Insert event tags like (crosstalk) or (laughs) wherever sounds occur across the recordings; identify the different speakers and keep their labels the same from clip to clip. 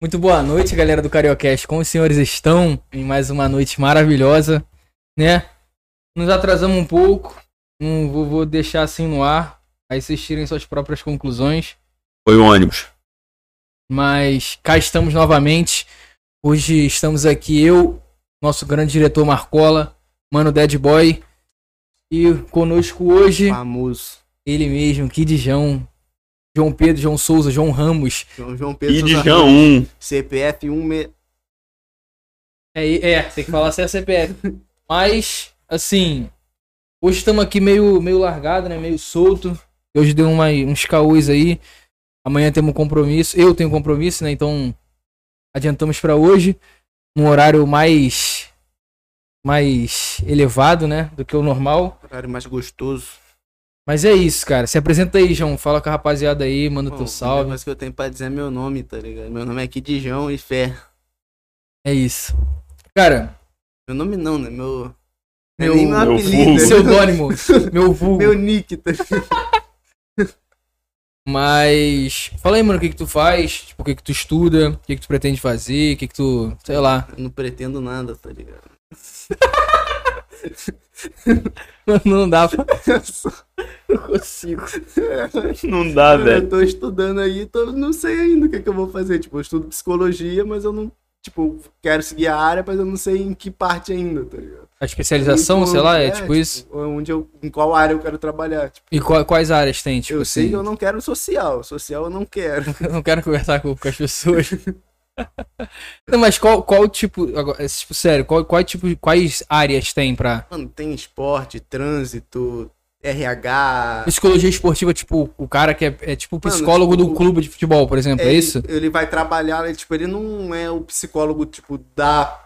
Speaker 1: Muito boa noite, galera do Cariocast. Como os senhores estão? Em mais uma noite maravilhosa, né? Nos atrasamos um pouco. Não vou, vou deixar assim no ar. Aí vocês tirem suas próprias conclusões.
Speaker 2: Foi o ônibus.
Speaker 1: Mas cá estamos novamente. Hoje estamos aqui eu, nosso grande diretor Marcola, mano Dead Boy. E conosco hoje,
Speaker 3: Famoso.
Speaker 1: ele mesmo, Kidjão. João Pedro, João Souza, João Ramos.
Speaker 3: João, João Pedro.
Speaker 2: E de
Speaker 3: Souza
Speaker 2: Jean 1.
Speaker 3: Ramos. CPF 1. Me...
Speaker 1: É, é, tem que falar sem a CPF. Mas, assim, hoje estamos aqui meio, meio largado, né? Meio solto. Hoje deu uma, uns caôs aí. Amanhã temos um compromisso. Eu tenho compromisso, né? Então, adiantamos para hoje. Num horário mais. mais elevado, né? Do que o normal.
Speaker 3: Horário mais gostoso.
Speaker 1: Mas é isso, cara. Se apresenta aí, João. Fala com a rapaziada aí, manda
Speaker 3: Bom,
Speaker 1: teu
Speaker 3: O
Speaker 1: salve.
Speaker 3: um negócio que eu tenho pra dizer é meu nome, tá ligado? Meu nome é Kidijão e Fé.
Speaker 1: É isso. Cara,
Speaker 3: Meu nome não, né? Meu. não é
Speaker 1: Meu-
Speaker 3: nem meu
Speaker 2: Meu
Speaker 3: apelido.
Speaker 2: vulgo.
Speaker 3: é
Speaker 1: pseudônimo. meu vulgo.
Speaker 3: Meu nick, tá ligado?
Speaker 1: Mas. Fala aí, mano, o que que tu faz? Tipo, o que que tu estuda? O que que tu pretende fazer? O que que tu. Sei lá. (laughs)
Speaker 3: Eu não pretendo nada, tá ligado? (laughs)
Speaker 1: Não dá pra.
Speaker 3: Eu só- É,
Speaker 1: Não consigo.
Speaker 2: Não dá, Ah, velho.
Speaker 3: Eu tô estudando aí, tô... não sei ainda o que, que eu vou fazer. Tipo, eu estudo psicologia, mas eu não. Tipo, eu quero seguir a área, mas eu não sei em que parte ainda, tá ligado?
Speaker 1: A especialização,
Speaker 3: Muito-
Speaker 1: sei lá, é, tipo isso.
Speaker 3: Onde eu, em qual área eu quero trabalhar. Tipo,
Speaker 1: E qua- quais áreas tem? Tipo,
Speaker 3: eu sei
Speaker 1: assim, (laughs)
Speaker 3: que eu não quero social. Social eu não quero. (laughs)
Speaker 1: eu não quero conversar com, com as pessoas. (laughs) não, mas qual, qual tipo. Agora, é, tipo, sério, qual, qual tipo, quais áreas tem pra.
Speaker 3: Mano, tem esporte, trânsito, RH.
Speaker 1: Psicologia esportiva, tipo, o cara que é, é tipo o
Speaker 3: Mano,
Speaker 1: psicólogo do
Speaker 3: tipo,
Speaker 1: clube de futebol, por exemplo, é
Speaker 3: Ele-
Speaker 1: isso?
Speaker 3: Ele vai trabalhar, ele, tipo, ele não é o psicólogo, tipo, da.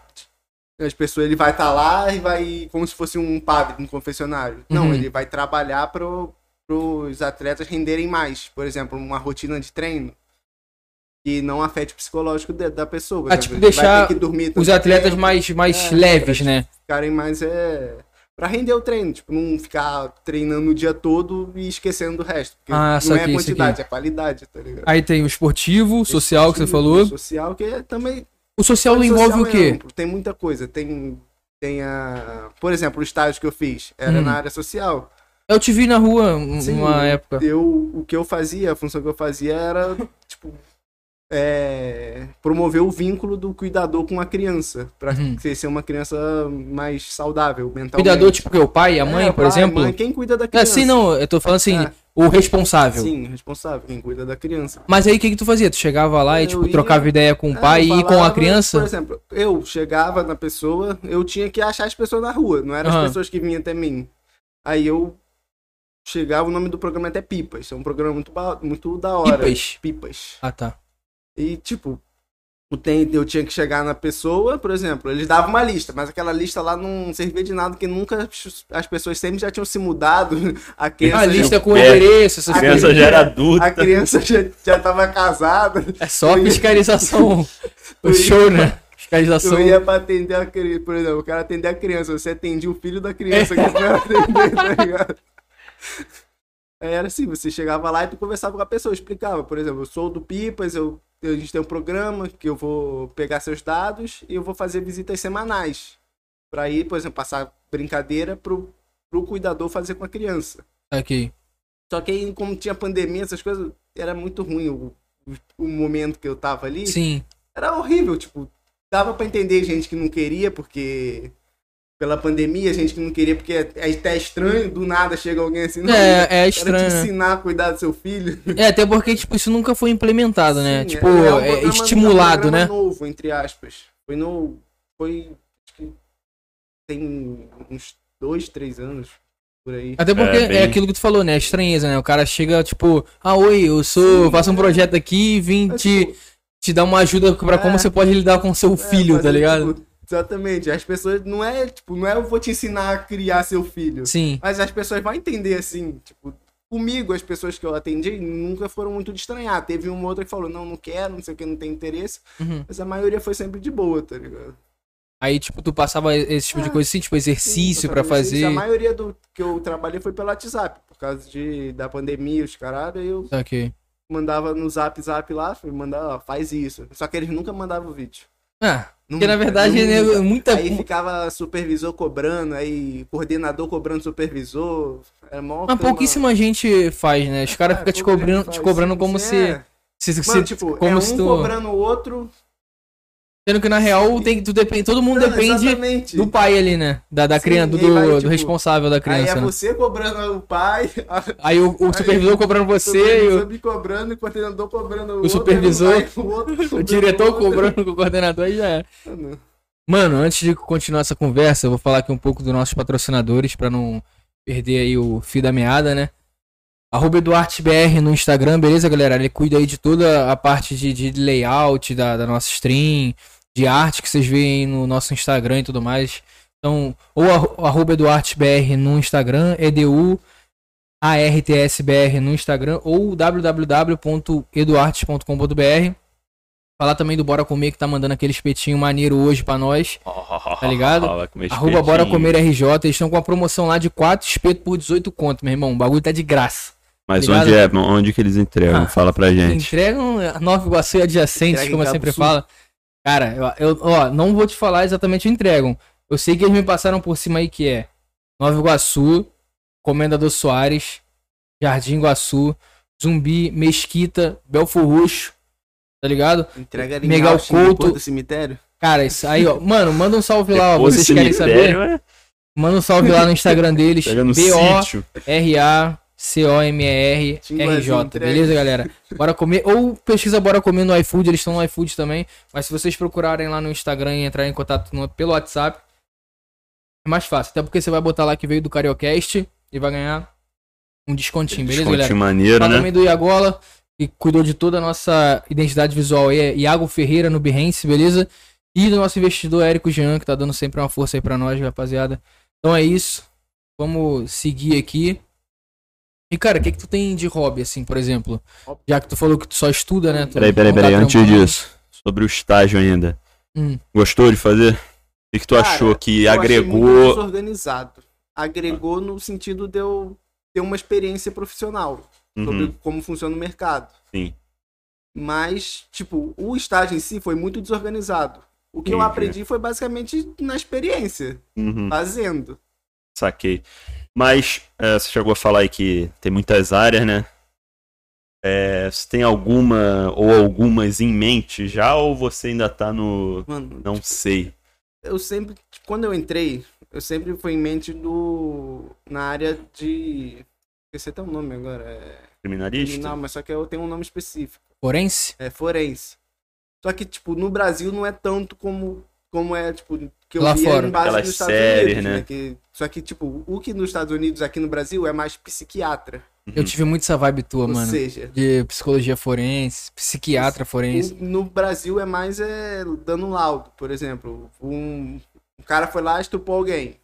Speaker 3: As pessoas, ele vai estar lá e vai. Como se fosse um PAB, um confessionário.
Speaker 1: Uhum.
Speaker 3: Não, ele vai trabalhar pro, pros atletas renderem mais. Por exemplo, uma rotina de treino. Que não afete o psicológico de- da pessoa. Por
Speaker 1: Ah, tipo,
Speaker 3: exemplo, ele vai
Speaker 1: deixar
Speaker 3: ter que dormir
Speaker 1: Os
Speaker 3: tanto
Speaker 1: atletas
Speaker 3: tempo.
Speaker 1: mais, mais
Speaker 3: É,
Speaker 1: leves,
Speaker 3: pra-
Speaker 1: né?
Speaker 3: ficarem mais é pra render o treino, tipo, não ficar treinando o dia todo e esquecendo o resto. Porque
Speaker 1: Ah,
Speaker 3: não
Speaker 1: saquei,
Speaker 3: é quantidade, é qualidade, tá ligado?
Speaker 1: Aí tem o esportivo, Ah, é social que você
Speaker 3: Esportivo,
Speaker 1: falou.
Speaker 3: Social que é também.
Speaker 1: O social
Speaker 3: social
Speaker 1: envolve o
Speaker 3: é
Speaker 1: quê?
Speaker 3: amplo, tem muita coisa. Tem, tem a. Por exemplo, o estágio que eu fiz era
Speaker 1: Hum.
Speaker 3: na área social.
Speaker 1: Eu te vi na rua um-
Speaker 3: Sim,
Speaker 1: uma
Speaker 3: eu-
Speaker 1: época.
Speaker 3: Eu, o que eu fazia, a função que eu fazia era, tipo. é, promover o vínculo do cuidador com a criança, para
Speaker 1: Uhum.
Speaker 3: ser uma criança mais saudável mentalmente.
Speaker 1: Cuidador, tipo, que o pai, a mãe,
Speaker 3: É,
Speaker 1: por
Speaker 3: pai,
Speaker 1: exemplo?
Speaker 3: mãe, quem cuida da
Speaker 1: É,
Speaker 3: criança?
Speaker 1: sim, não, eu tô falando assim,
Speaker 3: É.
Speaker 1: o responsável.
Speaker 3: Sim, responsável, quem cuida da criança.
Speaker 1: Mas aí o que, que tu fazia? Tu chegava lá e,
Speaker 3: Eu
Speaker 1: tipo,
Speaker 3: ia-
Speaker 1: trocava ideia com o
Speaker 3: É,
Speaker 1: pai
Speaker 3: eu
Speaker 1: e com a
Speaker 3: falava, Por
Speaker 1: criança?
Speaker 3: exemplo, eu chegava na pessoa, eu tinha que achar as pessoas na rua, não eram
Speaker 1: Aham.
Speaker 3: as pessoas que vinham até mim. Aí eu chegava, o nome do programa é até Pipas, é um programa muito, ba- muito da hora.
Speaker 1: Pipas?
Speaker 3: Pipas.
Speaker 1: Ah, tá.
Speaker 3: E tipo, eu, tenho- eu tinha que chegar na pessoa, por exemplo, eles davam uma lista, mas aquela lista lá não servia de nada, porque nunca as pessoas sempre já tinham se mudado. (laughs) A criança
Speaker 1: A Ah, lista com o
Speaker 2: É.
Speaker 1: endereço, essas
Speaker 3: A
Speaker 2: Criança
Speaker 1: coisas.
Speaker 2: já era
Speaker 3: já, a
Speaker 2: adulta.
Speaker 3: criança já, já tava casada.
Speaker 1: É só a fiscalização. o
Speaker 3: (laughs) Eu ia-
Speaker 1: show,
Speaker 3: (laughs)
Speaker 1: né? Fiscalização.
Speaker 3: Eu ia pra atender a criança, por exemplo, eu quero atender a criança, você atendia o filho da criança que eu quero atender, tá ligado? Aí Era assim, você chegava lá e tu conversava com a pessoa, explicava, por exemplo, eu sou do Pipas, eu, a gente tem um programa que eu vou pegar seus dados e eu vou fazer visitas semanais. Pra ir, por exemplo, passar brincadeira pro, pro cuidador fazer com a criança.
Speaker 1: Tá Aqui.
Speaker 3: Só que aí, como tinha pandemia, essas coisas, era muito ruim o, o- o momento que eu tava ali
Speaker 1: Sim.
Speaker 3: era horrível, tipo, dava pra entender gente que não queria porque pela pandemia, gente que não queria porque é, é até estranho, do nada chega alguém assim, não, eu
Speaker 1: É, é
Speaker 3: quero te
Speaker 1: estranho. né?
Speaker 3: ensinar a cuidar do
Speaker 1: (laughs)
Speaker 3: seu filho.
Speaker 1: É, até porque, tipo, isso nunca foi implementado, né?
Speaker 3: Sim,
Speaker 1: Tipo,
Speaker 3: um
Speaker 1: é
Speaker 3: programa-
Speaker 1: estimulado,
Speaker 3: um
Speaker 1: né?
Speaker 3: programa novo, entre aspas. Foi no foi acho que tem uns dois, três anos por aí.
Speaker 1: Até porque é,
Speaker 2: É, bem-
Speaker 1: aquilo que tu falou, né? A estranheza, né? O cara chega, tipo, ah, oi, eu sou.
Speaker 3: Sim,
Speaker 1: faço um
Speaker 3: é.
Speaker 1: projeto aqui e vim
Speaker 3: Mas,
Speaker 1: te,
Speaker 3: tipo,
Speaker 1: te dar uma ajuda pra como
Speaker 3: É.
Speaker 1: você pode lidar com seu
Speaker 3: é,
Speaker 1: filho,
Speaker 3: mas
Speaker 1: tá
Speaker 3: é,
Speaker 1: ligado?
Speaker 3: tipo, exatamente. As pessoas não é, tipo, não é eu vou te ensinar a criar seu filho.
Speaker 1: Sim.
Speaker 3: Mas as pessoas vão entender assim, tipo, comigo, as pessoas que eu atendi nunca foram muito de estranhar. Teve uma outra que falou, não, não quero, não sei o que, não tem interesse.
Speaker 1: Uhum.
Speaker 3: Mas a maioria foi sempre de boa, tá ligado?
Speaker 1: Aí, tipo, tu passava esse tipo de
Speaker 3: É.
Speaker 1: coisa assim, tipo, exercício
Speaker 3: Sim,
Speaker 1: pra
Speaker 3: exercício.
Speaker 1: fazer.
Speaker 3: A maioria
Speaker 1: Tá,
Speaker 3: do que eu trabalhei foi pelo WhatsApp, por causa de, da pandemia, os caralho, eu
Speaker 1: Saquei.
Speaker 3: mandava no zap zap lá, falei, mandava, ó, faz isso. Só que eles nunca mandavam o vídeo.
Speaker 1: Ah, porque
Speaker 3: Nunca,
Speaker 1: na verdade
Speaker 3: nunca.
Speaker 1: né, muita.
Speaker 3: Aí ficava supervisor cobrando, aí coordenador cobrando supervisor. Era mó
Speaker 1: Mas
Speaker 3: clima-
Speaker 1: pouquíssima gente faz, né? Os caras
Speaker 3: É,
Speaker 1: ficam te
Speaker 3: pouca gente
Speaker 1: cobrando,
Speaker 3: faz
Speaker 1: te cobrando
Speaker 3: isso,
Speaker 1: como
Speaker 3: isso
Speaker 1: se.
Speaker 3: é.
Speaker 1: se, se
Speaker 3: Mano, tipo,
Speaker 1: como
Speaker 3: é um
Speaker 1: se tu.
Speaker 3: cobrando o outro.
Speaker 1: Sendo que na real tem, tu depende, todo mundo
Speaker 3: Não,
Speaker 1: depende
Speaker 3: exatamente.
Speaker 1: do pai ali, né? Da, da
Speaker 3: Sim,
Speaker 1: criança, do,
Speaker 3: e aí vai,
Speaker 1: do
Speaker 3: tipo,
Speaker 1: responsável da
Speaker 3: Aí
Speaker 1: criança.
Speaker 3: é
Speaker 1: né?
Speaker 3: você cobrando o pai, (laughs) a
Speaker 1: Aí o, o
Speaker 3: Aí,
Speaker 1: supervisor cobrando você, e
Speaker 3: supervisor
Speaker 1: o,
Speaker 3: me cobrando, o coordenador cobrando o,
Speaker 1: o supervisor,
Speaker 3: aí o
Speaker 1: (laughs)
Speaker 3: outro
Speaker 1: o
Speaker 3: cobrando
Speaker 1: diretor
Speaker 3: o outro.
Speaker 1: cobrando com o coordenador, aí já é.
Speaker 3: Mano,
Speaker 1: Mano, antes de continuar essa conversa, eu vou falar aqui um pouco dos nossos patrocinadores pra não perder aí o fio da meada, né? Arroba EduarteBR no Instagram, beleza, galera? Ele cuida aí de toda a parte de, de layout da, da nossa stream, de arte que vocês veem aí no nosso Instagram e tudo mais. Então, ou arro- arroba EduarteBR no Instagram, EDU ARTSBR no Instagram ou www.eduartes.com.br. Falar também do Bora Comer que tá mandando aquele espetinho maneiro hoje pra nós.
Speaker 2: Tá
Speaker 1: ligado? Arroba Bora Comer RJ, eles estão com a promoção lá de 4 espetos por 18 conto, meu irmão. O bagulho tá de graça.
Speaker 2: Mas
Speaker 1: ligado?
Speaker 2: onde é? Onde que eles entregam?
Speaker 1: Ah,
Speaker 2: Fala pra gente.
Speaker 1: Entregam a um Nova Iguaçu e adjacentes,
Speaker 3: Entrega em
Speaker 1: como eu
Speaker 3: Cabo
Speaker 1: sempre
Speaker 3: Sul.
Speaker 1: falo. Cara, eu, eu- ó, não vou te falar exatamente o entregam. Eu sei que eles me passaram por cima aí que é Nova Iguaçu, Comendador Soares, Jardim Iguaçu, Zumbi, Mesquita, Belfor Roxo, tá ligado?
Speaker 3: entrega ali
Speaker 1: Negar o
Speaker 3: Austin, depois
Speaker 1: culto.
Speaker 3: do cemitério.
Speaker 1: Cara, isso aí, ó. Mano, manda um salve lá, ó.
Speaker 2: Depois do
Speaker 1: Vocês querem saber?
Speaker 2: cemitério, é?
Speaker 1: Manda um salve lá no Instagram deles.
Speaker 2: Pega no
Speaker 1: B.O.
Speaker 2: sítio.
Speaker 1: R-A-C-O-M-E-R-R-J,
Speaker 3: Timbazinho,
Speaker 1: beleza, galera? Bora comer. Ou pesquisa Bora Comer no iFood, eles estão no iFood também. Mas se vocês procurarem lá no Instagram e entrarem em contato no- pelo WhatsApp, é mais fácil. Até porque você vai botar lá que veio do Cariocast e vai ganhar um descontinho, beleza, galera?
Speaker 2: Descontinho maneiro,
Speaker 1: Fala
Speaker 2: né?
Speaker 1: também do Iagola, que cuidou de toda a nossa identidade visual aí, é Iago Ferreira no Behance, beleza? E do nosso investidor Érico Jean, que tá dando sempre uma força aí pra nós, rapaziada. Então é isso. Vamos seguir aqui. E cara, o que que tu tem de hobby, assim, por exemplo? Já que tu falou que tu só estuda, né? Tu
Speaker 2: Peraí, peraí,
Speaker 1: não tá
Speaker 2: peraí. Antes
Speaker 1: trampando.
Speaker 2: disso, sobre o estágio ainda.
Speaker 1: Hum.
Speaker 2: Gostou de fazer? O que que tu
Speaker 3: Cara,
Speaker 2: achou que
Speaker 3: Eu achei muito
Speaker 2: agregou?
Speaker 3: desorganizado. Agregou no sentido de eu ter uma experiência profissional sobre
Speaker 2: Uhum,
Speaker 3: como funciona o mercado.
Speaker 2: sim.
Speaker 3: Mas, tipo, o estágio em si foi muito desorganizado. O que eu
Speaker 2: Entendi.
Speaker 3: aprendi foi basicamente na experiência,
Speaker 2: Uhum.
Speaker 3: fazendo.
Speaker 2: Saquei. Mas é, você chegou a falar aí que tem muitas áreas, né? É, você tem alguma ou algumas em mente já ou você ainda tá no
Speaker 3: Mano,
Speaker 2: não sei?
Speaker 3: eu sempre, tipo, quando eu entrei, eu sempre fui em mente do na área de esqueci até o nome agora, é
Speaker 2: Criminalista?
Speaker 3: criminal, mas só que eu tenho um nome específico,
Speaker 1: Forense?
Speaker 3: é forense. Só que tipo, no Brasil não é tanto como como é, tipo, que eu
Speaker 1: Lá
Speaker 3: via
Speaker 1: fora.
Speaker 3: em base
Speaker 2: Aquelas
Speaker 3: nos Estados
Speaker 2: séries,
Speaker 3: Unidos,
Speaker 2: né?
Speaker 3: né? Que, só que tipo, o que nos Estados Unidos aqui no Brasil é mais psiquiatra,
Speaker 2: Uhum.
Speaker 1: Eu tive muito essa vibe tua,
Speaker 3: ou
Speaker 1: mano.
Speaker 3: seja,
Speaker 1: De psicologia forense, psiquiatra forense.
Speaker 3: o- no Brasil é mais é, dando laudo, por exemplo. Um, um cara foi lá e estuprou alguém.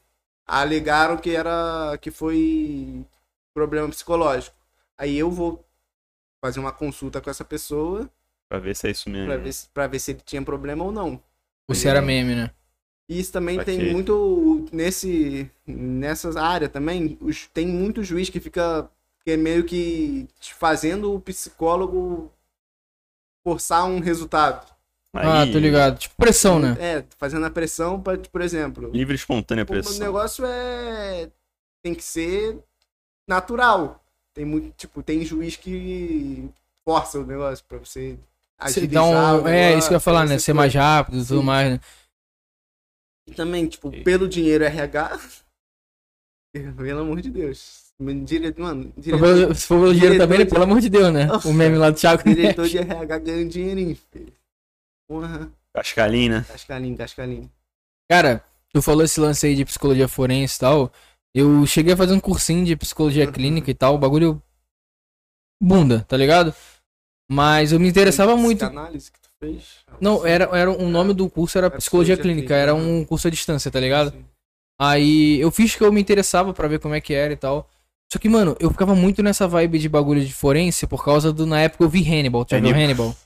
Speaker 3: Ah, Alegaram que era que foi problema psicológico. Aí eu vou fazer uma consulta com essa pessoa
Speaker 2: Pra ver se é isso mesmo.
Speaker 3: pra ver se para ver se ele tinha problema ou não.
Speaker 1: O Ceará Meme, né?
Speaker 3: E Isso também
Speaker 2: Saquei.
Speaker 3: tem muito nesse nessas área também, os- tem muito juiz que fica que é meio que fazendo o psicólogo forçar um resultado.
Speaker 1: Ah,
Speaker 2: Aí,
Speaker 1: tô ligado. Tipo, pressão, né?
Speaker 3: É, fazendo a pressão para, por exemplo,
Speaker 2: Livre e espontânea
Speaker 3: o
Speaker 2: pressão.
Speaker 3: negócio é tem que ser natural. Tem muito, tipo, tem juiz que força o negócio para você
Speaker 1: Você
Speaker 3: agilizar.
Speaker 1: dá um-
Speaker 3: o
Speaker 1: é,
Speaker 3: negócio,
Speaker 1: isso que eu ia falar, né?
Speaker 3: essa
Speaker 1: Ser
Speaker 3: coisa.
Speaker 1: mais rápido e tudo
Speaker 3: Sim.
Speaker 1: mais, né?
Speaker 3: E também, tipo, pelo dinheiro RH. (laughs) Pelo amor de Deus. Dire... Mano,
Speaker 1: Se for pelo-
Speaker 3: diretor,
Speaker 1: Se for pelo dinheiro
Speaker 3: Diretor
Speaker 1: também, né?
Speaker 3: de-
Speaker 1: pelo amor de Deus, né? O meme lá do Thiago. né?
Speaker 3: diretor de RH ganha um dinheirinho, filho. Porra,
Speaker 2: Cascalim, né?
Speaker 3: cascalinho, cascalinho.
Speaker 1: (laughs) Cara, tu falou esse lance aí de psicologia forense e tal. Eu cheguei a fazer um cursinho de psicologia
Speaker 3: Uhum.
Speaker 1: clínica e tal, o bagulho. Bunda, tá ligado? Mas eu me interessava muito.
Speaker 3: análise que tu fez?
Speaker 1: Não, era, era o nome do curso era
Speaker 3: Era
Speaker 1: psicologia
Speaker 3: É psicologia
Speaker 1: clínica,
Speaker 3: clínica,
Speaker 1: era
Speaker 3: né?
Speaker 1: um curso à distância, tá ligado?
Speaker 3: Sim.
Speaker 1: Aí eu fiz que eu me interessava pra ver como é que era e tal. Só que, mano, eu ficava muito nessa vibe de bagulho de forense por causa do. Na época eu vi Hannibal, tu já viu
Speaker 2: Hannibal.
Speaker 1: Hannibal?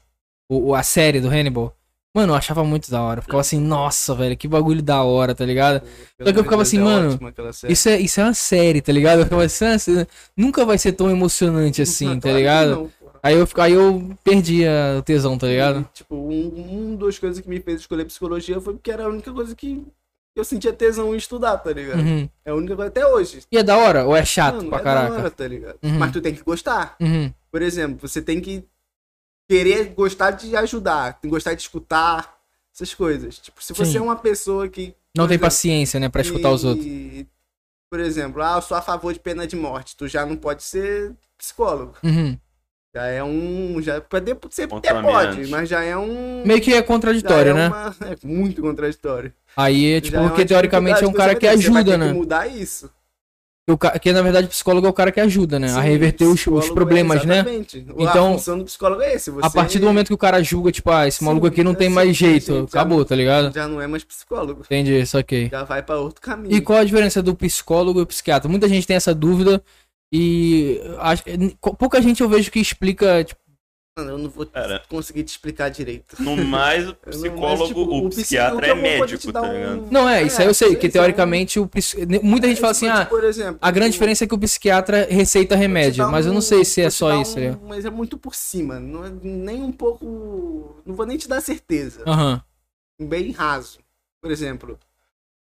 Speaker 1: O, o- a série do Hannibal. Mano, eu achava muito da hora. Eu ficava assim, nossa, velho, que bagulho da hora, tá ligado?
Speaker 3: Pelo
Speaker 1: Só que eu ficava
Speaker 3: amor de
Speaker 1: assim,
Speaker 3: Deus, é
Speaker 1: mano,
Speaker 3: ótima aquela série.
Speaker 1: Isso é, isso é uma série, tá ligado? Eu ficava assim, "Ah, isso nunca vai ser tão emocionante assim, tá
Speaker 3: Claro que
Speaker 1: ligado?
Speaker 3: não, porra.
Speaker 1: Aí eu, fico- aí eu perdi a- o tesão, tá ligado?
Speaker 3: Tipo, um, um das coisas que me fez escolher psicologia foi porque era a única coisa que eu sentia tesão em estudar, tá ligado?
Speaker 1: Uhum.
Speaker 3: É a única coisa até hoje.
Speaker 1: E é da hora ou é chato
Speaker 3: Mano,
Speaker 1: pra
Speaker 3: é da
Speaker 1: caraca?
Speaker 3: hora, tá ligado?
Speaker 1: Uhum.
Speaker 3: Mas tu tem que gostar.
Speaker 1: Uhum.
Speaker 3: Por exemplo, você tem que querer gostar de ajudar, tem que gostar de escutar, essas coisas. Tipo, se você
Speaker 1: Sim.
Speaker 3: é uma pessoa que.
Speaker 1: Não
Speaker 3: por
Speaker 1: tem
Speaker 3: exemplo,
Speaker 1: paciência, né, pra escutar os outros.
Speaker 3: que- Por exemplo, ah, eu sou a favor de pena de morte. Tu já não pode ser psicólogo.
Speaker 1: Uhum.
Speaker 3: Já é um. Já, pode ser até
Speaker 2: Contaminante.
Speaker 3: pode, mas já é um.
Speaker 1: Meio que é
Speaker 3: já
Speaker 1: contraditório,
Speaker 3: é
Speaker 1: né?
Speaker 3: uma- é muito contraditório.
Speaker 1: Aí é tipo,
Speaker 3: Já é uma
Speaker 1: porque teoricamente é um cara
Speaker 3: dificuldade você
Speaker 1: que
Speaker 3: vai ter. Você vai
Speaker 1: ajuda,
Speaker 3: ter
Speaker 1: né?
Speaker 3: que mudar isso.
Speaker 1: Que, o ca- que, na verdade psicólogo é o cara que ajuda, né? a
Speaker 3: Sim,
Speaker 1: reverter os,
Speaker 3: psicólogo
Speaker 1: os
Speaker 3: é-
Speaker 1: problemas, né?
Speaker 3: exatamente.
Speaker 1: Então,
Speaker 3: a função do psicólogo é esse. Você
Speaker 1: A partir do momento que o cara julga, tipo, ah, esse
Speaker 3: Sim,
Speaker 1: maluco aqui não
Speaker 3: é
Speaker 1: tem
Speaker 3: assim,
Speaker 1: mais
Speaker 3: tem
Speaker 1: jeito,
Speaker 3: jeito, já-
Speaker 1: acabou, tá ligado?
Speaker 3: já não é mais psicólogo.
Speaker 1: Entendi, saquei.
Speaker 3: Já vai pra outro caminho.
Speaker 1: E qual a diferença do psicólogo e o psiquiatra? Muita gente tem essa dúvida e acho- pouca gente eu vejo que explica, tipo,
Speaker 3: Mano, eu não vou
Speaker 2: Cara.
Speaker 3: conseguir te explicar direito.
Speaker 2: No mais, o
Speaker 3: (laughs) Eu não- mas,
Speaker 2: psicólogo,
Speaker 3: tipo,
Speaker 2: o
Speaker 3: psiqui-
Speaker 2: psiquiatra é
Speaker 3: o teólogo pode te
Speaker 2: médico,
Speaker 3: dar
Speaker 2: tá
Speaker 3: um-
Speaker 2: ligado?
Speaker 1: não é, isso aí eu sei, que
Speaker 3: isso é um-
Speaker 1: teoricamente o psiqui- muita gente fala assim, ah,
Speaker 3: por exemplo,
Speaker 1: a grande
Speaker 3: o-
Speaker 1: diferença é que o psiquiatra receita remédio,
Speaker 3: Vou te dar
Speaker 1: mas eu não
Speaker 3: um-
Speaker 1: sei se é
Speaker 3: vou te
Speaker 1: só
Speaker 3: dar
Speaker 1: isso, tá
Speaker 3: um-
Speaker 1: ligado?
Speaker 3: Mas é muito por cima. Não é nem um pouco. Não vou nem te dar certeza.
Speaker 1: Aham.
Speaker 3: Bem raso. Por exemplo,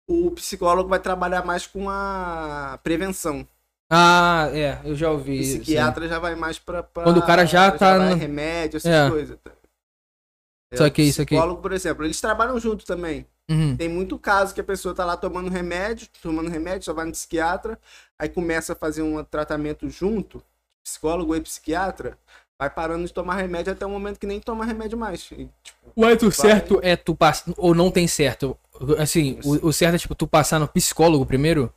Speaker 3: o psicólogo vai trabalhar mais com a prevenção.
Speaker 1: Ah, é, eu já
Speaker 3: O
Speaker 1: ouvi isso.
Speaker 3: psiquiatra já vai mais pra, pra-
Speaker 1: Quando o cara já tá
Speaker 3: vai
Speaker 1: no-
Speaker 3: remédio, essas
Speaker 1: É.
Speaker 3: coisas. tá? É,
Speaker 1: Só que
Speaker 3: o
Speaker 1: isso aqui-
Speaker 3: psicólogo, por exemplo, eles trabalham junto também.
Speaker 1: Uhum.
Speaker 3: Tem muito caso que a pessoa tá lá tomando remédio, tomando remédio, só vai no psiquiatra, aí começa a fazer um tratamento junto, psicólogo e psiquiatra, vai parando de tomar remédio até o momento que nem toma remédio mais. E, tipo,
Speaker 1: O é tu certo é tu passar. Ou não tem certo. Assim, o, o certo é tipo tu passar no psicólogo primeiro?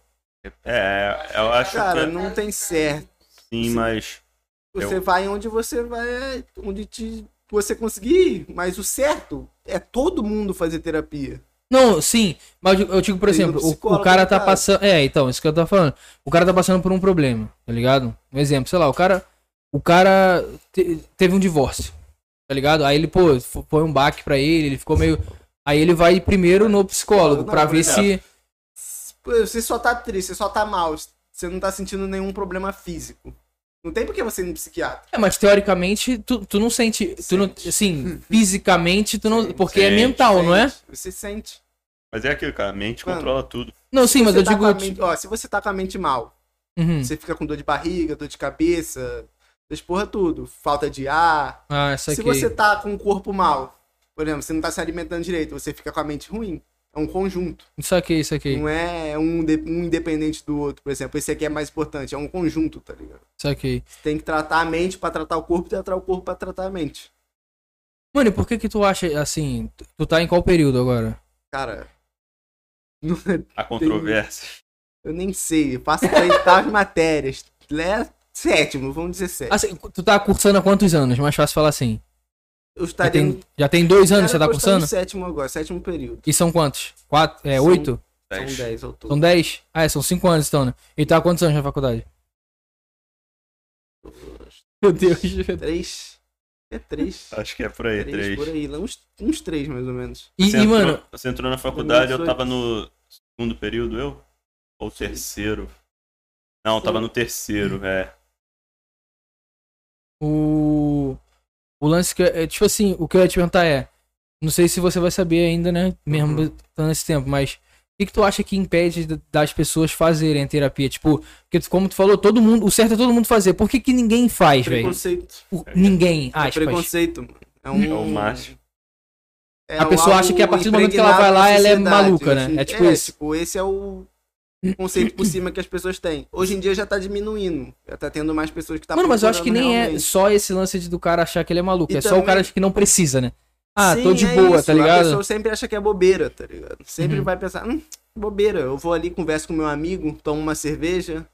Speaker 2: É, eu acho
Speaker 3: cara,
Speaker 2: que
Speaker 3: não tem certo.
Speaker 2: sim, mas.
Speaker 3: Você vai onde você vai, é onde te, você conseguir ir, mas o certo é todo mundo fazer terapia.
Speaker 1: Não, sim. Mas eu eu digo, por
Speaker 3: Tem
Speaker 1: exemplo,
Speaker 3: um
Speaker 1: o- o,
Speaker 3: psicólogo
Speaker 1: cara
Speaker 3: no
Speaker 1: tá
Speaker 3: caso.
Speaker 1: passando. É, então, isso que eu tô falando. O cara tá passando por um problema, tá ligado? Um exemplo, sei lá, o cara. O cara te- teve um divórcio, tá ligado? Aí ele, pô, f- foi um baque pra ele, ele ficou meio. Aí ele vai primeiro no psicólogo
Speaker 3: Não,
Speaker 1: pra
Speaker 3: por
Speaker 1: ver se.
Speaker 3: Pô, Você só tá triste, você só tá mal, você não tá sentindo nenhum problema físico. Não tem por que você ir no psiquiatra.
Speaker 1: É, mas teoricamente tu, tu não sente. Tu não, assim, fisicamente tu não.
Speaker 3: Sente,
Speaker 1: Porque é
Speaker 2: sente,
Speaker 1: mental, não é?
Speaker 3: Sente, Você sente.
Speaker 2: Mas é aquilo, cara. A mente
Speaker 3: Mano.
Speaker 2: controla tudo.
Speaker 1: Não, sim, mas
Speaker 3: você
Speaker 1: eu
Speaker 3: tá
Speaker 1: digo. tipo,
Speaker 3: com a mente- ó, se você tá com a mente mal,
Speaker 1: Uhum.
Speaker 3: você fica com dor de barriga, dor de cabeça, essas porra tudo, falta de ar.
Speaker 1: Ah, isso
Speaker 3: Se
Speaker 1: aqui.
Speaker 3: você tá com o corpo mal, por exemplo, você não tá se alimentando direito, você fica com a mente ruim. É um conjunto.
Speaker 1: Isso aqui, isso aqui.
Speaker 3: Não é um, de- um independente do outro, por exemplo. Esse aqui é mais importante. É um conjunto, tá ligado?
Speaker 1: Isso aqui.
Speaker 3: Você tem que tratar a mente pra tratar o corpo e tratar o corpo pra tratar a mente.
Speaker 1: Mano, e por que que tu acha assim? tu- Tu tá em qual período agora?
Speaker 3: Cara, não é-
Speaker 2: Há controvérsias.
Speaker 3: eu nem sei. Eu passo pra
Speaker 1: (laughs)
Speaker 3: editar as matérias. Lé, sétimo, vamos dizer sétimo.
Speaker 1: Assim, tu tá cursando há quantos anos? Mais fácil falar assim.
Speaker 3: Eu
Speaker 1: Já
Speaker 3: estaria
Speaker 1: tem, já tem dois anos que você
Speaker 3: Tá Cara,
Speaker 1: tá
Speaker 3: eu tô no
Speaker 1: cursando?
Speaker 3: sétimo agora, sétimo período.
Speaker 1: E são quantos? Quatro? É,
Speaker 3: São-
Speaker 1: oito?
Speaker 2: Dez.
Speaker 3: São 10 ao
Speaker 1: São
Speaker 3: todo.
Speaker 1: dez? Ah, é, são cinco anos então, né? E tá há quantos anos na faculdade? Meu Deus.
Speaker 3: 3. É 3.
Speaker 2: (laughs) Acho que é por aí, três.
Speaker 3: por aí, lá uns, uns 3 mais ou menos.
Speaker 1: E,
Speaker 2: Você,
Speaker 1: e,
Speaker 2: entrou,
Speaker 1: mano,
Speaker 2: você entrou na faculdade, eu
Speaker 3: 2018.
Speaker 2: tava no segundo período, eu? Ou terceiro? Não, eu tava no terceiro, é.
Speaker 1: o. O lance que. eu- É, tipo assim, o que eu ia te perguntar é. Não sei se você vai saber ainda, né? Mesmo
Speaker 3: Uhum.
Speaker 1: tanto esse tempo, mas. O que, que tu acha que impede d- das pessoas fazerem a terapia? Tipo, porque tu- como tu falou, todo mundo. O certo é todo mundo fazer. Por que, que ninguém faz, velho?
Speaker 3: Preconceito.
Speaker 1: Por- Ninguém,
Speaker 3: É
Speaker 1: aspas.
Speaker 3: preconceito, mano. É
Speaker 2: É o macho.
Speaker 3: é
Speaker 1: A pessoa
Speaker 3: algo
Speaker 1: acha que a partir do momento que ela vai lá, ela
Speaker 3: impregnado na
Speaker 1: é
Speaker 3: sociedade.
Speaker 1: maluca, né?
Speaker 3: Hoje em-
Speaker 1: É tipo isso.
Speaker 3: tipo, esse é o conceito por cima que as pessoas têm. Hoje em dia já tá diminuindo. Já tá tendo mais pessoas que tá
Speaker 1: Mano, mas eu acho que
Speaker 3: procurando
Speaker 1: nem é
Speaker 3: realmente.
Speaker 1: só esse lance de do cara achar que ele é maluco.
Speaker 3: E
Speaker 1: é só o
Speaker 3: também-
Speaker 1: cara que não precisa, né? Ah,
Speaker 3: Sim,
Speaker 1: tô de
Speaker 3: é
Speaker 1: boa,
Speaker 3: isso.
Speaker 1: tá
Speaker 3: A
Speaker 1: ligado?
Speaker 3: pessoa sempre acha que é bobeira, tá ligado? Sempre
Speaker 1: Uhum.
Speaker 3: vai pensar, hum, bobeira, eu vou ali, converso com meu amigo, tomo uma cerveja,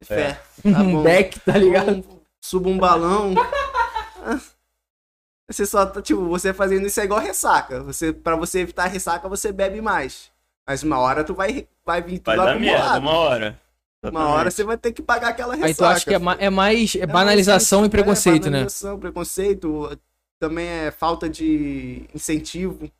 Speaker 2: É.
Speaker 3: fé, tá
Speaker 1: Um
Speaker 3: bom.
Speaker 1: deck, tá ligado?
Speaker 3: Bom, subo um balão. (laughs) você só, tá, tipo, você fazendo isso é igual ressaca. Você, pra você evitar a ressaca, você bebe mais. Mas uma hora tu vai, vai vir
Speaker 2: Vai
Speaker 3: tudo
Speaker 2: dar merda,
Speaker 3: acumulado.
Speaker 2: uma hora.
Speaker 3: tá uma hora você vai ter que pagar aquela ressaca.
Speaker 1: Aí tu acha que é, ma- é mais é
Speaker 3: É,
Speaker 1: banalização e
Speaker 3: mas isso- é,
Speaker 1: preconceito, né?
Speaker 3: banalização, preconceito, também é falta de incentivo.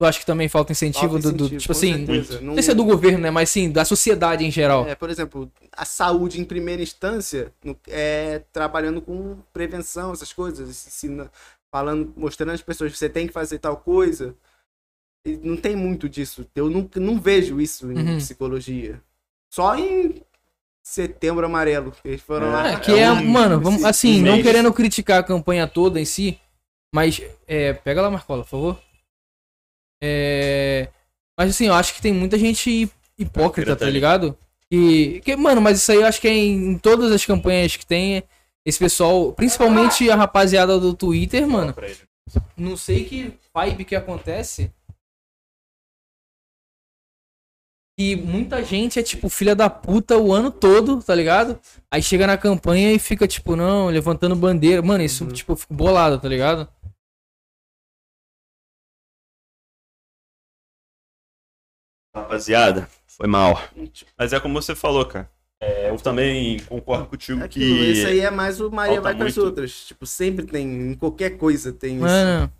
Speaker 1: Tu acha que também falta incentivo, do,
Speaker 3: Falta
Speaker 1: do-
Speaker 3: incentivo,
Speaker 1: tipo
Speaker 3: com
Speaker 1: assim,
Speaker 3: certeza.
Speaker 1: não sei se é do governo, né, mas sim da sociedade em geral.
Speaker 3: É, por exemplo, a saúde em primeira instância, no- é, trabalhando com prevenção, essas coisas, ensina- falando, mostrando às pessoas que você tem que fazer tal coisa. E não tem muito disso. Eu não, não vejo isso em
Speaker 1: Uhum.
Speaker 3: psicologia. Só em setembro amarelo. que Eles foram
Speaker 2: É,
Speaker 3: lá.
Speaker 1: É, que é,
Speaker 2: um-
Speaker 1: mano, vamos,
Speaker 3: esse-
Speaker 1: assim,
Speaker 2: um
Speaker 1: não
Speaker 2: mês.
Speaker 1: querendo criticar a campanha toda em si, mas é, pega lá Marcola, por favor. É, mas assim, eu acho que tem muita gente hip- hipócrita,
Speaker 2: Hipócrita
Speaker 1: tá
Speaker 2: ali.
Speaker 1: ligado? E que, mano, mas isso aí eu acho que é em, em todas as campanhas que tem esse pessoal, principalmente a rapaziada do Twitter, mano.
Speaker 2: Pra ele.
Speaker 1: Não sei que vibe que acontece. E muita gente é tipo filha da puta o ano todo, tá ligado? Aí chega na campanha e fica tipo, não, levantando bandeira. Mano, isso
Speaker 3: Uhum.
Speaker 1: tipo, eu fico bolado, tá ligado?
Speaker 2: Rapaziada, foi mal.
Speaker 1: um
Speaker 3: Tipo,
Speaker 2: Mas é como você falou, cara. É, eu também concordo contigo
Speaker 3: é aquilo,
Speaker 2: que.
Speaker 3: Isso aí é mais o Maria
Speaker 2: falta
Speaker 3: vai com as
Speaker 2: muito.
Speaker 3: outras. Tipo, sempre tem, em qualquer coisa tem isso.
Speaker 1: Mano,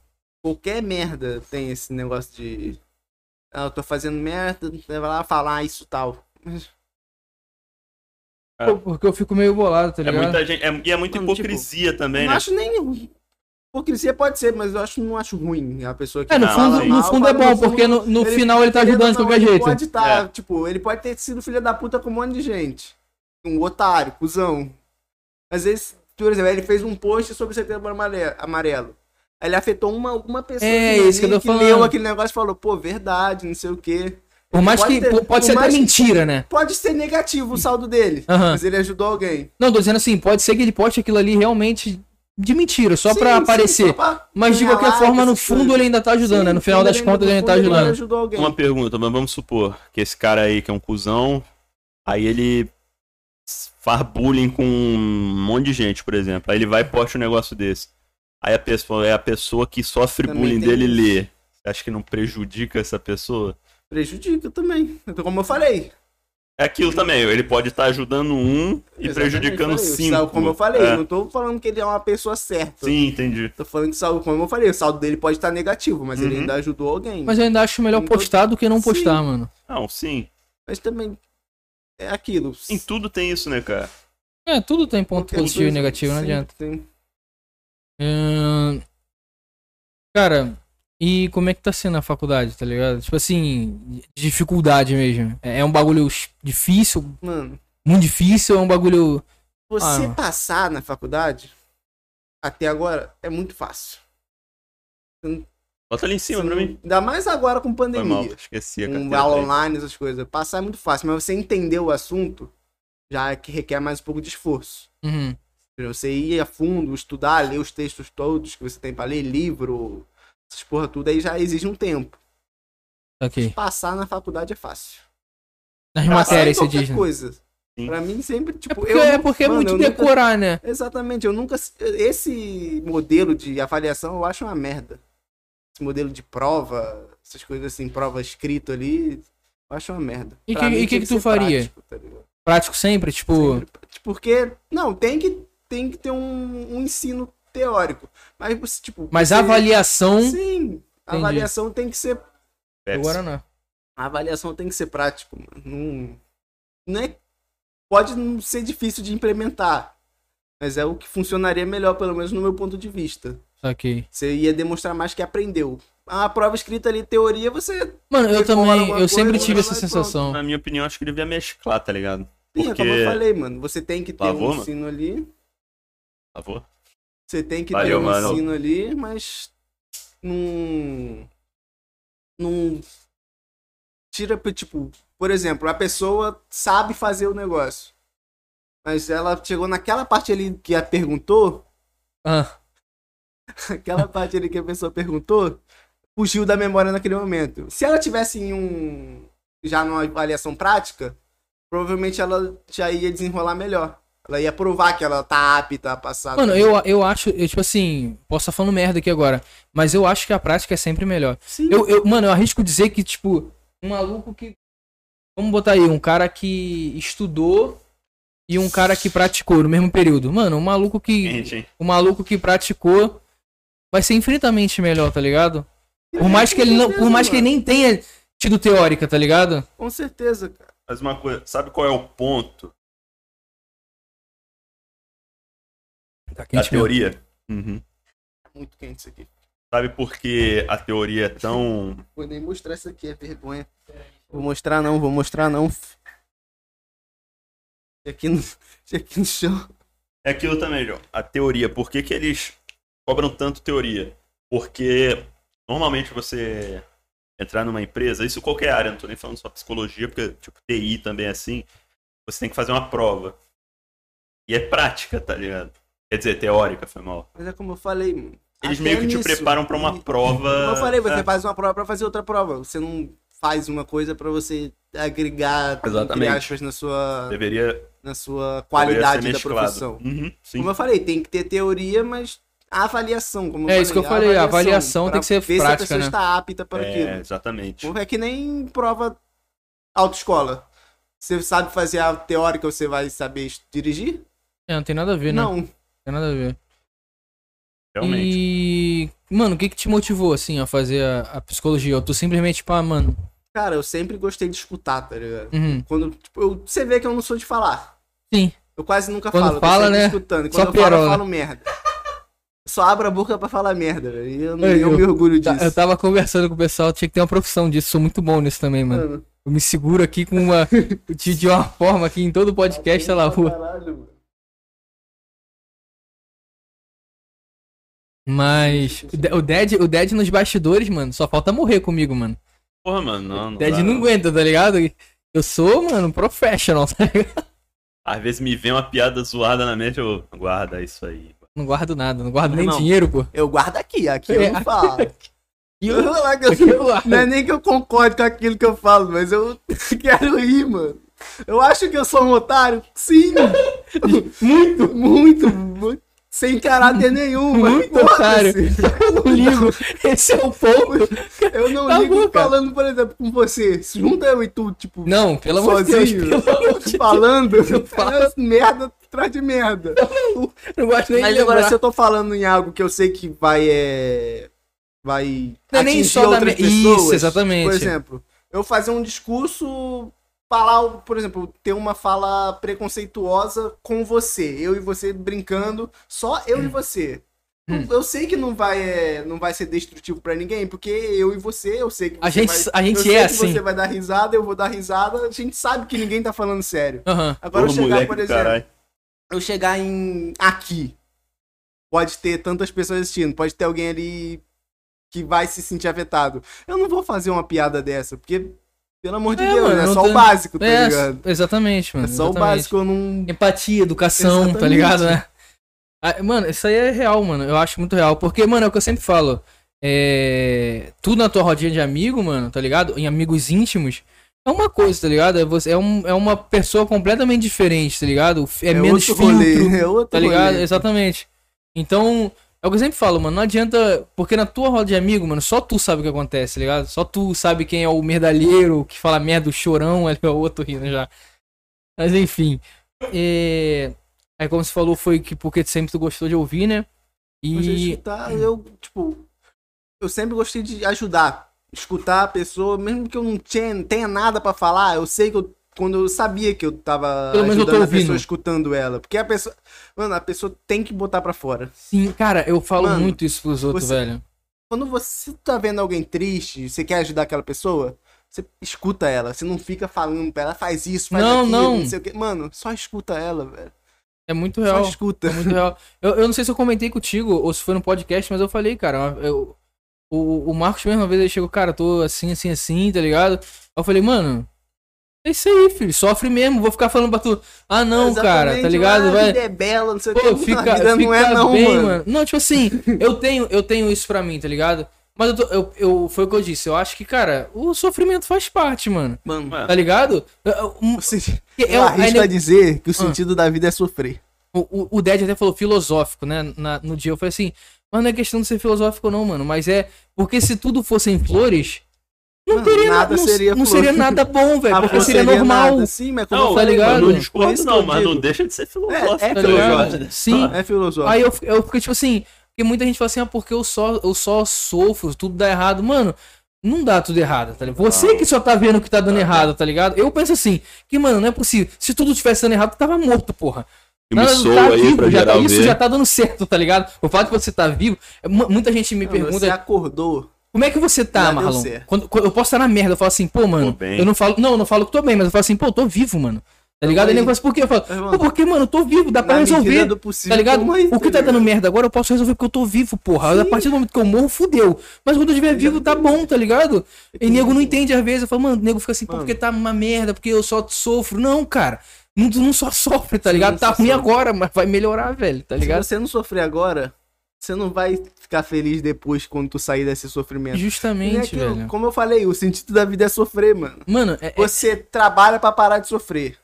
Speaker 3: qualquer merda tem esse negócio de. Ah, eu tô fazendo merda, vai lá falar isso e tal.
Speaker 2: É.
Speaker 1: pô, porque eu fico meio bolado, tá
Speaker 2: É
Speaker 1: ligado?
Speaker 2: muita gente, é- e é muita
Speaker 3: Mano, tipo,
Speaker 2: hipocrisia também,
Speaker 3: não
Speaker 2: né?
Speaker 3: acho nem. Hipocrisia pode ser, mas eu acho, não acho ruim a pessoa que. "Ah,
Speaker 1: É, no
Speaker 2: Não,
Speaker 1: fundo,
Speaker 2: sim.
Speaker 1: no fundo é bom, porque no, no final ele tá ajudando de qualquer jeito.
Speaker 3: Pode tá,
Speaker 2: É.
Speaker 3: tipo, ele pode ter sido filho da puta com um monte de gente. Um otário, cuzão. Às vezes, por exemplo, ele fez um post sobre o setembro amare- amarelo. Aí Ele afetou uma, uma pessoa
Speaker 1: É,
Speaker 3: ali
Speaker 1: isso que eu tô falando.
Speaker 3: leu aquele negócio e falou, pô, verdade, não sei o quê.
Speaker 1: Por mais
Speaker 3: Pode
Speaker 1: que.
Speaker 3: ter-
Speaker 1: po- pode ser
Speaker 3: por
Speaker 1: até
Speaker 3: mais que-
Speaker 1: mentira, né?
Speaker 3: Pode ser negativo o saldo dele,
Speaker 1: Aham.
Speaker 3: mas ele ajudou alguém.
Speaker 1: Não, tô dizendo assim, pode ser que ele poste aquilo ali realmente de mentira, só
Speaker 3: Sim,
Speaker 1: pra
Speaker 3: sim,
Speaker 1: aparecer.
Speaker 3: só pra
Speaker 1: Mas de
Speaker 3: ganhar
Speaker 1: qualquer
Speaker 3: like,
Speaker 1: forma, no
Speaker 3: essas
Speaker 1: fundo
Speaker 3: coisas.
Speaker 1: ele ainda tá ajudando,
Speaker 3: Sim,
Speaker 1: né? No
Speaker 3: fundo
Speaker 1: final das contas
Speaker 3: no
Speaker 1: ele tá
Speaker 3: fundo
Speaker 1: ajudando.
Speaker 3: ajudou alguém.
Speaker 2: Uma pergunta, mas vamos supor que esse cara aí, que é um cuzão, aí ele faz bullying com um monte de gente, por exemplo. Aí ele vai e posta um negócio desse. Aí a pessoa, é a pessoa que sofre
Speaker 3: Também
Speaker 2: bullying
Speaker 3: tem
Speaker 2: dele
Speaker 3: isso.
Speaker 2: lê. Você acha que não prejudica essa pessoa?
Speaker 3: Prejudica também. Então, Como eu falei.
Speaker 2: É aquilo também, ele pode estar ajudando um e
Speaker 3: Exatamente,
Speaker 2: prejudicando
Speaker 3: falei.
Speaker 2: cinco.
Speaker 3: Sabe, Como eu falei,
Speaker 2: É.
Speaker 3: eu não tô falando que ele é uma pessoa certa.
Speaker 2: Sim, entendi.
Speaker 3: Tô falando que, saldo, como eu falei, o saldo dele pode estar negativo, mas ele
Speaker 2: Uhum.
Speaker 3: ainda ajudou alguém.
Speaker 1: Mas eu ainda acho melhor
Speaker 3: Então,
Speaker 1: postar do que não
Speaker 3: sim.
Speaker 1: postar, mano.
Speaker 2: Não, sim.
Speaker 3: Mas também é aquilo.
Speaker 2: Em tudo tem isso, né, cara?
Speaker 1: É, tudo tem ponto
Speaker 3: Qualquer
Speaker 1: positivo e
Speaker 3: coisa,
Speaker 1: negativo, não
Speaker 3: sempre
Speaker 1: adianta.
Speaker 3: tem.
Speaker 1: Ahn, Cara, e como é que tá sendo a faculdade, tá ligado? Tipo assim, dificuldade mesmo. É é um bagulho s- difícil,
Speaker 3: Mano,
Speaker 1: muito difícil, é um bagulho.
Speaker 3: você
Speaker 1: Ah.
Speaker 3: passar na faculdade, até agora, é muito fácil.
Speaker 2: Bota ali em cima
Speaker 3: Você
Speaker 2: pra
Speaker 3: não-
Speaker 2: mim.
Speaker 3: Ainda mais agora com
Speaker 2: Foi mal,
Speaker 3: pandemia. Um
Speaker 2: esqueci a
Speaker 3: com
Speaker 2: carteira.
Speaker 3: aula
Speaker 2: tá aí.
Speaker 3: online, essas coisas. Passar é muito fácil, mas você entender o assunto já é que requer mais um pouco de esforço.
Speaker 1: Uhum.
Speaker 3: Pra Você ir a fundo, estudar, ler os textos todos que você tem pra ler, livro, essas porra tudo, aí já exige um tempo.
Speaker 1: Ok.
Speaker 3: Passar na faculdade é fácil.
Speaker 1: Nas
Speaker 3: Passar em
Speaker 1: matérias você
Speaker 3: Tá qualquer
Speaker 1: diz. né?
Speaker 3: coisa.
Speaker 2: Sim.
Speaker 3: Pra mim sempre,
Speaker 1: É
Speaker 3: tipo,
Speaker 1: porque
Speaker 3: eu
Speaker 1: é,
Speaker 3: nunca-
Speaker 1: porque é
Speaker 3: mano,
Speaker 1: muito
Speaker 3: eu nunca-
Speaker 1: decorar, né?
Speaker 3: Exatamente, eu nunca. Esse modelo de avaliação eu acho uma merda. Esse modelo de prova, essas coisas assim, prova escrita ali, eu acho uma merda.
Speaker 1: E
Speaker 3: Pra
Speaker 1: que-
Speaker 3: mim
Speaker 1: e que
Speaker 3: tinha
Speaker 1: que tu
Speaker 3: ser
Speaker 1: faria?
Speaker 3: prático, tá ligado?
Speaker 1: Prático sempre, tipo.
Speaker 3: Porque, não, tem que, tem que ter um, um ensino teórico. Mas, você, tipo.
Speaker 1: Mas
Speaker 3: você-
Speaker 1: a avaliação.
Speaker 3: Sim, a
Speaker 1: Entendi.
Speaker 3: avaliação tem que ser.
Speaker 1: Agora não.
Speaker 3: A avaliação tem que ser prática. mano. Não, não é, pode não ser difícil de implementar. Mas é o que funcionaria melhor, pelo menos no meu ponto de vista.
Speaker 1: Ok.
Speaker 3: Você ia demonstrar mais que aprendeu. A prova escrita ali, teoria, você.
Speaker 1: Mano, eu
Speaker 3: Decorar
Speaker 1: também,
Speaker 3: alguma
Speaker 1: eu sempre
Speaker 3: coisa,
Speaker 1: tive
Speaker 3: vai
Speaker 1: essa
Speaker 3: lá e
Speaker 1: sensação.
Speaker 2: Na minha opinião, acho que ele devia mesclar, tá ligado?
Speaker 3: Sim, é como eu
Speaker 2: Porque.
Speaker 3: falei, mano. Você tem que ter
Speaker 2: Lavou,
Speaker 3: um
Speaker 2: mano?
Speaker 3: ensino ali.
Speaker 2: Favor?
Speaker 3: Você tem que
Speaker 2: Valeu,
Speaker 3: ter um
Speaker 2: mano.
Speaker 3: ensino ali, mas não. Não. Tira, pro- tipo, por exemplo, a pessoa sabe fazer o negócio. Mas ela chegou naquela parte ali que a perguntou,
Speaker 1: Ah,
Speaker 3: aquela parte ali que a pessoa perguntou, fugiu da memória naquele momento. Se ela tivesse em um. já numa avaliação prática, provavelmente ela já ia desenrolar melhor. Ela ia provar que ela tá apta a passar.
Speaker 1: mano, eu, eu acho, eu, tipo assim, posso estar falando merda aqui agora, mas eu acho que a prática é sempre melhor.
Speaker 3: Sim.
Speaker 1: Eu, eu- mano, eu arrisco dizer que, tipo, um maluco que. Vamos botar aí, um cara que estudou e um cara que praticou no mesmo período. Mano, um maluco que.
Speaker 2: Gente, hein?
Speaker 1: O maluco que praticou vai ser infinitamente melhor, tá ligado? Por mais que ele não, por mais que ele
Speaker 3: Mano,
Speaker 1: nem tenha tido teórica, tá ligado?
Speaker 3: Com certeza, cara.
Speaker 2: Mas uma coisa, sabe qual é o ponto
Speaker 1: Tá quente mesmo.
Speaker 2: da teoria?
Speaker 3: Muito quente isso aqui.
Speaker 2: Sabe por que a teoria é tão.
Speaker 3: Vou nem mostrar isso aqui, é vergonha. Vou mostrar não, vou mostrar não. fi. Isso aqui no, (laughs) isso aqui no chão.
Speaker 2: É aquilo também, João. A teoria. Por que, que eles cobram tanto teoria? Porque normalmente você entrar numa empresa, isso em qualquer área, não tô nem falando só psicologia, porque tipo TI também é assim, você tem que fazer uma prova. E é prática, tá ligado? Quer dizer, teórica, foi mal.
Speaker 3: Mas é como eu falei, mano.
Speaker 2: Eles
Speaker 3: Até
Speaker 2: meio que te
Speaker 3: nisso,
Speaker 2: preparam pra uma
Speaker 3: e-
Speaker 2: prova.
Speaker 3: Como eu falei, você
Speaker 2: é,
Speaker 3: faz uma prova pra fazer outra prova. Você não faz uma coisa pra você agregar, entre
Speaker 2: Exatamente.
Speaker 3: aspas, na sua,
Speaker 2: deveria
Speaker 3: na sua
Speaker 2: deveria
Speaker 3: qualidade
Speaker 2: ser
Speaker 3: da
Speaker 2: mesclado.
Speaker 3: profissão.
Speaker 2: Uhum, sim.
Speaker 3: Como eu falei, tem que ter teoria, mas a avaliação, como
Speaker 1: É, isso que eu falei, a avaliação tem
Speaker 3: pra
Speaker 1: que ser
Speaker 3: ver
Speaker 1: prática,
Speaker 3: se a pessoa
Speaker 1: né?
Speaker 3: está apta para
Speaker 2: É,
Speaker 3: aquilo.
Speaker 2: exatamente.
Speaker 3: Ou É que nem prova autoescola. Você sabe fazer a teórica, você vai saber es- dirigir?
Speaker 1: É, não tem nada a ver, né? Não
Speaker 3: Não.
Speaker 1: tem nada a ver.
Speaker 2: Realmente.
Speaker 1: E, mano, o que que te motivou, assim, a fazer a, a psicologia? Eu tô simplesmente, pá, mano.
Speaker 3: Cara, eu sempre gostei de escutar, tá ligado?
Speaker 1: uhum.
Speaker 3: Quando, tipo, eu- você vê que eu não sou de falar.
Speaker 1: Sim.
Speaker 3: Eu quase nunca
Speaker 1: Quando
Speaker 3: falo, eu tô
Speaker 1: fala,
Speaker 3: sempre
Speaker 1: né?
Speaker 3: escutando.
Speaker 1: Só
Speaker 3: Quando eu falo, eu
Speaker 1: perola.
Speaker 3: falo merda. Só abro a boca pra falar merda, velho. E eu, não-
Speaker 1: É,
Speaker 3: eu
Speaker 1: eu-
Speaker 3: me orgulho
Speaker 1: Tá,
Speaker 3: disso.
Speaker 1: Eu tava conversando com o pessoal, tinha que ter uma profissão disso, sou muito bom nisso também, mano.
Speaker 3: Mano,
Speaker 1: Eu me seguro aqui com uma. de, de uma forma aqui em todo podcast, sei lá, rua.
Speaker 3: caralho, mano.
Speaker 1: Mas. O De- o Dead, o Dead nos bastidores, mano, só falta morrer comigo, mano.
Speaker 2: Porra, mano, não, não
Speaker 1: Dead
Speaker 2: dá,
Speaker 1: não aguenta, tá ligado? Eu sou, mano, professional, tá ligado?
Speaker 2: Às vezes me vem uma piada zoada na mente, eu guarda isso aí.
Speaker 1: Não guardo nada, não guardo nem
Speaker 3: Irmão.
Speaker 1: dinheiro, pô.
Speaker 3: Eu guardo aqui, aqui eu
Speaker 1: É,
Speaker 3: não falo.
Speaker 1: E
Speaker 3: (laughs) Eu
Speaker 1: eu,
Speaker 3: vou lá que eu-
Speaker 1: aqui eu guardo.
Speaker 3: não é nem que eu concordo com aquilo que eu falo, mas eu (laughs) quero ir, mano. Eu acho que eu sou um otário? Sim! (laughs) muito, muito, muito. Sem caráter nenhum, mas
Speaker 1: Muito
Speaker 3: foda-se.
Speaker 1: otário. eu não ligo. Esse é o ponto.
Speaker 3: (laughs) Eu não
Speaker 1: Tá
Speaker 3: ligo
Speaker 1: bom, cara.
Speaker 3: falando, por exemplo, com você. Se Junta eu e tu, tipo,
Speaker 1: Não, pelo amor de Deus.
Speaker 3: sozinho,
Speaker 1: Pelo amor de Deus.
Speaker 3: falando, eu
Speaker 1: faço.
Speaker 3: merda atrás de merda.
Speaker 1: Não gosto nem de
Speaker 3: Mas agora,
Speaker 1: lembrar.
Speaker 3: se eu tô falando em algo que eu sei que vai. É... Vai.
Speaker 1: Não é nem
Speaker 3: atingir
Speaker 1: só da
Speaker 3: outras
Speaker 1: me- Isso,
Speaker 3: pessoas,
Speaker 1: exatamente.
Speaker 3: Por exemplo, eu fazer um discurso, falar, o- por exemplo, ter uma fala preconceituosa com você. Eu e você brincando, só eu e você.
Speaker 1: Hum.
Speaker 3: Eu sei que não vai, é, não vai ser destrutivo pra ninguém, porque eu e você, eu sei que
Speaker 1: A
Speaker 3: você
Speaker 1: gente-
Speaker 3: vai,
Speaker 1: a gente
Speaker 3: eu sei
Speaker 1: é
Speaker 3: que
Speaker 1: assim.
Speaker 3: Você vai dar risada, eu vou dar risada. A gente sabe que ninguém tá falando sério.
Speaker 1: Aham.
Speaker 3: Agora eu
Speaker 2: Porra,
Speaker 3: chegar,
Speaker 2: moleque
Speaker 3: por
Speaker 2: do
Speaker 3: exemplo,
Speaker 2: caralho.
Speaker 3: eu chegar em aqui, pode ter tantas pessoas assistindo, pode ter alguém ali que vai se sentir afetado. Eu não vou fazer uma piada dessa, porque, pelo amor de
Speaker 1: É,
Speaker 3: Deus,
Speaker 1: mano,
Speaker 3: é
Speaker 1: não
Speaker 3: só
Speaker 1: tem-
Speaker 3: o básico, tá
Speaker 1: É,
Speaker 3: ligado?
Speaker 1: exatamente, mano.
Speaker 3: É só o
Speaker 1: exatamente.
Speaker 3: básico, eu não.
Speaker 1: Empatia, educação, tá
Speaker 3: Exatamente.
Speaker 1: ligado, né? Ah, Mano, isso aí é real, mano. Eu acho muito real. Porque, mano, é o que eu sempre falo. É... Tudo na tua rodinha de amigo, mano, tá ligado? Em amigos íntimos. É uma coisa, tá ligado? É, você... é, um... é uma pessoa completamente diferente, tá ligado? É, menos filtro,
Speaker 3: é outro
Speaker 1: tá ligado?
Speaker 3: rolê.
Speaker 1: Exatamente. Então, é o que eu sempre falo, mano. Não adianta. Porque na tua roda de amigo, mano, só tu sabe o que acontece, tá ligado? Só tu sabe quem é o merdalheiro, que fala merda, o chorão, (laughs) ali é o outro rindo já. Mas enfim. É... Aí, como você falou, foi que porque sempre tu gostou de ouvir, né?
Speaker 3: Mas
Speaker 1: E.
Speaker 3: é eu
Speaker 1: é.
Speaker 3: escutar, eu, tipo, eu sempre gostei de ajudar, escutar a pessoa, mesmo que eu não tinha, tenha nada pra falar, eu sei que eu, quando eu sabia que eu tava
Speaker 1: Pelo menos eu tô
Speaker 3: ajudando a
Speaker 1: ouvindo.
Speaker 3: pessoa, escutando ela, porque a pessoa, mano, a pessoa tem que botar pra fora.
Speaker 1: Sim, cara, eu falo
Speaker 3: Mano,
Speaker 1: muito isso pros outros,
Speaker 3: você-
Speaker 1: velho.
Speaker 3: Quando você tá vendo alguém triste, você quer ajudar aquela pessoa, você escuta ela, você não fica falando pra ela, faz isso, faz
Speaker 1: Não,
Speaker 3: aquilo,
Speaker 1: não.
Speaker 3: sei o quê. Mano, só escuta ela, velho.
Speaker 1: É muito
Speaker 3: Só
Speaker 1: real.
Speaker 3: escuta.
Speaker 1: É muito real. Eu, eu não sei se eu comentei contigo ou se foi no podcast, mas eu falei, cara, eu- o, o Marcos mesmo uma vez ele chegou, cara, tô assim, assim, assim, tá ligado? Aí Eu falei, mano, é isso aí, filho, sofre mesmo, vou ficar falando pra tu. Ah, não, cara, tá
Speaker 3: Exatamente,
Speaker 1: ligado?
Speaker 3: ah,
Speaker 1: Vai.
Speaker 3: vida é bela, não sei o
Speaker 1: Pô,
Speaker 3: que.
Speaker 1: fica,
Speaker 3: (laughs) a vida não
Speaker 1: fica
Speaker 3: é não,
Speaker 1: bem, mano.
Speaker 3: mano.
Speaker 1: Não, tipo assim, eu tenho, eu tenho isso pra mim, tá ligado? Mas eu, tô- eu, eu- foi o que eu disse, eu acho que, cara, o sofrimento faz parte, mano.
Speaker 3: Mano,
Speaker 2: Mano,
Speaker 1: Tá ligado? Eu- eu- um-
Speaker 3: você...
Speaker 1: é
Speaker 3: Eu
Speaker 1: um-
Speaker 3: arrisco
Speaker 1: é-
Speaker 3: a dizer que o sentido da vida é sofrer.
Speaker 1: O, o, o Dead até falou filosófico, né? na- no dia eu falei assim, mas não é questão de ser filosófico, não, mano. Mas é porque se tudo fossem flores, não
Speaker 3: Mano,
Speaker 1: teria
Speaker 3: nada
Speaker 1: nada. Não,
Speaker 3: seria
Speaker 1: não
Speaker 3: flor.
Speaker 1: seria nada bom, velho.
Speaker 3: Ah,
Speaker 1: Porque
Speaker 3: não
Speaker 1: seria, normal.
Speaker 3: nada. Sim, mas como
Speaker 2: Não,
Speaker 3: eu
Speaker 1: tá
Speaker 3: falei,
Speaker 1: ligado?
Speaker 2: eu
Speaker 3: mano,
Speaker 2: não
Speaker 3: por
Speaker 2: discordo
Speaker 3: É isso que
Speaker 2: não,
Speaker 3: eu
Speaker 2: mas
Speaker 3: digo.
Speaker 2: não deixa de ser filosófico.
Speaker 3: É, é
Speaker 1: Tá
Speaker 2: filosófico.
Speaker 1: ligado? Sim.
Speaker 3: É filosófico.
Speaker 1: Aí eu, eu fiquei tipo assim, Porque muita gente fala assim, ah, porque eu só, eu só sofro, tudo dá errado. Mano, não dá tudo errado, tá ligado? Você que só tá vendo que tá dando errado, tá ligado? Eu penso assim, que, mano, não é possível. Se tudo tivesse dando errado, tu tava morto, porra.
Speaker 2: Filme
Speaker 1: Nada,
Speaker 2: Soul
Speaker 1: tá
Speaker 2: aí
Speaker 1: vivo,
Speaker 2: pra
Speaker 1: já tá-
Speaker 2: geral
Speaker 1: isso
Speaker 2: ver.
Speaker 1: já tá dando certo, tá ligado? O fato de você tá vivo, é, mu- muita gente me
Speaker 3: Não,
Speaker 1: pergunta,
Speaker 3: Você acordou.
Speaker 1: como é que você tá,
Speaker 3: Já deu
Speaker 1: Marlon?
Speaker 3: certo.
Speaker 1: Quando, quando eu posso estar na merda, eu falo assim, pô, mano,
Speaker 2: Tô bem.
Speaker 1: eu não falo, não, eu não falo que tô bem, mas eu falo assim, pô, eu tô vivo, mano. Tá ligado?
Speaker 3: bem.
Speaker 1: Ele fala assim, por quê? Eu falo,
Speaker 3: Tá, irmão.
Speaker 1: pô, porque, mano, eu tô vivo, dá pra
Speaker 3: na medida
Speaker 1: resolver.
Speaker 3: do possível,
Speaker 1: Tá ligado?
Speaker 3: toma aí,
Speaker 1: o que tá
Speaker 3: ligado?
Speaker 1: dando merda agora eu posso resolver porque eu tô vivo, porra. A
Speaker 3: Sim.
Speaker 1: partir do momento que eu morro, fudeu. Mas quando eu estiver vivo, tá bom, tá ligado? E nego não entende às vezes. Eu falo, mano, nego fica assim, pô,
Speaker 3: Mano.
Speaker 1: porque tá uma merda, porque eu só sofro. Não, cara. Não, tu não só sofre, tá
Speaker 3: Sim,
Speaker 1: ligado?
Speaker 3: não
Speaker 1: Tá
Speaker 3: só
Speaker 1: ruim
Speaker 3: sofre.
Speaker 1: agora, mas vai melhorar, velho, tá ligado?
Speaker 3: Se você não sofrer agora, você não vai ficar feliz depois quando tu sair desse sofrimento. E nem
Speaker 1: Justamente,
Speaker 3: aquilo,
Speaker 1: velho.
Speaker 3: Como eu falei, o sentido da vida é sofrer, mano.
Speaker 1: Mano, é, é-
Speaker 3: Você trabalha pra parar de sofrer.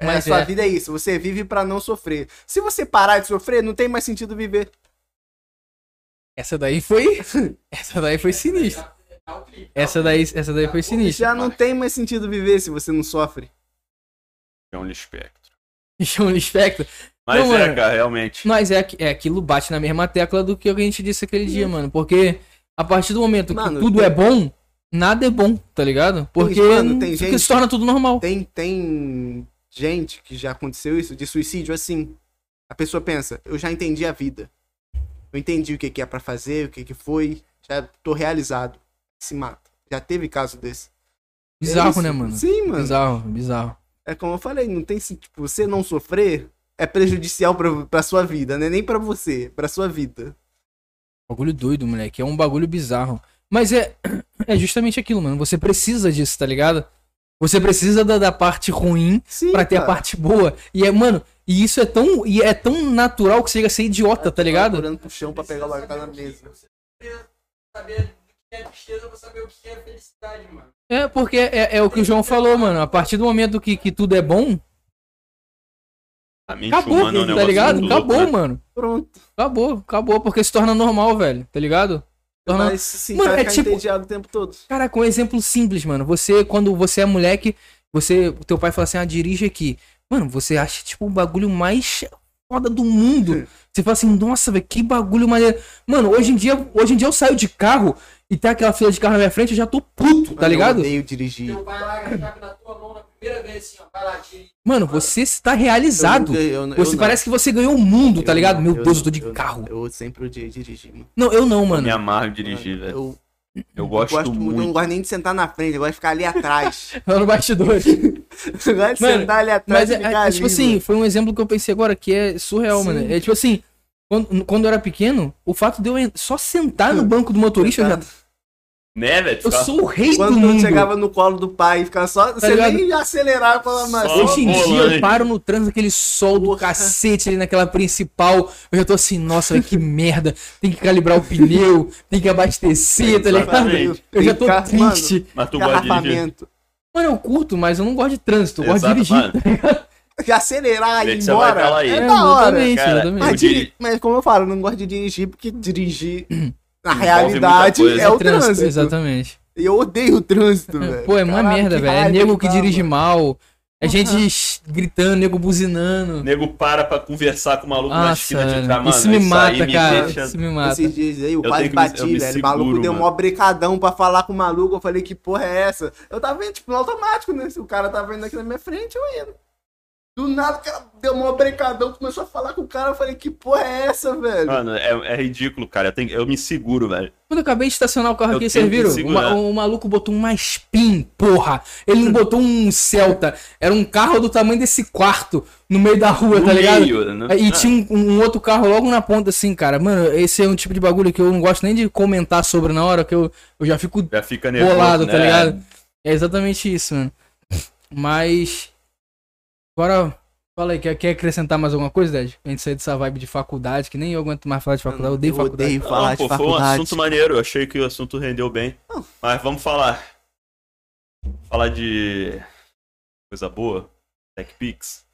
Speaker 3: É,
Speaker 1: Mas
Speaker 3: sua
Speaker 1: é.
Speaker 3: vida é isso. Você vive pra não sofrer. Se você parar de sofrer, não tem mais sentido viver.
Speaker 1: essa daí foi. (laughs) Essa daí foi sinistra. Essa daí, essa daí foi sinistra.
Speaker 3: (laughs) Já não tem mais sentido viver se você não sofre.
Speaker 2: É um espectro.
Speaker 1: Chama o espectro.
Speaker 2: Mas
Speaker 1: Não,
Speaker 2: é,
Speaker 1: mano.
Speaker 2: cara, realmente.
Speaker 1: Mas é, aqui- é aquilo bate na mesma tecla do que a gente disse aquele dia, mano. Porque a partir do momento
Speaker 3: Mano,
Speaker 1: que tudo
Speaker 3: tem-
Speaker 1: é bom, nada é bom, tá ligado? Porque
Speaker 3: mano, tem
Speaker 1: porque
Speaker 3: gente-
Speaker 1: se torna tudo normal.
Speaker 3: Tem, tem gente que já aconteceu isso, de suicídio assim. A pessoa pensa, eu já entendi a vida. Eu entendi o que, que é pra fazer, o que, que foi. Já tô realizado. Se mata. Já teve caso desse. É
Speaker 1: Bizarro,
Speaker 3: isso.
Speaker 1: né, mano?
Speaker 3: Sim, mano.
Speaker 1: Bizarro, bizarro.
Speaker 3: É como eu falei, não tem sentido. Tipo, você não sofrer é prejudicial pra, pra sua vida, né? Nem pra você, pra sua vida.
Speaker 1: Bagulho doido, moleque. É um bagulho bizarro. Mas é, (clears throat) é justamente aquilo, mano. Você precisa disso, tá ligado? Você precisa da, da parte ruim
Speaker 3: Sim.
Speaker 1: pra ter a
Speaker 3: cara.
Speaker 1: parte boa. E é, mano, e isso é tão, e é tão natural que chega a ser idiota, tá ligado?
Speaker 3: Procurando pro chão pra pegar o que tá na mesa.
Speaker 4: saber o que é tristeza pra saber o que é felicidade, mano.
Speaker 1: É, porque é, é o que o João falou, mano. A partir do momento que, que tudo é bom,
Speaker 2: A mente
Speaker 1: acabou,
Speaker 2: humana é
Speaker 1: tá
Speaker 2: um negócio
Speaker 1: ligado?
Speaker 2: muito louco,
Speaker 1: Acabou,
Speaker 2: né?
Speaker 1: mano.
Speaker 3: Pronto.
Speaker 1: Acabou, acabou, porque se torna normal, velho, tá ligado? Torna...
Speaker 3: Mas sim,
Speaker 1: Mano,
Speaker 3: vai
Speaker 1: é
Speaker 3: ficar
Speaker 1: tipo-
Speaker 3: entediado o tempo todo.
Speaker 1: Cara, com um exemplo simples, mano. Você, quando você é moleque, você, teu pai fala assim, ah, dirige aqui. Mano, você acha, tipo, o bagulho mais foda do mundo. Você fala assim, nossa, velho, que bagulho maneiro. Mano, hoje em dia, hoje em dia eu saio de carro e tá aquela fila de carro na minha frente, eu já tô puto, tá
Speaker 3: Mano, Eu
Speaker 1: ligado?
Speaker 3: odeio dirigir.
Speaker 4: Teu pai larga a chave na tua mão na primeira vez, assim, ó. Vai lá, dirige.
Speaker 1: Mano, você está realizado.
Speaker 3: Eu- eu- eu
Speaker 1: Você
Speaker 3: não.
Speaker 1: parece que você ganhou o mundo, tá
Speaker 3: Eu
Speaker 1: ligado?
Speaker 3: não,
Speaker 1: Meu Deus,
Speaker 3: não,
Speaker 1: eu tô de carro.
Speaker 3: Eu, sempre odiei dirigir, mano.
Speaker 1: Não, eu não, mano.
Speaker 2: Me amarro de dirigir, velho.
Speaker 3: Eu,
Speaker 2: Eu
Speaker 3: eu
Speaker 2: gosto,
Speaker 3: gosto muito, eu não
Speaker 2: muito.
Speaker 3: gosto nem de sentar na frente, eu gosto de ficar ali atrás.
Speaker 1: (laughs) Lá no bastidor.
Speaker 3: eu gosto de
Speaker 1: Mano,
Speaker 3: sentar ali atrás
Speaker 1: Mas
Speaker 3: e
Speaker 1: é,
Speaker 3: ficar
Speaker 1: é,
Speaker 3: ali.
Speaker 1: tipo assim,
Speaker 3: mano.
Speaker 1: foi um exemplo que eu pensei agora que é surreal,
Speaker 3: Sim.
Speaker 1: mano. É tipo assim, quando, quando eu era pequeno, o fato de eu en- só sentar
Speaker 3: Hum.
Speaker 1: no banco do motorista, eu já. tá
Speaker 2: Né, velho?
Speaker 1: Eu
Speaker 2: Ficar-
Speaker 1: sou o rei do
Speaker 3: Quando eu
Speaker 1: mundo.
Speaker 3: chegava no colo do pai e ficava só. você
Speaker 1: Tá ligado?
Speaker 3: nem acelerava e falava, mas.
Speaker 2: Só
Speaker 1: Hoje em dia eu
Speaker 2: volante.
Speaker 1: paro no trânsito, aquele sol do
Speaker 3: Porra.
Speaker 1: cacete ali naquela principal. Eu já tô assim, nossa, velho, que merda. Tem que calibrar o pneu, tem que abastecer, tá ligado?
Speaker 2: Exatamente.
Speaker 1: Eu já tô
Speaker 3: Tem carro- mano,
Speaker 1: triste.
Speaker 2: Mas tu gosta de dirigir.
Speaker 3: Engarrafamento.
Speaker 1: Mano, eu curto, mas eu não gosto de trânsito, eu gosto de
Speaker 2: Exato,
Speaker 1: dirigir.
Speaker 2: mano.
Speaker 3: Que acelerar e
Speaker 2: Vê
Speaker 3: ir
Speaker 2: que você vai pra
Speaker 3: embora.
Speaker 2: lá aí.
Speaker 3: É
Speaker 2: É,
Speaker 3: da hora.
Speaker 1: exatamente,
Speaker 2: Cara,
Speaker 1: exatamente.
Speaker 2: eu
Speaker 3: Mas,
Speaker 2: diri-
Speaker 3: diri- mas como eu falo, eu não gosto de dirigir, porque dirigir, na
Speaker 2: Envolve
Speaker 3: realidade,
Speaker 2: muita coisa.
Speaker 3: é o trânsito.
Speaker 1: Exatamente.
Speaker 3: E eu odeio o trânsito,
Speaker 1: É,
Speaker 3: velho.
Speaker 1: Pô, é uma
Speaker 3: Caralho,
Speaker 1: merda,
Speaker 3: que
Speaker 1: velho. É
Speaker 3: raiva
Speaker 1: nego
Speaker 3: que
Speaker 1: que
Speaker 3: dá,
Speaker 1: dirige
Speaker 3: mano.
Speaker 1: mal. É gente sh- gritando, nego buzinando.
Speaker 2: nego para pra conversar com o maluco na
Speaker 1: Nossa,
Speaker 2: esquina de
Speaker 1: velho.
Speaker 2: mano.
Speaker 1: isso me mata,
Speaker 2: aí me
Speaker 1: cara.
Speaker 2: deixa-
Speaker 1: Isso me mata.
Speaker 3: Esses dias aí, eu,
Speaker 2: Eu
Speaker 3: quase
Speaker 2: tenho que me- eu
Speaker 3: bati,
Speaker 2: me
Speaker 3: velho. o maluco
Speaker 2: seguro,
Speaker 3: deu
Speaker 2: mano.
Speaker 3: mó brecadão pra falar com o maluco. Eu falei, que porra é essa? Eu tava vendo, tipo, no automático, né? Se o cara tava indo aqui na minha frente, eu indo. Do nada, o cara deu mó brecadão, começou a falar com o cara. Eu falei, que porra é essa, velho?
Speaker 2: Mano, é, é ridículo, cara. Eu, tenho- eu me seguro, velho.
Speaker 1: Quando eu acabei de estacionar o carro
Speaker 2: Eu
Speaker 1: aqui,
Speaker 2: tento
Speaker 1: vocês viram? O,
Speaker 2: segurar.
Speaker 1: ma- o maluco botou uma spin, porra. Ele não botou um Celta. Era um carro do tamanho desse quarto no meio da rua,
Speaker 2: No
Speaker 1: tá ligado?
Speaker 2: meio, né?
Speaker 1: E
Speaker 2: Ah.
Speaker 1: tinha um, um outro carro logo na ponta, assim, cara. Mano, esse é um tipo de bagulho que eu não gosto nem de comentar sobre na hora, que eu, eu já fico
Speaker 2: Já fica nervoso.
Speaker 1: bolado, tá
Speaker 2: né?
Speaker 1: ligado? É exatamente isso, mano. Mas. Bora. Fala aí, quer, quer acrescentar mais alguma coisa, Dad? A gente sair dessa vibe de faculdade, que nem eu aguento mais falar de faculdade, eu odeio
Speaker 3: eu
Speaker 1: faculdade.
Speaker 3: odeio
Speaker 2: Não, pô,
Speaker 3: falar de
Speaker 2: foi um
Speaker 3: faculdade.
Speaker 2: assunto maneiro. Eu achei que o assunto rendeu bem. Mas vamos falar. Falar de coisa boa. TechPix.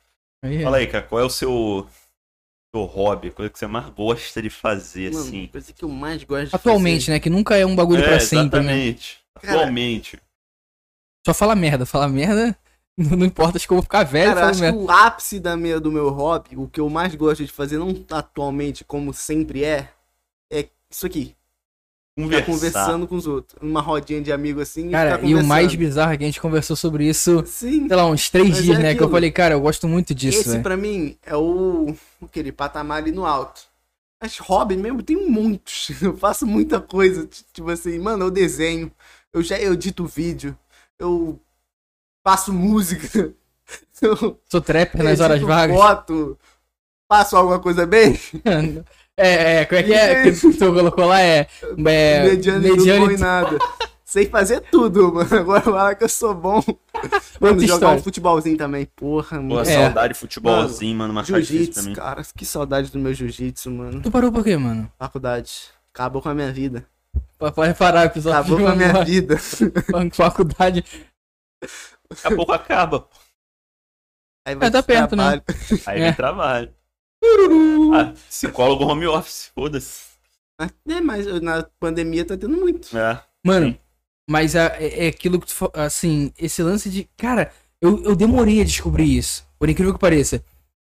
Speaker 1: Aí,
Speaker 2: Fala aí, cara. Qual é o seu, seu hobby? Coisa que você mais gosta de fazer,
Speaker 3: Mano,
Speaker 2: assim?
Speaker 3: coisa que eu mais gosto de
Speaker 1: Atualmente, né? Que nunca é um bagulho pra sempre, né?
Speaker 2: exatamente.
Speaker 3: Cara-
Speaker 2: Atualmente.
Speaker 1: Só fala merda, (laughs) fala merda. Não importa, acho que eu vou ficar velho falando
Speaker 3: Cara, acho que
Speaker 1: merda.
Speaker 3: o ápice da minha, do meu hobby, o que eu mais gosto de fazer, não atualmente como sempre é, é isso aqui.
Speaker 2: Conversar.
Speaker 3: Ficar tá conversando com os outros. Numa rodinha de amigo assim.
Speaker 1: Cara,
Speaker 3: ficar
Speaker 1: e o mais
Speaker 3: conversando.
Speaker 1: bizarro é que a gente conversou sobre isso,
Speaker 3: Sim.
Speaker 1: sei lá, uns três
Speaker 3: Mas
Speaker 1: dias,
Speaker 3: é
Speaker 1: né? Que eu
Speaker 3: aquilo.
Speaker 1: falei, cara, eu gosto muito disso,
Speaker 3: Esse
Speaker 1: velho.
Speaker 3: pra mim é o aquele patamar ali no alto. Mas hobby mesmo tem muitos. (laughs) Eu faço muita coisa, t- tipo assim, mano, eu desenho, eu já edito vídeo, eu faço música, (laughs) eu
Speaker 1: Sou trapper Tá nas horas
Speaker 3: edito
Speaker 1: vagas. (laughs)
Speaker 3: foto, faço alguma coisa bem.
Speaker 1: é, é, como é que é (laughs) que tu colocou lá? É, é
Speaker 3: (laughs) mediano e não bom em
Speaker 1: mediano
Speaker 3: nada. Sei fazer tudo, (laughs) mano. Agora fala que eu sou bom. Mano,
Speaker 1: Outra
Speaker 3: jogar
Speaker 1: história.
Speaker 3: um futebolzinho também. Porra,
Speaker 2: Pô,
Speaker 3: mano.
Speaker 1: É.
Speaker 2: saudade de futebolzinho, mano, marcar difícil pra
Speaker 3: Jiu-jitsu,
Speaker 2: mim.
Speaker 3: cara. Que saudade do meu jiu-jitsu, mano.
Speaker 1: Tu parou por quê, mano?
Speaker 3: Faculdade. Acabou com a minha vida.
Speaker 1: Pa- Pode parar o episódio
Speaker 3: Acabou
Speaker 1: de
Speaker 3: com a
Speaker 1: uma- (laughs)
Speaker 3: minha vida.
Speaker 1: uma faculdade.
Speaker 2: Daqui a pouco acaba. pô.
Speaker 3: Aí vai
Speaker 1: É, tá
Speaker 3: pro
Speaker 1: perto, né?
Speaker 3: trabalho.
Speaker 2: Aí
Speaker 1: É.
Speaker 2: vem trabalho. Ah, psicólogo home office, foda-se.
Speaker 3: É, mas eu- na pandemia tá tendo muito.
Speaker 2: É.
Speaker 1: Mano, mas a- é, é aquilo que tu fa- assim, esse lance de. Cara, eu, eu demorei a descobrir isso. Por incrível que pareça.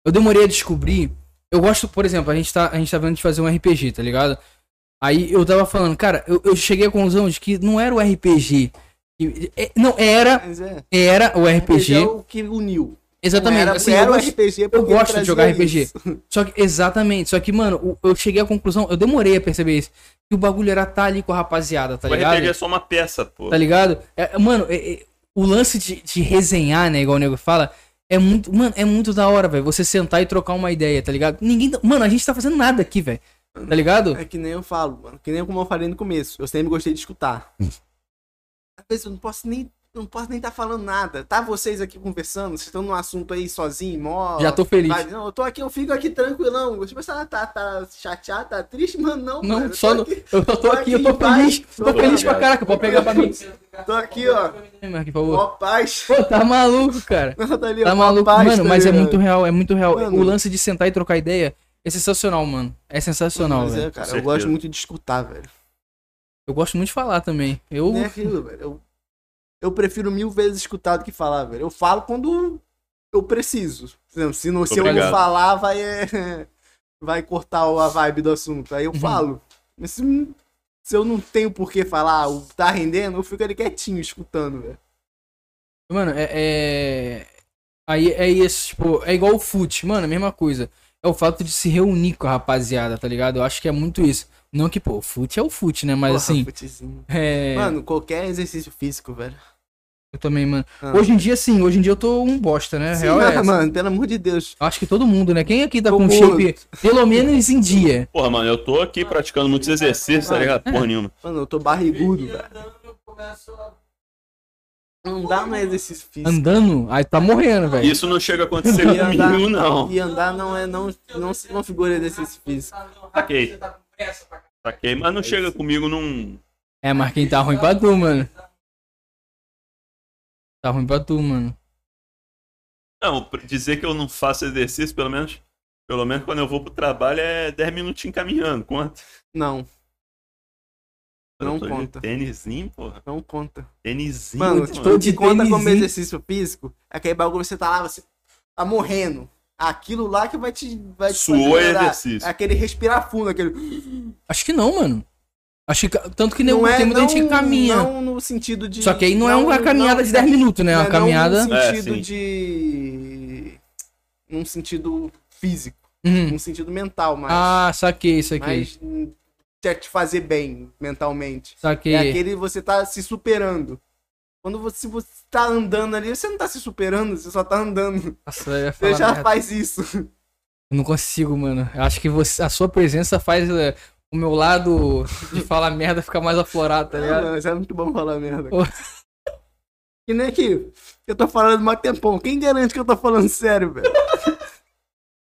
Speaker 1: Eu demorei a descobrir. Eu gosto, por exemplo, a gente tá, a gente tá vendo de fazer um RPG, tá ligado? Aí eu tava falando, cara, eu, eu cheguei à conclusão de que não era o RPG. que- é- não, era,
Speaker 3: Mas é.
Speaker 1: era o
Speaker 3: é
Speaker 1: RPG.
Speaker 3: o que uniu.
Speaker 1: Exatamente.
Speaker 3: Era,
Speaker 1: assim,
Speaker 3: era
Speaker 1: eu
Speaker 3: o
Speaker 1: gosto-
Speaker 3: RPG porque
Speaker 1: eu gosto
Speaker 3: trazia
Speaker 1: de jogar RPG.
Speaker 3: isso.
Speaker 1: Só que, exatamente. Só que, mano, o- eu cheguei à conclusão, eu demorei a perceber isso. Que o bagulho era tá ali com a rapaziada, tá
Speaker 2: o
Speaker 1: ligado?
Speaker 2: RPG é só uma peça, pô.
Speaker 1: Tá ligado? É, mano, é- é- o lance de, de resenhar, né? Igual o nego fala, é muito. Mano, é muito da hora, velho. Você sentar e trocar uma ideia, tá ligado? Ninguém. tá- Mano, a gente tá fazendo nada aqui, velho. Tá ligado?
Speaker 3: É que nem eu falo, mano. Que nem como eu falei no começo. Eu sempre gostei de escutar.
Speaker 1: (laughs)
Speaker 3: Às vezes eu não posso nem. Não posso nem estar falando nada. Tá vocês aqui conversando, vocês estão num assunto aí sozinho, mó.
Speaker 1: Já tô feliz.
Speaker 3: Vai, não, eu tô aqui, eu fico aqui tranquilão. Tipo, assim, ah, tá, tá chateado, tá triste, mano. Não,
Speaker 1: Não,
Speaker 3: cara, eu
Speaker 1: só
Speaker 3: tô
Speaker 1: no-
Speaker 3: aqui,
Speaker 1: Eu tô, tô aqui, eu tô
Speaker 3: Vai,
Speaker 1: feliz. Tô
Speaker 3: vai.
Speaker 1: feliz pra caraca. Pode pegar pra mim.
Speaker 3: Tô aqui, ó.
Speaker 1: Marquinhos, por favor.
Speaker 3: Mó paz.
Speaker 1: Pô, tá maluco, cara.
Speaker 3: Não, (laughs) tá ali, ó,
Speaker 1: Tá
Speaker 3: mó
Speaker 1: maluco.
Speaker 3: paz,
Speaker 1: Mano,
Speaker 3: tá
Speaker 1: mas é
Speaker 3: ligado?
Speaker 1: muito real, é muito real.
Speaker 3: Mano.
Speaker 1: O lance de sentar e trocar ideia é sensacional, mano. É sensacional,
Speaker 3: Mas é,
Speaker 1: velho.
Speaker 3: cara,
Speaker 2: Com
Speaker 3: eu gosto
Speaker 2: certeza.
Speaker 3: muito de escutar, velho.
Speaker 1: Eu gosto muito de falar também. Eu.
Speaker 3: Não é aquilo, velho. Eu, eu prefiro mil vezes escutar do que falar, velho. Eu falo quando eu preciso. Por exemplo, se, não, se eu não
Speaker 2: Obrigado.
Speaker 3: falar, vai, é, (laughs) vai cortar o- a vibe do assunto. Aí eu
Speaker 1: Uhum.
Speaker 3: falo. Mas se, se eu não tenho por que falar, o tá rendendo, eu fico ali quietinho escutando, velho.
Speaker 1: Mano, é, é. Aí é isso, tipo, é igual o fute, mano, a mesma coisa. É o fato de se reunir com a rapaziada, tá ligado? Eu acho que é muito isso. Não que, pô, o fute é o fute, né? Mas
Speaker 3: Porra,
Speaker 1: assim,
Speaker 3: futezinho.
Speaker 1: é.
Speaker 3: Mano, qualquer exercício físico, velho.
Speaker 1: Eu também, mano.
Speaker 3: Ah.
Speaker 1: Hoje em dia, sim, hoje em dia eu tô um bosta, né? A
Speaker 3: Sim,
Speaker 1: Real é
Speaker 3: mano,
Speaker 1: essa.
Speaker 3: mano, pelo amor de Deus.
Speaker 1: Eu Acho que todo mundo, né? Quem aqui tá
Speaker 3: Todo
Speaker 1: com
Speaker 3: mundo.
Speaker 1: shape, pelo menos em dia?
Speaker 2: Porra, mano, eu tô aqui praticando muitos exercícios, tá ligado? Porra nenhuma.
Speaker 3: Mano, eu tô
Speaker 4: Tudo,
Speaker 3: barrigudo, velho.
Speaker 4: velho. Eu começo a
Speaker 3: Não dá mais exercício físico.
Speaker 1: Andando, aí tá morrendo, velho.
Speaker 2: Isso não chega a acontecer comigo, não.
Speaker 3: E andar não é não não, não figura exercício físico.
Speaker 2: Saquei.
Speaker 4: Você tá com pressa pra caralho.
Speaker 2: Saquei? Mas não chega comigo num.
Speaker 1: É, Marquinhos, tá ruim pra tu, mano. Tá ruim pra tu, mano.
Speaker 2: Não, pra dizer que eu não faço exercício, pelo menos. Pelo menos quando eu vou pro trabalho é 10 minutinhos caminhando. Quanto?
Speaker 3: Não, Não
Speaker 2: Eu tô de
Speaker 3: conta.
Speaker 2: Tênisinho, porra.
Speaker 3: não conta.
Speaker 2: Tênisinho.
Speaker 3: Mano,
Speaker 2: mano.
Speaker 3: tipo, o que
Speaker 1: de
Speaker 3: conta como
Speaker 1: tênisinho.
Speaker 3: exercício físico é aquele bagulho que você tá lá, você tá morrendo. Aquilo lá que vai te. Vai te
Speaker 2: Suou
Speaker 3: fazer
Speaker 2: é
Speaker 3: melhorar.
Speaker 2: exercício.
Speaker 3: É Aquele respirar fundo, aquele.
Speaker 1: Acho que não, mano. Acho que. Tanto que nem tem muita gente que caminha.
Speaker 3: é Não no sentido de.
Speaker 1: Só que aí não, é uma caminhada de 10 minutos, né? É uma
Speaker 3: não
Speaker 1: caminhada.
Speaker 3: Num sentido
Speaker 2: É, sim.
Speaker 3: de. Num sentido físico.
Speaker 1: Uhum.
Speaker 3: Num sentido mental, mas.
Speaker 1: Ah, saquei isso aqui.
Speaker 3: é mas hum, quer te fazer bem mentalmente.
Speaker 1: Saquei.
Speaker 3: É aquele você tá se superando. Quando você, se você tá andando ali, você não tá se superando, você só tá andando.
Speaker 1: Nossa, eu ia
Speaker 3: Você
Speaker 1: falar
Speaker 3: já
Speaker 1: merda.
Speaker 3: faz isso.
Speaker 1: Eu Não consigo, mano. Eu acho que você- a sua presença faz é, o meu lado
Speaker 3: (laughs)
Speaker 1: de falar merda ficar mais aflorado, tá
Speaker 3: Não,
Speaker 1: ligado?
Speaker 3: mano, isso é muito bom falar merda.
Speaker 1: Pô.
Speaker 3: Que nem aqui. Eu tô falando mó tempão. Quem garante que eu tô falando sério, velho?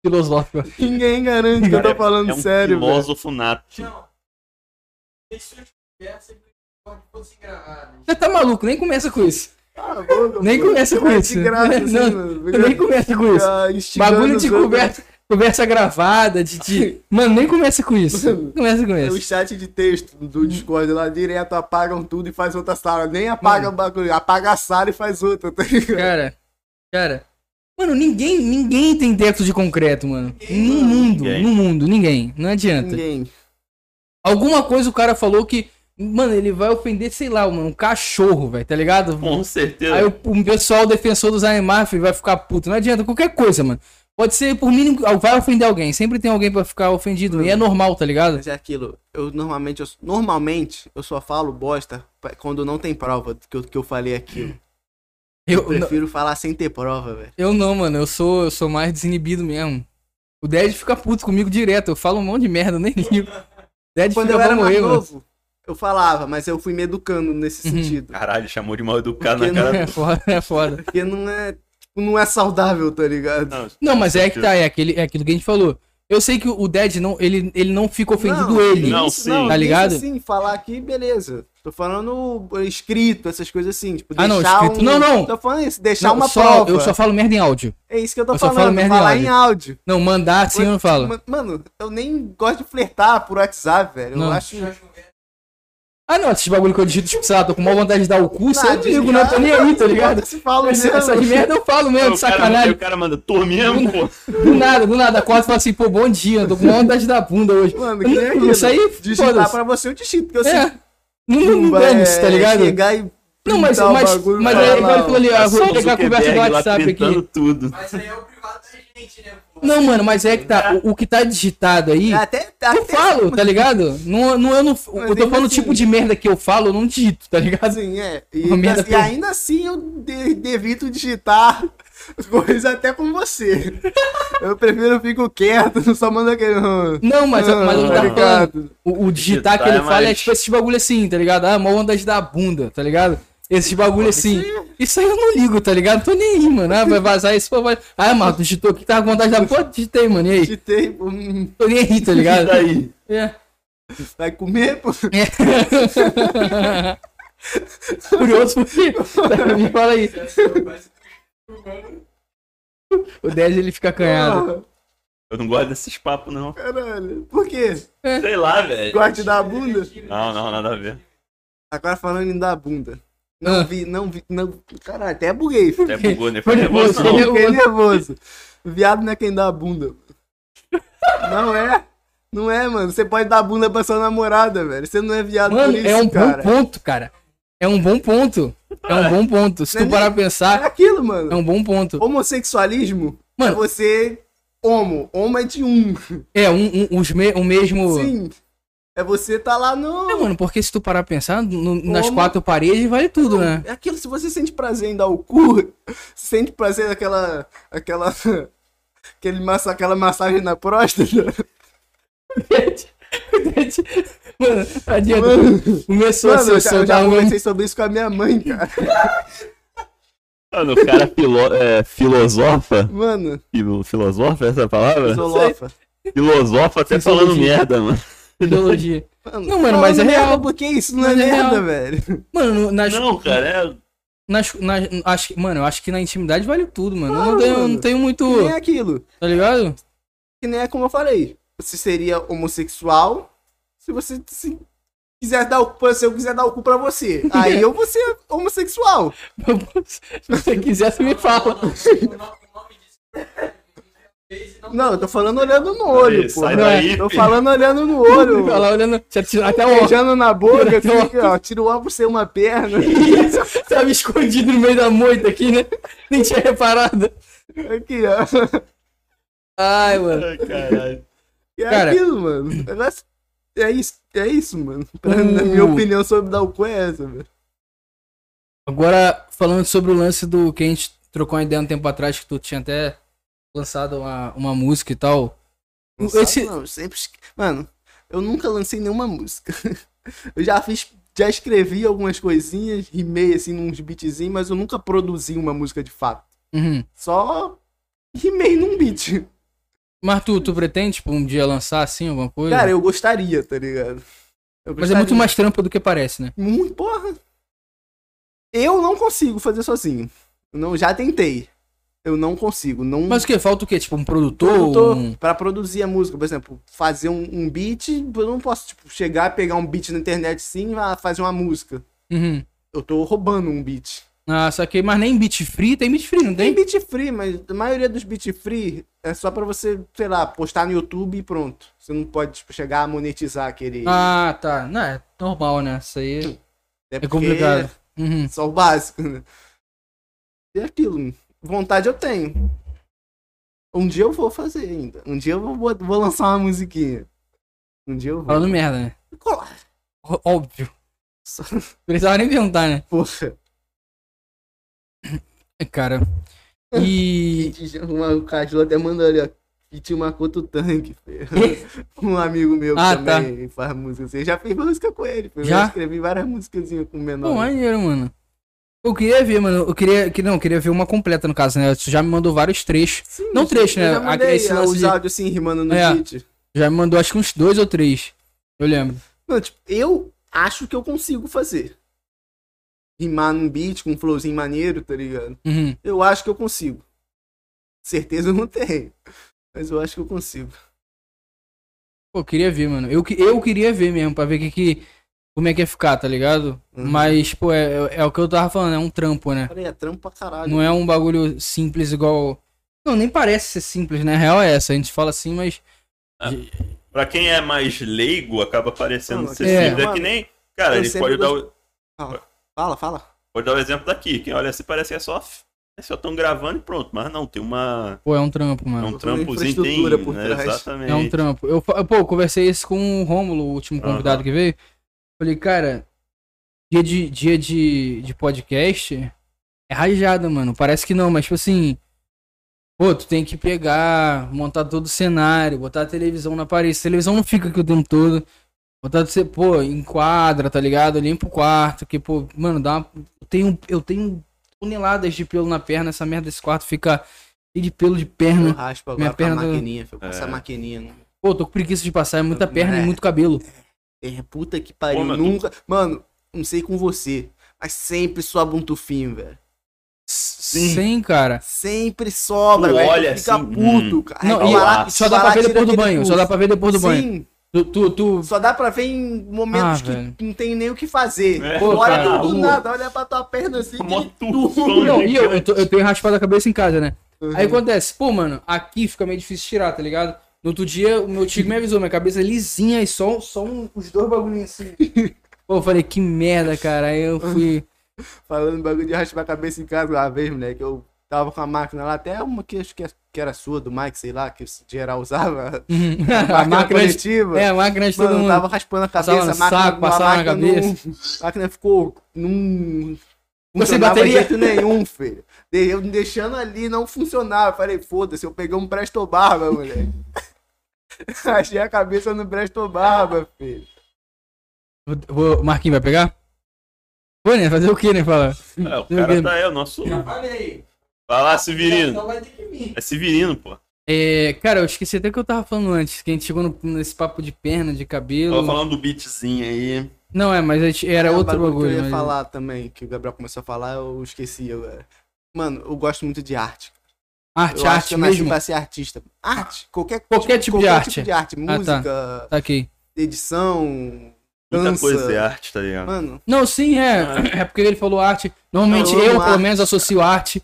Speaker 1: Filosófico.
Speaker 3: Ninguém garante que eu
Speaker 2: Cara,
Speaker 3: tô falando
Speaker 2: é um
Speaker 3: sério, velho.
Speaker 2: filósofo nato.
Speaker 4: Não. Deixa eu te conversa e pode fosse engraçado.
Speaker 1: Você tá maluco, nem começa com isso.
Speaker 3: Cala a boca,
Speaker 1: Nem
Speaker 3: pô.
Speaker 1: começa com
Speaker 3: É
Speaker 1: isso.
Speaker 3: De graça, assim,
Speaker 1: Não,
Speaker 3: mano.
Speaker 1: Eu nem começa com
Speaker 3: (laughs)
Speaker 1: isso.
Speaker 3: Fica instigando
Speaker 1: Bagulho
Speaker 3: os
Speaker 1: de
Speaker 3: outros. né?
Speaker 1: conversa, conversa gravada, de, de- Mano, nem começa com isso.
Speaker 3: (laughs)
Speaker 1: Não Começa com
Speaker 3: É O
Speaker 1: isso.
Speaker 3: chat de texto do Discord lá direto apagam tudo e faz outra sala. Nem apaga o bagulho, apaga a sala e faz outra, tá ligado?
Speaker 1: Cara, Cara, mano, ninguém, ninguém tem teto de concreto, mano.
Speaker 4: Ninguém,
Speaker 1: no
Speaker 4: mano.
Speaker 1: mundo,
Speaker 2: Ninguém.
Speaker 1: no mundo, ninguém. Não adianta.
Speaker 3: Ninguém.
Speaker 1: Alguma coisa o cara falou que, mano, ele vai ofender, sei lá, mano, um cachorro, velho, tá ligado?
Speaker 2: Com certeza.
Speaker 1: Aí o, o pessoal defensor dos animais filho, vai ficar puto. Não adianta, qualquer coisa, mano. Pode ser por mínimo. Vai ofender alguém. Sempre tem alguém pra ficar ofendido. E é normal, tá ligado?
Speaker 3: Mas é aquilo. Eu normalmente, eu, normalmente, eu só falo bosta pra- quando não tem prova do que eu, que eu falei aquilo. Eu,
Speaker 1: Eu,
Speaker 3: prefiro falar sem ter prova, velho.
Speaker 1: eu não, mano. Eu sou, eu sou mais desinibido mesmo. O Ded fica puto comigo direto. Eu falo um monte de merda, eu nem ligo. Ded fica
Speaker 3: Quando eu
Speaker 1: pra
Speaker 3: era mais
Speaker 1: morrer, mano.
Speaker 3: novo, eu falava, mas eu fui me educando nesse
Speaker 1: né? Uhum.
Speaker 3: sentido.
Speaker 2: Caralho, chamou de mal educado na
Speaker 3: Porque não-
Speaker 2: cara.
Speaker 1: É foda, é foda.
Speaker 3: Porque não é, tipo, não é saudável, tá ligado?
Speaker 2: Não,
Speaker 1: Não, mas é que tá, é, aquele, é aquilo que a gente falou. Eu sei que o Ded não, ele, ele não fica ofendido ele.
Speaker 2: não.
Speaker 3: isso-
Speaker 2: sim.
Speaker 1: Tá
Speaker 3: isso
Speaker 1: ligado?
Speaker 3: Sim, assim, falar aqui, beleza. Tô falando escrito, essas coisas assim. Tipo,
Speaker 1: Ah, não,
Speaker 3: deixar
Speaker 1: escrito.
Speaker 3: um-
Speaker 1: Não, não.
Speaker 3: Tô falando isso, deixar
Speaker 1: Não,
Speaker 3: uma
Speaker 1: só-
Speaker 3: prova.
Speaker 1: Eu só falo merda em áudio.
Speaker 3: É isso que eu tô
Speaker 1: eu só
Speaker 3: falando,
Speaker 1: falo merda em
Speaker 3: falar
Speaker 1: áudio.
Speaker 3: em áudio.
Speaker 1: Não, mandar assim eu não falo.
Speaker 3: Ma- Mano, eu nem gosto de flertar por WhatsApp, velho.
Speaker 1: Não.
Speaker 3: Eu
Speaker 2: é
Speaker 3: acho.
Speaker 1: Ah, não, esses bagulho que eu digito, tipo, sei lá, tô com maior vontade de dar o cu, você eu
Speaker 3: Ah,
Speaker 1: não digo, não tô nem aí, tá ligado?
Speaker 3: Se fala
Speaker 1: Essa-
Speaker 3: mesmo.
Speaker 1: Essas merda eu falo
Speaker 2: Aí
Speaker 1: mesmo, de
Speaker 2: o cara, aí
Speaker 1: sacanagem.
Speaker 2: o cara manda, tô
Speaker 1: (laughs)
Speaker 2: mesmo, pô.
Speaker 1: Do nada, do nada, acorda e fala assim, pô, bom dia, tô com maior vontade de dar bunda hoje.
Speaker 3: Mano,
Speaker 1: Eu
Speaker 3: que
Speaker 1: não-
Speaker 3: nem aquilo.
Speaker 1: isso aí,
Speaker 3: Digitar
Speaker 1: foda-se.
Speaker 3: pra você eu digito, porque eu sei
Speaker 1: É,
Speaker 3: que
Speaker 1: não, (laughs) não, não
Speaker 3: vai,
Speaker 1: dane-se, tá
Speaker 3: é,
Speaker 1: ligado?
Speaker 3: Chegar e
Speaker 1: Não, mas,
Speaker 3: pintar o
Speaker 1: mas,
Speaker 3: bagulho e
Speaker 1: mas
Speaker 3: falar
Speaker 1: é
Speaker 3: lá,
Speaker 1: igual
Speaker 3: ó.
Speaker 1: ele falou ali, ah,
Speaker 2: Tá Só
Speaker 1: vou
Speaker 2: o
Speaker 1: pegar a conversa do
Speaker 2: Zuckerberg lá
Speaker 1: WhatsApp
Speaker 2: printando
Speaker 1: aqui.
Speaker 2: tudo.
Speaker 4: Mas aí é o privado da gente, né, pô?
Speaker 1: Não, mano, mas é que tá, o, o que tá digitado aí,
Speaker 3: Até,
Speaker 1: eu
Speaker 3: até
Speaker 1: falo, tá ligado? Não, não, eu não, eu tô
Speaker 3: ainda
Speaker 1: falando o
Speaker 3: assim-
Speaker 1: tipo de merda que eu falo, eu não digito, tá ligado?
Speaker 3: (laughs) Assim, é.
Speaker 1: Uma
Speaker 3: E,
Speaker 1: merda
Speaker 3: e
Speaker 1: pra-
Speaker 3: ainda assim eu de- devito digitar (laughs) coisas até com você. Eu prefiro fico quieto, só mando aquele.
Speaker 1: Não, mas, mas eu
Speaker 3: Tá
Speaker 1: tava falando,
Speaker 3: ligado?
Speaker 1: O, o digitar,
Speaker 2: Digitar
Speaker 1: que ele
Speaker 2: é
Speaker 1: fala é
Speaker 2: mais-
Speaker 1: tipo esses bagulho assim, tá ligado? Ah, mó vontade da bunda, tá ligado? Esses bagulho assim. Isso aí eu não ligo, tá ligado? Tô nem aí, mano. Ah, vai vazar isso, pô, vai. Ah, Marcos, digitou aqui, tava com vontade da bunda, digitei, mano. E aí?
Speaker 3: Digitei. hum,
Speaker 1: Tô nem (laughs) aí, tá ligado?
Speaker 2: Daí.
Speaker 1: É.
Speaker 3: vai comer, pô.
Speaker 1: É. (laughs) Curioso
Speaker 3: (laughs)
Speaker 1: porque. Me fala aí. O 10 ele fica acanhado.
Speaker 3: Ah,
Speaker 2: Eu não gosto desses papos, não.
Speaker 3: Caralho. Por quê?
Speaker 2: Sei lá, velho.
Speaker 3: Gosta de dar a bunda?
Speaker 2: Não, não, nada a ver.
Speaker 3: Agora falando em dar a bunda.
Speaker 1: Ah.
Speaker 3: Não vi, não vi, não. Caralho, até buguei. filho.
Speaker 2: Até bugou, né?
Speaker 1: Foi
Speaker 2: Foi
Speaker 1: nervoso,
Speaker 2: nervoso,
Speaker 1: foi
Speaker 2: não.
Speaker 1: nervoso.
Speaker 3: Fiquei é nervoso. Viado não é quem dá a bunda. Não é. Não é, mano. Você pode dar a bunda pra sua namorada, velho. Você não é viado
Speaker 1: Mano,
Speaker 3: por isso,
Speaker 1: é um
Speaker 3: cara.
Speaker 1: bom ponto, cara. É um bom ponto. É um bom ponto. Se tu
Speaker 3: Não é
Speaker 1: parar pra
Speaker 3: É
Speaker 1: pensar,
Speaker 3: aquilo,
Speaker 1: é
Speaker 3: mano.
Speaker 1: um bom ponto.
Speaker 3: Homossexualismo
Speaker 1: Mano.
Speaker 3: é você homo. Homo é de um.
Speaker 1: É, um, um, os me- o mesmo.
Speaker 3: Sim. É você tá lá no.
Speaker 1: É, mano, porque se tu parar pra pensar, no- nas
Speaker 3: Como?
Speaker 1: quatro paredes vale tudo,
Speaker 3: (laughs)
Speaker 1: né?
Speaker 3: É aquilo, se você sente prazer em dar o cu, (laughs) sente prazer naquela. aquela. (laughs) Aquele massa, aquela massagem na próstata. (laughs)
Speaker 1: Mano, adianta.
Speaker 3: Mano,
Speaker 1: Começou a
Speaker 3: mano, eu
Speaker 1: ser
Speaker 3: já, eu já
Speaker 1: soldado.
Speaker 3: conversei sobre isso com a minha mãe, cara.
Speaker 2: Mano, o cara filo, é, filosofa.
Speaker 3: Mano,
Speaker 2: Filo- Filosofa é essa palavra?
Speaker 3: Zolofa.
Speaker 2: Filosofa até falando
Speaker 1: Fisiologia.
Speaker 2: merda, mano.
Speaker 1: Ideologia.
Speaker 3: Mano,
Speaker 1: Não, mano, mas
Speaker 3: falando
Speaker 1: é
Speaker 3: merda
Speaker 1: real.
Speaker 3: Porque isso não é
Speaker 1: Mas é
Speaker 3: merda,
Speaker 1: real.
Speaker 3: velho.
Speaker 1: Mano, no- nas,
Speaker 2: Não, cara, é.
Speaker 1: nas, nas, acho, que- mano, eu acho que na intimidade vale tudo, mano. Eu não
Speaker 3: Claro,
Speaker 1: tenho,
Speaker 3: mano.
Speaker 1: não tenho muito.
Speaker 3: Que nem é aquilo.
Speaker 1: Tá ligado? (laughs)
Speaker 3: que nem é como eu falei. Você seria homossexual se você se quiser dar o cu, se eu quiser dar o cu
Speaker 1: (laughs)
Speaker 3: pra você. Aí eu vou ser homossexual.
Speaker 1: Se você quiser, (laughs) você me fala.
Speaker 3: Não, eu tô falando olhando no olho,
Speaker 2: Aí,
Speaker 3: pô.
Speaker 2: é, sai
Speaker 3: Não,
Speaker 1: é,
Speaker 2: daí,
Speaker 3: Tô
Speaker 2: filho.
Speaker 3: falando olhando no olho.
Speaker 1: Fica
Speaker 3: mano.
Speaker 1: lá olhando. já tirou Até o
Speaker 3: Beijando na boca,
Speaker 1: Então-
Speaker 3: assim, ó, tira o ar por ser
Speaker 1: (laughs)
Speaker 3: uma perna.
Speaker 1: Isso, (laughs) Tava escondido no meio da moita aqui, né? Nem tinha reparado.
Speaker 3: Aqui, ó.
Speaker 1: Ai, mano.
Speaker 2: Ai, Caralho.
Speaker 3: E É
Speaker 1: Cara.
Speaker 3: aquilo, mano. O negócio- É isso, é isso, mano. Pra-
Speaker 1: Uh.
Speaker 3: Na minha opinião sobre dar o cu é essa, velho.
Speaker 1: Agora, falando sobre o lance do que a gente trocou uma ideia um tempo atrás, que tu tinha até lançado uma, uma música e tal. Esse-
Speaker 3: Não, eu sempre... esque- Mano, eu nunca lancei nenhuma (laughs) música. eu já fiz, já escrevi algumas coisinhas, rimei assim nos beatzinhos, mas eu nunca produzi uma música de fato.
Speaker 1: Uhum.
Speaker 3: Só rimei num beat.
Speaker 1: Mas tu, tu pretende, tipo, um dia lançar assim alguma coisa?
Speaker 3: Cara, eu gostaria, tá ligado?
Speaker 1: Mas é
Speaker 3: Eu gostaria.
Speaker 1: muito mais trampa do que parece, né?
Speaker 3: Muito, porra. Eu não consigo fazer sozinho. Eu Não, já tentei. Eu não consigo. Não
Speaker 1: Mas o que? Falta o quê? Tipo, um produtor?
Speaker 3: produtor
Speaker 1: um-
Speaker 3: pra produzir a música, por exemplo, fazer um, um beat, eu não posso tipo, chegar, pegar um beat na internet sim, e ah, fazer uma música.
Speaker 1: Uhum.
Speaker 3: Eu tô roubando um beat.
Speaker 1: Ah, saquei, mas nem beat free, tem beat free, não
Speaker 3: Tem
Speaker 1: tem?
Speaker 3: beat free, mas a maioria dos beat free é só pra você, sei lá, postar no YouTube e pronto. Você não pode tipo, chegar a monetizar aquele.
Speaker 1: Ah, tá. Não, é normal, né? Isso aí
Speaker 3: Até
Speaker 1: é
Speaker 3: porque
Speaker 1: complicado. Uhum.
Speaker 3: é Só o básico, né? E é aquilo. Vontade eu tenho. Um dia eu vou fazer ainda. Um dia eu vou, vou, vou lançar uma musiquinha. Um dia eu vou.
Speaker 1: Falando merda, né?
Speaker 3: Colar.
Speaker 1: Ó- Óbvio. (laughs) Precisava nem perguntar, né?
Speaker 3: Porra.
Speaker 1: É, Cara.
Speaker 3: (laughs)
Speaker 1: E.
Speaker 3: Uma, o Cajula até mandou ali, ó. E tinha uma conta tanque, (laughs) filho. Um amigo meu
Speaker 1: Ah,
Speaker 3: que também faz música. Você já fez música com ele, filho.
Speaker 1: Já?
Speaker 3: Eu escrevi várias musiquinhas com o menor.
Speaker 1: Pô, maneiro, mano. Eu queria ver, mano. Eu queria. que- Não, eu queria ver uma completa, no caso, né? Tu já me mandou vários trechos.
Speaker 3: Sim,
Speaker 1: Não
Speaker 3: eu
Speaker 1: trecho, né?
Speaker 3: já mandei
Speaker 1: Esse lance
Speaker 3: os
Speaker 1: de-
Speaker 3: áudios assim, rimando no
Speaker 1: É.
Speaker 3: beat.
Speaker 1: Já me mandou acho que uns dois ou três. Eu lembro.
Speaker 3: Mano, tipo, eu acho que eu consigo fazer. Rimar num beat com um flowzinho maneiro, tá ligado?
Speaker 1: Uhum.
Speaker 3: Eu acho que eu consigo. Certeza eu não tenho. Mas eu acho que eu consigo.
Speaker 1: Pô, eu queria ver, mano. Eu, que- eu queria ver mesmo, pra ver que, que, como é que ia ficar, tá ligado?
Speaker 3: Uhum.
Speaker 1: Mas, pô, é, é o que eu tava falando, é um trampo, né?
Speaker 3: Cara, é trampo pra caralho.
Speaker 1: Não é um bagulho simples igual. Não, nem parece ser simples, né? A real é essa. A gente fala assim, mas.
Speaker 2: Pra quem é mais leigo, acaba parecendo
Speaker 3: Não,
Speaker 2: ser
Speaker 1: é.
Speaker 2: simples. É
Speaker 3: Mano,
Speaker 2: que nem. Cara,
Speaker 3: eu
Speaker 2: a gente
Speaker 3: sempre
Speaker 2: pode dar, o-
Speaker 3: Fala, fala.
Speaker 2: pode dar o exemplo daqui. Quem olha assim parece que é só. é Só estão gravando e pronto. Mas não, tem uma.
Speaker 1: Pô, é um trampo,
Speaker 2: É
Speaker 1: mano.
Speaker 2: um
Speaker 3: Tem uma
Speaker 2: trampozinho. Tem,
Speaker 3: infraestrutura por
Speaker 2: né,
Speaker 3: trás.
Speaker 2: exatamente.
Speaker 1: É um trampo. Eu, fa- pô, eu conversei isso com o Rômulo, o último convidado
Speaker 2: Aham.
Speaker 1: que veio. Falei, cara, dia de, dia de, de podcast é rajada, mano. Parece que não, mas tipo assim. Pô, tu tem que pegar, montar todo o cenário, botar a televisão na parede. A televisão não fica aqui o tempo todo. Botar você, pô, enquadra, tá ligado? Limpa o quarto, que, pô, mano, dá uma. Eu tenho, eu tenho toneladas de pelo na perna, essa merda desse quarto fica cheio de pelo de
Speaker 3: Eu
Speaker 1: perna.
Speaker 3: raspo agora
Speaker 1: Minha
Speaker 3: com a
Speaker 1: perna-
Speaker 3: maquininha, filho. Com
Speaker 2: É.
Speaker 3: essa maquininha. Não...
Speaker 1: Pô, tô com preguiça de passar, é muita perna
Speaker 3: É.
Speaker 1: e muito cabelo.
Speaker 3: É, puta que pariu.
Speaker 2: Pô, mas tu-
Speaker 3: Nunca. Mano, não sei com você, mas sempre sobra um tufinho, velho.
Speaker 1: Sim, cara.
Speaker 3: Sempre sobra,
Speaker 2: Tu
Speaker 3: velho.
Speaker 2: olha
Speaker 3: fica
Speaker 2: assim,
Speaker 3: puto, cara.
Speaker 1: Não,
Speaker 2: vai
Speaker 1: e
Speaker 2: lá,
Speaker 1: a- só dá pra
Speaker 3: é
Speaker 1: ver depois do banho. Só dá pra ver depois do banho.
Speaker 3: Sim,
Speaker 1: Tu, tu, tu-
Speaker 3: só dá pra ver em momentos
Speaker 1: Ah,
Speaker 3: que
Speaker 1: velho.
Speaker 3: não tem nem o que fazer.
Speaker 2: É.
Speaker 1: Pô,
Speaker 3: olha
Speaker 1: cara,
Speaker 3: do
Speaker 2: o-
Speaker 3: nada, olha pra tua perna assim.
Speaker 2: Mó
Speaker 3: que
Speaker 2: tufão,
Speaker 3: tu-
Speaker 1: Não, e eu, eu, tô- eu tenho raspado a cabeça em casa, né?
Speaker 3: Uhum.
Speaker 1: Aí acontece, pô, mano, aqui fica meio difícil tirar, tá ligado? No outro dia, o meu tio me avisou, minha cabeça é lisinha e só, só um- os dois bagulhinhos
Speaker 3: (laughs)
Speaker 1: assim. Pô, eu falei, que merda, cara. Aí
Speaker 3: Uhum.
Speaker 1: eu fui.
Speaker 3: Falando um bagulho de raspar a cabeça em casa uma vez, moleque. Eu tava com a máquina lá, até uma que acho que é- que era sua, do Mike, sei lá, que o geral
Speaker 1: (laughs)
Speaker 3: usava.
Speaker 1: uhum, a máquina de,
Speaker 3: coletiva.
Speaker 1: é, a máquina de todo
Speaker 3: Mano, eu
Speaker 1: mundo.
Speaker 3: tava raspando a cabeça,
Speaker 1: Passava no
Speaker 3: a máquina,
Speaker 1: saco,
Speaker 3: a
Speaker 1: passava na
Speaker 3: máquina
Speaker 1: cabeça.
Speaker 3: Não, a máquina ficou num.
Speaker 1: Você
Speaker 3: funcionava de
Speaker 1: bateria?
Speaker 3: jeito nenhum, filho. De- Eu deixando ali, não funcionava. Eu Falei, foda-se, eu peguei um Presto Barba, moleque. (laughs) Achei a cabeça no Presto Barba, filho.
Speaker 1: Vou- vou- O Marquinhos vai pegar? Pô, né? Fazer o que, né? Fala.
Speaker 2: É, o cara tá aí, o nosso.
Speaker 4: Já falei.
Speaker 2: Vai lá, Severino.
Speaker 4: Então vai ter que vir.
Speaker 2: É Severino, pô.
Speaker 1: É, cara, eu esqueci até o que eu tava falando antes, que a gente chegou no- nesse papo de perna, de cabelo.
Speaker 2: Tava falando do beatzinho aí.
Speaker 1: Não, é, mas a gente- era
Speaker 3: É um
Speaker 1: outro
Speaker 3: que
Speaker 1: bagulho.
Speaker 3: eu ia
Speaker 1: mas-
Speaker 3: falar também, que o Gabriel começou a falar, eu esqueci agora. Mano, eu gosto muito de arte.
Speaker 1: Arte,
Speaker 3: eu acho que
Speaker 1: arte
Speaker 3: eu nasci
Speaker 1: mesmo.
Speaker 3: pra ser artista. Arte, qualquer,
Speaker 1: Qualquer tipo de arte.
Speaker 3: tipo de arte.
Speaker 1: tá.
Speaker 3: Música,
Speaker 1: Tá aqui.
Speaker 3: edição,
Speaker 2: Muita
Speaker 3: dança.
Speaker 2: coisa é arte, tá ligado?
Speaker 3: Mano,
Speaker 1: Não, sim, é. (clears throat) É porque ele falou arte. Normalmente
Speaker 3: Não, eu
Speaker 1: eu,
Speaker 3: amo
Speaker 1: pelo
Speaker 3: arte.
Speaker 1: menos, associo arte.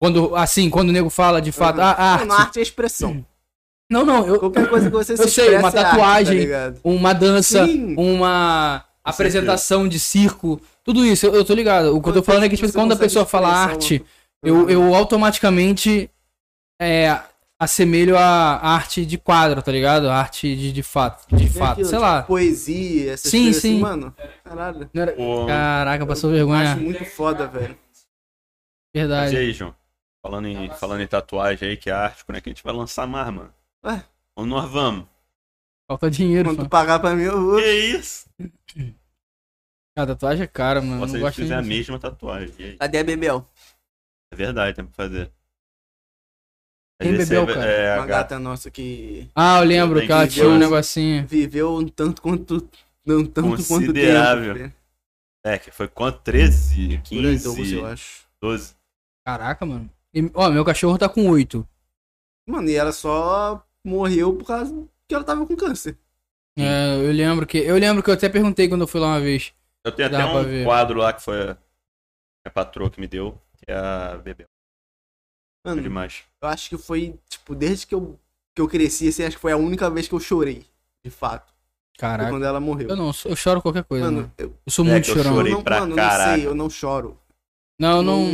Speaker 1: Quando, assim, quando o nego fala de fato,
Speaker 3: Uhum.
Speaker 1: ah,
Speaker 3: mano,
Speaker 1: arte.
Speaker 3: arte é expressão.
Speaker 1: Não, não, eu,
Speaker 3: Qualquer coisa que você se
Speaker 1: Eu sei, uma
Speaker 3: expressa é arte,
Speaker 1: tatuagem.
Speaker 3: tá ligado?
Speaker 1: uma dança,
Speaker 3: Sim.
Speaker 1: uma apresentação de circo, tudo isso, eu, eu tô ligado. O que eu tô
Speaker 3: Quantas
Speaker 1: falando é que, tipo,
Speaker 3: você
Speaker 1: quando a
Speaker 3: consegue
Speaker 1: pessoa fala
Speaker 3: expressar
Speaker 1: arte, eu,
Speaker 2: Uhum.
Speaker 3: uma-
Speaker 1: eu automaticamente é, assemelho a arte de quadro, tá ligado? Arte de, de fato, de
Speaker 3: É
Speaker 1: fato,
Speaker 3: aquilo,
Speaker 1: sei
Speaker 3: tipo,
Speaker 1: lá.
Speaker 3: Poesia, essas
Speaker 1: Sim,
Speaker 3: coisas assim,
Speaker 1: sim. É.
Speaker 3: mano. Caralho.
Speaker 1: Não era-
Speaker 2: Pô,
Speaker 1: Caraca,
Speaker 2: um
Speaker 1: passou
Speaker 3: Acho
Speaker 1: vergonha.
Speaker 3: muito foda, velho.
Speaker 2: mas
Speaker 1: Verdade.
Speaker 2: e aí, João? Falando em, falando em tatuagem aí, que é arte, quando é que a gente vai lançar mais, mano?
Speaker 3: Ué?
Speaker 2: Onde nós vamos?
Speaker 1: Falta dinheiro,
Speaker 3: Quando tu
Speaker 1: mano.
Speaker 3: pagar pra mim, eu vou.
Speaker 2: Que isso?
Speaker 1: Ah, tatuagem é cara, mano.
Speaker 2: Nossa,
Speaker 1: não
Speaker 2: se a gente
Speaker 1: gosto
Speaker 2: fizer a
Speaker 1: nem...
Speaker 2: mesma tatuagem. E aí?
Speaker 3: Cadê a Bebel?
Speaker 2: É verdade, tem que fazer.
Speaker 1: Quem
Speaker 2: Mas esse
Speaker 1: bebeu,
Speaker 2: aí
Speaker 1: cara?
Speaker 2: É, a
Speaker 3: Uma
Speaker 2: gata.
Speaker 3: gata nossa que
Speaker 1: Ah, eu lembro
Speaker 2: Tem
Speaker 1: que ela
Speaker 2: que
Speaker 1: tinha um
Speaker 2: ver.
Speaker 1: negocinho.
Speaker 3: viveu um tanto quanto. Não tanto quanto
Speaker 2: Considerável.
Speaker 3: tempo.
Speaker 2: É, que foi quanto? 13,
Speaker 3: Por aí,
Speaker 2: 15,
Speaker 3: então, 12, eu acho.
Speaker 2: 12.
Speaker 1: Caraca, mano. E- ó, meu cachorro tá com oito.
Speaker 3: Mano, e ela só morreu por causa que ela tava com câncer.
Speaker 1: É, eu lembro que. Eu lembro que eu até perguntei quando eu fui lá uma vez.
Speaker 2: Eu tenho
Speaker 1: Dá
Speaker 2: até
Speaker 1: pra
Speaker 2: um
Speaker 1: ver.
Speaker 2: quadro lá que foi. Minha patroa que me deu, que é a Bebel.
Speaker 3: Mano,
Speaker 2: demais.
Speaker 3: eu acho que foi, tipo, desde que eu, que eu cresci, assim, acho que foi a única vez que eu chorei, de fato. Foi
Speaker 1: Caraca.
Speaker 3: quando ela morreu.
Speaker 1: Eu não, eu choro qualquer coisa. Mano,
Speaker 3: Mano, eu,
Speaker 1: eu sou
Speaker 2: é
Speaker 1: muito
Speaker 2: que eu
Speaker 1: chorão.
Speaker 2: chorei
Speaker 3: eu não,
Speaker 2: pra
Speaker 3: mano, eu não
Speaker 2: caraca.
Speaker 3: sei, eu não choro. Hum.
Speaker 1: Não, eu não.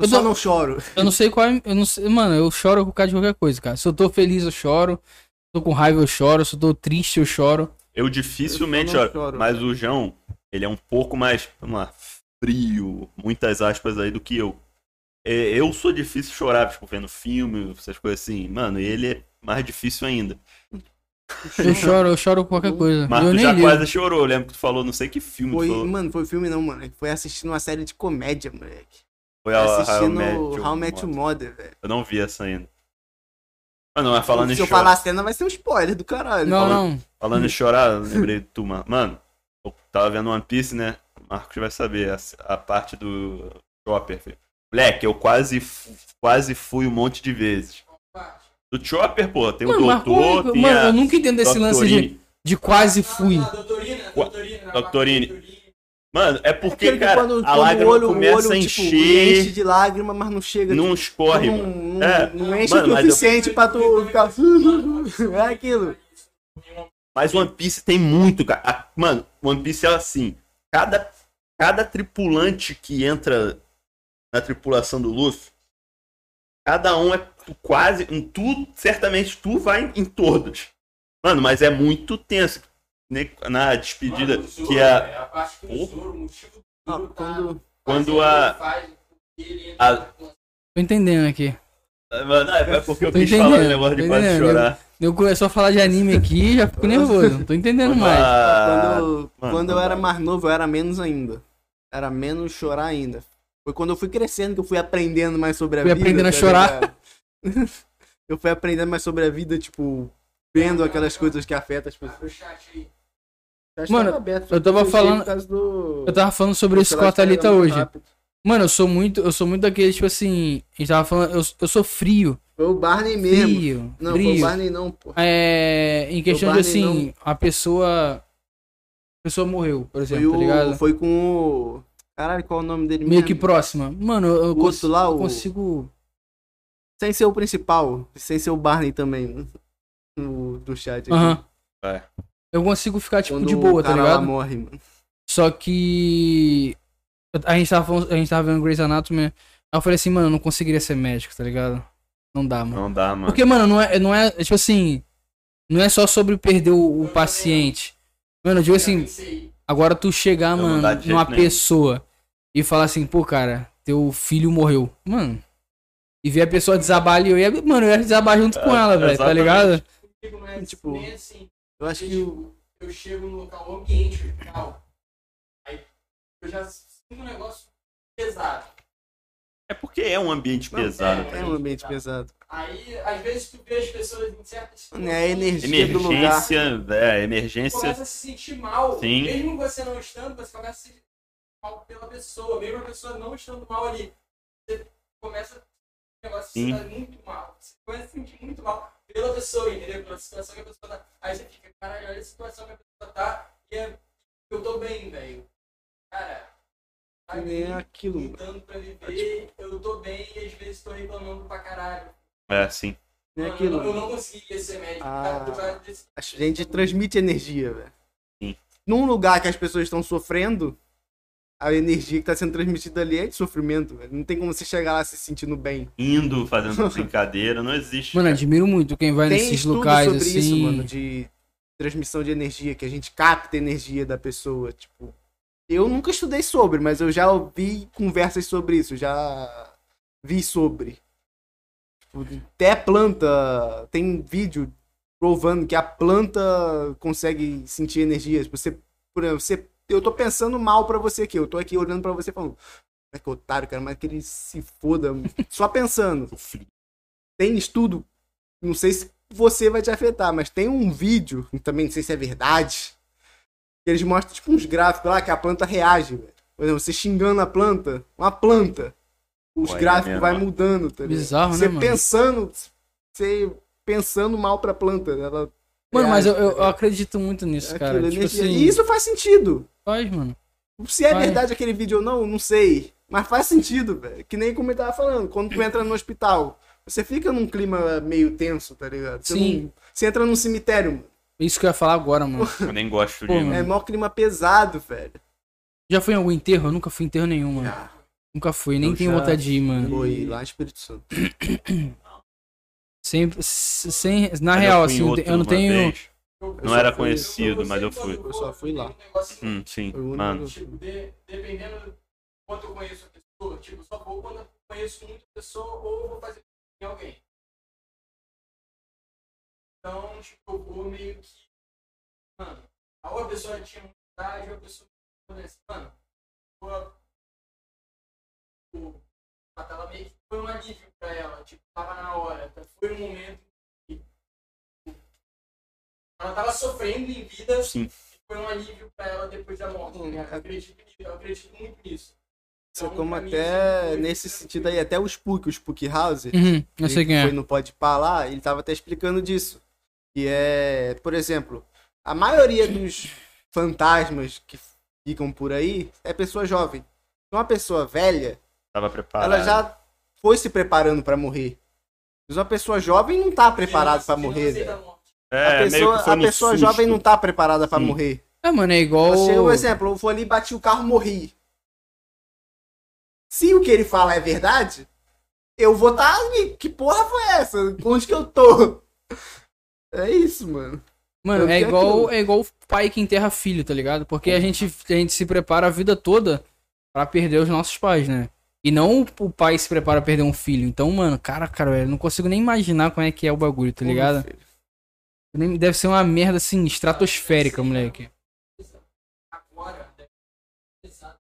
Speaker 3: Eu
Speaker 1: Eu
Speaker 3: só
Speaker 1: tô-
Speaker 3: não choro.
Speaker 1: Eu não sei qual é. Eu não sei, mano, eu choro por causa de qualquer coisa, cara. Se eu tô feliz, eu choro. Se eu tô com raiva, eu choro. Se eu tô triste, eu choro.
Speaker 2: Eu dificilmente
Speaker 3: Eu não
Speaker 2: choro,
Speaker 3: choro,
Speaker 2: mas o João, ele é um pouco mais, vamos lá, frio, muitas aspas aí, do que eu. É, Eu sou difícil chorar, tipo, vendo filme, essas coisas assim. Mano, e ele é mais difícil ainda. (laughs)
Speaker 1: Eu choro, eu choro por qualquer coisa.
Speaker 2: Mas
Speaker 1: eu
Speaker 2: tu
Speaker 1: nem
Speaker 2: já
Speaker 1: ligo.
Speaker 2: quase chorou, lembra que tu falou, não sei que filme tu
Speaker 3: Foi,
Speaker 2: falou.
Speaker 3: mano, foi filme não, mano. Foi assistindo uma série de comédia, moleque.
Speaker 2: Foi
Speaker 3: Foi
Speaker 2: a É How I
Speaker 3: assistindo
Speaker 2: Met Your
Speaker 3: How I Met Your
Speaker 2: Mother.
Speaker 3: Mother, velho.
Speaker 2: Eu não vi essa ainda. Mano, mas falando em
Speaker 3: Se eu
Speaker 2: chorar,
Speaker 3: falar a cena, vai ser um spoiler do caralho.
Speaker 1: Não, não.
Speaker 2: falando em chorar, eu lembrei de tu, mano. Mano, eu tava vendo One Piece, né? O Marcos vai saber a, a parte do Chopper, filho. Moleque, eu quase, fu- quase fui um monte de vezes. Do Chopper, pô, tem o
Speaker 1: Mano, mas como é
Speaker 2: doutor,
Speaker 1: que-
Speaker 2: tem
Speaker 1: mano,
Speaker 2: a
Speaker 1: eu nunca entendo esse lance de,
Speaker 2: Doctorine.
Speaker 1: de quase fui.
Speaker 4: Ah, tá, doutorina,
Speaker 2: Qua-
Speaker 4: doutorina.
Speaker 2: Doutorine. Mano, é porque,
Speaker 3: Aquele que
Speaker 2: cara,
Speaker 3: quando-
Speaker 2: a
Speaker 3: quando
Speaker 2: lágrima
Speaker 3: o olho, o
Speaker 2: começa
Speaker 3: olho,
Speaker 2: a
Speaker 3: tipo,
Speaker 2: encher,
Speaker 3: enche de lágrima, mas não chega.
Speaker 2: não
Speaker 3: tipo,
Speaker 2: escorre,
Speaker 3: não,
Speaker 2: mano.
Speaker 3: não,
Speaker 2: É.
Speaker 3: não enche
Speaker 2: Mano,
Speaker 3: o
Speaker 2: mas eu-
Speaker 3: suficiente pra tu ficar. (laughs) é aquilo.
Speaker 2: Mas One Piece tem muito, cara. A- Mano, One Piece é assim. Cada, cada tripulante que entra na tripulação do Luffy, cada um é tu quase. Em tu, certamente tu vai em, em todos. Mano, mas é muito tenso. Ne- Na despedida,
Speaker 4: Mano, o Zoro,
Speaker 2: que a,
Speaker 4: é a parte que o
Speaker 2: Porra.
Speaker 4: Zoro, o motivo do
Speaker 3: Ah,
Speaker 4: Zoro tá
Speaker 3: quando-
Speaker 2: quando
Speaker 4: fazendo o
Speaker 2: a.
Speaker 4: que faz, ele entra
Speaker 2: a-
Speaker 4: na planta.
Speaker 1: Tô entendendo aqui.
Speaker 2: Mano, é porque eu
Speaker 1: Tô
Speaker 2: quis falar o
Speaker 1: entendendo,
Speaker 2: negócio
Speaker 1: tô
Speaker 2: de quase
Speaker 1: entendendo.
Speaker 2: chorar.
Speaker 1: Eu começo a falar de anime aqui já fico nervoso. Não tô entendendo
Speaker 2: Quando
Speaker 1: mais.
Speaker 2: a-
Speaker 3: Quando,
Speaker 2: Ah, mano,
Speaker 3: quando eu
Speaker 2: não
Speaker 3: era
Speaker 2: dá.
Speaker 3: mais novo, eu era menos ainda. Era menos chorar ainda. Foi quando eu fui crescendo que eu fui aprendendo mais sobre a
Speaker 1: Fui
Speaker 3: vida.
Speaker 1: aprendendo a
Speaker 3: tá
Speaker 1: chorar.
Speaker 3: ligado? (laughs) eu fui aprendendo mais sobre a vida, tipo, vendo aquelas coisas que afetam as pessoas.
Speaker 4: Abre o chat aí.
Speaker 3: Acho que
Speaker 1: Mano,
Speaker 3: tá aberto,
Speaker 1: eu tava
Speaker 3: fechei
Speaker 1: falando-
Speaker 3: por causa do-
Speaker 1: Eu tava falando sobre
Speaker 3: do
Speaker 1: isso com a
Speaker 3: celular que
Speaker 1: Thalita
Speaker 3: carrega muito
Speaker 2: tá
Speaker 1: hoje.
Speaker 3: rápido.
Speaker 1: Mano, eu sou muito, eu sou muito daquele, tipo assim, a gente tava falando, eu, eu sou frio.
Speaker 3: Foi o Barney mesmo.
Speaker 1: Frio.
Speaker 3: Não, foi o
Speaker 1: frio.
Speaker 3: Barney não, pô.
Speaker 1: É, em questão de
Speaker 3: Barney
Speaker 1: assim, a pessoa. A pessoa morreu, por
Speaker 3: Foi,
Speaker 1: exemplo, tá
Speaker 3: o,
Speaker 1: ligado?
Speaker 3: foi com o. Caralho, qual é o nome dele
Speaker 1: Meio que
Speaker 3: mesmo?
Speaker 1: próxima. Mano, eu, eu
Speaker 3: O outro
Speaker 1: cons-
Speaker 3: lá,
Speaker 1: eu
Speaker 3: o-
Speaker 1: consigo.
Speaker 3: Sem ser o principal, sem ser o Barney também. No, do chat aqui.
Speaker 1: Aham.
Speaker 2: É.
Speaker 1: Eu consigo ficar, tipo,
Speaker 3: Quando
Speaker 1: de boa,
Speaker 3: o
Speaker 1: tá
Speaker 3: cara lá
Speaker 1: ligado?
Speaker 3: morre, mano.
Speaker 1: Só que. A gente tava, falando- a gente tava vendo Grey's Anatomy. né? Aí eu falei assim, mano, eu não conseguiria ser médico, tá ligado? Não dá, mano.
Speaker 2: Não dá, mano.
Speaker 1: Porque, mano, não é, não é. Tipo assim. Não é só sobre perder o, o paciente. Mano, eu digo assim,
Speaker 4: Pensei.
Speaker 1: agora tu chegar,
Speaker 2: Não, não
Speaker 1: mano,
Speaker 2: dá de jeito
Speaker 1: numa
Speaker 2: nenhum.
Speaker 1: pessoa e falar assim, pô, cara, teu filho morreu. Mano. E ver a pessoa desabar ali, eu ia. Mano, eu ia desabar junto com
Speaker 2: É,
Speaker 1: ela, velho, tá
Speaker 2: exatamente.
Speaker 1: ligado?
Speaker 4: Comigo não é
Speaker 3: Tipo,
Speaker 4: nem assim.
Speaker 3: Eu acho
Speaker 4: Porque,
Speaker 3: que o.
Speaker 4: tipo, eu chego no local, o ambiente hospital. Aí eu já sinto um negócio pesado.
Speaker 2: É porque é um ambiente
Speaker 3: Não,
Speaker 2: pesado.
Speaker 3: É um ambiente pesado.
Speaker 4: Aí, às vezes, tu vê as pessoas em certas
Speaker 3: Mano, é a energia do lugar.
Speaker 2: Emergência, é,
Speaker 4: Tu
Speaker 2: emergência
Speaker 4: começa a se sentir mal.
Speaker 2: Sim.
Speaker 4: Mesmo você não estando, você começa a se sentir mal pela pessoa. Mesmo a pessoa não estando mal ali. Você começa a um negócio
Speaker 2: Sim.
Speaker 4: se dar muito mal. Você começa a se sentir muito mal pela pessoa, entendeu? Pela situação que a pessoa tá. Aí você fica, caralho, olha a situação que a pessoa tá. E é, eu tô bem, velho. Cara, tá
Speaker 3: É
Speaker 4: bem,
Speaker 3: aquilo, mano.
Speaker 4: lutando pra viver, eu tô bem e às vezes tô reclamando pra caralho.
Speaker 2: É, sim.
Speaker 3: É
Speaker 4: Mano,
Speaker 3: aquilo,
Speaker 4: eu, eu
Speaker 3: mano.
Speaker 4: não conseguiria ser médico
Speaker 3: Ah.
Speaker 4: cara, por causa desse
Speaker 3: A gente transmite energia, velho.
Speaker 2: Sim.
Speaker 3: Num lugar que as pessoas estão sofrendo, a energia que tá sendo transmitida ali é de sofrimento, velho. Não tem como você chegar lá se sentindo bem.
Speaker 2: Indo, fazendo (laughs) brincadeira, não existe.
Speaker 1: Mano, admiro muito quem vai
Speaker 3: tem
Speaker 1: nesses
Speaker 3: estudo
Speaker 1: locais
Speaker 3: sobre
Speaker 1: assim.
Speaker 3: isso, mano, de transmissão de energia, que a gente capta a energia da pessoa, tipo. Eu nunca estudei sobre, mas eu já ouvi conversas sobre isso, já vi sobre. Tipo, até planta, tem vídeo provando que a planta consegue sentir energias. Você, por exemplo, você, eu tô pensando mal pra você aqui, eu tô aqui olhando pra você falando, é que otário, cara, mas que ele se foda, só pensando tem estudo, não sei se você vai te afetar, mas tem um vídeo, também não sei se é verdade, que eles mostram tipo uns gráficos lá que a planta reage, velho. Por exemplo, você xingando a planta, uma planta, os
Speaker 2: Ué, é
Speaker 3: gráficos
Speaker 2: mesmo,
Speaker 3: vai
Speaker 2: ó.
Speaker 3: mudando, tá ligado?
Speaker 1: Bizarro,
Speaker 3: você
Speaker 1: né, mano?
Speaker 3: pensando, você pensando mal pra planta, ela
Speaker 1: Mano, mas eu,
Speaker 3: reage,
Speaker 1: eu- eu
Speaker 3: tá ligado?
Speaker 1: acredito muito nisso,
Speaker 3: É
Speaker 1: cara.
Speaker 3: aquilo,
Speaker 1: Tipo
Speaker 3: energia.
Speaker 1: assim,
Speaker 3: E isso faz sentido.
Speaker 1: faz, mano.
Speaker 3: Se é
Speaker 1: Vai.
Speaker 3: verdade aquele vídeo ou não, não sei. Mas faz sentido, velho. Que nem como ele tava falando, quando tu entra no hospital, você fica num clima meio tenso, tá ligado? Você
Speaker 1: Sim.
Speaker 3: não- você entra num cemitério, mano.
Speaker 1: É Isso que eu ia falar agora,
Speaker 3: (laughs)
Speaker 1: mano.
Speaker 2: Eu nem gosto
Speaker 1: Pô,
Speaker 2: de.
Speaker 1: mano.
Speaker 3: É mó clima pesado, velho.
Speaker 1: Já foi em algum enterro? Eu nunca fui em enterro nenhum, mano. Nunca fui, nem
Speaker 3: Eu
Speaker 1: tenho
Speaker 3: já
Speaker 1: vontade de ir, mano.
Speaker 3: Foi lá em Espírito Santo.
Speaker 1: Sempre, s- sem, na
Speaker 2: Mas eu
Speaker 1: real,
Speaker 2: fui em
Speaker 1: assim, eu
Speaker 2: outro
Speaker 1: te- eu não
Speaker 2: uma
Speaker 1: tenho.
Speaker 2: vez.
Speaker 4: Eu-
Speaker 2: Não
Speaker 4: eu
Speaker 2: era
Speaker 4: só fui-
Speaker 2: conhecido, mas eu fui.
Speaker 4: quando
Speaker 3: Eu só fui lá.
Speaker 4: Um negócio,
Speaker 2: Hum, sim,
Speaker 3: Foi o único
Speaker 2: mano.
Speaker 3: que eu fui.
Speaker 4: tipo, de- dependendo do quanto eu conheço a pessoa, tipo, só vou quando eu conheço muita pessoa ou eu vou fazer em alguém. Então, tipo, eu vou meio que. Mano, a outra pessoa tinha muita idade, a outra pessoa tinha assim, mano, vou. vou matar ela meio que foi um alívio pra ela, tipo, tava na hora, foi um momento que. Ela tava sofrendo em vida,
Speaker 2: Sim.
Speaker 4: foi um alívio pra ela depois da morte. né? Eu acredito, nisso, eu acredito muito nisso.
Speaker 3: Você
Speaker 4: Então,
Speaker 3: como
Speaker 4: pra mim,
Speaker 3: até
Speaker 4: isso foi-
Speaker 3: nesse sentido aí, até o Spook, o Spook House,
Speaker 1: Uhum, eu
Speaker 3: ele
Speaker 1: sei quem é.
Speaker 3: foi no Pode Parar, ele tava até explicando disso. Que é, por exemplo, a maioria dos fantasmas que ficam por aí é pessoa jovem. Então, uma pessoa velha,
Speaker 2: Tava preparado.
Speaker 3: ela já foi se preparando pra morrer. Mas uma pessoa jovem não tá preparada pra
Speaker 4: Não
Speaker 3: morrer, né?
Speaker 4: aceita
Speaker 3: velho.
Speaker 4: a morte.
Speaker 2: É,
Speaker 3: a pessoa,
Speaker 2: meio que foi
Speaker 3: a
Speaker 2: no
Speaker 3: pessoa
Speaker 2: susto.
Speaker 3: jovem não tá preparada pra
Speaker 2: Sim.
Speaker 3: morrer.
Speaker 1: É, mano, é igual.
Speaker 3: Você, por um exemplo, eu vou ali, bati o carro, morri. Se o que ele fala é verdade, eu vou estar tá ali. Que porra foi essa? Onde que eu tô? (laughs) É isso, mano.
Speaker 1: Mano,
Speaker 3: Eu
Speaker 1: é
Speaker 3: vi
Speaker 1: igual,
Speaker 3: aquilo.
Speaker 1: é igual pai que enterra filho, tá ligado? Porque a gente, a gente se prepara a vida toda pra perder os nossos pais, né? E não o- o pai se prepara a perder um filho. Então, mano, cara, cara, velho, eu não consigo nem imaginar como é que é o bagulho, tá ligado?
Speaker 3: Porra, filho.
Speaker 1: Nem- Deve ser uma merda, assim, estratosférica, moleque.
Speaker 4: Agora, né? Exato.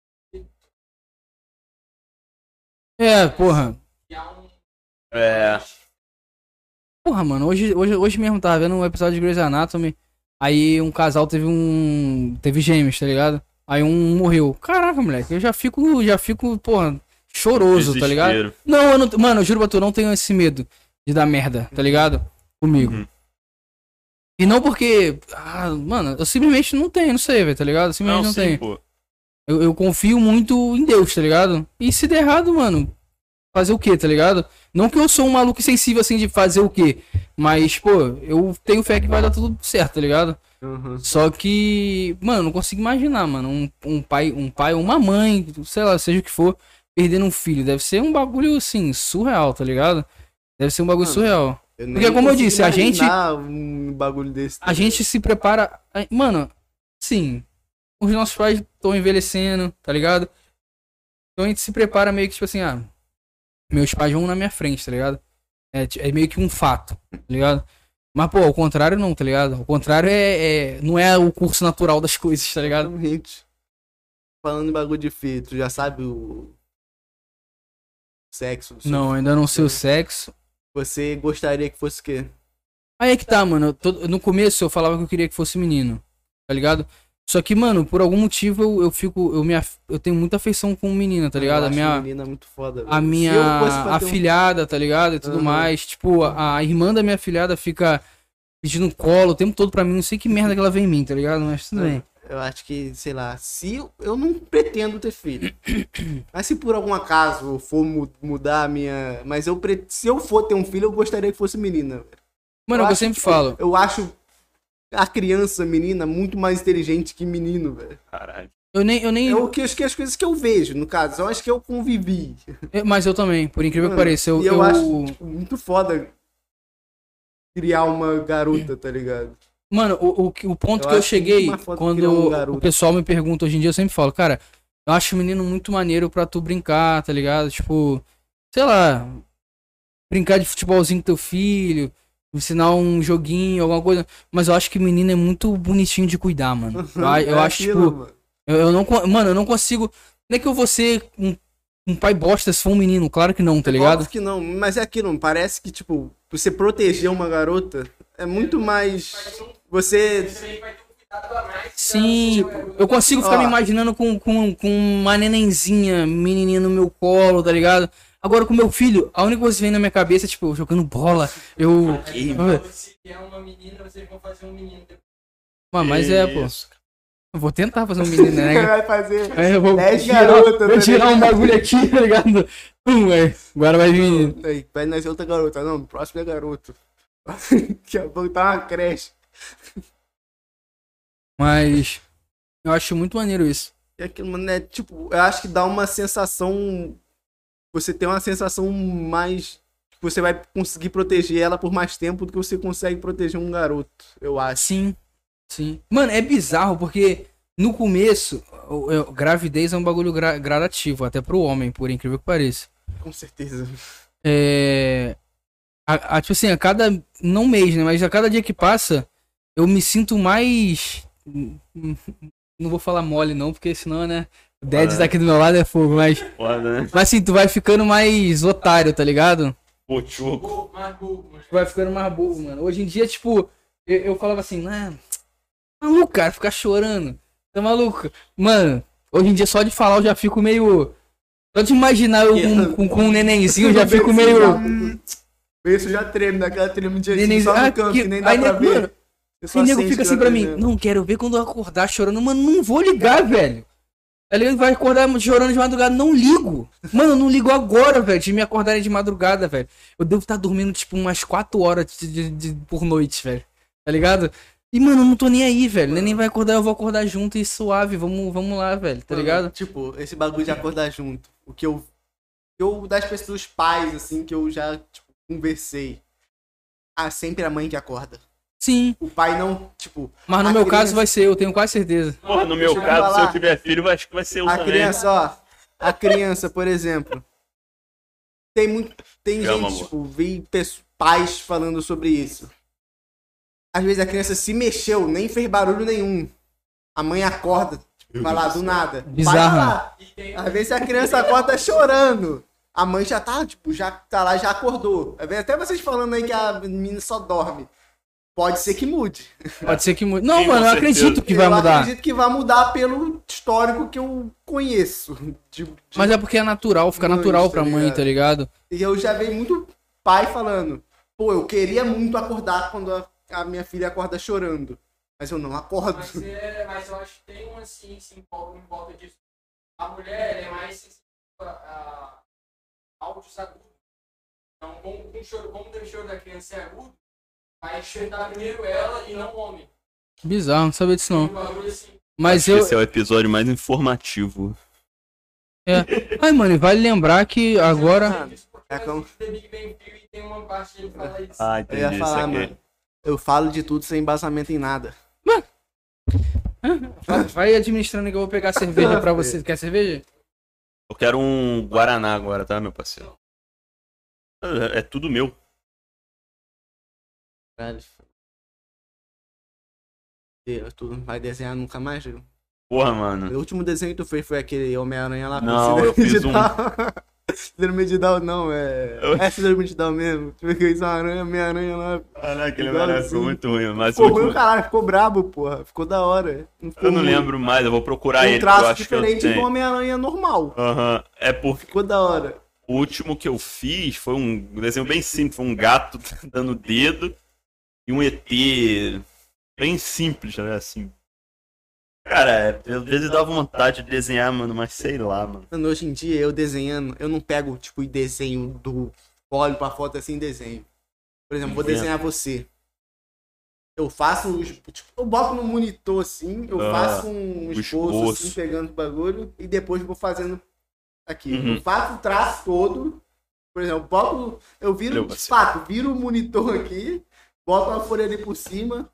Speaker 1: É, porra.
Speaker 4: E há um.
Speaker 2: É.
Speaker 1: Porra, mano, hoje, hoje, hoje mesmo tava vendo um episódio de Grey's Anatomy. Aí um casal teve um. Teve gêmeos, tá ligado? Aí um morreu. Caraca, moleque, eu já fico, já fico, porra, choroso, tá ligado?
Speaker 2: Desespero.
Speaker 1: Não, eu não. Mano, eu juro pra tu, eu não tenho esse medo de dar merda, tá ligado? Comigo.
Speaker 2: Uhum.
Speaker 1: E não porque. Ah, mano, eu simplesmente não tenho, não sei, velho, tá ligado? Eu simplesmente
Speaker 2: Não,
Speaker 1: não,
Speaker 2: sim,
Speaker 1: tenho.
Speaker 2: pô.
Speaker 1: Eu, eu confio muito em Deus, tá ligado? E se der errado, mano, fazer o quê, tá ligado? Não que eu sou um maluco sensível assim de fazer o quê. Mas, pô, eu tenho fé que vai dar tudo certo, tá ligado?
Speaker 3: Uhum.
Speaker 1: Só que, mano, eu não consigo imaginar, mano, um, um pai, um pai, ou uma mãe, sei lá, seja o que for, perdendo um filho. Deve ser um bagulho, assim, surreal, tá ligado? Deve ser um bagulho
Speaker 3: Mano,
Speaker 1: surreal.
Speaker 3: Eu nem
Speaker 1: Porque, como eu
Speaker 3: consigo
Speaker 1: disse, a gente-
Speaker 3: imaginar Um bagulho desse.
Speaker 1: A gente se prepara. a- Mano, sim, os nossos pais estão envelhecendo, tá ligado? Então a gente se prepara meio que, tipo assim, ah, meus pais vão na minha frente, tá ligado? É, ti- é meio que um fato, tá ligado? Mas, pô, ao contrário não, tá ligado? Ao contrário é, é- não é o curso natural das coisas, tá ligado?
Speaker 3: Exatamente. um Falando em bagulho de filho, tu já sabe o. Sexo. do seu
Speaker 1: Não,
Speaker 3: filho?
Speaker 1: ainda não sei o sexo.
Speaker 3: Você gostaria que fosse o quê?
Speaker 1: Aí é que tá, mano. eu tô- no começo eu falava que eu queria que fosse menino, tá ligado? Só que, mano, por algum motivo eu, eu fico. Eu, me af- eu tenho muita afeição com menina, tá ligado?
Speaker 3: Eu
Speaker 1: A
Speaker 3: acho
Speaker 1: minha,
Speaker 3: menina muito foda,
Speaker 1: a
Speaker 3: velho. Se
Speaker 1: minha
Speaker 3: eu fosse pra ter um-
Speaker 1: afilhada, tá ligado? E tudo
Speaker 3: Aham.
Speaker 1: mais. Tipo, a, a irmã da minha afilhada fica pedindo colo o tempo todo pra mim. Não sei que merda que ela vem em mim, tá ligado? Mas tudo bem.
Speaker 3: Eu acho que, sei lá, se eu- eu não pretendo
Speaker 1: (coughs)
Speaker 3: ter filho. Mas se por algum acaso eu for mu- mudar a minha. Mas eu pre- se eu for ter um filho, eu gostaria que fosse menina.
Speaker 1: Mano, é o que eu
Speaker 3: acho,
Speaker 1: sempre
Speaker 3: tipo,
Speaker 1: falo.
Speaker 3: Eu acho a criança, menina, muito mais inteligente que menino, velho.
Speaker 2: Caralho.
Speaker 1: Eu nem. Eu nem
Speaker 3: É o que, acho que as coisas que eu vejo, no caso, são as que eu convivi.
Speaker 1: eu- mas eu também, por incrível que
Speaker 3: Mano,
Speaker 1: pareça. Eu,
Speaker 3: e eu,
Speaker 1: eu-
Speaker 3: acho tipo, muito foda criar uma garota, tá ligado?
Speaker 1: Mano, o, o, que- o ponto
Speaker 3: Eu
Speaker 1: que eu
Speaker 3: acho
Speaker 1: cheguei
Speaker 3: muito mais foda criar um
Speaker 1: quando
Speaker 3: garoto.
Speaker 1: o pessoal me pergunta hoje em dia, eu sempre falo, cara, eu acho o menino muito maneiro pra tu brincar, tá ligado? Tipo, sei lá, brincar de futebolzinho com teu filho, ensinar um joguinho, alguma coisa. Mas eu acho que menino é muito bonitinho de cuidar,
Speaker 3: (laughs)
Speaker 1: mano. Eu, a- eu
Speaker 3: É
Speaker 1: acho,
Speaker 3: aquilo,
Speaker 1: tipo,
Speaker 3: mano.
Speaker 1: eu, eu não, con- mano, eu não consigo. Não é que eu vou ser um, um pai bosta se for um menino, claro que não, tá ligado?
Speaker 3: Óbvio que não, mas é aquilo, parece que, tipo, você proteger uma garota é muito mais. Você.
Speaker 4: Isso aí vai ter um cuidado a mais.
Speaker 1: Sim, eu consigo ficar
Speaker 3: Ó.
Speaker 1: me imaginando com, com, com uma nenenzinha, menininha no meu colo, tá ligado? Agora com meu filho, a única coisa que vem na minha cabeça é tipo, eu jogando bola, eu.
Speaker 4: Aí,
Speaker 1: Ah,
Speaker 4: se é uma menina, vocês vão fazer um menino.
Speaker 1: Mano, mas é, pô.
Speaker 2: Isso.
Speaker 1: Eu vou tentar fazer um menino, né?
Speaker 3: (laughs)
Speaker 1: cara?
Speaker 3: Vai fazer.
Speaker 1: Aí eu vou
Speaker 3: Dez
Speaker 1: tirar,
Speaker 3: garotas,
Speaker 1: vou
Speaker 3: tá
Speaker 1: tirar um
Speaker 3: ligado?
Speaker 1: bagulho aqui, (laughs) tá ligado? Pum, aí. Agora vai vir menino.
Speaker 3: Aí, vai nascer outra garota. Não, o próximo é garoto. (laughs) Daqui a pouco tá uma creche.
Speaker 1: Mas eu acho muito maneiro isso.
Speaker 3: E aquilo, mano, é tipo, eu acho que dá uma sensação. Você tem uma sensação mais. que Você vai conseguir proteger ela por mais tempo do que você consegue proteger um garoto, eu acho.
Speaker 1: Sim, sim. Mano, é bizarro porque no começo, eu- eu- gravidez é um bagulho gra- gradativo, até pro homem, por incrível que pareça.
Speaker 3: Com certeza.
Speaker 1: É. A, a- tipo assim, a cada. Não mês, né? Mas a cada dia que passa, eu me sinto mais. Não vou falar mole, não, porque senão, né? O Dead
Speaker 2: Ah.
Speaker 1: tá aqui do meu lado é fogo, mas.
Speaker 2: Foda, né?
Speaker 1: Mas assim, tu vai ficando mais otário, tá ligado?
Speaker 2: Pochuco.
Speaker 4: Gol, mais gol, mano.
Speaker 1: Tu vai ficando mais bobo, mano. Hoje em dia, tipo, eu, eu falava assim, né? Maluco, cara, ficar chorando. Tá maluco? Mano, hoje em dia só de falar eu já fico meio. Só de imaginar eu com, com, com um nenenzinho, eu
Speaker 3: (laughs)
Speaker 1: já fico meio.
Speaker 3: hum, Isso já treme, daquela treme de
Speaker 1: Nenenzinho.
Speaker 3: assim, só
Speaker 1: Ah,
Speaker 3: no campo,
Speaker 1: que-
Speaker 3: que nem dá
Speaker 1: aí,
Speaker 3: pra
Speaker 1: né,
Speaker 3: ver.
Speaker 1: mano,
Speaker 3: Você
Speaker 1: Esse
Speaker 3: só
Speaker 1: nego
Speaker 3: sente
Speaker 1: fica
Speaker 3: que
Speaker 1: assim
Speaker 3: tá
Speaker 1: pra mim,
Speaker 3: tremendo.
Speaker 1: não quero ver quando eu acordar chorando, mano, não vou ligar, velho. Tá ligado? Vai acordar chorando de madrugada, não ligo. Mano, eu não ligo agora, velho, de me acordarem de madrugada, velho. Eu devo estar dormindo, tipo, umas 4 horas de- de- de- por noite, velho. Tá ligado? E, mano, eu não tô nem aí, velho. Nem vai acordar, eu vou acordar junto e suave. Vamos, vamos lá, velho, tá
Speaker 3: Mano,
Speaker 1: ligado?
Speaker 3: Tipo, esse bagulho de acordar junto. O que eu. Eu, das pessoas pais, assim, que eu já, tipo, conversei. Ah, sempre a mãe que acorda.
Speaker 1: Sim,
Speaker 3: O pai não, tipo.
Speaker 1: mas no
Speaker 3: a
Speaker 1: meu caso
Speaker 3: criança-
Speaker 1: vai ser, eu tenho quase certeza.
Speaker 2: Porra, no meu
Speaker 3: Deixa eu
Speaker 2: caso, se
Speaker 3: falar.
Speaker 2: eu tiver filho, eu acho que vai ser um
Speaker 3: A
Speaker 2: também.
Speaker 3: criança, ó. A criança, por exemplo. Tem muito. Tem
Speaker 2: Te
Speaker 3: gente,
Speaker 2: amo, amor.
Speaker 3: tipo, vi pesso- pais falando sobre isso. Às vezes a criança se mexeu, nem fez barulho nenhum. A mãe acorda, tipo,
Speaker 2: Meu
Speaker 3: vai lá
Speaker 2: Deus
Speaker 3: do
Speaker 2: do
Speaker 3: nada.
Speaker 1: Bizarro.
Speaker 3: Vai lá.
Speaker 4: E tem
Speaker 3: Às vezes a criança acorda chorando. A mãe já tá, tipo, já tá lá, já acordou. Às vezes até vocês falando aí que a menina só dorme. Pode ser que mude.
Speaker 1: Pode ser que mude. Não,
Speaker 2: Sim, com
Speaker 1: mano, eu
Speaker 2: certeza.
Speaker 1: acredito que vai
Speaker 3: eu
Speaker 1: mudar.
Speaker 3: acredito que vai mudar pelo histórico que eu conheço. De- de-
Speaker 1: Mas é porque é natural, fica
Speaker 3: Mãe,
Speaker 1: natural
Speaker 3: tá
Speaker 1: pra mãe,
Speaker 3: ligado?
Speaker 1: tá ligado?
Speaker 3: E eu já vi muito pai falando, pô, eu queria muito acordar quando a, a minha filha acorda chorando. Mas eu não acordo.
Speaker 4: Mas, é, mas eu acho que tem uma ciência em volta, em volta disso. A mulher ela é mais sensível a, a áudios agudos. Então, como, um choro, como o choro da criança é agudo, vai enxergar primeiro ela e não o homem.
Speaker 1: Bizarro, não sabia disso
Speaker 4: Um
Speaker 1: não.
Speaker 4: bagulho assim.
Speaker 1: Mas eu,
Speaker 2: Esse é o episódio mais informativo.
Speaker 1: Ai, mano, e vale lembrar que agora.
Speaker 3: (laughs) Ah,
Speaker 4: Isso porque
Speaker 3: é
Speaker 4: faz
Speaker 3: como-
Speaker 4: isso The Big Bang Theory e tem uma parte dele que fala isso.
Speaker 2: Ah,
Speaker 3: Eu
Speaker 2: entendi.
Speaker 3: ia
Speaker 2: isso
Speaker 3: falar,
Speaker 2: aqui.
Speaker 3: mano. Eu falo de tudo sem embasamento em nada.
Speaker 1: Vai administrando que eu vou pegar a cerveja pra você. Quer cerveja?
Speaker 2: Eu quero um Guaraná agora, tá, meu parceiro? É é tudo meu.
Speaker 3: Caralho. Eu- Tu não vai desenhar nunca mais, viu?
Speaker 2: Porra, mano.
Speaker 3: O último desenho que tu fez foi aquele Homem-Aranha lá
Speaker 2: Não,
Speaker 3: síndrome
Speaker 2: eu fiz
Speaker 3: de
Speaker 2: um.
Speaker 3: (laughs) Down. síndrome de Down não, é.
Speaker 2: Eu-
Speaker 3: É síndrome de Down mesmo. Tu fez uma aranha, minha aranha lá.
Speaker 2: Caraca, aquele
Speaker 3: Igualzinho.
Speaker 2: Guaraná ficou muito ruim. Mas
Speaker 3: Ficou
Speaker 2: o
Speaker 3: ruim,
Speaker 2: último-
Speaker 3: caralho, ficou brabo, porra. Ficou da hora. ficou
Speaker 2: eu não
Speaker 3: ruim.
Speaker 2: lembro mais, eu vou procurar
Speaker 3: um
Speaker 2: ele. porque Tá eu
Speaker 3: traço
Speaker 2: acho que
Speaker 3: diferente
Speaker 2: eu
Speaker 3: do
Speaker 2: tenho.
Speaker 3: Homem-Aranha normal.
Speaker 2: Aham. É porque
Speaker 3: Ficou da hora.
Speaker 2: o último que eu fiz foi um desenho bem simples. Foi um gato (laughs) dando dedo e um ET bem simples, né? Assim. Cara, é- às vezes dá vontade de desenhar, mano, mas sei lá, mano.
Speaker 3: Mano, hoje em dia eu desenhando, eu não pego, tipo, e desenho do. Olho pra foto assim e desenho. Por exemplo, vou
Speaker 2: Entendo.
Speaker 3: desenhar você. Eu faço os. Tipo, eu boto no monitor assim, eu
Speaker 2: Ah,
Speaker 3: faço um
Speaker 2: o
Speaker 3: esboço, assim,
Speaker 2: esboço.
Speaker 3: pegando o bagulho, e depois vou fazendo aqui.
Speaker 2: Uhum.
Speaker 3: Eu faço o traço todo. Por exemplo, boto. Eu viro
Speaker 2: Meu,
Speaker 3: o
Speaker 2: você-
Speaker 3: fato, viro o monitor aqui, boto uma folha ali por cima,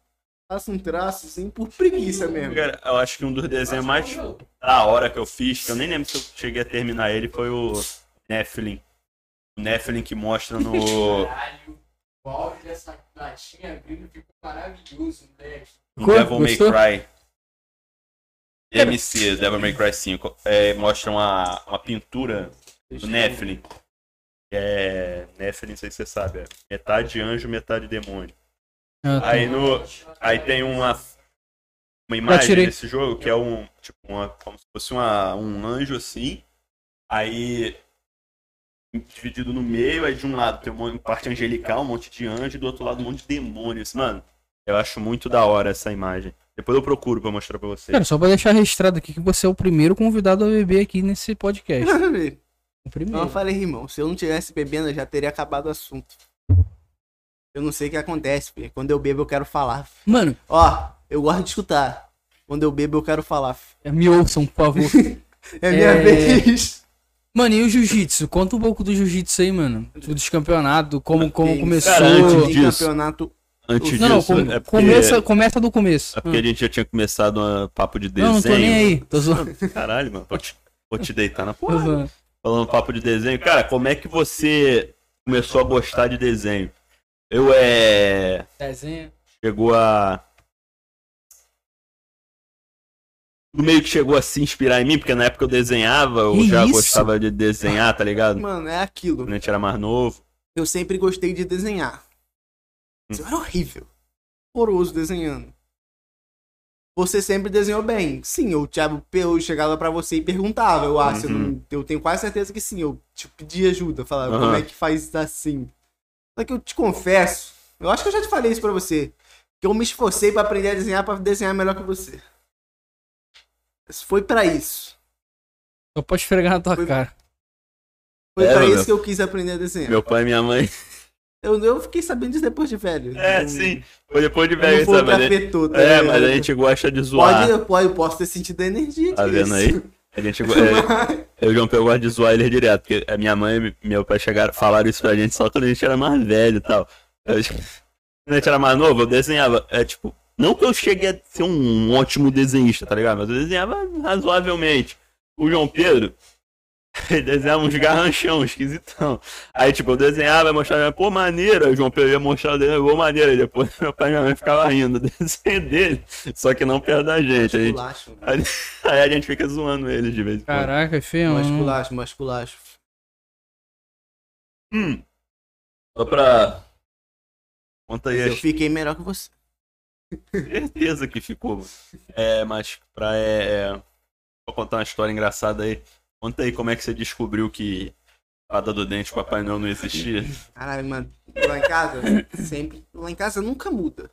Speaker 3: faço um traço assim, por preguiça mesmo.
Speaker 2: Cara, eu acho que um dos desenhos mais
Speaker 4: Mas,
Speaker 2: da hora que eu fiz, que eu nem lembro se eu cheguei a terminar ele, foi o Nephilim. O Nephilim que mostra
Speaker 3: (laughs)
Speaker 2: no.
Speaker 4: Caralho, o áudio dessa latinha abrindo ficou maravilhoso, né? moleque.
Speaker 2: no
Speaker 1: Cor-
Speaker 2: Um Devil May
Speaker 1: gostou?
Speaker 2: Cry. MC, Devil May Cry 5. É, mostra uma, uma pintura do Nephilim. É. Nephilim, não sei se você sabe. É metade anjo, metade demônio.
Speaker 1: Ah, tá.
Speaker 2: Aí no. Aí tem uma. Uma imagem
Speaker 1: tirei.
Speaker 2: desse jogo que é um. Tipo, uma, como se fosse uma, um anjo assim. Aí. Dividido no meio, aí de um lado tem uma parte angelical, um monte de anjo, e do outro lado um monte de demônios. Mano, eu acho muito da hora essa imagem. Depois eu procuro pra mostrar pra vocês.
Speaker 1: Cara, só pra deixar registrado aqui que você é o primeiro convidado a beber aqui nesse
Speaker 2: (laughs)
Speaker 1: podcast.
Speaker 3: (laughs)
Speaker 1: O
Speaker 3: Não, Então eu
Speaker 1: primeiro.
Speaker 3: falei, irmão, se eu não tivesse bebendo, eu já teria acabado o assunto. Eu não sei o que acontece, filho. Quando eu bebo, eu quero falar.
Speaker 1: Mano,
Speaker 3: Ó, eu gosto de escutar. Quando eu bebo, eu quero falar. filho.
Speaker 1: me ouçam, por
Speaker 2: (laughs)
Speaker 1: favor.
Speaker 3: É minha
Speaker 1: É.
Speaker 3: vez.
Speaker 1: Mano, e o jiu-jitsu? Conta um pouco do jiu-jitsu aí, mano. Dos campeonatos, como, como
Speaker 3: Tem-
Speaker 1: começou.
Speaker 2: Cara, antes
Speaker 3: Tem
Speaker 2: disso.
Speaker 3: campeonato.
Speaker 2: Antes
Speaker 1: Não, não,
Speaker 2: disso,
Speaker 1: come-
Speaker 2: é porque,
Speaker 1: começa, começa do começo.
Speaker 2: é porque a gente já tinha começado um papo de desenho.
Speaker 1: não, não tô nem aí. Tô zoando.
Speaker 2: Caralho, mano. Vou te, vou te deitar na
Speaker 1: Tô
Speaker 2: porra.
Speaker 1: zoando.
Speaker 2: Falando papo de desenho. Cara, como é que você começou a gostar de desenho? Eu é.
Speaker 1: Desenho.
Speaker 2: Chegou a. Tu Meio que chegou a se inspirar em mim, porque na época eu desenhava, eu
Speaker 1: Que
Speaker 2: já
Speaker 1: isso?
Speaker 2: gostava de desenhar, tá ligado?
Speaker 3: Mano, é aquilo.
Speaker 2: Quando a gente era mais novo.
Speaker 3: Eu sempre gostei de desenhar. Mas
Speaker 2: Hum.
Speaker 3: Eu era horrível. Horroroso desenhando. Você sempre desenhou bem. Sim, eu, Thiago, eu chegava pra você e perguntava. Eu acho, eu, não- eu tenho quase certeza que sim. Eu te pedi ajuda, falava, como
Speaker 2: Uhum. Aham.
Speaker 3: é que faz assim? Só que eu te confesso, eu acho que eu já te falei isso pra você, que eu me esforcei pra aprender a desenhar pra desenhar melhor que você. Isso Foi pra isso.
Speaker 1: Só pode esfregar na tua
Speaker 3: Foi-
Speaker 1: cara.
Speaker 3: Foi
Speaker 2: É,
Speaker 3: pra
Speaker 2: meu-
Speaker 3: isso que eu quis aprender a desenhar.
Speaker 2: Meu pai e minha mãe.
Speaker 3: Eu, eu fiquei sabendo disso depois de velho.
Speaker 2: É,
Speaker 3: Eu-
Speaker 2: sim. Foi depois de
Speaker 3: Eu não
Speaker 2: velho,
Speaker 3: vou
Speaker 2: sabe?
Speaker 3: pra
Speaker 2: Mas a gente-
Speaker 3: afetou, tá
Speaker 2: É,
Speaker 3: ligado?
Speaker 2: mas a gente gosta de zoar.
Speaker 3: Pode, pode, posso ter sentido a energia
Speaker 2: Tá
Speaker 3: disso. Tipo,
Speaker 2: vendo
Speaker 3: (laughs)
Speaker 2: aí? A gente, go- é, eu e o João Pedro gosta de zoar ele direto, porque a minha mãe e meu pai chegaram, falaram isso pra gente só quando a gente era mais velho e tal. Eu- quando a gente era mais novo, eu desenhava. É tipo, não que eu cheguei a ser um ótimo desenhista, tá ligado? Mas eu desenhava razoavelmente. O João Pedro, (laughs) ele desenhava uns garranchão, esquisitão. Aí, tipo, eu desenhava e mostrava, pô, maneiro. Aí o João Pedro ia mostrar o desenho, pô, maneiro. E depois (laughs) meu pai e minha mãe ficavam rindo do (laughs) desenho dele, só que não perto da gente. A gente
Speaker 3: Masculacho, mano.
Speaker 2: Aí, aí a gente fica zoando eles de vez em quando.
Speaker 1: Caraca, é feio. mano.
Speaker 3: masculacho, masculacho.
Speaker 2: Hum. Só pra. Conta aí,
Speaker 3: Eu
Speaker 2: acho
Speaker 3: fiquei melhor que você.
Speaker 2: certeza que ficou. mano. É, mas pra. É, é, Vou contar uma história engraçada aí. Conta aí como é que você descobriu que Fada do Dente Papai Noel não existia.
Speaker 3: Caralho, mano. Lá em casa, sempre. Lá em casa nunca muda.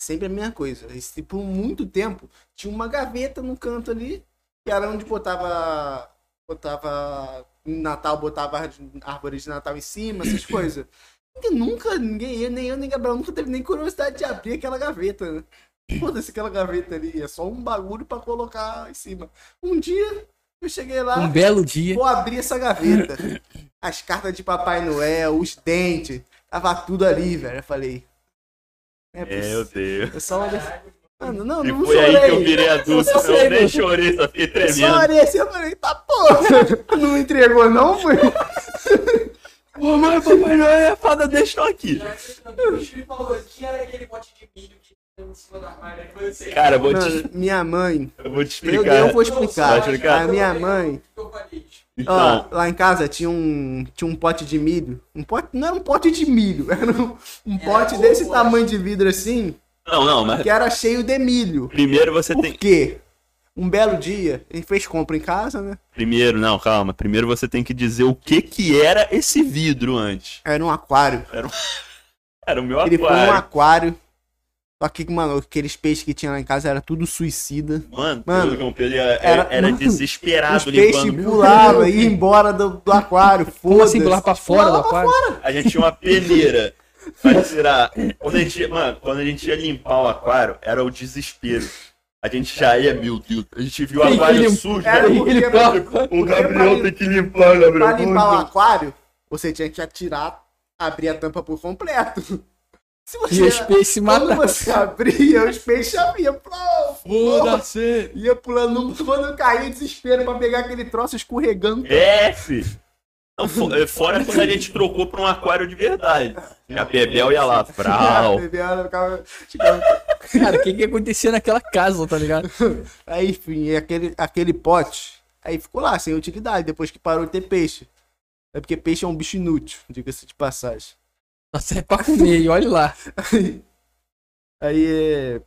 Speaker 3: Sempre a mesma coisa. E, se- por muito tempo, tinha uma gaveta no canto ali, que era onde botava. Botava. em Natal, botava ar- árvores de Natal em cima, essas coisas. Ninguém nunca, ninguém, eu, nem eu, nem Gabriel, nunca teve nem curiosidade de abrir aquela gaveta, né? Foda-se aquela gaveta ali, é só um bagulho pra colocar em cima. Um dia, eu cheguei lá.
Speaker 1: Um belo dia.
Speaker 3: Vou abrir essa
Speaker 2: (coughs)
Speaker 3: gaveta. As cartas de Papai Noel, os dentes. Tava tudo ali, velho. Eu falei. É,
Speaker 2: (laughs) Meu
Speaker 3: possível.
Speaker 2: Deus.
Speaker 3: Eu só olhei. assim, Mano, não,
Speaker 2: E
Speaker 3: não
Speaker 2: foi aí que eu
Speaker 3: chorei.
Speaker 2: virei adulto.
Speaker 3: Eu só sei,
Speaker 2: Eu nem
Speaker 3: meu.
Speaker 2: chorei, só fiquei
Speaker 3: Eu só
Speaker 2: tremendo.
Speaker 3: olhei assim, eu falei, tá porra. (laughs) Não entregou, não, foi?
Speaker 2: Pô, mas Papai Noel é fada deixou aqui.
Speaker 4: O Chile falou que era aquele pote de milho que tem em cima do armário. aí foi assim você.
Speaker 2: Cara, eu vou te,
Speaker 3: Mano, minha mãe.
Speaker 2: eu vou te
Speaker 3: Eu,
Speaker 2: explicar.
Speaker 3: eu vou
Speaker 2: Vai
Speaker 3: explicar.
Speaker 2: explicar?
Speaker 3: A minha mãe.
Speaker 4: Eu falei, tipo,
Speaker 3: Ó,
Speaker 2: Então,
Speaker 3: lá em casa tinha um, tinha um pote de milho. Um pote, não era um pote de milho, (laughs) era um, um pote desse tamanho de vidro assim,
Speaker 2: não, não, mas
Speaker 3: que era cheio de milho.
Speaker 2: primeiro você tem.
Speaker 3: Por quê? Um belo dia, ele fez compra em casa, né?
Speaker 2: Primeiro, não, calma. Primeiro você tem que dizer o que que era esse vidro antes.
Speaker 3: Era um aquário.
Speaker 2: Era o meu
Speaker 3: Ele foi um
Speaker 2: aquário.
Speaker 3: aquário. Só que, mano, aqueles peixes que tinha lá em casa era tudo suicida.
Speaker 2: Mano,
Speaker 3: Mano,
Speaker 2: o João Pedro era,
Speaker 3: era-
Speaker 2: era
Speaker 3: mano, Os
Speaker 2: desesperado
Speaker 3: peixes
Speaker 2: limpando. Meu (laughs)
Speaker 3: pulavam e ia embora do, do aquário.
Speaker 1: Como
Speaker 3: Foda-se.
Speaker 1: assim, pular pra fora do
Speaker 3: Pulava pra
Speaker 1: aquário?
Speaker 2: Deus. A gente tinha uma peneira pra tirar. Quando a gente, mano, quando a gente ia limpar o aquário, era o desespero. A gente já ia, meu Deus. A gente viu o
Speaker 1: Tem que
Speaker 2: aquário
Speaker 1: limpar.
Speaker 2: sujo.
Speaker 3: Era
Speaker 2: né?
Speaker 3: porque-
Speaker 4: é
Speaker 1: Ele corre.
Speaker 2: O
Speaker 3: Porque
Speaker 2: Gabriel tem que limpar, Gabriel.
Speaker 3: Pra limpar o
Speaker 2: Meu Deus.
Speaker 3: aquário, você tinha que atirar, abrir a tampa por completo. (laughs) Se
Speaker 1: E
Speaker 3: você.
Speaker 1: os peixes se
Speaker 3: (laughs) Quando
Speaker 1: mataram.
Speaker 3: você abria, os peixes já vinham. Pô,
Speaker 1: Foda-se.
Speaker 3: Ia pulando, quando caía, desespero pra pegar aquele troço escorregando.
Speaker 2: É, fi. Não, fo- é, fora quando a gente trocou pra um aquário de verdade. A Bebel ia lá,
Speaker 3: Ah,
Speaker 2: frau.
Speaker 3: (laughs) entendeu? Ela ficava- tipo, ficava-
Speaker 1: Cara, o que que acontecia naquela casa, tá ligado?
Speaker 3: Aí, enfim, e aquele, aquele pote, aí ficou lá, sem utilidade, depois que parou de ter peixe. É porque peixe é um bicho inútil, diga-se de passagem.
Speaker 1: Nossa, é pra comer, e olha lá.
Speaker 3: Aí, aí é,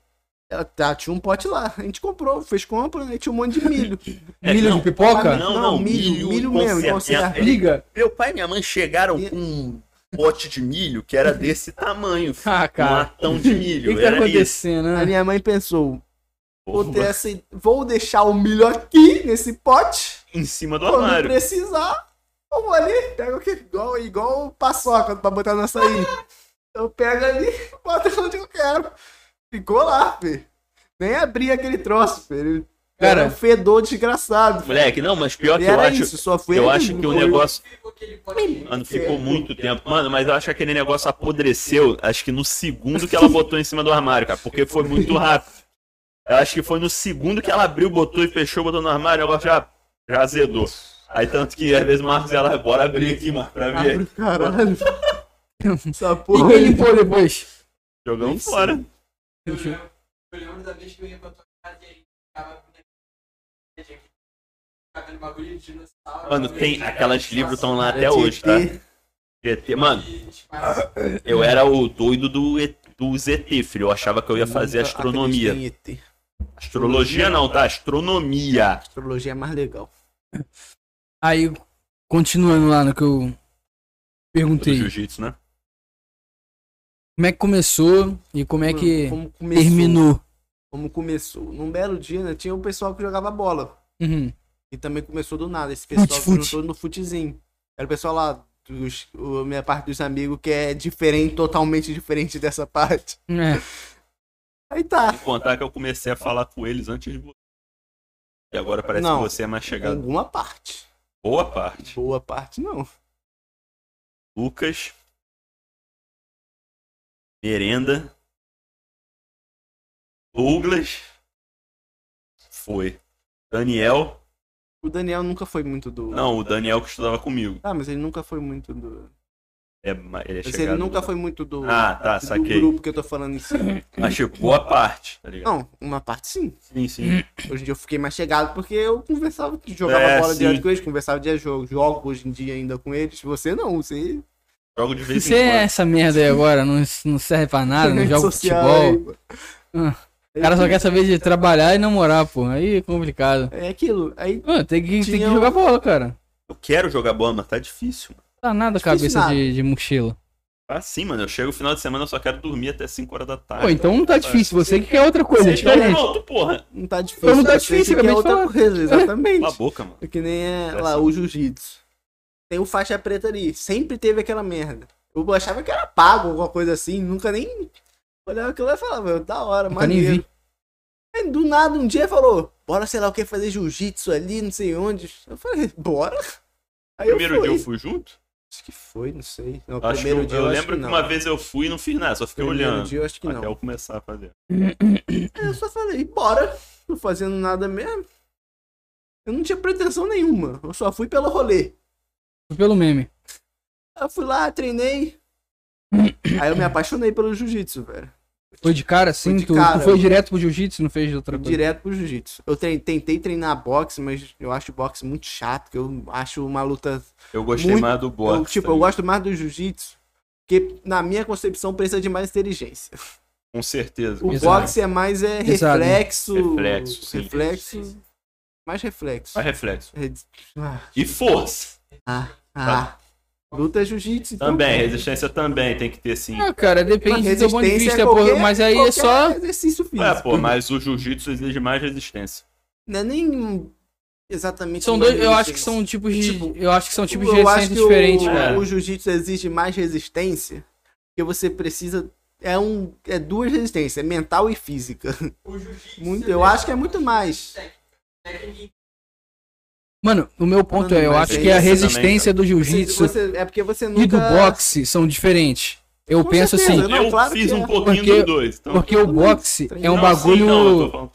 Speaker 3: ela tá, tinha um pote lá, a gente comprou, fez compra, né? Tinha um monte de milho.
Speaker 2: É,
Speaker 1: Milho
Speaker 2: não.
Speaker 1: de pipoca?
Speaker 2: Não, é.
Speaker 3: Não,
Speaker 2: não,
Speaker 3: milho,
Speaker 2: milho,
Speaker 3: milho
Speaker 2: com
Speaker 3: mesmo,
Speaker 2: certeza.
Speaker 3: com certeza.
Speaker 2: Ele-
Speaker 1: Liga.
Speaker 2: Meu pai e minha mãe chegaram com um pote de milho que era desse tamanho, filho.
Speaker 1: Ah,
Speaker 2: um
Speaker 1: cara.
Speaker 2: latão de
Speaker 1: O que
Speaker 2: milho.
Speaker 1: que tá
Speaker 2: era isso.
Speaker 1: acontecendo,
Speaker 3: A
Speaker 1: né?
Speaker 3: minha mãe pensou,
Speaker 2: Pô,
Speaker 3: Vou ter essa. Vou deixar o milho aqui nesse pote.
Speaker 2: Em cima do
Speaker 3: Quando
Speaker 2: armário.
Speaker 3: precisar, eu vou ali, pego aqui, igual, igual paçoca pra botar no açaí. Eu pego ali, (laughs) boto onde eu quero. Ficou lá, filho. Nem abri aquele troço, filho.
Speaker 1: Cara.
Speaker 3: Era um fedor desgraçado. filho.
Speaker 2: Moleque, não, mas pior
Speaker 3: E
Speaker 2: que eu
Speaker 3: era
Speaker 2: acho.
Speaker 3: isso, só foi
Speaker 2: Eu
Speaker 3: ele
Speaker 2: acho que o
Speaker 3: foi
Speaker 2: negócio. é
Speaker 4: Ficou aquele potinho.
Speaker 2: Mano, ficou muito tempo. Mano, mas eu acho que aquele negócio apodreceu, acho que no segundo que ela botou em cima do armário, cara, porque foi muito rápido. Eu acho que foi no segundo que ela abriu, botou e fechou, botou no armário, o negócio já, já azedou. Aí tanto que às vezes o Marcos ela, bora abrir aqui, mano, pra ver.
Speaker 3: Abro,
Speaker 2: (laughs)
Speaker 3: caralho. Essa
Speaker 1: E
Speaker 3: porra.
Speaker 1: quem limpou depois?
Speaker 3: nem
Speaker 2: Jogamos
Speaker 3: sei.
Speaker 2: fora.
Speaker 4: Eu lembro, eu lembro da vez que eu ia pra tua casa e aí tava com aquele- aquele bagulho de dinossauro.
Speaker 2: Mano, tem aquelas livros estão lá até
Speaker 3: de
Speaker 2: hoje, tá?
Speaker 3: ET.
Speaker 2: ET, mano, eu era o doido do ET, dos ET, filho. Eu achava que eu ia fazer
Speaker 3: Nunca
Speaker 2: astronomia.
Speaker 3: acreditei em ET.
Speaker 2: Astrologia não, tá? Astronomia.
Speaker 3: Astrologia é mais legal.
Speaker 1: Aí, continuando lá no que eu
Speaker 2: Do
Speaker 1: perguntei.
Speaker 2: jiu-jitsu, né?
Speaker 1: Como é que começou e como é que
Speaker 3: Como começou,
Speaker 1: terminou?
Speaker 3: Como começou. Num belo dia, né, tinha um pessoal que jogava bola.
Speaker 1: Uhum.
Speaker 3: E também começou do nada. Esse pessoal
Speaker 1: Fute,
Speaker 3: se
Speaker 1: fute.
Speaker 3: juntou no futezinho. Era o pessoal lá, dos, o- minha parte dos amigos, que é diferente, totalmente diferente dessa parte.
Speaker 1: É.
Speaker 3: Aí tá.
Speaker 2: Sem contar que eu comecei a falar com eles antes de você. E agora parece
Speaker 3: Não.
Speaker 2: que você é mais chegado.
Speaker 3: Alguma parte.
Speaker 2: Boa parte.
Speaker 3: Boa parte, não.
Speaker 2: Lucas. Merenda. Douglas. Foi. Daniel.
Speaker 3: O Daniel nunca foi muito do.
Speaker 2: Não, o Daniel que estudava comigo.
Speaker 3: Ah, mas ele nunca foi muito do.
Speaker 2: É, ma- ele é
Speaker 3: Mas
Speaker 2: chegado.
Speaker 3: ele nunca foi muito do.
Speaker 2: Ah, tá,
Speaker 3: do
Speaker 2: saquei.
Speaker 3: grupo que eu tô falando
Speaker 1: (laughs)
Speaker 3: em si.
Speaker 2: Mas tipo, boa parte, tá ligado?
Speaker 3: Não, uma parte sim.
Speaker 2: Sim, sim.
Speaker 3: Hoje em dia eu fiquei mais chegado porque eu conversava, jogava
Speaker 2: É,
Speaker 3: bola
Speaker 2: sim.
Speaker 3: direto com eles, conversava dia jogo, jogo hoje em dia ainda com eles. Você não, você
Speaker 2: Jogo de vez em
Speaker 1: Você é
Speaker 2: quando.
Speaker 1: essa merda aí agora, não, não serve pra nada, não
Speaker 3: Rede
Speaker 1: joga
Speaker 3: social
Speaker 1: futebol.
Speaker 3: aí,
Speaker 1: Ah, O cara só quer saber de trabalhar e namorar, pô. Aí é complicado.
Speaker 3: É aquilo. Aí
Speaker 1: Mano, tem que, tem que
Speaker 3: Tinha um-
Speaker 1: jogar bola, cara.
Speaker 2: Eu quero jogar bola, mas tá difícil. Mano.
Speaker 1: Tá nada a
Speaker 3: Difícil
Speaker 1: cabeça
Speaker 3: nada.
Speaker 1: de, de mochila.
Speaker 2: Ah, sim, mano. Eu chego no final de semana, eu só quero dormir até 5 horas da tarde.
Speaker 1: Pô, então não tá difícil. Você que quer outra coisa,
Speaker 2: Você
Speaker 1: é
Speaker 2: está
Speaker 1: diferente.
Speaker 2: pronto, porra.
Speaker 3: não tá difícil.
Speaker 1: não tá
Speaker 3: você
Speaker 1: difícil,
Speaker 3: quer
Speaker 1: acabei de
Speaker 3: outra
Speaker 1: falar. É.
Speaker 3: coisa,
Speaker 2: Cala a
Speaker 3: exatamente.
Speaker 2: boca, mano.
Speaker 3: É que nem é
Speaker 2: É
Speaker 3: lá
Speaker 2: assim.
Speaker 3: o jiu-jitsu. Tem o faixa preta ali, sempre teve aquela merda. Eu achava que era pago, alguma coisa assim, nunca nem olhava aquilo lá e falava, da hora,
Speaker 1: Nunca nem
Speaker 3: maneiro. Aí, do nada, um dia falou, bora sei lá o que fazer jiu-jitsu ali, não sei onde. Eu falei, bora. Aí
Speaker 2: Primeiro
Speaker 3: eu
Speaker 2: dia
Speaker 3: fui.
Speaker 2: eu fui junto?
Speaker 3: Acho que foi, não sei. Não,
Speaker 2: Acho que
Speaker 3: primeiro
Speaker 2: eu,
Speaker 3: dia
Speaker 2: eu
Speaker 3: acho
Speaker 2: lembro que,
Speaker 3: não.
Speaker 2: uma vez eu fui e não fiz nada, só fiquei
Speaker 3: Primeiro
Speaker 2: olhando.
Speaker 3: dia eu acho que
Speaker 2: até
Speaker 3: não.
Speaker 2: eu começar a fazer.
Speaker 3: Aí eu só falei, bora. (laughs) Tô fazendo nada mesmo. Eu não tinha pretensão nenhuma. Eu só fui pelo rolê.
Speaker 1: Foi Pelo meme.
Speaker 3: Aí Eu fui
Speaker 2: (coughs)
Speaker 3: lá, treinei. Aí eu me apaixonei pelo jiu-jitsu, velho.
Speaker 1: Foi de cara, sim.
Speaker 3: Foi de
Speaker 1: tu,
Speaker 3: cara.
Speaker 1: tu foi direto pro jiu-jitsu, não fez outra
Speaker 3: Fui
Speaker 1: coisa.
Speaker 3: direto pro jiu-jitsu. Eu trein- tentei treinar boxe, mas eu acho boxe muito chato, que eu acho uma luta.
Speaker 2: Eu gostei
Speaker 3: Muito-
Speaker 2: mais do boxe.
Speaker 3: eu, tipo,
Speaker 2: tá
Speaker 3: eu
Speaker 2: ligado?
Speaker 3: gosto mais do jiu-jitsu, porque na minha concepção precisa de mais inteligência.
Speaker 2: Com certeza.
Speaker 3: O
Speaker 2: com
Speaker 1: Exato.
Speaker 3: boxe é mais é
Speaker 1: Exato.
Speaker 3: reflexo.
Speaker 2: Reflexo, sim.
Speaker 3: reflexo. Mais reflexo.
Speaker 2: certeza. Mas reflexo.
Speaker 3: Ah.
Speaker 2: E força.
Speaker 3: Ah,
Speaker 1: Tá.
Speaker 3: ah. Luta é jiu-jitsu então.
Speaker 2: Também, resistência também tem que ter sim.
Speaker 1: Ah, cara,
Speaker 3: Mas
Speaker 1: depende do seu
Speaker 3: resistência
Speaker 1: ponto de vista,
Speaker 3: é
Speaker 1: pô.
Speaker 3: qualquer-
Speaker 1: Mas aí é
Speaker 3: qualquer
Speaker 1: só.
Speaker 3: exercício físico.
Speaker 2: É, pô, mas o jiu-jitsu exige mais resistência.
Speaker 3: Não é nem exatamente.
Speaker 1: São
Speaker 3: uma
Speaker 1: dois, eu acho que
Speaker 3: resistência.
Speaker 1: são tipos de.
Speaker 3: Tipo,
Speaker 1: eu acho que são tipos de
Speaker 3: Eu acho
Speaker 1: resistência
Speaker 3: que
Speaker 1: diferentes,
Speaker 2: É.
Speaker 3: o,
Speaker 1: cara.
Speaker 3: o jiu-jitsu exige mais resistência, porque você precisa é um é duas resistências, é mental e física.
Speaker 4: O jiu-jitsu
Speaker 3: Muito,
Speaker 4: é
Speaker 3: eu acho que é muito mais.
Speaker 4: técnica
Speaker 1: Mano, o meu ponto
Speaker 3: Mano,
Speaker 1: é, eu
Speaker 3: mas
Speaker 1: acho
Speaker 2: é
Speaker 1: que a
Speaker 2: isso também,
Speaker 1: resistência do
Speaker 3: Você,
Speaker 1: jiu-jitsu
Speaker 3: você- é porque você
Speaker 1: e do
Speaker 3: nunca
Speaker 1: boxe são diferentes. Eu
Speaker 3: Com
Speaker 1: penso
Speaker 3: certeza,
Speaker 1: assim,
Speaker 3: Não,
Speaker 2: eu
Speaker 3: claro
Speaker 2: fiz
Speaker 3: que
Speaker 2: um
Speaker 3: é.
Speaker 2: pouquinho
Speaker 1: Porque-
Speaker 2: dos dois. Então...
Speaker 1: porque o boxe é um
Speaker 2: Não,
Speaker 1: bagulho.
Speaker 2: Sim, não, eu tô falando-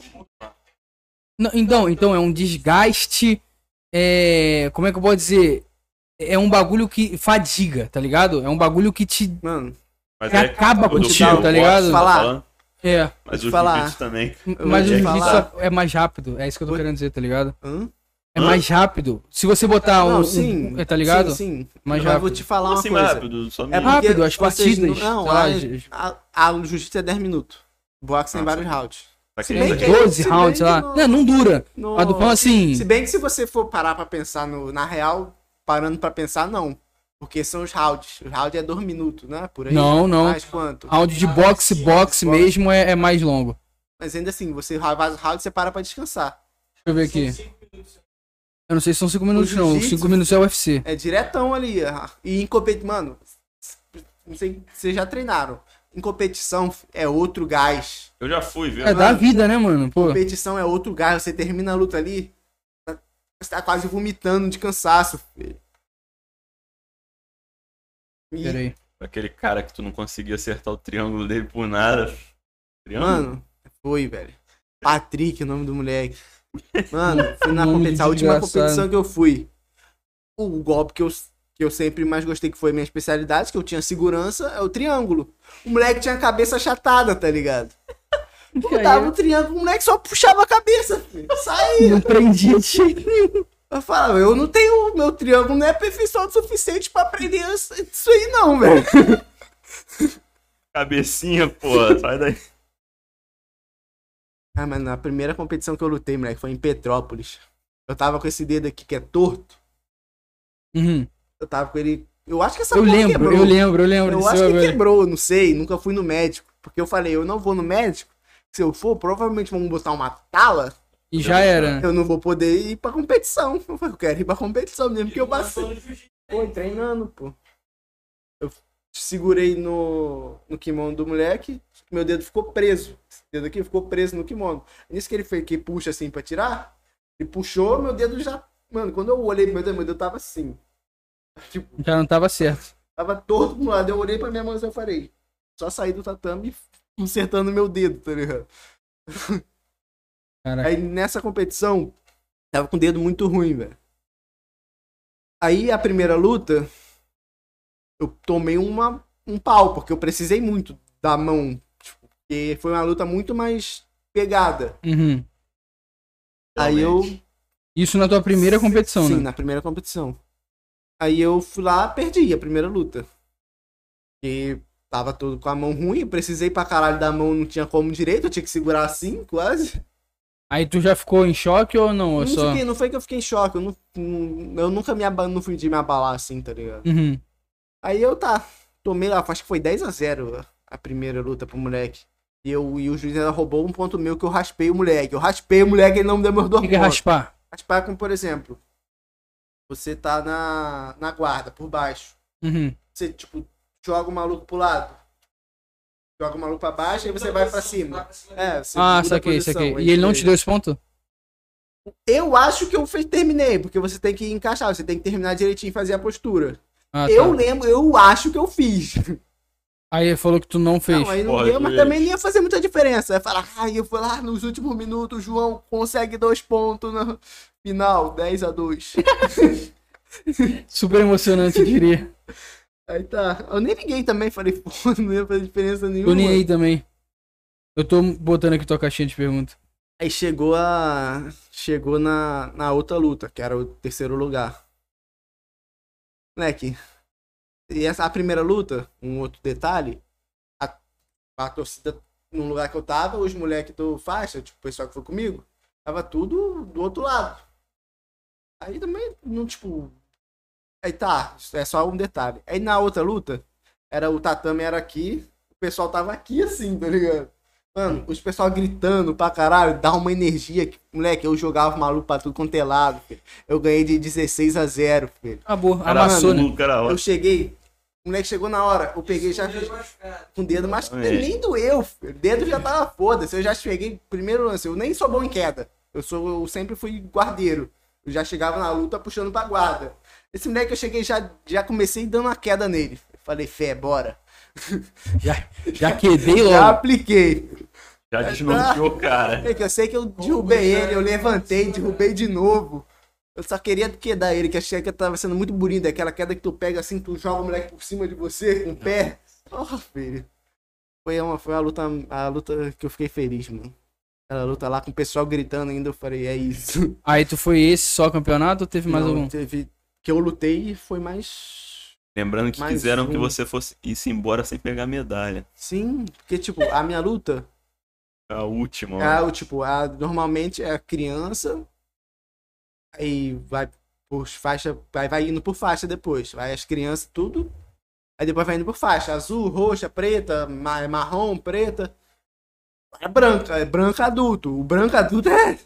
Speaker 1: Não, então, então é um desgaste. é, como é que eu posso dizer? É um bagulho que fadiga, tá ligado? É um bagulho que te
Speaker 3: Mano,
Speaker 2: Mas
Speaker 1: que
Speaker 2: é-
Speaker 1: acaba
Speaker 2: o do-
Speaker 1: contigo,
Speaker 2: o
Speaker 1: tá
Speaker 2: boxe,
Speaker 1: ligado?
Speaker 2: tá
Speaker 3: Falar.
Speaker 2: falando?
Speaker 1: é.
Speaker 2: Mas
Speaker 3: Deixa
Speaker 2: o
Speaker 3: eu falar.
Speaker 2: jiu-jitsu também.
Speaker 1: Mas o
Speaker 3: te
Speaker 1: jiu-jitsu
Speaker 3: falar.
Speaker 1: é mais rápido, é isso que eu tô
Speaker 3: Oi?
Speaker 1: querendo dizer, tá ligado?
Speaker 3: tá. hã?
Speaker 1: É
Speaker 2: Hã?
Speaker 1: mais rápido. Se você botar um,
Speaker 3: não,
Speaker 1: um-
Speaker 3: sim,
Speaker 1: é, tá ligado?
Speaker 3: Sim, sim.
Speaker 1: Mais
Speaker 3: Mas eu vou
Speaker 1: rápido.
Speaker 3: te falar uma
Speaker 2: Assim,
Speaker 3: coisa.
Speaker 2: rápido, só me...
Speaker 3: É porque
Speaker 1: Rápido, as
Speaker 3: vocês
Speaker 1: partidas,
Speaker 3: Não,
Speaker 1: sei lá,
Speaker 3: a-
Speaker 1: de-
Speaker 3: a, a, jiu-jitsu é 10 minutos. Boxe tem
Speaker 2: Nossa.
Speaker 3: vários rounds.
Speaker 2: Tá
Speaker 3: se
Speaker 2: querendo
Speaker 3: bem que-
Speaker 2: dizer-
Speaker 1: 12
Speaker 3: se bem
Speaker 1: rounds, sei lá.
Speaker 3: que
Speaker 1: Não, não dura.
Speaker 3: No-
Speaker 1: Mas do pão assim.
Speaker 3: Se bem que se você for parar pra pensar no, na real, parando pra pensar, não. Porque são os rounds. O round é 2 minutos, né? Por aí.
Speaker 1: Não, não.
Speaker 3: Mais quanto?
Speaker 1: Round de boxe, boxe mesmo é, é mais longo.
Speaker 3: Mas ainda assim, você ra- vaza rápido e você para pra descansar.
Speaker 1: Deixa eu ver
Speaker 4: São
Speaker 1: aqui.
Speaker 4: cinco minutos.
Speaker 1: Eu não sei se são 5 minutos, não.
Speaker 3: jiu-jitsu-
Speaker 1: 5 minutos é UFC.
Speaker 3: É diretão ali. ah, E em competição, mano, não sei se vocês já treinaram. Em competição f- é outro gás.
Speaker 2: Eu já fui, viu?
Speaker 1: É da vida, né, mano? Pô.
Speaker 3: Competição é outro gás. Você termina a luta ali, tá- você tá quase vomitando de cansaço, filho. E,
Speaker 1: Pera aí.
Speaker 2: Aquele cara que tu não conseguia acertar o triângulo dele por nada. Triângulo?
Speaker 3: Mano, foi, velho. Patrick, o nome do moleque. Mano, fui
Speaker 1: (laughs)
Speaker 3: na
Speaker 1: Nome
Speaker 3: competição. A última
Speaker 1: desgraçado.
Speaker 3: competição que eu fui. O golpe que eu, que eu sempre mais gostei, que foi minha especialidade, que eu tinha segurança, é o triângulo. O moleque tinha a cabeça achatada, tá ligado?
Speaker 1: é
Speaker 3: Eu tava no triângulo, o moleque só puxava a cabeça, filho. Sai!
Speaker 1: Não prendia de jeito nenhum.
Speaker 3: Eu falava, eu não tenho. Meu triângulo não é perfeição o suficiente pra aprender isso isso aí, não, velho.
Speaker 2: Cabecinha, pô.
Speaker 3: (laughs)
Speaker 2: Sai daí.
Speaker 3: (laughs) Ah, mas na primeira competição que eu lutei, moleque, foi em Petrópolis. Eu tava com esse dedo aqui que é torto.
Speaker 1: Uhum.
Speaker 3: Eu tava com ele. Eu acho que essa
Speaker 1: Eu
Speaker 3: porra
Speaker 1: lembro,
Speaker 3: quebrou.
Speaker 1: eu lembro, eu lembro.
Speaker 3: Eu
Speaker 1: desse
Speaker 3: acho que
Speaker 1: bagulho.
Speaker 3: quebrou, não sei. Nunca fui no médico. Porque eu falei, eu não vou no médico. Se eu for, provavelmente vão botar uma tala.
Speaker 1: E já era.
Speaker 3: Eu não vou poder ir pra competição. Eu falei, eu quero ir pra competição mesmo, porque eu passei.
Speaker 4: Lançou no jiu-jitsu.
Speaker 3: Pô, treinando, pô. Eu segurei no, no kimono do moleque, meu dedo ficou preso. Esse dedo aqui ficou preso no kimono. É Nisso que ele fez, que puxa assim pra tirar, ele puxou, meu dedo já. Mano, quando eu olhei pro meu dedo, meu dedo tava assim. Tipo,
Speaker 1: Já não tava certo.
Speaker 3: tava torto pro lado. Eu olhei pra minha mão e eu falei, só saí do tatame consertando meu dedo, tá ligado?
Speaker 1: Caraca.
Speaker 3: Aí nessa competição, tava com o dedo muito ruim, velho. Aí a primeira luta, eu tomei uma, um pau, porque eu precisei muito da mão. Tipo, porque foi uma luta muito mais pegada.
Speaker 1: Uhum.
Speaker 3: Aí eu.
Speaker 1: Isso na tua primeira competição,
Speaker 3: Sim,
Speaker 1: né?
Speaker 3: na primeira competição. Aí eu fui lá, perdi a primeira luta. E tava todo com a mão ruim, eu precisei pra caralho da mão, não tinha como direito, eu tinha que segurar assim, quase.
Speaker 1: Aí tu já ficou em choque ou não? Ou
Speaker 3: Não,
Speaker 1: só...
Speaker 3: fiquei- não foi que eu fiquei em choque, eu, não, não- eu nunca me aba, não fui de me abalar assim, tá ligado?
Speaker 1: Uhum.
Speaker 3: Aí eu tá, tomei lá, acho que foi 10 a 0 a primeira luta pro moleque. E, eu, e o juiz ainda roubou um ponto meu que eu raspei o moleque. Eu raspei o moleque, ele não me deu meus dois
Speaker 1: O que é
Speaker 3: pontos.
Speaker 1: raspar?
Speaker 3: Raspar como, por exemplo, você tá na, na guarda, por baixo.
Speaker 1: Uhum.
Speaker 3: Você, tipo, joga o maluco pro lado. Joga o maluco pra baixo, aí você vai pra cima. É, você
Speaker 1: Ah,
Speaker 3: muda a
Speaker 1: saquei,
Speaker 3: posição, é
Speaker 1: saquei.
Speaker 3: aí
Speaker 1: E ele não
Speaker 3: você-
Speaker 1: te deu esse ponto?
Speaker 3: Eu acho que eu fe- terminei, porque você tem que encaixar, você tem que terminar direitinho e fazer a postura.
Speaker 1: Ah, tá.
Speaker 3: Eu lembro, eu acho que eu fiz.
Speaker 1: Aí ele falou que tu não fez.
Speaker 3: Não, é aí não
Speaker 2: Porra,
Speaker 3: deu, mas
Speaker 2: juiz.
Speaker 3: também não ia fazer muita diferença. Ia falar, ai, eu fui lá nos últimos minutos, o João consegue dois pontos no final, 10
Speaker 1: (laughs)
Speaker 3: a 2
Speaker 1: Super emocionante, eu
Speaker 3: (laughs)
Speaker 1: diria.
Speaker 3: Aí tá. Eu nem liguei também, falei, pô, (laughs) não ia fazer diferença nenhuma.
Speaker 1: Tô nem aí também. Eu tô botando aqui tua caixinha de pergunta.
Speaker 3: Aí chegou a. Chegou na, na outra luta, que era o terceiro lugar. Moleque. E essa a primeira luta, um outro detalhe, a, a torcida no lugar que eu tava, os moleques do faixa, tipo, o pessoal que foi comigo, tava tudo do outro lado. Aí também, não, tipo. Aí tá, isso é só um detalhe. Aí na outra luta, era o tatame era aqui, o pessoal tava aqui assim, tá ligado? Mano, os pessoal gritando pra caralho, dá uma energia. que- Moleque, eu jogava maluco pra tudo quanto é lado, filho. Eu ganhei de 16 a 0, filho.
Speaker 1: Acabou,
Speaker 2: Cara,
Speaker 1: amassou, né?
Speaker 2: maluco, cara, ó.
Speaker 3: Eu cheguei, o moleque chegou na hora, eu peguei já
Speaker 4: Dedo machucado.
Speaker 3: com o dedo, mas
Speaker 2: Exatamente.
Speaker 3: nem doeu, filho. O dedo já tava foda-se. Eu já cheguei, primeiro lance, eu nem sou bom em queda. Eu, sou, eu sempre fui guardeiro. Eu já chegava na luta puxando pra guarda. Esse moleque eu cheguei já, já comecei dando uma queda nele. Falei, fé, bora.
Speaker 1: Já, já quedei
Speaker 3: (laughs) Já
Speaker 1: logo.
Speaker 3: apliquei.
Speaker 2: Já desnorteou, cara.
Speaker 3: É que eu sei que eu derrubei ele, eu levantei, derrubei de novo. Eu só queria quedar ele, que achei que tava sendo muito bonito. é Aquela queda que tu pega assim, tu joga o moleque por cima de você com o pé. Oh, filho. Foi uma, foi a luta, a luta que eu fiquei feliz, mano. Aquela luta lá com o pessoal gritando ainda, eu falei, é isso.
Speaker 1: Aí tu foi esse só campeonato ou teve mais
Speaker 3: Não,
Speaker 1: algum?
Speaker 3: Teve, que eu lutei foi mais.
Speaker 2: Lembrando que
Speaker 3: Mais
Speaker 2: quiseram
Speaker 3: um.
Speaker 2: que você fosse ir embora sem pegar medalha. É
Speaker 3: Sim, porque tipo, a minha luta
Speaker 2: A última. ó.
Speaker 3: Ah, o tipo, a, normalmente é a criança, aí vai por faixa, vai, vai indo por faixa depois. Vai as crianças, tudo. Aí depois vai indo por faixa. Azul, roxa, preta, ma- marrom, preta. É branca, é branca adulto. O branco adulto é.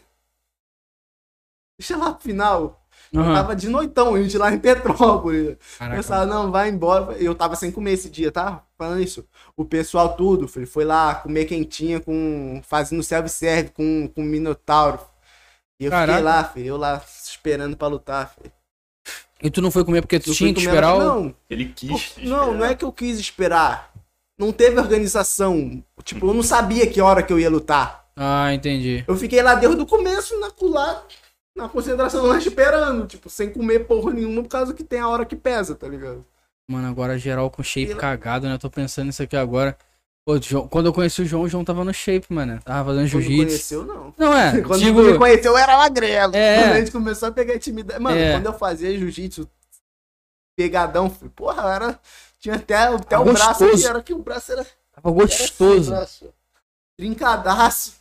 Speaker 3: Deixa lá pro final. Eu
Speaker 1: Aham.
Speaker 3: tava de noitão, a gente lá em Petrópolis.
Speaker 1: Caraca.
Speaker 3: Pensava, não, vai embora. Eu tava sem comer esse dia, tá? Falando isso. O pessoal tudo, filho, foi lá comer quentinha com. fazendo self-serve com, com Minotauro. E eu
Speaker 1: Caraca.
Speaker 3: fiquei lá, filho. Eu lá esperando pra lutar, filho.
Speaker 1: E tu não foi comer porque tu
Speaker 3: Eu fui
Speaker 1: tinha que
Speaker 3: comer-
Speaker 1: esperar o...
Speaker 3: Não,
Speaker 2: Ele quis.
Speaker 3: não, não é que eu quis esperar. Não teve organização. Tipo, eu não sabia que hora que eu ia lutar.
Speaker 1: Ah, entendi.
Speaker 3: Eu fiquei lá desde o começo, na culada, na concentração, lá esperando. Tipo, sem comer porra nenhuma, por causa que tem a hora que pesa, tá ligado?
Speaker 1: Mano, agora geral com shape
Speaker 3: Pela-
Speaker 1: cagado, né? Eu tô pensando nisso aqui agora. Pô, o João- quando eu conheci o João, o João tava no shape, mano. Tava fazendo
Speaker 3: Quando
Speaker 1: jiu-jitsu.
Speaker 3: conheceu, não.
Speaker 1: Não é,
Speaker 3: (laughs) Quando
Speaker 1: digo...
Speaker 3: me conheceu, eu era magrelo.
Speaker 1: É.
Speaker 3: Quando a gente começou a pegar intimidade. Mano,
Speaker 1: É.
Speaker 3: quando eu fazia jiu-jitsu pegadão, fui, porra, eu era. Tinha até, até o
Speaker 1: Gostoso.
Speaker 3: braço aqui, era que o braço era.
Speaker 1: Tava gostoso.
Speaker 3: Era assim, o braço. Trincadaço.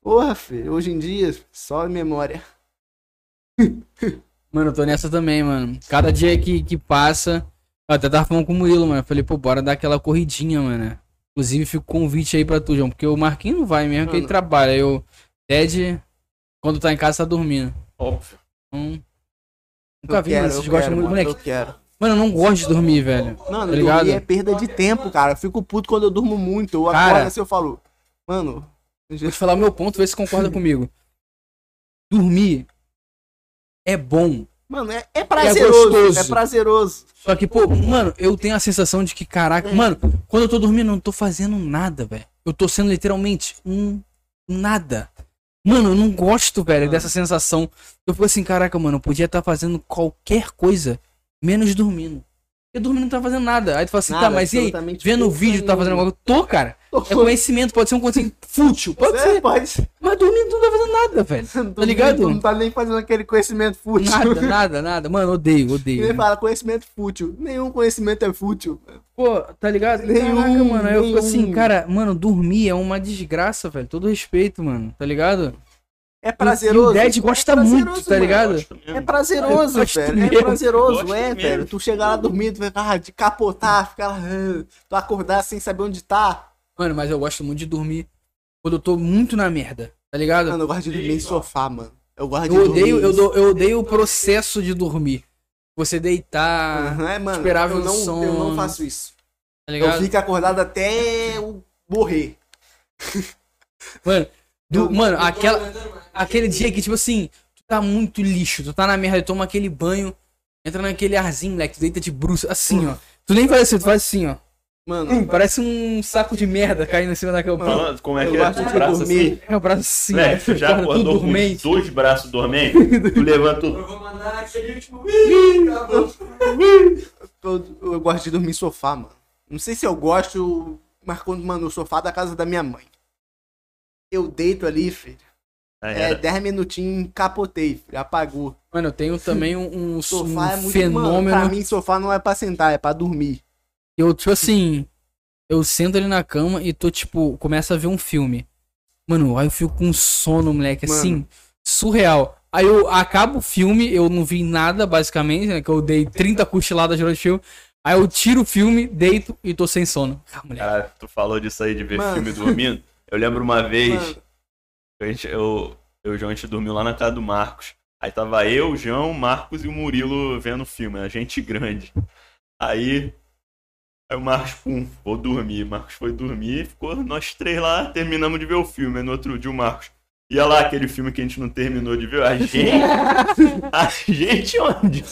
Speaker 3: Porra, filho, hoje em dia, só memória.
Speaker 1: Mano, eu tô nessa também, mano. Cada dia que, que passa. Eu até tava falando com o Murilo, mano. Eu falei, pô, bora dar aquela corridinha, mano. Inclusive, fica o convite aí pra tu, João. Porque o Marquinhos não vai mesmo, que ele
Speaker 3: Mano.
Speaker 1: trabalha. Eu, Ted, quando tá em casa, tá dormindo.
Speaker 2: Óbvio.
Speaker 1: Então, nunca
Speaker 3: Eu
Speaker 1: vi, mano.
Speaker 3: quero,
Speaker 1: Vocês
Speaker 3: eu
Speaker 1: gostam
Speaker 3: quero,
Speaker 1: muito,
Speaker 3: mano,
Speaker 1: moleque.
Speaker 3: Eu quero.
Speaker 1: Mano, eu não gosto de dormir, velho.
Speaker 3: Mano,
Speaker 1: Tá ligado?
Speaker 3: dormir é perda de tempo, cara. Eu fico puto quando eu durmo muito. Eu
Speaker 1: Cara.
Speaker 3: acordo assim, eu falo, mano,
Speaker 1: Vou te falar o meu ponto, vê se concorda comigo. Dormir é bom.
Speaker 3: mano, é, é prazeroso.
Speaker 1: gostoso.
Speaker 3: É, prazeroso.
Speaker 1: Só que, pô, mano, eu tenho a sensação de que, caraca, mano, quando eu tô dormindo, eu não tô fazendo nada, velho. Eu tô sendo literalmente um nada. Mano, eu não gosto, velho, dessa sensação. Eu fico assim, caraca, mano, eu podia estar fazendo qualquer coisa, menos dormindo. Porque dormindo não tá fazendo nada. Aí tu fala assim,
Speaker 3: Nada,
Speaker 1: tá, mas e aí?
Speaker 3: absolutamente
Speaker 1: Vendo o
Speaker 3: porra
Speaker 1: vídeo, tá fazendo alguma
Speaker 3: nenhuma.
Speaker 1: coisa? Tô, cara. É conhecimento, pode ser um conhecimento fútil, pode
Speaker 3: É,
Speaker 1: ser.
Speaker 3: pode ser.
Speaker 1: Mas dormindo tu não tá fazendo nada, velho.
Speaker 3: Tá
Speaker 1: ligado?
Speaker 3: Não tá nem fazendo aquele conhecimento
Speaker 1: (laughs)
Speaker 3: fútil.
Speaker 1: Nada, nada, nada. Mano, odeio,
Speaker 3: (laughs) Ele
Speaker 1: odeio.
Speaker 3: fala conhecimento fútil. Nenhum conhecimento é fútil.
Speaker 1: Pô, tá ligado?
Speaker 3: Nenhum,
Speaker 1: Caraca, mano. Aí eu fico
Speaker 3: nenhum.
Speaker 1: assim, cara, mano, dormir é uma desgraça, velho. Todo respeito, mano. Tá ligado?
Speaker 3: É
Speaker 1: E
Speaker 3: prazeroso.
Speaker 1: o Dead gosta
Speaker 3: é prazeroso,
Speaker 1: muito, tá
Speaker 3: mano.
Speaker 1: ligado?
Speaker 2: Gosto mesmo.
Speaker 3: É prazeroso,
Speaker 1: Eu gosto
Speaker 3: velho.
Speaker 1: mesmo.
Speaker 3: É prazeroso,
Speaker 2: Gosto
Speaker 3: é,
Speaker 2: mesmo.
Speaker 3: velho. Tu chegar lá dormindo, tu vai ah, de capotar, ficar lá, ah, tu acordar sem saber onde tá.
Speaker 1: Mano, mas eu gosto muito de dormir quando eu tô muito na merda, tá ligado?
Speaker 3: Mano, eu gosto de dormir em sofá, mano. Eu gosto de
Speaker 1: eu odeio,
Speaker 3: dormir.
Speaker 1: eu, do- eu odeio o processo de dormir. Você deitar,
Speaker 3: Aham, é, mano.
Speaker 1: esperava
Speaker 3: eu
Speaker 1: um
Speaker 3: não, eu
Speaker 1: sono.
Speaker 3: não faço isso.
Speaker 1: tá
Speaker 3: Eu
Speaker 1: ligado?
Speaker 3: fico acordado até eu morrer.
Speaker 1: Mano, do-
Speaker 3: Eu-
Speaker 1: mano,
Speaker 4: Eu tô
Speaker 1: aquela.
Speaker 4: andando, mano.
Speaker 1: aquele dia que, tipo assim, tu tá muito lixo, tu tá na merda, tu toma aquele banho, entra naquele arzinho, moleque, tu deita de bruxo, assim, ó. Tu nem faz assim, tu faz assim, ó.
Speaker 3: Mano,
Speaker 1: Hum, parece um saco de merda caindo em cima da cama.
Speaker 2: Falando, como é
Speaker 3: eu
Speaker 2: que é?
Speaker 3: gosto
Speaker 2: Com o
Speaker 3: de
Speaker 2: braço assim.
Speaker 3: dormir.
Speaker 1: É o braço assim,
Speaker 2: Né?
Speaker 1: ó,
Speaker 2: Tu já
Speaker 1: acorda tudo
Speaker 2: acordou com os
Speaker 1: dormente.
Speaker 2: dois braços dormentes? Tu levanta o.
Speaker 4: Eu
Speaker 3: (laughs)
Speaker 4: vou mandar aquele último. Ih, tá bom.
Speaker 3: Eu, eu gosto de dormir em sofá, mano. Não sei se eu gosto, mas quando, mano, o sofá da casa da minha mãe. Eu deito ali, filho.
Speaker 2: Ah,
Speaker 3: É,
Speaker 2: era.
Speaker 3: 10 minutinhos, capotei, filho. Apagou.
Speaker 1: Mano, eu tenho também um, um,
Speaker 3: Sofá é
Speaker 1: um
Speaker 3: muito Mano,
Speaker 1: fenômeno.
Speaker 3: pra mim, sofá não é pra sentar, é pra dormir. (laughs)
Speaker 1: Eu, tipo assim, eu sento ali na cama e tô, tipo, começa a ver um filme. Mano, aí eu fico com sono, moleque,
Speaker 3: Mano.
Speaker 1: assim, surreal. Aí eu acabo o filme, eu não vi nada, basicamente, né? Que eu dei 30 cochiladas durante o filme. Aí eu tiro o filme, deito e tô sem sono. Ah, moleque.
Speaker 2: Cara, tu falou disso aí de ver
Speaker 3: É. Mano.
Speaker 2: filme dormindo. Eu lembro
Speaker 3: (laughs)
Speaker 2: uma vez,
Speaker 3: Mano.
Speaker 2: a gente, eu, eu e o João, a gente dormiu lá na casa do Marcos. Aí tava eu, o João, o Marcos e o Murilo vendo filme, né? gente grande. Aí, aí o Marcos, pum, vou dormir. O Marcos foi dormir, ficou nós três lá, terminamos de ver o filme. Aí no outro dia o Marcos, ia lá aquele filme que a gente não terminou de ver, a
Speaker 3: (laughs)
Speaker 2: gente... a gente onde?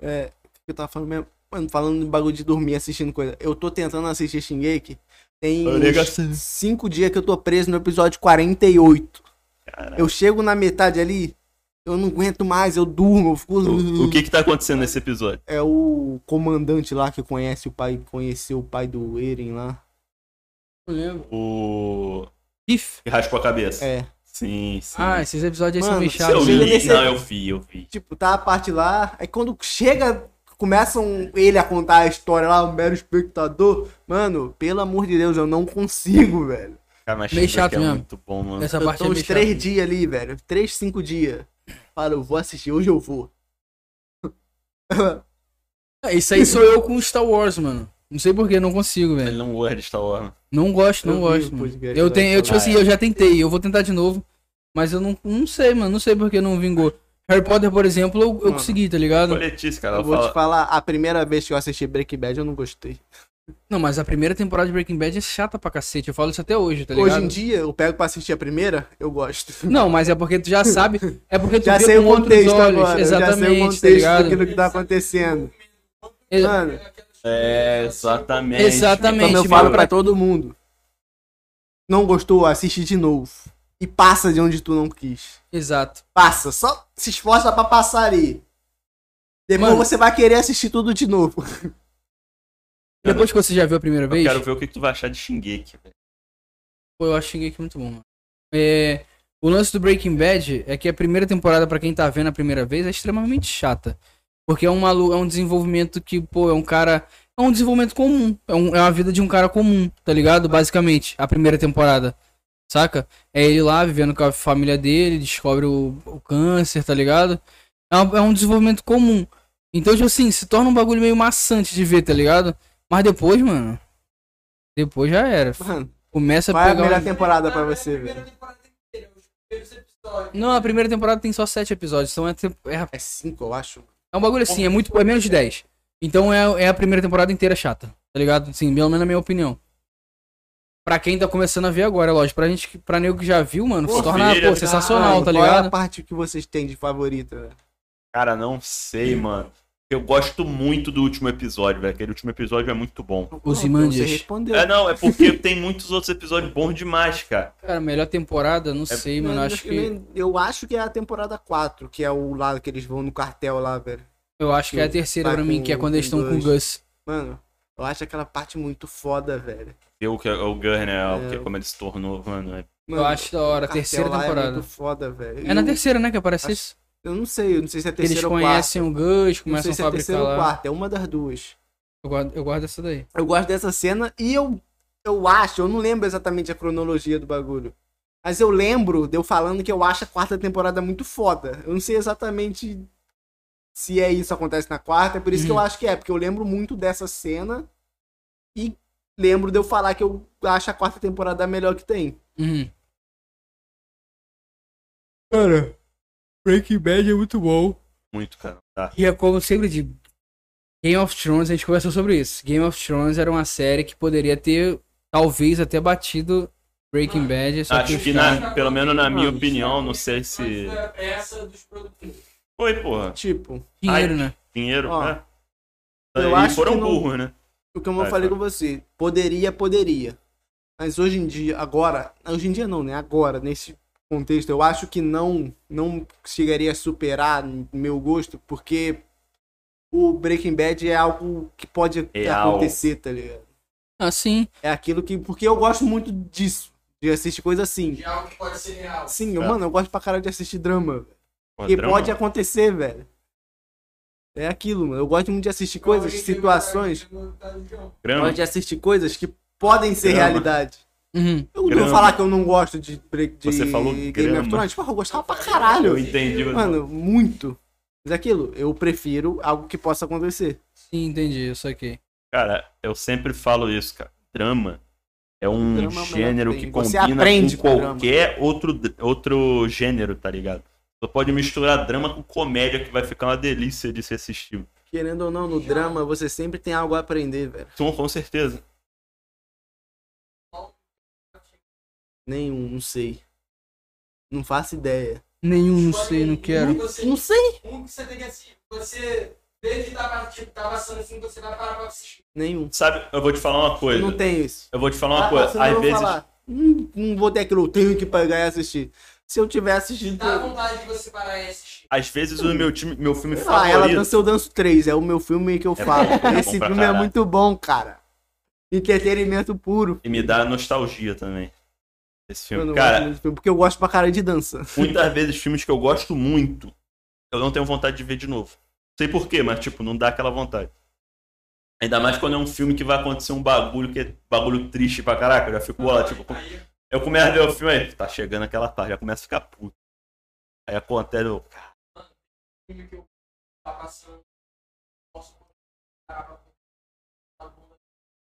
Speaker 3: É, o que eu tava falando mesmo? Mano, falando de bagulho de dormir, assistindo coisa. Eu tô tentando assistir Shingeki. Tem
Speaker 2: Eu ligo assim.
Speaker 3: uns cinco dias que eu tô preso no episódio 48. Eu chego na metade ali, eu não aguento mais, eu durmo, eu fico.
Speaker 2: O, o que que tá acontecendo nesse episódio?
Speaker 3: É o comandante lá que conhece o pai, conheceu o pai do Eren lá.
Speaker 1: Não lembro.
Speaker 2: O...
Speaker 1: If.
Speaker 2: que raspou a cabeça.
Speaker 3: É.
Speaker 2: Sim, sim. é
Speaker 1: Ah, esses episódios aí são
Speaker 3: Mano,
Speaker 1: meio
Speaker 3: Thiago,
Speaker 2: eu
Speaker 1: chatos.
Speaker 3: se chega
Speaker 2: li,
Speaker 1: né?
Speaker 3: nesse-
Speaker 2: não, eu vi, eu vi.
Speaker 3: Tipo, tá a parte lá, aí quando chega, começam ele a contar a história lá, o mero espectador. Mano, pelo amor de Deus, eu não consigo, (laughs) velho.
Speaker 2: Cara, mas
Speaker 1: Meio
Speaker 2: Shinra
Speaker 1: chato
Speaker 2: que é
Speaker 1: mesmo.
Speaker 2: muito bom, mano.
Speaker 1: Essa
Speaker 3: Eu
Speaker 1: parte
Speaker 3: tô
Speaker 1: é
Speaker 3: uns
Speaker 1: meio
Speaker 3: três
Speaker 1: chata.
Speaker 3: dias ali, velho. Três, cinco dias. Fala, eu vou assistir, hoje eu vou.
Speaker 1: Ah, Isso aí sou eu com Star Wars, mano. Não sei porquê, não consigo,
Speaker 2: Ele
Speaker 1: velho.
Speaker 2: não gosta de Star Wars.
Speaker 1: Não gosto, não
Speaker 3: Eu vi o
Speaker 1: gosto. mano.
Speaker 3: podcast
Speaker 1: Eu
Speaker 3: lá
Speaker 1: tenho, eu, tipo
Speaker 2: sobre-
Speaker 1: assim, eu já tentei, eu vou tentar de novo. Mas eu não, não sei, mano. Não sei porque não vingou. Harry Potter, por exemplo, eu, eu
Speaker 3: Mano,
Speaker 1: consegui, tá ligado?
Speaker 2: Olha Letícia, cara.
Speaker 3: Eu
Speaker 2: Ela
Speaker 3: vou
Speaker 2: fala...
Speaker 3: te falar, a primeira vez que eu assisti Breaking Bad eu não gostei.
Speaker 1: Não, mas a primeira temporada de Breaking Bad é chata pra cacete. Eu falo isso até hoje, tá ligado?
Speaker 3: Hoje em dia, eu pego pra assistir a primeira, eu gosto.
Speaker 1: Não, mas é porque tu já sabe. É porque tu
Speaker 3: Já
Speaker 1: vê
Speaker 3: sei
Speaker 1: com
Speaker 3: o
Speaker 1: outros
Speaker 3: contexto
Speaker 1: olhos.
Speaker 3: agora. eu Já sei
Speaker 1: Exatamente,
Speaker 3: o
Speaker 1: tá
Speaker 3: contexto
Speaker 1: ligado?
Speaker 3: daquilo que tá acontecendo.
Speaker 1: Ex-
Speaker 3: Mano,
Speaker 2: É, exatamente. Então
Speaker 1: Exatamente.
Speaker 3: como eu
Speaker 1: mano.
Speaker 3: falo pra todo mundo. Não gostou, assiste de novo. E passa de onde tu não quis.
Speaker 1: Exato.
Speaker 3: Passa, só se esforça pra passar ali. Depois
Speaker 1: Mano.
Speaker 3: você vai querer assistir tudo de novo.
Speaker 2: Cara,
Speaker 1: Depois que você já viu a primeira
Speaker 2: Eu
Speaker 1: vez,
Speaker 2: quero ver o que que tu vai achar de Shingeki. velho.
Speaker 1: pô, eu acho Shingeki muito bom, mano. É, o lance do Breaking Bad é que a primeira temporada, pra quem tá vendo a primeira vez, é extremamente chata. Porque é um maluco, é um desenvolvimento que, pô, é um cara. É um desenvolvimento comum. É, um- é uma vida de um cara comum, tá ligado? Basicamente, a primeira temporada. Saca? É ele lá vivendo com a família dele, descobre o, o câncer, tá ligado? É um, é um desenvolvimento comum. Então, tipo assim, se torna um bagulho meio maçante de ver, tá ligado? Mas depois, mano. Depois já era.
Speaker 3: Mano,
Speaker 1: Começa a
Speaker 3: qual é a
Speaker 1: pegar.
Speaker 3: melhor
Speaker 1: um-
Speaker 3: temporada pra você, velho?
Speaker 1: Não, a primeira temporada tem só sete episódios. Então é, temp- é,
Speaker 3: É cinco, eu acho.
Speaker 1: é um bagulho assim, é muito. É menos de 10. Então é, é a primeira temporada inteira chata, tá ligado? Sim, pelo menos na minha opinião. Pra quem tá começando a ver agora, é lógico. Pra gente, que- pra nego que já viu, mano, se
Speaker 2: Pô,
Speaker 1: torna,
Speaker 2: filha,
Speaker 1: pô, sensacional,
Speaker 3: Mano,
Speaker 1: tá
Speaker 3: Qual é a
Speaker 1: ligado?
Speaker 3: parte que vocês têm de favorita? velho?
Speaker 2: Cara, não sei, mano. Eu gosto muito do último episódio, velho. Aquele último episódio é muito bom.
Speaker 1: Os
Speaker 3: Pronto, Você
Speaker 1: Imandias.
Speaker 3: respondeu.
Speaker 2: É, não, é porque tem muitos outros episódios bons demais, cara.
Speaker 1: Cara, melhor temporada,
Speaker 3: É,
Speaker 1: não sei, mano. Acho que.
Speaker 3: nem- Eu acho que é a temporada 4, que é o lado que eles vão no cartel lá, velho.
Speaker 1: Eu acho que é a terceira
Speaker 3: Vai
Speaker 1: pra mim,
Speaker 3: com-
Speaker 1: que é quando eles
Speaker 3: com
Speaker 1: estão com o
Speaker 3: dois.
Speaker 1: Gus.
Speaker 3: Mano, eu acho aquela parte muito foda, velho.
Speaker 2: Eu, que- o Gunner, né?
Speaker 3: É,
Speaker 2: o que-
Speaker 3: eu-
Speaker 2: como ele se tornou, mano. é-
Speaker 1: Eu
Speaker 3: Mano,
Speaker 1: acho da hora,
Speaker 3: o cartel
Speaker 1: terceira
Speaker 3: lá É
Speaker 1: temporada.
Speaker 3: muito foda, velho.
Speaker 1: É na
Speaker 3: E o-
Speaker 1: terceira, né, que aparece
Speaker 3: Acho-
Speaker 1: isso?
Speaker 3: Eu não sei, eu não sei se é
Speaker 1: Que eles
Speaker 3: terceira ou quarta.
Speaker 1: conhecem o Gus,
Speaker 3: Não
Speaker 1: começam
Speaker 3: sei
Speaker 1: a
Speaker 3: se é terceira
Speaker 1: fabricar
Speaker 3: ou
Speaker 1: lá.
Speaker 3: quarta, é uma das duas.
Speaker 1: Eu guardo, eu guardo essa daí.
Speaker 3: Eu gosto dessa cena e eu, eu acho, eu não lembro exatamente a cronologia do bagulho. Mas eu lembro de eu falando que eu acho a quarta temporada muito foda. Eu não sei exatamente se é isso acontece na quarta, é por isso que eu
Speaker 1: Uhum.
Speaker 3: acho que é, porque eu lembro muito dessa cena e lembro de eu falar que eu acho a quarta temporada a melhor que tem.
Speaker 1: Uhum. Cara, Breaking Bad é muito bom.
Speaker 2: Muito, cara. Tá.
Speaker 1: E é como eu sempre digo, Game of Thrones, a gente conversou sobre isso. Game of Thrones era uma série que poderia ter, talvez, até batido Breaking Bad. Só
Speaker 2: Ah, Acho
Speaker 1: os
Speaker 2: que,
Speaker 1: caras- Ah,
Speaker 2: na- pelo menos na minha
Speaker 3: Mano,
Speaker 2: opinião, não sei se.
Speaker 4: Peça dos produtores.
Speaker 2: Foi, porra.
Speaker 3: Tipo,
Speaker 1: Dinheiro, né?
Speaker 2: Dinheiro,
Speaker 3: Ó,
Speaker 2: né?
Speaker 3: eu
Speaker 2: e
Speaker 3: acho
Speaker 2: foram
Speaker 3: que não-
Speaker 2: burros, né?
Speaker 3: o que eu
Speaker 2: Vai,
Speaker 3: falei
Speaker 2: fala.
Speaker 3: com você, poderia, poderia. Mas hoje em dia, agora, hoje em dia não, né? Agora, nesse contexto, eu acho que não, não chegaria a superar no meu gosto, porque o Breaking Bad é algo que pode
Speaker 2: Real.
Speaker 3: acontecer, tá ligado?
Speaker 1: Assim,
Speaker 3: É aquilo que, porque eu gosto muito disso, de assistir coisa assim.
Speaker 4: De algo que pode ser real.
Speaker 3: Sim, eu-
Speaker 2: Tá.
Speaker 3: mano, eu gosto pra caralho de assistir drama.
Speaker 2: Porra,
Speaker 3: Porque
Speaker 2: drama.
Speaker 3: pode acontecer, velho. É aquilo, mano. Eu gosto muito de assistir coisas, situações.
Speaker 2: Grama.
Speaker 3: Pode assistir coisas que podem ser
Speaker 2: Grama.
Speaker 3: realidade.
Speaker 1: uhum.
Speaker 3: Eu não vou
Speaker 2: Grama.
Speaker 3: falar que eu não gosto de, break- de
Speaker 2: Você falou
Speaker 3: Game of
Speaker 2: grama.
Speaker 3: Thrones. Porra, eu gostava pra
Speaker 2: Eu
Speaker 3: caralho.
Speaker 2: entendi.
Speaker 3: Mano, muito. Mas é aquilo, eu prefiro algo que possa acontecer.
Speaker 1: sim, entendi, eu saquei.
Speaker 2: Cara, eu sempre falo isso, cara. Drama é um
Speaker 3: Drama é o melhor
Speaker 2: gênero
Speaker 3: que
Speaker 2: que
Speaker 3: tem. Você
Speaker 2: combina
Speaker 3: aprende
Speaker 2: com
Speaker 3: com drama.
Speaker 2: qualquer outro, dr- outro gênero, tá ligado? Você pode misturar drama com comédia, que vai ficar uma delícia de se assistir.
Speaker 3: Querendo ou não, no drama você sempre tem algo a aprender, velho.
Speaker 2: Então, com certeza.
Speaker 3: Nenhum, não sei. Não faço ideia.
Speaker 1: Nenhum, não sei, não quero.
Speaker 3: Não sei.
Speaker 4: Tipo, Um que você tem que assistir. Você, desde que tava, tipo, tava sendo assim, você vai parar pra assistir.
Speaker 3: Nenhum.
Speaker 2: Sabe, eu vou te falar uma
Speaker 3: Eu
Speaker 2: coisa.
Speaker 3: não tenho isso.
Speaker 2: Eu vou te falar uma
Speaker 3: Ah,
Speaker 2: coisa.
Speaker 3: senão eu
Speaker 2: Às
Speaker 3: vou
Speaker 2: vezes.
Speaker 3: falar, "Hum, não vou ter aquilo, eu tenho que pagar e assistir. Se eu tiver assistido.
Speaker 4: Dá
Speaker 1: um Uhum.
Speaker 4: vontade de você parar e assistir.
Speaker 2: Às vezes o meu, time, meu filme
Speaker 3: Sei lá, Ah, ela
Speaker 2: favorito.
Speaker 3: dança, eu danço 3. É o meu filme que eu
Speaker 2: bom,
Speaker 3: falo.
Speaker 2: é bom
Speaker 3: Esse
Speaker 2: pra
Speaker 3: filme é
Speaker 2: caralho.
Speaker 3: muito bom, cara. Entretenimento puro.
Speaker 2: E me dá nostalgia também. Esse filme.
Speaker 3: Mano, eu gosto
Speaker 2: Cara,
Speaker 3: muito do filme, porque eu gosto pra caralho de dança.
Speaker 2: (laughs) muitas vezes filmes que eu gosto muito, eu não tenho vontade de ver de novo. Sei porquê, mas tipo, não dá aquela vontade. Ainda mais quando é um filme que vai acontecer um bagulho que é bagulho triste pra caraca. Eu já fico, ó, tipo,
Speaker 4: Aí,
Speaker 2: eu começo a ver o filme aí, tá chegando aquela parte, já começa a ficar puto. Aí acontece, eu,
Speaker 4: filme que eu tava passando, posso parar pra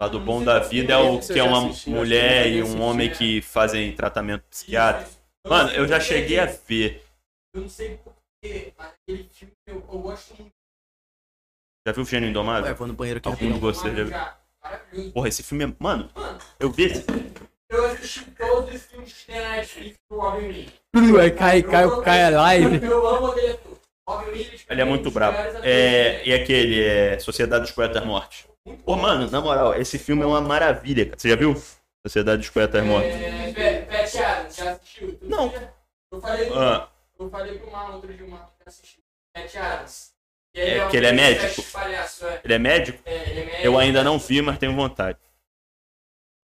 Speaker 2: Lado bom da vida é o que é uma mulher e um homem que fazem tratamento psiquiátrico. Mano, eu já cheguei a ver.
Speaker 4: Eu não sei porquê, mas aquele filme eu, eu gosto muito.
Speaker 2: Já viu o Gênio
Speaker 3: Ué,
Speaker 2: Indomável?
Speaker 3: vou no banheiro aqui
Speaker 2: Algum de
Speaker 3: rapidão.
Speaker 2: vocês já viu?
Speaker 4: já. Maravilhoso.
Speaker 2: Porra, esse filme é. Mano,
Speaker 4: Mano,
Speaker 2: eu vi esse.
Speaker 4: eu assisti todos os filmes que tem na Netflix do Robin Williams.
Speaker 1: Ué, cai, cai, cai a live.
Speaker 4: Eu amo aquele ator. Robin Williams.
Speaker 2: Ele é muito
Speaker 4: um dos
Speaker 2: brabo.
Speaker 4: melhores atores
Speaker 2: É,
Speaker 4: que
Speaker 2: e aquele, é Sociedade dos Poetas Mortos. Pô, mano, na moral, esse filme é uma maravilha, cara. Você já viu? Sociedade dos Poetas Mortos.
Speaker 4: É, Pe- Pat Adams, já assistiu? Tu
Speaker 2: Não.
Speaker 4: já- Eu falei,
Speaker 2: Ah,
Speaker 4: eu falei pro Marlon outro dia, o Marlon já assistiu. Pat Adams. E um
Speaker 2: É,
Speaker 4: o
Speaker 2: que ele é
Speaker 4: Pat
Speaker 2: médico.
Speaker 4: Palhaço, é.
Speaker 2: ele é médico?
Speaker 4: É, ele é médico.
Speaker 2: Eu ainda não vi, mas tenho vontade.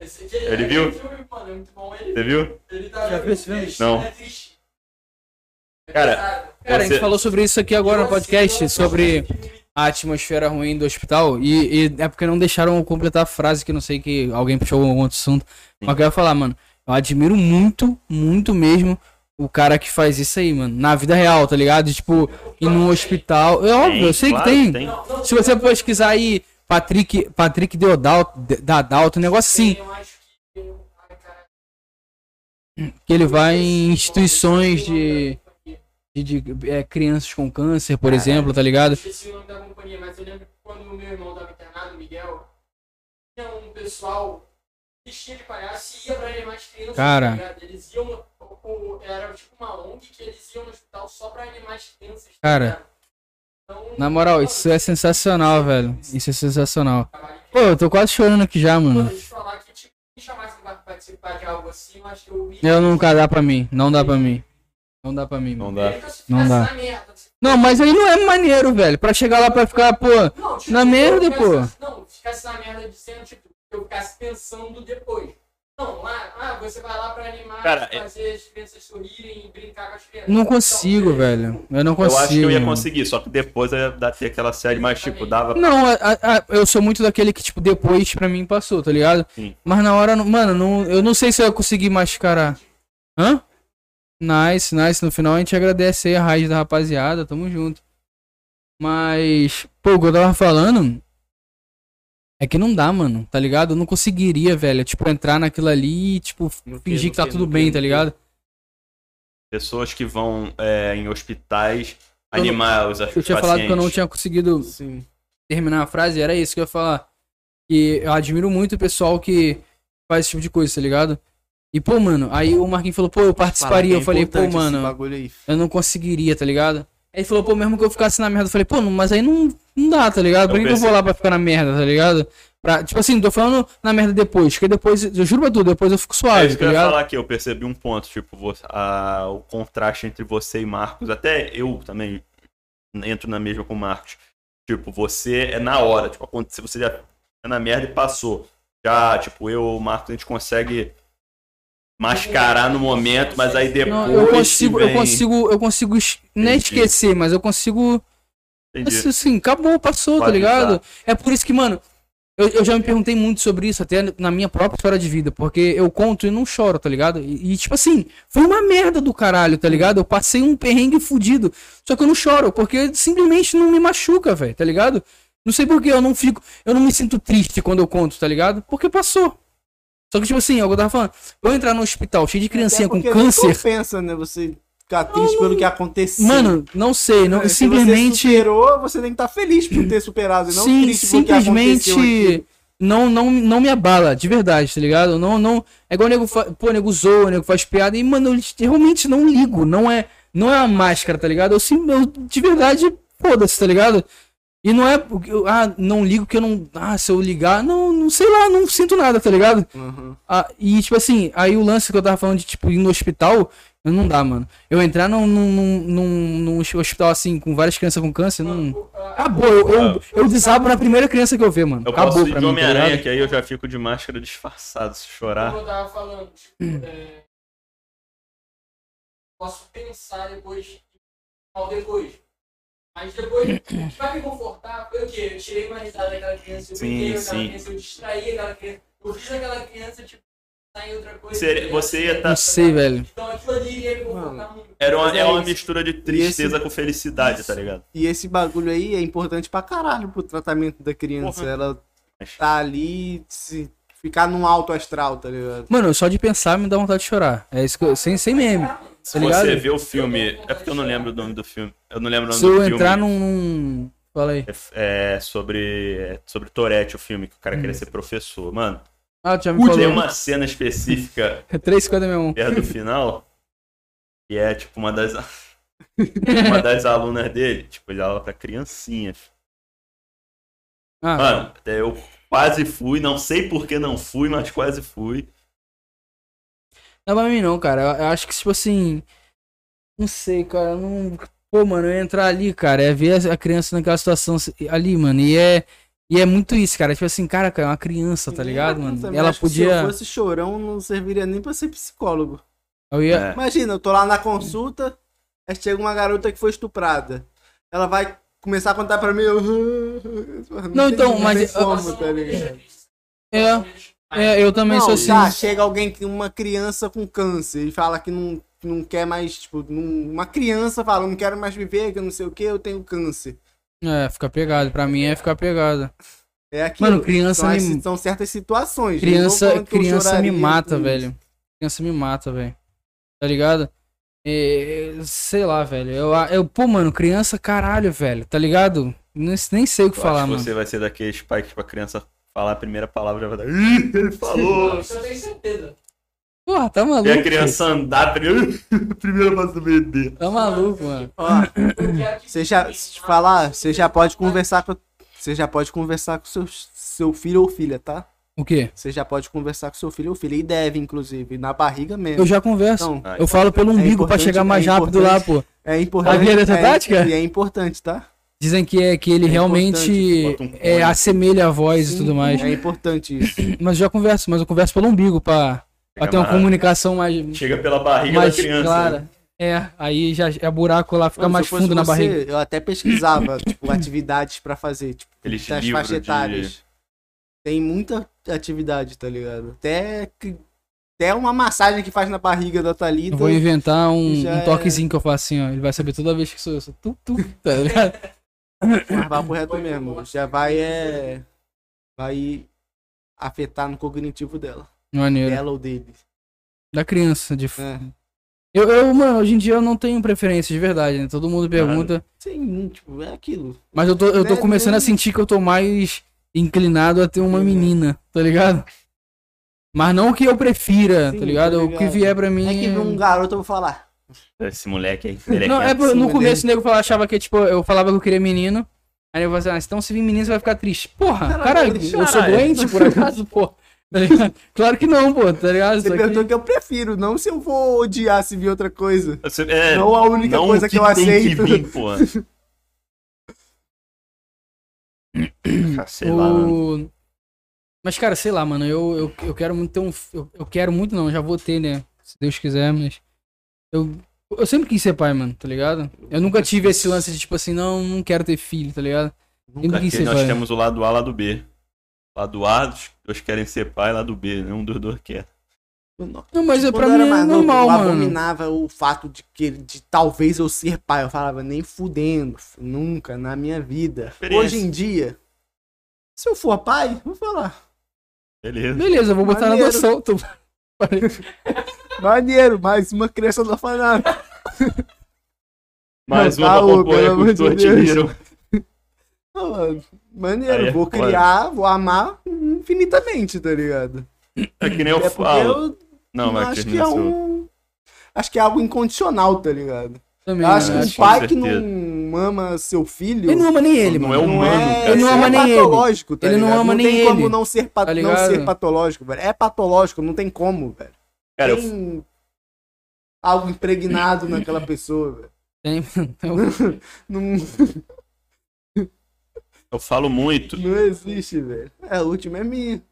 Speaker 4: Esse-
Speaker 2: Ele viu?
Speaker 4: aquele filme, mano, é muito bom. Ele,
Speaker 2: Você viu?
Speaker 4: ele tá
Speaker 1: Já viu esse filme?
Speaker 4: triste,
Speaker 2: Não.
Speaker 4: É triste. É
Speaker 2: Cara,
Speaker 4: pesado.
Speaker 1: Cara, a gente
Speaker 2: Você-
Speaker 1: falou sobre isso aqui agora no podcast, sobre a atmosfera ruim do hospital. E, e é porque não deixaram eu completar a frase que não sei que alguém puxou algum outro assunto. Mas que eu ia falar, mano. Eu admiro muito, muito mesmo o cara que faz isso aí, mano. Na vida real, tá ligado? Tipo, ir num hospital. É óbvio, eu sei
Speaker 2: claro
Speaker 1: que tem.
Speaker 4: Não, não,
Speaker 1: Se você pesquisar aí, Patrick, Patrick Deodalto, De- Dadalto, um negócio assim.
Speaker 4: Eu acho que. Ai, cara,
Speaker 1: Que ele vai em instituições de. De, de, é, crianças com câncer, por exemplo, tá
Speaker 4: eu
Speaker 1: ligado?
Speaker 4: esqueci o nome da companhia, mas eu lembro que quando o meu irmão estava internado, o Miguel, tinha um pessoal vestia de palhaço e ia pra animar as crianças.
Speaker 1: Cara.
Speaker 4: tá ligado? Eles iam. no- o- o- Era tipo uma ONG que eles iam no hospital só pra animar as crianças. tá
Speaker 1: Cara.
Speaker 4: ligado? Então,
Speaker 1: Na moral, isso é sensacional, velho. Isso é sensacional. Pô, eu tô quase chorando aqui já,
Speaker 4: Mano,
Speaker 1: mano.
Speaker 4: deixa eu falar que, tipo, me chamassem pra participar de algo assim, eu acho que eu ia.
Speaker 1: Eu nunca dá pra mim. Não dá pra mim. Não dá pra mim, mano.
Speaker 2: Não
Speaker 4: Eu
Speaker 2: dá.
Speaker 4: nunca se
Speaker 1: Não dá.
Speaker 4: ficasse na merda, tá se-
Speaker 1: Não, mas aí não é maneiro, velho. Pra chegar lá pra ficar, pô.
Speaker 4: Não, tipo,
Speaker 1: Na
Speaker 4: eu
Speaker 1: merda,
Speaker 4: ficasse- Não, ficasse na merda dizendo, tipo, que eu ficasse pensando depois. Não, lá, ah, você vai lá pra animar, tipo,
Speaker 2: Cara, é-
Speaker 4: fazer as crianças sorrirem e brincar com as crianças.
Speaker 1: Não consigo,
Speaker 4: Então,
Speaker 1: velho. Eu não
Speaker 2: Eu
Speaker 1: consigo.
Speaker 2: acho que eu ia
Speaker 1: mano.
Speaker 2: conseguir, só que depois eu ia dar ter aquela série, mas tipo, dava.
Speaker 1: Não, a- a- a- eu sou muito daquele que, tipo, depois pra mim passou, tá ligado?
Speaker 2: Sim.
Speaker 1: Mas na hora, não- mano, não- eu não sei se eu ia conseguir mascarar. Hã? Nice, nice. No final a gente agradece aí a raiz da rapaziada, tamo junto. Mas, pô, o que eu tava falando é que não dá, mano, tá ligado? Eu não conseguiria, velho, tipo, entrar naquilo ali e, tipo,
Speaker 3: Não tem,
Speaker 1: fingir
Speaker 3: não
Speaker 1: que tá
Speaker 3: tem,
Speaker 1: tudo
Speaker 3: não tem,
Speaker 1: bem,
Speaker 3: não
Speaker 1: tá
Speaker 3: tem.
Speaker 1: ligado?
Speaker 2: Pessoas que vão é, em hospitais
Speaker 1: Eu não-
Speaker 2: animar os
Speaker 1: Eu tinha falado que eu não
Speaker 2: pacientes.
Speaker 1: tinha conseguido
Speaker 3: Sim.
Speaker 1: terminar a frase, era isso que eu ia falar. Que eu admiro muito o pessoal que faz esse tipo de coisa, tá ligado? E, pô, mano, aí o Marquinhos falou, pô, eu participaria.
Speaker 3: Fala,
Speaker 1: eu falei,
Speaker 3: é
Speaker 1: pô,
Speaker 3: importante esse
Speaker 1: mano,
Speaker 3: bagulho aí.
Speaker 1: eu não conseguiria, tá ligado? Aí ele falou, pô, mesmo que eu ficasse na merda, eu falei, pô, não- mas aí não, não dá, tá ligado? Por
Speaker 2: Eu
Speaker 1: que, que eu vou
Speaker 2: pensei-
Speaker 1: lá pra ficar na merda, tá ligado? Pra, tipo assim, tô falando na merda depois, porque depois, eu juro pra tu, depois eu fico
Speaker 2: É
Speaker 1: suave,
Speaker 2: isso que
Speaker 1: tá
Speaker 2: eu ia
Speaker 1: ligado?
Speaker 2: falar aqui, eu percebi um ponto, tipo, você- a- o contraste entre você e Marcos, até eu também entro na mesma com o Marcos. Tipo, você é na hora, tipo, se você já tá na merda e passou. Já, tipo, eu, o Marcos, a gente consegue mascarar no momento, mas aí depois.
Speaker 1: Não, eu consigo,
Speaker 2: que
Speaker 1: eu
Speaker 2: vem-
Speaker 1: consigo, eu consigo, es- não é
Speaker 2: é Entendi.
Speaker 1: esquecer, mas eu consigo
Speaker 2: Entendi.
Speaker 1: Assim, assim, acabou, passou, tá
Speaker 2: Pode
Speaker 1: ligado?
Speaker 2: usar.
Speaker 1: É por isso que, mano, eu, eu já me perguntei muito sobre isso, até na minha própria história de vida, porque eu conto e não choro, tá ligado? E, e, tipo assim, foi uma merda do caralho, tá ligado? Eu passei um perrengue fudido, só que eu não choro, porque simplesmente não me machuca, velho, tá ligado? Não sei por que eu não fico, eu não me sinto triste quando eu conto, tá ligado? Porque passou. Só que, tipo assim, é o que eu tava falando, eu entrar no hospital cheio de criancinha
Speaker 3: É, Até
Speaker 1: com
Speaker 3: porque
Speaker 1: câncer,
Speaker 3: Não pensa, né? Você ficar triste pelo que aconteceu.
Speaker 1: mano, não sei, não,
Speaker 3: Cara, É, se
Speaker 1: simplesmente.
Speaker 3: Você superou, você tem que estar feliz por ter superado. E não
Speaker 1: Sim,
Speaker 3: triste pelo que aconteceu aqui.
Speaker 1: simplesmente não, não, não me abala, de verdade, tá ligado? Não, não. É igual o nego, fa... pô, nego zoa, o nego faz piada, e, mano, eu realmente não ligo, não é, não é a máscara, tá ligado? Eu sim, eu, de verdade, foda-se, tá ligado? E não é, porque eu- ah, não ligo que eu não, ah, se eu ligar, não, não sei lá, não sinto nada, tá ligado?
Speaker 3: Uhum.
Speaker 1: Ah, e, tipo assim, aí o lance que eu tava falando de, tipo, ir no hospital, não dá, mano. Eu entrar num, num, num, num- num hospital, assim, com várias crianças com câncer, não... Acabou, eu, eu, eu desabo na primeira criança que eu ver, mano.
Speaker 2: Ah, Eu
Speaker 1: Acabou
Speaker 2: posso ir
Speaker 1: pra
Speaker 2: de
Speaker 1: mim, tá
Speaker 2: Homem-Aranha,
Speaker 1: ligado?
Speaker 2: que aí eu já fico de máscara disfarçado, se chorar.
Speaker 4: é Como eu tava falando, tipo,
Speaker 1: Hum.
Speaker 4: é, posso pensar depois, mal depois.
Speaker 1: (coughs)
Speaker 4: Mas depois, pra me confortar, foi o quê? Eu tirei uma risada daquela criança, eu
Speaker 2: Sim,
Speaker 4: brinquei com aquela
Speaker 2: sim.
Speaker 4: criança, eu distraí aquela criança, eu fiz aquela criança, tipo, pensar em outra coisa.
Speaker 2: Você- você ia tá-
Speaker 1: Não sei, velho.
Speaker 4: Então aquilo ali ia me confortar muito.
Speaker 2: Era uma,
Speaker 4: Mas
Speaker 2: é uma
Speaker 4: isso.
Speaker 2: mistura de tristeza
Speaker 3: E
Speaker 2: com felicidade, tá ligado?
Speaker 3: E esse bagulho aí é importante pra caralho pro tratamento da criança.
Speaker 2: Porra.
Speaker 3: Ela tá ali, se ficar num alto astral, tá ligado?
Speaker 1: Mano, só de pensar me dá vontade de chorar. É isso que eu, sem, sem meme. Tá
Speaker 2: Se
Speaker 1: ligado?
Speaker 2: você vê o filme. É porque eu não lembro o nome do filme. Eu não lembro o nome
Speaker 1: Se
Speaker 2: do
Speaker 1: eu
Speaker 2: filme.
Speaker 1: entrar num. num- Fala aí.
Speaker 2: É, é sobre. É sobre Tourette, o filme, que o cara queria ser professor. Mano,
Speaker 1: Ah, tu já me
Speaker 2: tem
Speaker 1: Hum. falou.
Speaker 2: uma cena específica
Speaker 1: É 3,51.
Speaker 2: perto
Speaker 1: (laughs)
Speaker 2: do final. E é tipo uma das. (laughs) uma das alunas dele. Tipo, ele dá aula pra criancinha.
Speaker 1: Ah,
Speaker 2: Mano, até eu quase fui, não sei por que não fui, mas quase fui.
Speaker 1: não é pra mim não, cara. Eu, eu acho que, tipo assim. Não sei, cara. eu Não... Pô, mano, eu entrar ali, cara, é ver a- a criança naquela situação se- ali, mano. E é. E é muito isso, cara. Tipo assim, cara, cara, é uma criança, tá ligado,
Speaker 3: Eu
Speaker 1: mano?
Speaker 3: também
Speaker 1: Ela
Speaker 3: acho que Se eu
Speaker 1: podia.
Speaker 3: fosse chorão, não serviria nem pra ser psicólogo.
Speaker 1: Eu ia.
Speaker 2: É.
Speaker 3: Imagina, eu tô lá na consulta, aí chega uma garota que foi estuprada. Ela vai começar a contar pra mim. eu-
Speaker 1: Não,
Speaker 3: tem-
Speaker 1: então,
Speaker 3: tem
Speaker 1: mas-
Speaker 3: como, tá ligado?
Speaker 1: É, é, eu também
Speaker 3: não,
Speaker 1: sou assim.
Speaker 3: tá, chega alguém, que- uma criança com câncer e fala que não, que não quer mais, tipo, não- uma criança fala, não quero mais viver, que eu não sei o que, eu tenho câncer.
Speaker 1: É, ficar pegado. Pra mim é ficar pegado.
Speaker 3: É aquilo.
Speaker 1: Mano, criança
Speaker 3: são, as-
Speaker 1: me,
Speaker 3: são certas situações. não tô
Speaker 1: criança,
Speaker 3: falando que eu
Speaker 1: criança me
Speaker 3: choraria
Speaker 1: mata,
Speaker 3: com
Speaker 1: velho. Criança me mata, velho. Tá ligado? É, sei lá, velho. Eu, eu, pô, mano, criança, caralho, velho. Tá ligado? Nem, nem sei o que
Speaker 2: Eu
Speaker 1: falar,
Speaker 2: acho que
Speaker 1: mano.
Speaker 2: você vai ser daqueles pais que pra criança falar a primeira palavra vai dar. "Ih, Ele falou!
Speaker 4: Isso eu tenho certeza.
Speaker 1: Porra, tá maluco.
Speaker 2: E a criança andar (laughs) primeiro. primeiro passo do bebê.
Speaker 1: pô. Tá maluco, mano.
Speaker 3: Ó,
Speaker 4: Eu quero que
Speaker 3: você já, se te falar, você já pode conversar com, você já pode conversar com seu, seu filho ou filha, tá?
Speaker 1: O quê?
Speaker 3: Você já pode conversar com seu filho ou filha, e deve, inclusive, na barriga mesmo.
Speaker 1: Eu já converso.
Speaker 3: Então,
Speaker 1: eu falo pelo umbigo pra
Speaker 3: importante-
Speaker 1: chegar mais
Speaker 3: é
Speaker 1: rápido lá, pô.
Speaker 3: é importante.
Speaker 1: Sabia dessa
Speaker 3: é,
Speaker 1: Tá tática?
Speaker 3: E é importante, tá?
Speaker 1: Dizem que é que ele
Speaker 3: É
Speaker 1: realmente
Speaker 2: importante, bota um
Speaker 1: é,
Speaker 2: fone.
Speaker 1: assemelha a voz e tudo mais.
Speaker 3: É importante isso.
Speaker 1: Mas eu já converso, mas eu converso pelo umbigo pra, pra ter uma
Speaker 2: Camarada.
Speaker 1: comunicação mais,
Speaker 2: Chega pela barriga
Speaker 1: mais
Speaker 2: da criança.
Speaker 1: clara. É, aí já é buraco lá, fica
Speaker 3: né? Mano,
Speaker 1: mais
Speaker 3: se eu fosse
Speaker 1: fundo na
Speaker 3: você,
Speaker 1: barriga.
Speaker 3: Eu até pesquisava, (laughs) tipo, atividades pra fazer, tipo,
Speaker 2: Aqueles
Speaker 3: das
Speaker 2: livros
Speaker 3: faixas
Speaker 2: de-
Speaker 3: etárias. Tem muita atividade, tá ligado? Até, que- até uma massagem que faz na barriga da Thalita.
Speaker 1: Eu vou inventar um,
Speaker 3: já é.
Speaker 1: um toquezinho que eu faço assim, ó. Ele vai saber toda vez que sou eu. Sou tu, tu, tá ligado?
Speaker 3: (laughs) Mas vai pro reto mesmo. Já vai é. Vai afetar no cognitivo dela.
Speaker 1: Maneiro.
Speaker 3: Dela ou dele.
Speaker 1: Da criança, de f...
Speaker 3: É.
Speaker 1: eu, eu, mano, hoje em dia eu não tenho preferência de verdade, né? Todo mundo pergunta.
Speaker 3: Sim, tipo, é aquilo.
Speaker 1: Mas eu tô, eu tô
Speaker 3: Né,
Speaker 1: começando
Speaker 3: né?
Speaker 1: a sentir que eu tô mais inclinado a ter uma
Speaker 3: Sim, né?
Speaker 1: menina, tá ligado? Mas não o que eu prefira,
Speaker 3: Sim,
Speaker 1: tá ligado?
Speaker 3: tô
Speaker 1: O que
Speaker 3: ligado.
Speaker 1: vier pra mim.
Speaker 3: É que
Speaker 1: é-
Speaker 3: vê um garoto, eu vou falar.
Speaker 2: Esse moleque aí. Ele
Speaker 1: Não, é
Speaker 2: quieto.
Speaker 1: por-
Speaker 3: cima
Speaker 1: no
Speaker 3: dele.
Speaker 1: começo o nego falava, achava que, tipo, eu falava que eu queria menino. Aí eu falava assim, ah, então se vir menino você vai ficar triste. Porra,
Speaker 3: Caralho,
Speaker 1: caralho, eu sou
Speaker 2: caralho.
Speaker 1: doente por acaso, pô. (laughs) Tá ligado? claro que não, pô, tá ligado?
Speaker 3: Você
Speaker 1: Só que-
Speaker 3: perguntou que eu prefiro, não se eu vou odiar se vir outra coisa.
Speaker 2: Você- é,
Speaker 3: Não a única
Speaker 2: não
Speaker 3: coisa que, eu
Speaker 2: tem
Speaker 3: aceito.
Speaker 2: Que
Speaker 3: (laughs)
Speaker 2: vir, pô. Ah, Sei lá,
Speaker 3: né?
Speaker 2: mano.
Speaker 1: O- Mas, cara, sei lá, mano, eu, eu, eu quero muito ter um. fi- Eu, eu quero muito, não, eu já vou ter, né? Se Deus quiser, mas. Eu, eu sempre quis ser pai, mano, tá ligado? Eu nunca tive esse lance de, tipo assim, não, não quero ter filho, tá ligado? Sempre quis
Speaker 2: Aqui
Speaker 1: ser
Speaker 2: nós
Speaker 1: pai.
Speaker 2: temos o lado A e o lado B. Lado A, os dois querem ser pai, lado B, né? Um dos dois quer.
Speaker 1: Não, mas é
Speaker 3: Quando
Speaker 1: pra
Speaker 3: eu
Speaker 1: mim
Speaker 3: Tipo, era
Speaker 1: é
Speaker 3: mais novo,
Speaker 1: normal,
Speaker 3: eu
Speaker 1: mano.
Speaker 3: abominava o fato de que de talvez eu ser pai. Eu falava, nem fudendo, f- nunca na minha vida.
Speaker 2: Experiência.
Speaker 3: Hoje em dia, se eu for pai, eu vou falar.
Speaker 2: Beleza.
Speaker 1: Beleza, eu vou botar
Speaker 3: Maneiro.
Speaker 1: na adoção. Tô...
Speaker 3: Maneiro, mais uma criança do (laughs) orfanato.
Speaker 2: Mais
Speaker 3: Não,
Speaker 2: uma
Speaker 3: tá, ô,
Speaker 2: companhia
Speaker 3: pelo
Speaker 2: com
Speaker 3: amor
Speaker 2: os
Speaker 3: de Deus.
Speaker 2: tortilheiros.
Speaker 3: Ah, mano, Maneiro,
Speaker 2: Aí é
Speaker 3: vou
Speaker 2: foda.
Speaker 3: criar, vou amar infinitamente, tá ligado?
Speaker 2: É que nem eu
Speaker 3: é porque
Speaker 2: falo.
Speaker 3: eu
Speaker 2: Não, mas
Speaker 3: acho que
Speaker 2: termina
Speaker 3: é
Speaker 2: seu.
Speaker 3: um. Acho que é algo incondicional, tá ligado?
Speaker 1: Também,
Speaker 3: Eu acho que
Speaker 1: né?
Speaker 2: acho
Speaker 3: um
Speaker 2: que é, com
Speaker 3: pai que
Speaker 2: certeza.
Speaker 3: não ama seu filho.
Speaker 1: Ele não ama nem ele,
Speaker 2: Não
Speaker 1: mano.
Speaker 2: é
Speaker 3: Não
Speaker 2: humano,
Speaker 3: é,
Speaker 2: cara.
Speaker 1: Ele não
Speaker 3: isso
Speaker 1: ama
Speaker 3: é
Speaker 1: nem ele.
Speaker 3: patológico, tá
Speaker 1: Ele não
Speaker 3: ligado?
Speaker 1: ama
Speaker 3: não
Speaker 1: nem
Speaker 3: tem como
Speaker 1: ele.
Speaker 3: não ser, pa-
Speaker 1: Tá
Speaker 3: não
Speaker 1: ligado?
Speaker 3: ser patológico, velho. É patológico, não tem como, velho.
Speaker 2: Cara, eu
Speaker 3: tem algo impregnado naquela pessoa, velho.
Speaker 1: Tem, então. mano.
Speaker 3: (laughs) Não,
Speaker 2: Eu falo muito.
Speaker 3: não existe, velho. É, a última é minha.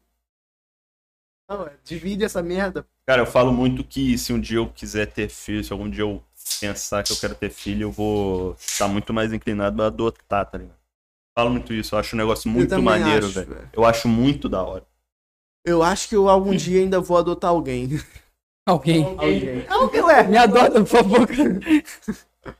Speaker 3: Não, é, divide essa merda.
Speaker 2: Cara, eu falo muito que se um dia eu quiser ter filho, se algum dia eu pensar que eu quero ter filho, eu vou estar muito mais inclinado a adotar, tá ligado? Falo muito isso, eu acho um negócio muito
Speaker 3: também
Speaker 2: maneiro,
Speaker 3: acho,
Speaker 2: velho.
Speaker 3: velho.
Speaker 2: Eu acho muito da hora.
Speaker 3: Eu acho que eu algum dia ainda vou
Speaker 1: (laughs)
Speaker 3: adotar alguém.
Speaker 1: Alguém.
Speaker 4: Alguém.
Speaker 1: É
Speaker 3: Alguém, ué.
Speaker 1: Me adota, por favor. cara. (laughs)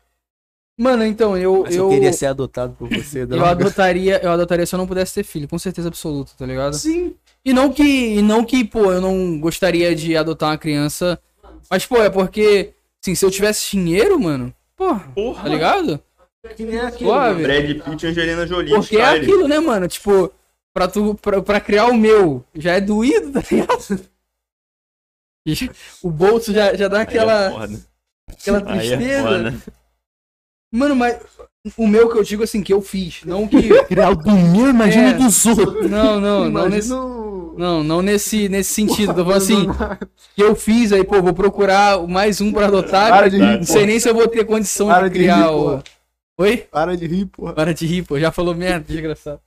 Speaker 1: Mano, então, eu.
Speaker 3: Mas eu,
Speaker 1: Eu,
Speaker 3: queria ser adotado por você,
Speaker 1: eu
Speaker 3: droga.
Speaker 1: adotaria, eu adotaria se eu não pudesse ter filho, com certeza absoluta, tá ligado?
Speaker 3: Sim.
Speaker 1: E não que, e não que, pô, eu não gostaria de adotar uma criança. Mas, pô, é porque, assim, se eu tivesse dinheiro, mano, porra,
Speaker 2: Porra,
Speaker 1: tá ligado?
Speaker 3: é Que nem aquilo.
Speaker 1: Suave.
Speaker 2: Brad Pitt e Angelina Jolie.
Speaker 1: Porque é
Speaker 2: style.
Speaker 1: aquilo, né, mano? Tipo, pra tu, pra, pra criar o meu, já é doído, tá ligado? (laughs) E já- O bolso já, já dá
Speaker 2: Aí é
Speaker 1: aquela,
Speaker 2: foda.
Speaker 1: aquela
Speaker 2: Aí é
Speaker 1: tristeza.
Speaker 2: foda.
Speaker 1: mano, mas o meu que eu digo assim, que eu fiz, não que.
Speaker 5: Criar o do meu, imagina
Speaker 1: É.
Speaker 5: o dos outros.
Speaker 1: Não, não, não
Speaker 3: Imagina
Speaker 1: nesse.
Speaker 3: o-
Speaker 1: Não, não nesse, nesse sentido. Tô falando assim,
Speaker 3: Não,
Speaker 1: que eu fiz aí, pô, vou procurar mais um pra adotar.
Speaker 3: Para de
Speaker 2: Tá,
Speaker 3: rir,
Speaker 1: Não
Speaker 3: pô.
Speaker 1: sei nem se eu vou ter condição
Speaker 3: Para
Speaker 1: de
Speaker 3: de rir,
Speaker 1: criar o.
Speaker 3: porra.
Speaker 1: Oi?
Speaker 3: Para de rir, porra.
Speaker 1: Para de rir, pô. Já falou merda, desgraçado.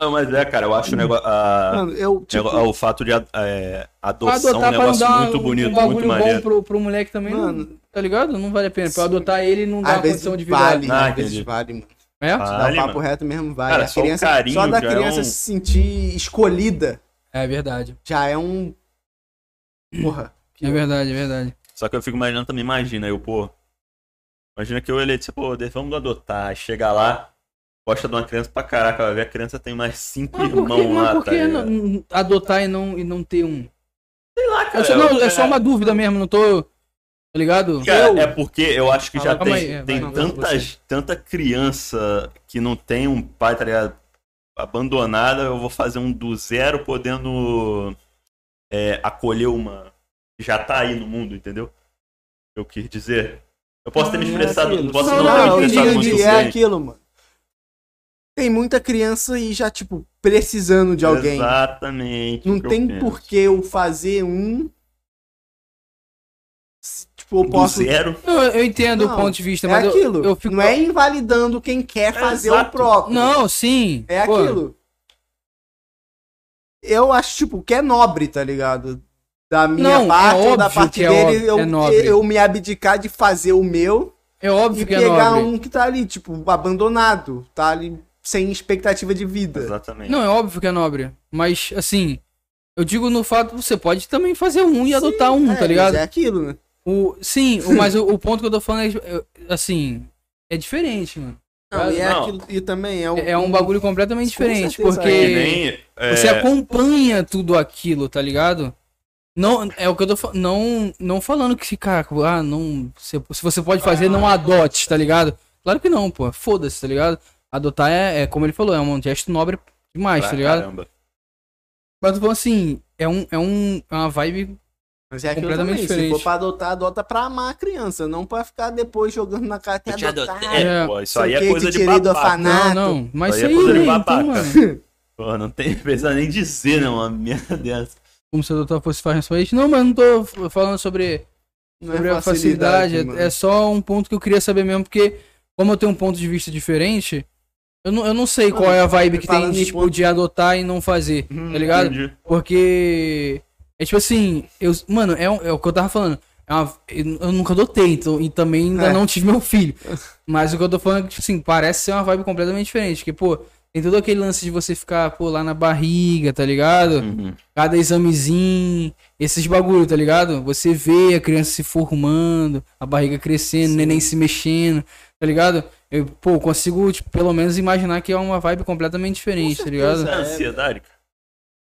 Speaker 2: Não, mas é, cara, eu acho o negócio. a-
Speaker 3: Mano, eu, tipo,
Speaker 2: nego- o fato de a- é, adoção é um
Speaker 1: pra
Speaker 2: negócio
Speaker 1: uma-
Speaker 2: muito bonito,
Speaker 1: um
Speaker 2: muito
Speaker 1: bagulho bom
Speaker 2: maneiro.
Speaker 1: pro, pro moleque também, não-
Speaker 3: Mano.
Speaker 1: tá ligado? Não vale a pena. Pra eu adotar ele, não dá
Speaker 3: às vezes
Speaker 1: condição de vida.
Speaker 3: vale,
Speaker 2: Ah,
Speaker 3: às vezes
Speaker 2: entendi.
Speaker 3: vale, mano.
Speaker 1: É?
Speaker 3: Dá
Speaker 2: Vale,
Speaker 3: o papo
Speaker 2: mano.
Speaker 3: reto mesmo, vale.
Speaker 2: Cara,
Speaker 3: a
Speaker 2: só o
Speaker 3: criança,
Speaker 2: carinho
Speaker 3: só da
Speaker 2: já é
Speaker 3: criança
Speaker 2: um-
Speaker 3: se sentir escolhida
Speaker 1: É verdade.
Speaker 3: já é um. Porra.
Speaker 1: É verdade, é verdade.
Speaker 2: Só que eu fico imaginando também, imagina, eu, pô. Imagina que eu ele, tipo, pô, de- vamos adotar. Chega lá, gosta de uma criança pra caraca, vai ver a criança tem mais cinco
Speaker 1: Mas por que,
Speaker 2: irmãos
Speaker 1: mas
Speaker 2: lá,
Speaker 1: por
Speaker 2: tá
Speaker 1: que
Speaker 2: ligado?
Speaker 1: não- adotar e não, e não ter um?
Speaker 2: Sei lá, cara. um
Speaker 1: É só, não, é
Speaker 2: eu-
Speaker 1: só uma dúvida mesmo, não tô. Tá ligado?
Speaker 2: Cara, é porque eu acho que já
Speaker 1: Calma
Speaker 2: tem,
Speaker 1: aí, é,
Speaker 2: tem
Speaker 1: vai, vai,
Speaker 2: tantas, tanta criança que não tem um pai, tá ligado? Abandonada, eu vou fazer um do zero podendo é, acolher uma que já tá aí no mundo, entendeu? Eu quis dizer. Eu posso
Speaker 3: Ah,
Speaker 2: ter me expressado,
Speaker 3: aquilo.
Speaker 2: posso
Speaker 1: Não,
Speaker 2: não,
Speaker 1: não,
Speaker 2: ter me
Speaker 1: eu
Speaker 2: expressado
Speaker 1: entendi,
Speaker 2: muito
Speaker 3: é
Speaker 2: bem.
Speaker 3: aquilo, mano. Tem muita criança aí já, tipo, precisando de alguém.
Speaker 2: Exatamente.
Speaker 3: Não
Speaker 2: é o que eu
Speaker 3: tem
Speaker 2: penso.
Speaker 3: por que eu fazer um. se, tipo, eu
Speaker 2: Do
Speaker 3: posso.
Speaker 2: zero.
Speaker 1: Eu, eu entendo o
Speaker 3: Não,
Speaker 1: ponto de vista,
Speaker 3: É
Speaker 1: mas eu-
Speaker 3: aquilo.
Speaker 1: Eu, fico.
Speaker 3: Não é invalidando quem quer
Speaker 2: É
Speaker 3: fazer
Speaker 2: exato.
Speaker 3: o próprio.
Speaker 1: Não, sim.
Speaker 3: É
Speaker 1: pô.
Speaker 3: aquilo. Eu acho, tipo, que é nobre, tá ligado? Da minha
Speaker 1: Não, é
Speaker 3: parte ou da
Speaker 1: óbvio
Speaker 3: parte
Speaker 1: que é
Speaker 3: dele,
Speaker 1: óbvio,
Speaker 3: eu,
Speaker 1: é nobre.
Speaker 3: eu me abdicar de fazer o meu
Speaker 1: É óbvio
Speaker 3: e
Speaker 1: que é
Speaker 3: pegar
Speaker 1: nobre.
Speaker 3: um que tá ali, tipo, abandonado, tá ali sem expectativa de vida.
Speaker 2: Exatamente.
Speaker 1: Não, é óbvio que é nobre. Mas, assim, eu digo no fato, você pode também fazer um e adotar um,
Speaker 3: É,
Speaker 1: tá ligado?
Speaker 3: mas É aquilo, né?
Speaker 1: O, sim,
Speaker 3: (laughs)
Speaker 1: o- mas o, o ponto que eu tô falando é, é, assim, é diferente, mano.
Speaker 3: Não, e, é
Speaker 2: Não.
Speaker 3: aquilo- e também é, o-
Speaker 1: É é um bagulho completamente
Speaker 3: Com
Speaker 1: diferente,
Speaker 3: certeza,
Speaker 1: porque
Speaker 2: Que nem, é,
Speaker 1: você acompanha tudo aquilo, tá ligado? Não, é o que eu tô falando, não, não falando que, cara, ah, não, se, se você pode fazer,
Speaker 3: Ah.
Speaker 1: não adote, tá ligado? Claro que não, pô, foda-se, tá ligado? Adotar é, é, como ele falou, é um gesto nobre demais,
Speaker 2: pra
Speaker 1: tá ligado?
Speaker 2: é, caramba.
Speaker 1: Mas eu tô falando assim, é, um, é, um, é uma vibe
Speaker 3: Mas é aquilo
Speaker 1: completamente
Speaker 3: também. Se
Speaker 1: diferente.
Speaker 3: for pra adotar, adota pra amar a criança, não pra ficar depois jogando na cara que adotar.
Speaker 1: É,
Speaker 2: É, pô, isso aí
Speaker 3: sei o
Speaker 2: é
Speaker 3: quê,
Speaker 2: coisa
Speaker 3: te
Speaker 2: de
Speaker 3: tirei do
Speaker 2: babaca.
Speaker 1: Não,
Speaker 3: orfanato.
Speaker 1: não. Mas
Speaker 2: Aí
Speaker 1: isso
Speaker 2: é
Speaker 1: aí,
Speaker 2: coisa de
Speaker 1: né?
Speaker 2: babaca.
Speaker 1: Então, mano,
Speaker 2: Pô, não tem (laughs) precisa nem dizer, né? Uma merda dessa.
Speaker 1: como se eu doutor fosse fazer só isso. Não, mas não tô f- falando sobre,
Speaker 3: Não é
Speaker 1: sobre a facilidade.
Speaker 3: mano.
Speaker 1: é- É só um ponto que eu queria saber mesmo, porque como eu tenho um ponto de vista diferente, eu não, eu não sei qual é a vibe que tem
Speaker 3: falando em
Speaker 1: de, tipo,
Speaker 3: ponto-
Speaker 1: de adotar e não fazer,
Speaker 2: Uhum.
Speaker 1: tá ligado?
Speaker 2: Entendi.
Speaker 1: Porque. É tipo assim, eu, mano, é, um- é o que eu tava falando. É uma- eu eu nunca adotei, então, e também ainda
Speaker 3: É.
Speaker 1: não tive meu filho. Mas o que eu tô falando é que, tipo assim, parece ser uma vibe completamente diferente. Porque, pô, tem todo aquele lance de você ficar, pô, lá na barriga, tá ligado?
Speaker 2: Uhum.
Speaker 1: Cada examezinho, esses bagulho, tá ligado? Você vê a criança se formando, a barriga crescendo, o neném se mexendo, tá ligado? Eu, pô, consigo, tipo, pelo menos imaginar que é uma vibe completamente diferente, tá
Speaker 2: Isso
Speaker 1: ligado?
Speaker 2: é ansiedade, cara.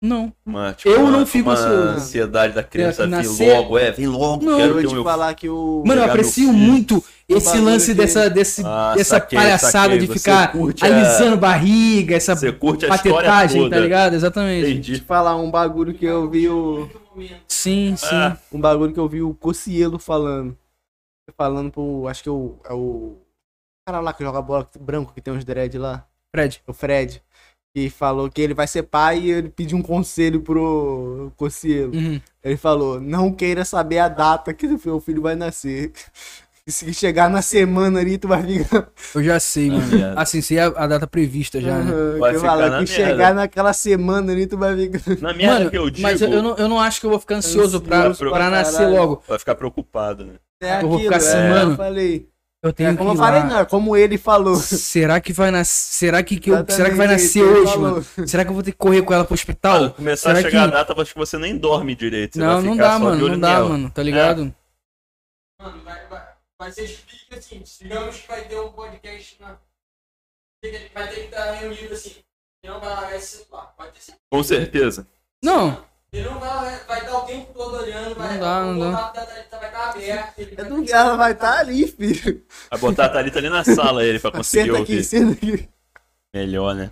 Speaker 1: Não.
Speaker 2: Uma, tipo,
Speaker 1: Eu
Speaker 2: uma-
Speaker 1: não fico
Speaker 2: uma
Speaker 1: ansioso.
Speaker 2: ansiedade da criança, vem
Speaker 1: Nascer-
Speaker 2: logo, é, vem logo,
Speaker 1: Não.
Speaker 2: quero
Speaker 3: um Eu
Speaker 2: ter
Speaker 3: vou
Speaker 2: o
Speaker 3: te
Speaker 2: meu
Speaker 3: falar que o.
Speaker 1: Mano, eu
Speaker 2: Pegar meu
Speaker 1: aprecio
Speaker 2: filho. um
Speaker 1: muito esse
Speaker 3: bagulho
Speaker 1: lance
Speaker 3: que-
Speaker 1: dessa, desse,
Speaker 2: Ah,
Speaker 1: dessa
Speaker 2: saquei,
Speaker 1: palhaçada
Speaker 2: saquei.
Speaker 1: de
Speaker 2: Você
Speaker 1: ficar
Speaker 2: curte a-
Speaker 1: alisando barriga, essa
Speaker 2: é Você curte a história
Speaker 1: patetagem,
Speaker 2: toda.
Speaker 1: tá ligado? Tipo Exatamente.
Speaker 3: Deixa
Speaker 2: Entendi.
Speaker 3: eu falar um bagulho que eu vi o.
Speaker 4: Muito momento.
Speaker 1: Sim, sim.
Speaker 2: Ah,
Speaker 3: Um bagulho que eu vi o Cocielo falando. Falando pro. Acho que é o. É o cara lá que joga bola branco, que tem uns dread lá.
Speaker 1: Fred.
Speaker 3: O Fred. Que falou que ele vai ser pai e ele pediu um conselho pro Cocielo.
Speaker 1: Uhum.
Speaker 3: Ele falou: não queira saber a data que o seu filho vai nascer. (laughs) E se chegar na semana ali, tu vai ligar.
Speaker 1: Eu já
Speaker 2: Ah,
Speaker 1: sei, mano.
Speaker 2: merda.
Speaker 1: Assim, sei a, a data prevista já, né?
Speaker 2: Vai
Speaker 3: (laughs) que
Speaker 2: ficar
Speaker 3: fala,
Speaker 2: na
Speaker 3: que
Speaker 2: merda.
Speaker 3: chegar naquela semana ali, tu vai ligar.
Speaker 2: Na merda
Speaker 1: Mano,
Speaker 2: que eu digo,
Speaker 1: mas eu, eu não, eu não acho que eu vou ficar ansioso pra,
Speaker 2: Ansioso pra
Speaker 1: pra nascer
Speaker 3: caralho.
Speaker 1: logo.
Speaker 2: vai ficar preocupado, né?
Speaker 3: É
Speaker 1: Eu vou
Speaker 3: aquilo,
Speaker 1: ficar
Speaker 3: é,
Speaker 1: semana.
Speaker 3: eu falei.
Speaker 1: Eu
Speaker 3: É
Speaker 1: tenho
Speaker 3: como eu
Speaker 1: que ir lá.
Speaker 3: falei, não, é como ele falou.
Speaker 1: (laughs) Será que vai nascer? Será que, que eu- será que vai
Speaker 3: Exatamente,
Speaker 1: nascer
Speaker 3: ele
Speaker 1: hoje,
Speaker 3: falou.
Speaker 1: mano? Será que eu vou ter que correr com ela pro hospital?
Speaker 2: Mano, começar a
Speaker 1: será
Speaker 2: chegar
Speaker 1: que-
Speaker 2: a data, acho que você nem dorme direito. Você
Speaker 1: não,
Speaker 2: vai
Speaker 1: não dá,
Speaker 2: ficar só de É.
Speaker 1: mano. tá
Speaker 2: olho
Speaker 1: Não dá,
Speaker 2: nela.
Speaker 1: mano. Tá ligado?
Speaker 4: Mano, vai, vai. Mas você explica assim, digamos que vai ter um podcast na. Vai ter que estar reunido assim. Ele não vai largar esse celular. Vai ter certeza.
Speaker 2: Com certeza.
Speaker 1: Não,
Speaker 4: Ele não vai largar, vai estar o tempo todo olhando, vai
Speaker 1: Não dá,
Speaker 4: o
Speaker 1: não
Speaker 4: contato da Thalita vai estar aberto. Ele
Speaker 3: É
Speaker 4: vai
Speaker 3: do- Ela vai estar ali, filho. Tá
Speaker 2: Vai botar a Thalita ali na sala
Speaker 1: (laughs)
Speaker 2: ele pra conseguir
Speaker 3: Senta aqui,
Speaker 2: ouvir.
Speaker 3: senta aqui.
Speaker 2: Melhor, né?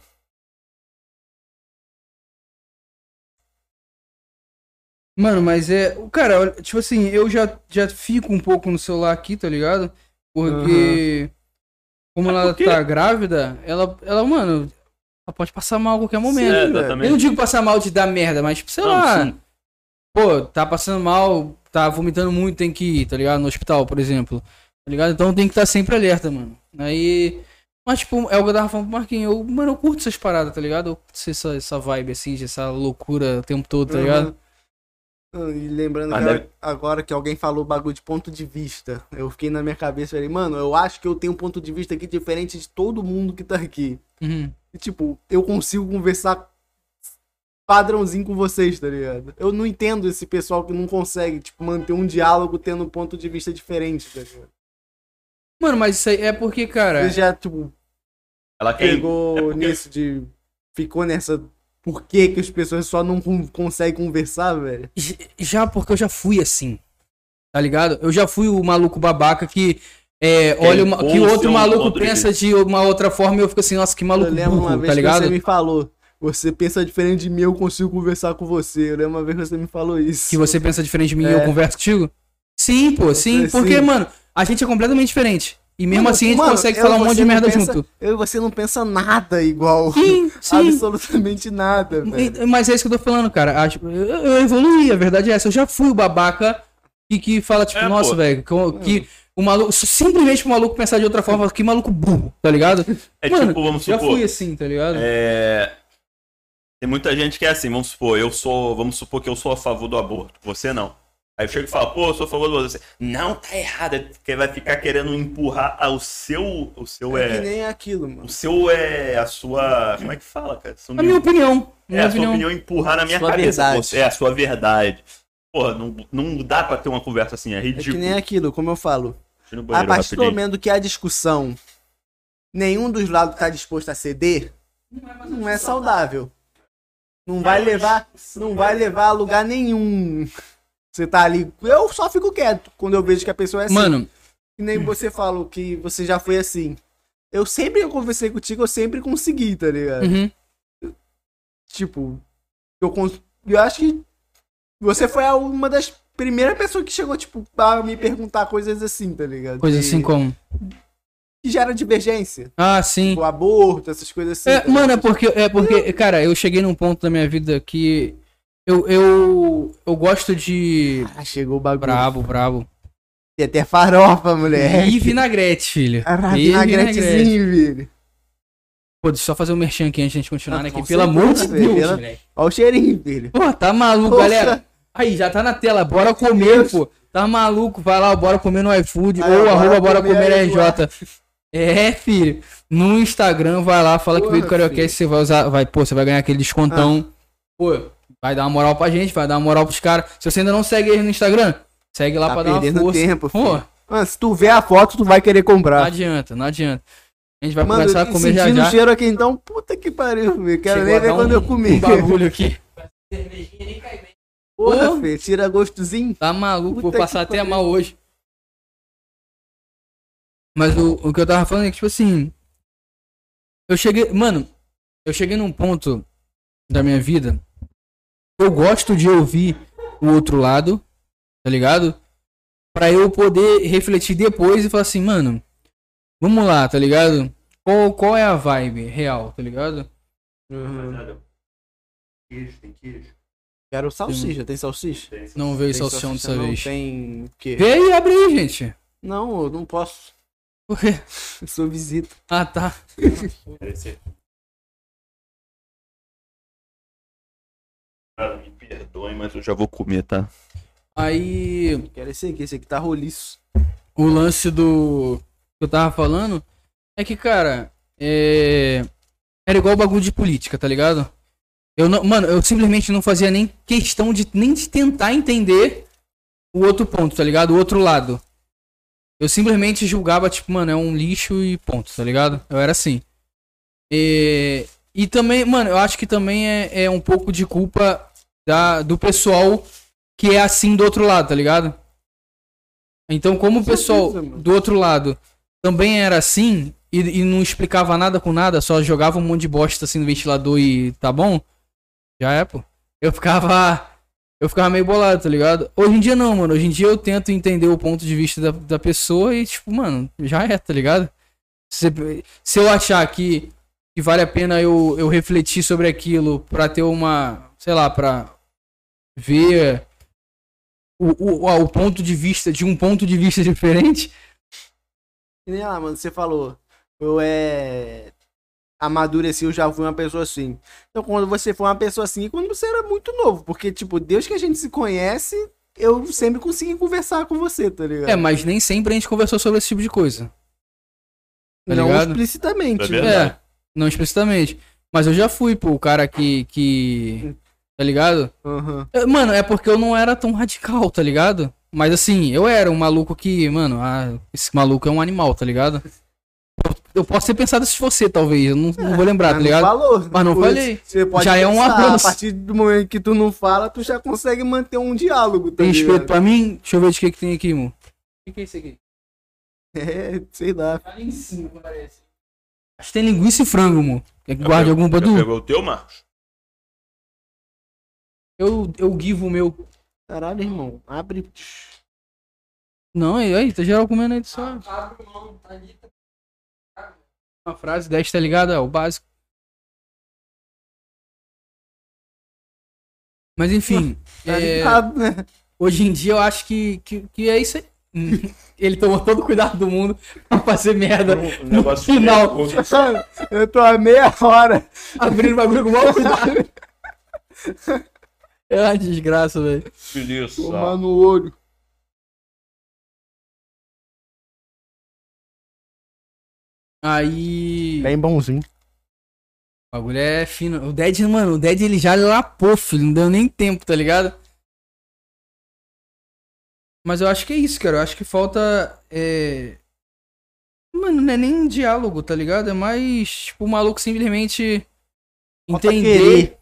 Speaker 1: mano, mas é. o Cara, olha, tipo assim, eu já, já fico um pouco no celular aqui, tá ligado? Porque. Como
Speaker 2: Mas
Speaker 1: ela
Speaker 2: por quê?
Speaker 1: tá grávida, ela, ela, mano, ela pode passar mal a qualquer momento.
Speaker 2: É,
Speaker 1: Eu não
Speaker 2: exatamente.
Speaker 1: digo passar mal de dar merda, mas tipo, sei
Speaker 2: Não,
Speaker 1: lá.
Speaker 2: sim.
Speaker 1: Pô, tá passando mal, tá vomitando muito, tem que ir, tá ligado? No hospital, por exemplo. Tá ligado? Então tem que estar sempre alerta, mano. Aí. Mas, tipo, é o que eu tava falando pro Marquinhos. Eu, mano, eu curto essas paradas, tá ligado? Eu curto essa, essa vibe, assim, de essa loucura o tempo todo, tá ligado?
Speaker 3: Uhum. E lembrando
Speaker 2: Ah,
Speaker 3: que
Speaker 2: deve-
Speaker 3: agora que alguém falou bagulho de ponto de vista, eu fiquei na minha cabeça e falei, mano, eu acho que eu tenho um ponto de vista aqui diferente de todo mundo que tá aqui.
Speaker 1: Uhum.
Speaker 3: E, tipo, eu consigo conversar padrãozinho com vocês, tá ligado? Eu não entendo esse pessoal que não consegue, tipo, manter um diálogo tendo um ponto de vista diferente, tá ligado?
Speaker 1: Mano, mas isso aí é porque, cara.
Speaker 3: Você já, tipo,
Speaker 2: Ela quer.
Speaker 3: pegou
Speaker 2: é porque-
Speaker 3: nisso de. Ficou nessa. Por que, que as pessoas só não con- conseguem conversar, velho?
Speaker 1: j- Já porque eu já fui assim. Tá ligado? Eu já fui o maluco babaca que. É,
Speaker 2: Quem
Speaker 1: olha, uma- que
Speaker 2: impõe o
Speaker 1: outro
Speaker 3: um
Speaker 2: seu
Speaker 1: maluco
Speaker 2: ponto de
Speaker 1: pensa de uma outra forma e eu fico assim, nossa, que maluco
Speaker 3: eu lembro uma
Speaker 1: burro,
Speaker 3: vez
Speaker 1: tá
Speaker 3: que
Speaker 1: ligado?
Speaker 3: você me falou. Você pensa diferente de mim, eu consigo conversar com você. Eu lembro uma vez que você me falou isso.
Speaker 1: que você pensa diferente de mim e
Speaker 3: É.
Speaker 1: eu converso contigo? Sim, pô, sim,
Speaker 3: sei,
Speaker 1: porque,
Speaker 3: sim.
Speaker 1: mano, a gente é completamente diferente. E mesmo
Speaker 3: Mano,
Speaker 1: assim a gente
Speaker 3: mano,
Speaker 1: consegue
Speaker 3: eu
Speaker 1: falar
Speaker 3: e
Speaker 1: um monte
Speaker 3: você
Speaker 1: de
Speaker 3: não
Speaker 1: merda
Speaker 3: pensa-
Speaker 1: junto.
Speaker 3: Eu e você não pensa nada igual. (laughs)
Speaker 1: Sim, sim.
Speaker 3: Absolutamente nada, velho.
Speaker 1: E- Mas é isso que eu tô falando, cara. Acho- Eu, eu evoluí, a verdade é essa. Eu já fui o babaca que, que fala, tipo,
Speaker 2: É,
Speaker 1: nossa,
Speaker 2: pô.
Speaker 1: velho, que, o- que o maluco. Simplesmente o maluco pensar de outra forma, que maluco burro, tá
Speaker 2: (laughs)
Speaker 1: ligado?
Speaker 2: É
Speaker 1: Mano,
Speaker 2: tipo, vamos
Speaker 1: Já
Speaker 2: supor.
Speaker 1: fui assim, tá ligado?
Speaker 2: é, Tem muita gente que é assim, vamos supor, eu sou. Vamos supor que eu sou a favor do aborto. Você não. Aí eu chego e falo, pô, eu sou a favor do aborto. Você, não, tá errado. é Porque vai ficar querendo empurrar ao seu. O seu
Speaker 3: É
Speaker 2: é.
Speaker 3: que nem aquilo, mano.
Speaker 2: O seu é. A sua. Como é que fala, cara? Sua
Speaker 1: A minha opinião.
Speaker 2: É,
Speaker 1: Minha
Speaker 2: a sua
Speaker 1: opinião.
Speaker 2: opinião empurrar na minha
Speaker 3: Sua
Speaker 2: cabeça.
Speaker 3: verdade.
Speaker 2: Você, é, a sua verdade. Porra, não, não dá pra ter uma conversa assim, é
Speaker 3: É que
Speaker 2: ridículo.
Speaker 3: nem aquilo, como eu falo.
Speaker 2: Deixa eu ir no
Speaker 3: A
Speaker 2: banheiro
Speaker 3: partir do
Speaker 2: rapidinho.
Speaker 3: momento que a discussão nenhum dos lados está disposto a ceder, não é saudável. Não vai levar, não vai levar a lugar nenhum. Você tá ali, eu só fico quieto quando eu vejo que a pessoa é assim.
Speaker 1: Mano,
Speaker 3: Que nem você falou que você já foi assim. Eu sempre que eu conversei contigo, eu sempre consegui, tá ligado?
Speaker 1: uhum.
Speaker 3: Tipo, eu, cons- eu acho que você foi a- uma das primeiras pessoas que chegou, tipo, a me perguntar coisas assim, tá ligado?
Speaker 1: coisa
Speaker 3: De-
Speaker 1: assim como.
Speaker 3: que gera divergência.
Speaker 1: Ah, sim.
Speaker 3: O aborto, essas coisas Tipo, assim.
Speaker 1: É,
Speaker 3: tá
Speaker 1: mano, é
Speaker 3: ligado?
Speaker 1: porque, é porque, cara, eu cheguei num ponto da minha vida que eu, eu, eu gosto de.
Speaker 3: Ah, chegou o bagulho.
Speaker 1: Brabo, brabo.
Speaker 3: Tem até farofa, moleque.
Speaker 1: E vinagrete, filho.
Speaker 3: Caraca,
Speaker 1: E
Speaker 3: vinagretezinho, velho.
Speaker 1: Pô, deixa eu só fazer um merchan aqui antes de a gente continuar,
Speaker 3: Ah,
Speaker 1: né? Que,
Speaker 3: com
Speaker 1: pelo
Speaker 3: certeza,
Speaker 1: amor de
Speaker 3: velho,
Speaker 1: Deus,
Speaker 3: pela-
Speaker 1: moleque.
Speaker 3: Olha o cheirinho, filho.
Speaker 1: Pô, tá maluco,
Speaker 3: Poxa.
Speaker 1: galera. Aí, já tá na tela. Bora comer,
Speaker 3: Deus.
Speaker 1: pô. Tá maluco, vai lá, o bora comer no iFood
Speaker 3: Aí,
Speaker 1: ou
Speaker 3: ó, Bora
Speaker 1: arroba bora
Speaker 3: Comer
Speaker 1: comer
Speaker 3: aí,
Speaker 1: RJ. É, filho. No Instagram, vai lá, fala que
Speaker 3: Porra, Ah.
Speaker 1: veio do Carioquês, você vai usar, vai, pô, você vai ganhar aquele descontão. Pô, vai dar uma moral pra gente, vai dar uma moral pros caras. Se você ainda não segue eles no Instagram, segue lá
Speaker 3: Tá
Speaker 1: pra dar uma
Speaker 3: perdendo
Speaker 1: força.
Speaker 3: tempo, filho.
Speaker 1: pô,
Speaker 3: Mano, se tu ver a foto, tu vai querer
Speaker 1: não
Speaker 3: comprar.
Speaker 1: adianta, não adianta. A gente vai
Speaker 3: Mano, eu
Speaker 1: começar a
Speaker 3: tô
Speaker 1: comer já
Speaker 3: sentindo
Speaker 1: já.
Speaker 3: o cheiro aqui então. Puta que pariu, velho. Quero
Speaker 1: Chegou a
Speaker 3: nem ver
Speaker 1: dar
Speaker 3: quando
Speaker 1: um-
Speaker 3: eu comi.
Speaker 1: Um (laughs) bagulho
Speaker 3: (laughs)
Speaker 1: aqui.
Speaker 4: cervejinha nem cai bem.
Speaker 3: Porra,
Speaker 1: Ô.
Speaker 3: filho. Tira gostozinho.
Speaker 1: Tá maluco, vou
Speaker 3: Puta
Speaker 1: passar
Speaker 3: que
Speaker 1: até
Speaker 3: pariu.
Speaker 1: mal hoje. Mas o, o que eu tava falando é que, tipo assim. Eu cheguei. Mano, eu cheguei num ponto da minha vida. Eu gosto de ouvir o outro lado, tá ligado? Pra eu poder refletir depois e falar assim, mano, vamos lá, tá ligado? Qual, qual é a vibe real, tá ligado? Uhum.
Speaker 2: Queijo, tem queijo.
Speaker 3: Quero salsicha. Tem salsicha?
Speaker 1: Não veio
Speaker 3: Tem
Speaker 1: salsichão dessa
Speaker 3: assim, não?
Speaker 1: vez.
Speaker 3: Tem o quê?
Speaker 1: Vê aí e abre aí, gente. (laughs)
Speaker 3: Não, eu não posso. (laughs)
Speaker 1: Por quê?
Speaker 3: Eu sou visita.
Speaker 1: Ah, tá.
Speaker 2: Cara, me perdoem, mas eu já vou comer, tá?
Speaker 1: Aí.
Speaker 3: Quero esse aqui. Esse aqui tá roliço.
Speaker 1: o lance do que eu tava falando é que, cara, é... era igual o bagulho de política, tá ligado? Eu não, mano, eu simplesmente não fazia nem questão de nem de tentar entender o outro ponto, tá ligado? O outro lado. Eu simplesmente julgava, tipo, mano, é um lixo e ponto, tá ligado? Eu era assim. E, É, e também, mano, eu acho que também é, é um pouco de culpa da, do pessoal que é assim do outro lado, tá ligado? Então, como o
Speaker 3: Com
Speaker 1: pessoal
Speaker 3: certeza, mano.
Speaker 1: do outro lado também era assim e, e não explicava nada com nada, só jogava um monte de bosta assim no ventilador e tá bom, já é, pô. Eu ficava. Eu ficava meio bolado, tá ligado? Hoje em dia não, mano. Hoje em dia eu tento entender o ponto de vista da, da pessoa e, tipo, mano, já é, tá ligado? Se, se eu achar que, que vale a pena eu, eu refletir sobre aquilo pra ter uma. Sei lá, pra ver o, o, a- o ponto de vista de um ponto de vista (laughs) diferente.
Speaker 3: E nem lá, mano, você falou. Eu é. Amadureci, eu já fui uma pessoa assim. Então, quando você foi uma pessoa assim, e quando você era muito novo, porque, tipo, desde que a gente se conhece, eu sempre consegui conversar com você, tá ligado?
Speaker 1: É, mas nem sempre a gente conversou sobre esse tipo de coisa. tá
Speaker 3: não
Speaker 1: ligado?
Speaker 3: explicitamente.
Speaker 2: É
Speaker 3: né?
Speaker 2: verdade.
Speaker 1: É, não explicitamente. Mas eu já fui, pô, o cara que. que tá ligado?
Speaker 3: Aham.
Speaker 1: É, Mano, é porque eu não era tão radical, tá ligado? Mas assim, eu era um maluco que, mano, ah, esse maluco é um animal, tá ligado? Eu posso ter pensado isso de você, talvez. Eu não, não vou lembrar, tá
Speaker 3: Mas Ah, não
Speaker 1: ligado?
Speaker 3: falou.
Speaker 1: Mas não
Speaker 3: Por
Speaker 1: falei.
Speaker 3: isso, Você pode
Speaker 1: Já é um
Speaker 3: pensar,
Speaker 1: avanço.
Speaker 3: A partir do momento que tu não fala, tu já consegue manter um diálogo, tá
Speaker 1: Tem
Speaker 3: ligado?
Speaker 1: espeto pra mim? Deixa eu ver de que que tem aqui, mo. O que é isso aqui?
Speaker 3: (laughs) É, sei lá.
Speaker 4: Tá ali em cima, parece.
Speaker 1: Acho que tem linguiça e frango, mo. Quer que guarde algum pra
Speaker 2: Já
Speaker 1: tu?
Speaker 2: Pegou o teu, Marcos?
Speaker 1: Eu, eu guivo o meu.
Speaker 3: Caralho, irmão. Abre.
Speaker 1: Não, aí, aí, tá geral comendo aí só.
Speaker 4: Abre mão, tá ali. tá-
Speaker 1: Uma frase 10, tá ligado? É o básico. Mas enfim,
Speaker 3: Tá
Speaker 1: é,
Speaker 3: ligado, né? (laughs)
Speaker 1: hoje em dia eu acho que, que, que é isso aí. (laughs) Hum, Ele tomou todo o cuidado do mundo pra fazer merda.
Speaker 2: Um
Speaker 1: É No final.
Speaker 3: Eu tô há meia hora.
Speaker 1: Abrindo o bagulho com o maior cuidado. (laughs) É uma desgraça, velho.
Speaker 3: Tomar no olho.
Speaker 1: Aí.
Speaker 3: Bem bonzinho.
Speaker 1: O bagulho é fino. O Dead, mano, o Dead ele já lapou, filho. Não deu nem tempo, tá ligado? Mas eu acho que é isso, cara. Eu acho que falta. É... Mano, não é nem um diálogo, tá ligado? É mais, tipo, o maluco simplesmente
Speaker 3: Falta
Speaker 1: entender
Speaker 3: querer.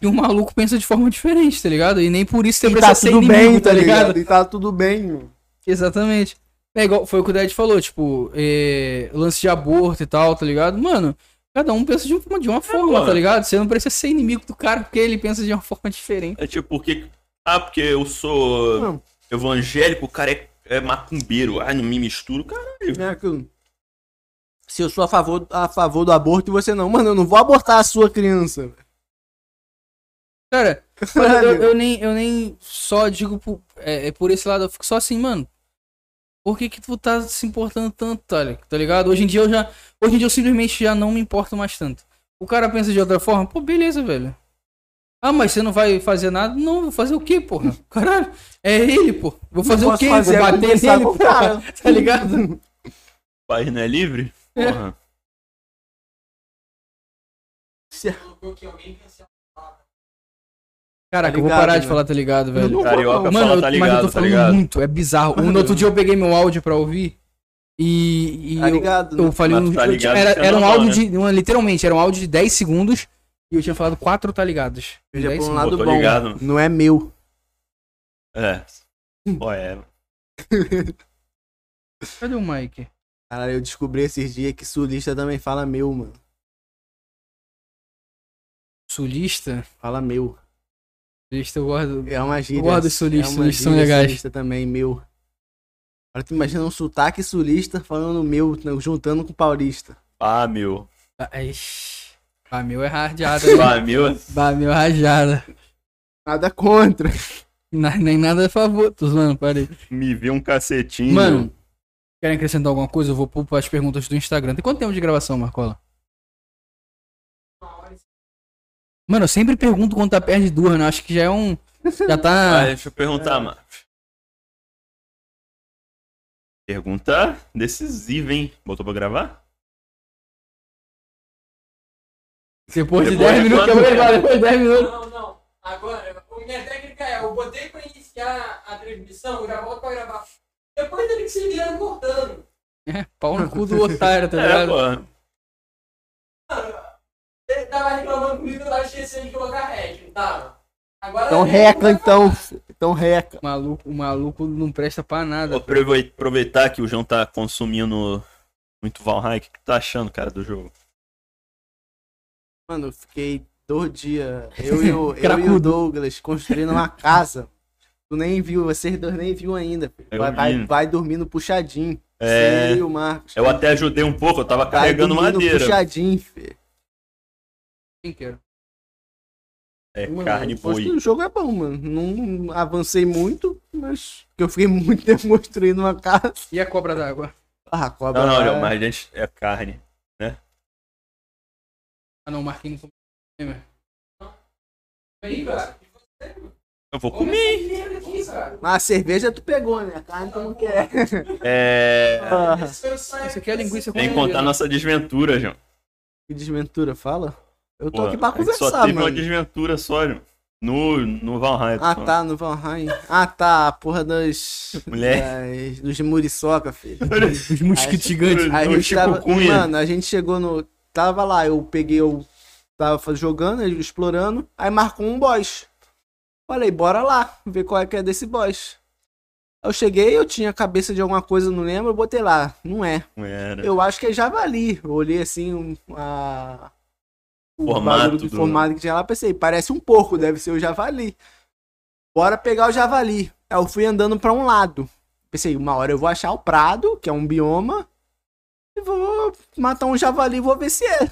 Speaker 1: que o maluco pensa de forma diferente, tá ligado? E nem por isso você
Speaker 3: E
Speaker 1: precisa
Speaker 3: tá
Speaker 1: ser
Speaker 3: tudo
Speaker 1: inimigo,
Speaker 3: bem,
Speaker 1: tá ligado?
Speaker 3: E tá tudo bem. mano.
Speaker 1: Exatamente. É igual, foi o que o Dad falou, tipo, é, lance de aborto e tal, tá ligado? Mano, cada um pensa de uma, de uma forma,
Speaker 2: mano.
Speaker 1: tá ligado? Você não precisa ser inimigo do cara porque ele pensa de uma forma diferente.
Speaker 2: É tipo, porque. Ah, porque eu sou
Speaker 3: Não.
Speaker 2: evangélico, o cara é, é macumbeiro. Ah, não me misturo, cara.
Speaker 1: Tipo,
Speaker 3: Não é aquilo. Se eu sou a favor, a favor do aborto e você não. Mano, eu não vou abortar a sua criança.
Speaker 1: Cara, mas eu,
Speaker 3: Caralho.
Speaker 1: eu nem, eu nem só digo por, é, é por esse lado, eu fico só assim, mano. Por que que tu tá se importando tanto, tá li- tá ligado? Hoje em dia eu já. Hoje em dia eu simplesmente já não me importo mais tanto. O cara pensa de outra forma, pô, beleza, velho. Ah, mas você não vai fazer nada? Não, vou fazer o quê, porra? Caralho, é ele, pô. Vou fazer o
Speaker 3: posso
Speaker 1: quê?
Speaker 3: fazer,
Speaker 1: vou
Speaker 3: é
Speaker 1: bater
Speaker 3: conversar
Speaker 1: nele,
Speaker 3: com o
Speaker 1: porra.
Speaker 3: cara.
Speaker 1: (laughs)
Speaker 3: (laughs)
Speaker 1: Tá ligado?
Speaker 2: O país não é livre?
Speaker 1: É.
Speaker 2: Porra.
Speaker 4: Colocou que alguém cancela.
Speaker 1: Caraca, eu vou
Speaker 3: ligado,
Speaker 1: parar de
Speaker 3: né?
Speaker 1: falar, tá ligado,
Speaker 3: Eu
Speaker 1: velho?
Speaker 3: não vou,
Speaker 2: Carioca
Speaker 3: não.
Speaker 2: fala,
Speaker 1: Mano, eu-
Speaker 2: tá
Speaker 1: mas eu
Speaker 2: ligado,
Speaker 1: tô
Speaker 2: tá
Speaker 1: falando
Speaker 2: ligado.
Speaker 1: muito, é bizarro. Um, no outro dia eu peguei meu áudio pra ouvir e, e
Speaker 3: Tá
Speaker 1: eu,
Speaker 3: ligado?
Speaker 1: Eu falei
Speaker 2: Mas
Speaker 1: um.
Speaker 2: tá
Speaker 1: eu-
Speaker 2: ligado
Speaker 1: era,
Speaker 2: que você
Speaker 1: era um
Speaker 2: não é,
Speaker 1: áudio
Speaker 2: né?
Speaker 1: de. uma- literalmente, era um áudio de 10 segundos. E eu tinha falado quatro tá ligados.
Speaker 3: Veja
Speaker 1: 10
Speaker 3: por um
Speaker 1: segundos.
Speaker 3: lado
Speaker 2: Pô, tô
Speaker 3: bom.
Speaker 2: ligado.
Speaker 3: Não é meu.
Speaker 2: É. Ó, é.
Speaker 1: Cadê o Mike?
Speaker 3: Caralho, eu descobri esses dias que sulista também fala meu, mano.
Speaker 1: Sulista?
Speaker 3: Fala meu.
Speaker 1: Sulista eu guardo.
Speaker 3: É uma gíria.
Speaker 1: Eu gosto dos sulistas,
Speaker 3: é uma
Speaker 1: eles são
Speaker 3: gíria
Speaker 1: legais.
Speaker 3: sulista também, meu. Agora tu imagina um sotaque sulista falando meu, né, juntando com paulista.
Speaker 2: Ah, meu.
Speaker 1: Ah, é- ixi. Bah, meu é rajada.
Speaker 2: (laughs)
Speaker 1: né?
Speaker 2: Ah, meu.
Speaker 1: bah, meu é rajada.
Speaker 3: Nada contra.
Speaker 1: Na- Nem nada a favor. Tô zoando, parei.
Speaker 2: Me vê um cacetinho.
Speaker 1: Mano, querem acrescentar alguma coisa? Eu vou pôr as perguntas do Instagram. Tem quanto tempo de gravação, Marcola?
Speaker 4: Uma hora e
Speaker 1: Mano, eu sempre pergunto quando tá perto de duas, né? Acho que já é um. Já
Speaker 2: Ah, (laughs)
Speaker 1: tá.
Speaker 2: deixa eu
Speaker 3: É.
Speaker 2: perguntar, mano. Pergunta decisiva, hein? Botou pra gravar?
Speaker 1: Depois de
Speaker 2: Depois
Speaker 1: 10
Speaker 2: de
Speaker 1: minutos, eu
Speaker 2: quanto
Speaker 1: vou levar.
Speaker 3: né?
Speaker 2: tempo?
Speaker 1: Depois de 10 minutos.
Speaker 4: Não, não. Agora, a minha técnica é, eu botei pra iniciar a transmissão, eu já volto pra gravar. Depois ele que se vira cortando.
Speaker 1: É, pau no cu do otário, tá ligado?
Speaker 2: É, pô.
Speaker 4: Ele tava reclamando comigo, eu tava esquecendo de colocar rec, não tava? Agora
Speaker 3: Então
Speaker 4: é
Speaker 3: reca,
Speaker 4: rec,
Speaker 3: então. Então reca.
Speaker 1: O maluco, o maluco não presta pra
Speaker 2: Vou
Speaker 1: nada.
Speaker 2: aprove- aproveitar que o João tá consumindo muito Valheim. O que tu tá achando, cara, do jogo?
Speaker 3: Mano, eu fiquei dois dias. Eu e o, eu e
Speaker 1: Cracudo.
Speaker 3: o Douglas construindo uma casa. Tu nem viu, vocês dois nem viu ainda.
Speaker 2: Eu
Speaker 3: Vai, vai,
Speaker 2: vi.
Speaker 3: vai dormindo puxadinho.
Speaker 2: É.
Speaker 3: Você e o Marcos.
Speaker 2: Eu até ajudei um pouco, eu tava
Speaker 3: Vai
Speaker 2: carregando
Speaker 3: dormindo
Speaker 2: madeira.
Speaker 3: puxadinho, filho.
Speaker 1: Quem quer?
Speaker 2: É,
Speaker 3: Mano,
Speaker 2: carne
Speaker 3: eu acho que
Speaker 2: boi.
Speaker 3: O jogo é bom, mano. Não avancei muito, mas que eu fiquei (laughs) muito tempo construindo uma casa.
Speaker 1: E a cobra d'água?
Speaker 3: Ah, a cobra.
Speaker 2: Não, não,
Speaker 3: lá
Speaker 2: João,
Speaker 3: é-
Speaker 2: mas a gente é carne.
Speaker 1: Ah não, o Marquinhos comeu gamer.
Speaker 4: Aí, cara.
Speaker 2: Eu vou comer.
Speaker 4: Comi! Aqui, cara.
Speaker 3: Mas Ah, a cerveja tu pegou, né? A carne tu não quer.
Speaker 2: É.
Speaker 3: Ah,
Speaker 4: Esse foi o sonho.
Speaker 1: Isso aqui é a linguiça com
Speaker 2: Vem contar
Speaker 1: gelo.
Speaker 2: nossa desventura, João.
Speaker 3: que desventura, fala. Eu tô
Speaker 2: Pô,
Speaker 3: aqui pra
Speaker 2: a gente Só
Speaker 3: conversar,
Speaker 2: teve uma
Speaker 3: mano.
Speaker 2: desventura só, João. No, no Valheim.
Speaker 3: Ah
Speaker 2: só.
Speaker 3: tá, no Valheim. Ah tá, a porra das. É.
Speaker 2: Mulher.
Speaker 3: das- dos muriçoca, filho.
Speaker 2: (laughs)
Speaker 1: Os mosquitos gigantes.
Speaker 3: Aí a
Speaker 2: O
Speaker 3: gente
Speaker 2: Chico
Speaker 3: tava,
Speaker 2: Cunha.
Speaker 3: Mano, a gente chegou no. Tava lá, eu peguei, eu tava jogando, explorando, aí marcou um boss. Falei, bora lá, ver qual é que é desse boss. Eu cheguei, eu tinha a cabeça de alguma coisa, não lembro, eu botei lá. Não é.
Speaker 2: Era.
Speaker 3: Eu acho que é javali. Eu olhei assim um, a. O
Speaker 2: Formato
Speaker 3: bagulho do
Speaker 2: do-
Speaker 3: formato que tinha lá, pensei, parece um porco, deve ser o javali. Bora pegar o javali. Aí eu fui andando pra um lado. Pensei, uma hora eu vou achar o prado, que é um bioma, e vou matar um javali, vou ver se é.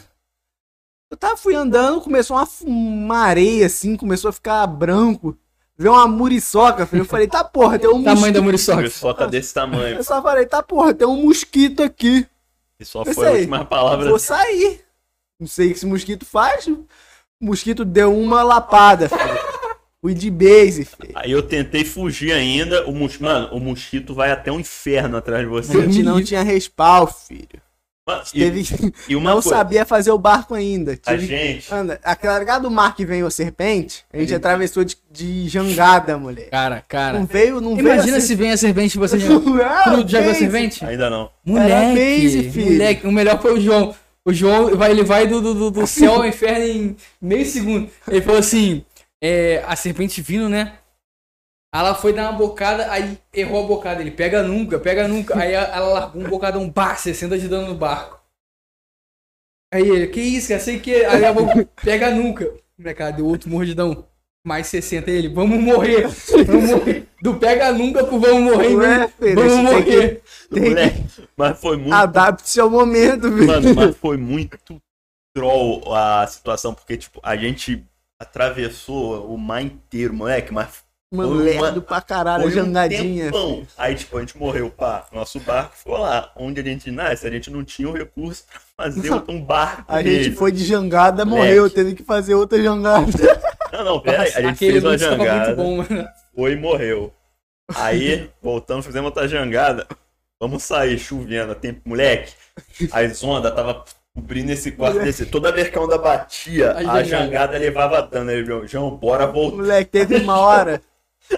Speaker 3: Eu tava, fui andando, começou uma, fu- uma areia assim, começou a ficar branco. Veio uma muriçoca, filho. Eu falei, tá porra, tem um
Speaker 1: Tamanho da
Speaker 2: O
Speaker 3: mosquito.
Speaker 1: muriçoca.
Speaker 2: pessoal tá desse tamanho.
Speaker 3: Eu só falei, tá porra, tem um mosquito aqui.
Speaker 2: E só
Speaker 3: Esse
Speaker 2: foi a
Speaker 3: aí.
Speaker 2: última palavra.
Speaker 3: Vou sair. Não sei o que esse mosquito faz. O mosquito deu uma lapada, filho. Fui de base, filho.
Speaker 2: Aí eu tentei fugir ainda. O mos... Mano, o mosquito vai até o inferno atrás de
Speaker 3: A
Speaker 2: você.
Speaker 3: gente não tinha respaldo, filho.
Speaker 2: Mano, e,
Speaker 3: Teve...
Speaker 2: e uma
Speaker 3: Não
Speaker 2: coisa,
Speaker 3: sabia fazer o barco ainda.
Speaker 2: a
Speaker 3: Tive...
Speaker 2: gente.
Speaker 3: Anda, aquela ligada do mar que veio a serpente, a gente atravessou de, de jangada, moleque.
Speaker 1: Cara,
Speaker 3: Não
Speaker 1: cara.
Speaker 3: veio, não veio. assim.
Speaker 1: Imagina se vem a servente e você
Speaker 3: (laughs)
Speaker 1: já. Tu já viu a
Speaker 3: Ah,
Speaker 1: servente?
Speaker 2: Ainda não.
Speaker 1: Moleque,
Speaker 3: base, filho.
Speaker 1: moleque, o melhor foi o João. O João, vai, ele vai do, do, do-
Speaker 3: (laughs)
Speaker 1: do céu ao inferno em meio segundo. Ele falou assim, é, a serpente vindo, né? Aí Ela foi dar uma bocada, aí errou a bocada. Ele pega nunca, pega nunca. Aí ela ela largou um bocadão, pá, 60 de dano no barco. Aí ele, que isso, cara, sei que. Aí ela falou, pega nunca. Moleque, ela deu outro mordidão. Mais 60 ele, vamos morrer, vamos morrer. Do pega nunca pro vamos morrer, né?"
Speaker 3: Ué, é, filho,
Speaker 1: vamos
Speaker 3: isso tem que-
Speaker 1: morrer.
Speaker 2: Moleque, mas foi muito.
Speaker 3: Ah, Adapte-se ao momento, filho.
Speaker 2: Mano, mas foi muito troll a situação. Porque, tipo, a gente atravessou o mar inteiro, moleque. Mas
Speaker 3: Mano,
Speaker 2: foi uma-
Speaker 3: lerdo pra caralho, a
Speaker 2: foi um
Speaker 3: jangadinha.
Speaker 2: tempão. Aí, tipo, a gente morreu, pá. Nosso barco ficou lá. Onde a gente nasce, a gente não tinha o recurso pra fazer um barco.
Speaker 3: A gente
Speaker 2: dele.
Speaker 3: foi de jangada,
Speaker 2: Moleque.
Speaker 3: morreu, teve que fazer outra jangada. (laughs)
Speaker 2: Não, não, pera aí. A gente
Speaker 1: Aquele
Speaker 2: fez uma
Speaker 1: anúncio tava
Speaker 2: jangada.
Speaker 1: muito bom, mano.
Speaker 2: foi e morreu. Aí, voltamos, fizemos outra jangada. Vamos sair chovendo, tempo, moleque. As ondas tava cobrindo esse quarto desse. Toda vez que a onda batia,
Speaker 1: A
Speaker 2: a,
Speaker 1: jangada.
Speaker 2: jangada. levava dano. Aí, meu, João, bora voltar.
Speaker 3: Moleque, teve uma hora.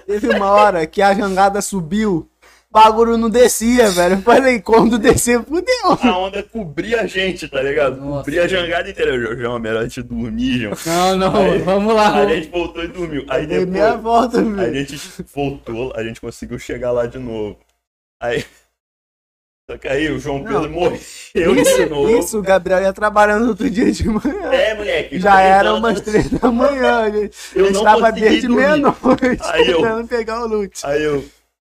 Speaker 3: Teve uma hora que a jangada subiu. O bagulho não descia, velho. Eu falei, quando descer, fudeu.
Speaker 2: A onda cobria a gente, tá ligado?
Speaker 1: Nossa.
Speaker 2: cobria a jangada inteira. Eu, João, é melhor a gente dormir, João.
Speaker 1: Não, não,
Speaker 2: Aí-
Speaker 1: vamos lá.
Speaker 2: Aí a
Speaker 1: vamos.
Speaker 2: gente voltou e dormiu. Aí
Speaker 3: Dei meia
Speaker 2: depois,
Speaker 3: volta,
Speaker 2: a
Speaker 3: velho.
Speaker 2: gente voltou, a gente conseguiu chegar lá de novo. Aí... Só que aí o João Pedro
Speaker 3: Não.
Speaker 2: morreu de novo.
Speaker 3: Isso, isso, o Gabriel ia trabalhando no outro dia de manhã.
Speaker 2: É, moleque.
Speaker 3: Já
Speaker 2: três
Speaker 3: era
Speaker 2: horas-
Speaker 3: umas três da manhã. Ele
Speaker 2: Eu não
Speaker 3: estava
Speaker 2: consegui
Speaker 3: desde
Speaker 2: dormir.
Speaker 3: meia-noite
Speaker 2: Aí eu-
Speaker 3: tentando pegar o loot.
Speaker 2: Aí eu.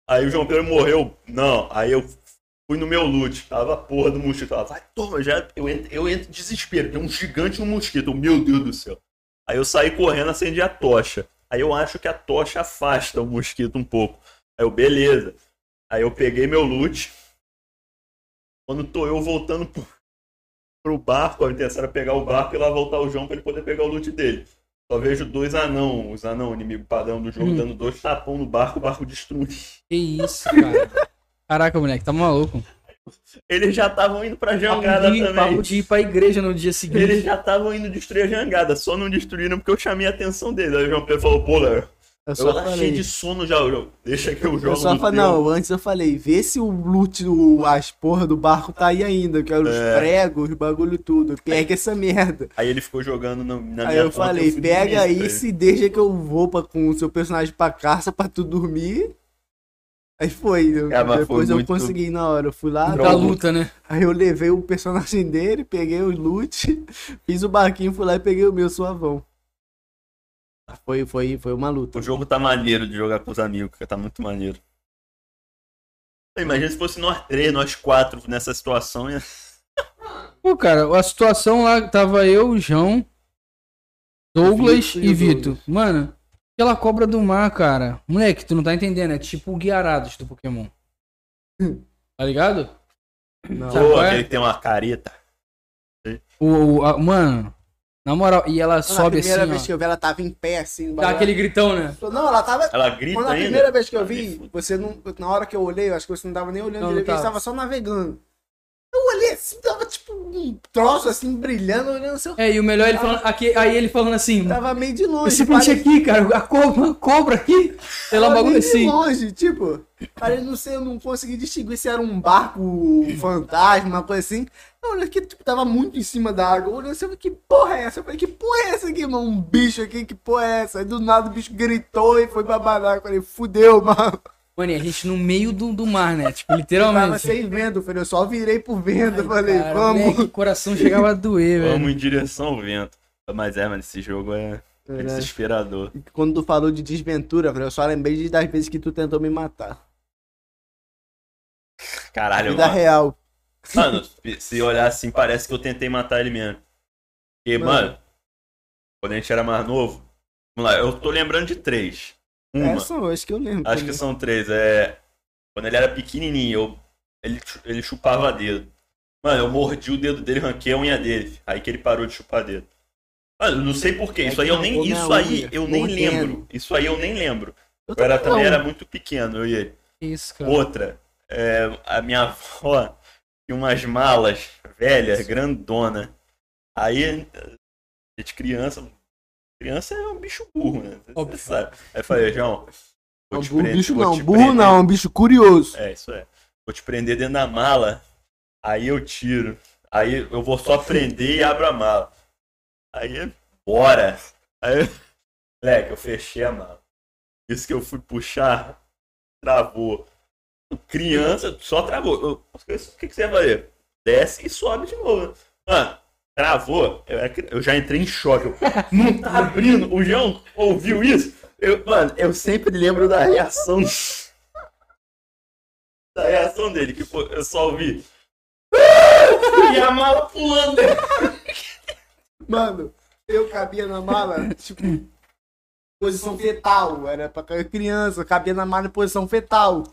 Speaker 2: Aí o João Pedro morreu. Não, aí eu fui no meu loot. Tava a porra do mosquito. Tava, vai, toma, já. Eu entro, eu entro em desespero. Tem um gigante no mosquito. Meu Deus do céu. Aí eu saí correndo, acendi a tocha. Aí eu acho que a tocha afasta o mosquito um pouco. Aí eu, beleza. Aí eu peguei meu loot. Quando tô eu voltando pro, pro barco, a intenção era pegar o barco e lá voltar o João pra ele poder pegar o loot dele. Só vejo dois anão, os anão, inimigo padrão do jogo,
Speaker 1: Hum.
Speaker 2: dando dois tapão no barco, o barco destruído.
Speaker 1: Que isso, cara. Caraca, moleque, tá maluco.
Speaker 2: Eles já estavam indo pra jangada
Speaker 1: Papo de,
Speaker 2: também.
Speaker 1: papo de ir pra igreja no dia seguinte.
Speaker 2: Eles já estavam indo destruir a jangada, só não destruíram porque eu chamei a atenção deles. Aí o João Pedro falou, pô, galera,
Speaker 3: Eu
Speaker 2: Eu
Speaker 3: só
Speaker 2: tá
Speaker 3: falei.
Speaker 2: cheio de sono já, eu- deixa que eu jogo.
Speaker 3: Eu só
Speaker 2: no
Speaker 3: falei,
Speaker 2: teu.
Speaker 3: não, antes eu falei, vê se o loot, o, as porra do barco tá aí ainda, que era os
Speaker 2: É.
Speaker 3: pregos, os bagulho tudo. Pega essa merda.
Speaker 2: Aí ele ficou jogando na, na
Speaker 3: Aí
Speaker 2: É minha
Speaker 3: eu
Speaker 2: conta,
Speaker 3: falei,
Speaker 2: fui dormir,
Speaker 3: pega
Speaker 2: velho.
Speaker 3: isso e deixa que eu vou pra, com o seu personagem pra caça pra tu dormir. Aí foi. eu-
Speaker 2: É, mas foi
Speaker 3: depois eu
Speaker 2: muito-
Speaker 3: consegui na hora. Eu fui lá,
Speaker 1: Da luta, né?
Speaker 3: aí eu levei o personagem dele, peguei o loot, (laughs) fiz o barquinho, fui lá e peguei o meu suavão. Foi, foi, foi uma luta.
Speaker 2: O jogo tá maneiro de jogar com os amigos, cara, tá muito maneiro. Imagina se fosse nós três, nós quatro nessa situação. ia-
Speaker 1: Pô, cara, a situação lá tava eu, o João, Douglas
Speaker 3: Vitor e
Speaker 1: e
Speaker 3: o
Speaker 1: Vitor. Mano, aquela cobra do mar, cara. Moleque, tu não tá entendendo, é tipo o Guiarados do Pokémon. Tá ligado?
Speaker 3: Não.
Speaker 1: Sabe
Speaker 2: Pô,
Speaker 1: qual é?
Speaker 2: aquele que tem uma careta.
Speaker 1: O, o- a- mano, na moral, e ela
Speaker 3: a
Speaker 1: sobe assim,
Speaker 3: primeira vez
Speaker 1: ó.
Speaker 3: que eu vi, ela tava em pé, assim.
Speaker 1: Dá aquele gritão, né?
Speaker 3: Não, ela tava.
Speaker 2: Ela grita
Speaker 3: Quando a
Speaker 2: ainda.
Speaker 3: primeira vez que eu
Speaker 2: Ah, me
Speaker 3: vi,
Speaker 2: fude.
Speaker 3: você não. Na hora que eu olhei, eu acho que você não tava nem olhando
Speaker 1: Não, não
Speaker 3: direito,
Speaker 1: tava.
Speaker 3: você tava só navegando. Eu olhei assim, tava tipo um troço assim, brilhando, olhando seu.
Speaker 1: É, e o melhor é ele falando. Aqui, aí ele falando assim.
Speaker 3: Tava meio de longe.
Speaker 1: Esse peixe
Speaker 3: pare-
Speaker 1: aqui, cara, a cobra, uma cobra aqui. Sei lá, um
Speaker 3: tava
Speaker 1: bagulho
Speaker 3: meio de
Speaker 1: assim.
Speaker 3: longe, tipo. Parece, não sei, eu não consegui distinguir se era um barco fantasma, uma coisa assim. Eu olhei que tipo, tava muito em cima da água. Eu olhei assim, eu falei, que porra é essa? Eu falei, que porra é essa aqui, mano? Um bicho aqui, que porra é essa? Aí do nada o bicho gritou e foi babar na água. Eu falei, fudeu, mano.
Speaker 1: Mano, e a gente no meio do, do mar, né? Tipo,
Speaker 3: Eu tava
Speaker 1: literalmente.
Speaker 3: sem vento, filho. Eu só virei pro vento. eu falei,
Speaker 1: Cara,
Speaker 3: vamos.
Speaker 1: moleque, o coração chegava a doer, velho.
Speaker 2: Vamos em direção ao vento. Mas é, mano, esse jogo é, é desesperador.
Speaker 3: Quando tu falou de desventura, velho, eu só lembrei de- das vezes que tu tentou me matar.
Speaker 2: Caralho,
Speaker 3: Vida
Speaker 2: mano.
Speaker 3: real.
Speaker 2: Mano, se- se olhar assim, parece que eu tentei matar ele mesmo. Porque,
Speaker 3: Mano.
Speaker 2: mano, quando a gente era mais novo. Vamos lá, eu tô lembrando de três. Uma.
Speaker 3: É só, acho que eu lembro.
Speaker 2: Acho que são três. É. Quando ele era pequenininho, eu... ele, chu- ele chupava dedo. Mano, eu mordi o dedo dele, ranquei a unha dele. Aí que ele parou de chupar dedo. Mano, não sei porquê.
Speaker 3: É
Speaker 2: Isso
Speaker 3: que
Speaker 2: aí eu
Speaker 3: arrancou
Speaker 2: nem.
Speaker 3: minha
Speaker 2: Isso aí
Speaker 3: unha,
Speaker 2: eu nem
Speaker 3: mordendo.
Speaker 2: lembro. Isso aí eu nem lembro.
Speaker 3: Eu
Speaker 2: Eu era, também
Speaker 3: não. Tá.
Speaker 2: era muito pequeno, eu e ele.
Speaker 1: Que Isso, cara.
Speaker 2: Outra, é, a minha avó tinha umas malas velhas, grandona. Aí, a gente criança. Criança é um bicho burro, né? Você
Speaker 1: Óbvio.
Speaker 2: sabe. Aí eu falei, João. vou
Speaker 3: Não,
Speaker 2: te
Speaker 3: burro,
Speaker 2: prender-
Speaker 3: bicho
Speaker 2: vou
Speaker 3: não,
Speaker 2: te
Speaker 3: burro
Speaker 2: prender.
Speaker 3: não, um bicho curioso.
Speaker 2: É, isso é. Vou te prender dentro da mala, aí eu tiro. Aí eu vou só prender e abro a mala. Aí, bora! Aí, moleque, eu fechei a mala. Isso que eu fui puxar, travou. Criança, só travou. Eu- o que, que você ia fazer? Desce e sobe de novo. Mano, travou. Eu, era cri- eu já entrei em choque. Eu, não tá abrindo. O João ouviu isso? Eu, mano, eu sempre lembro da reação da reação dele, que foi, eu só
Speaker 3: (laughs)
Speaker 2: ouvi. E a mala pulando.
Speaker 3: Mano, eu cabia na mala, (laughs) tipo, posição fetal. Era pra ca- criança, eu cabia na mala em posição fetal.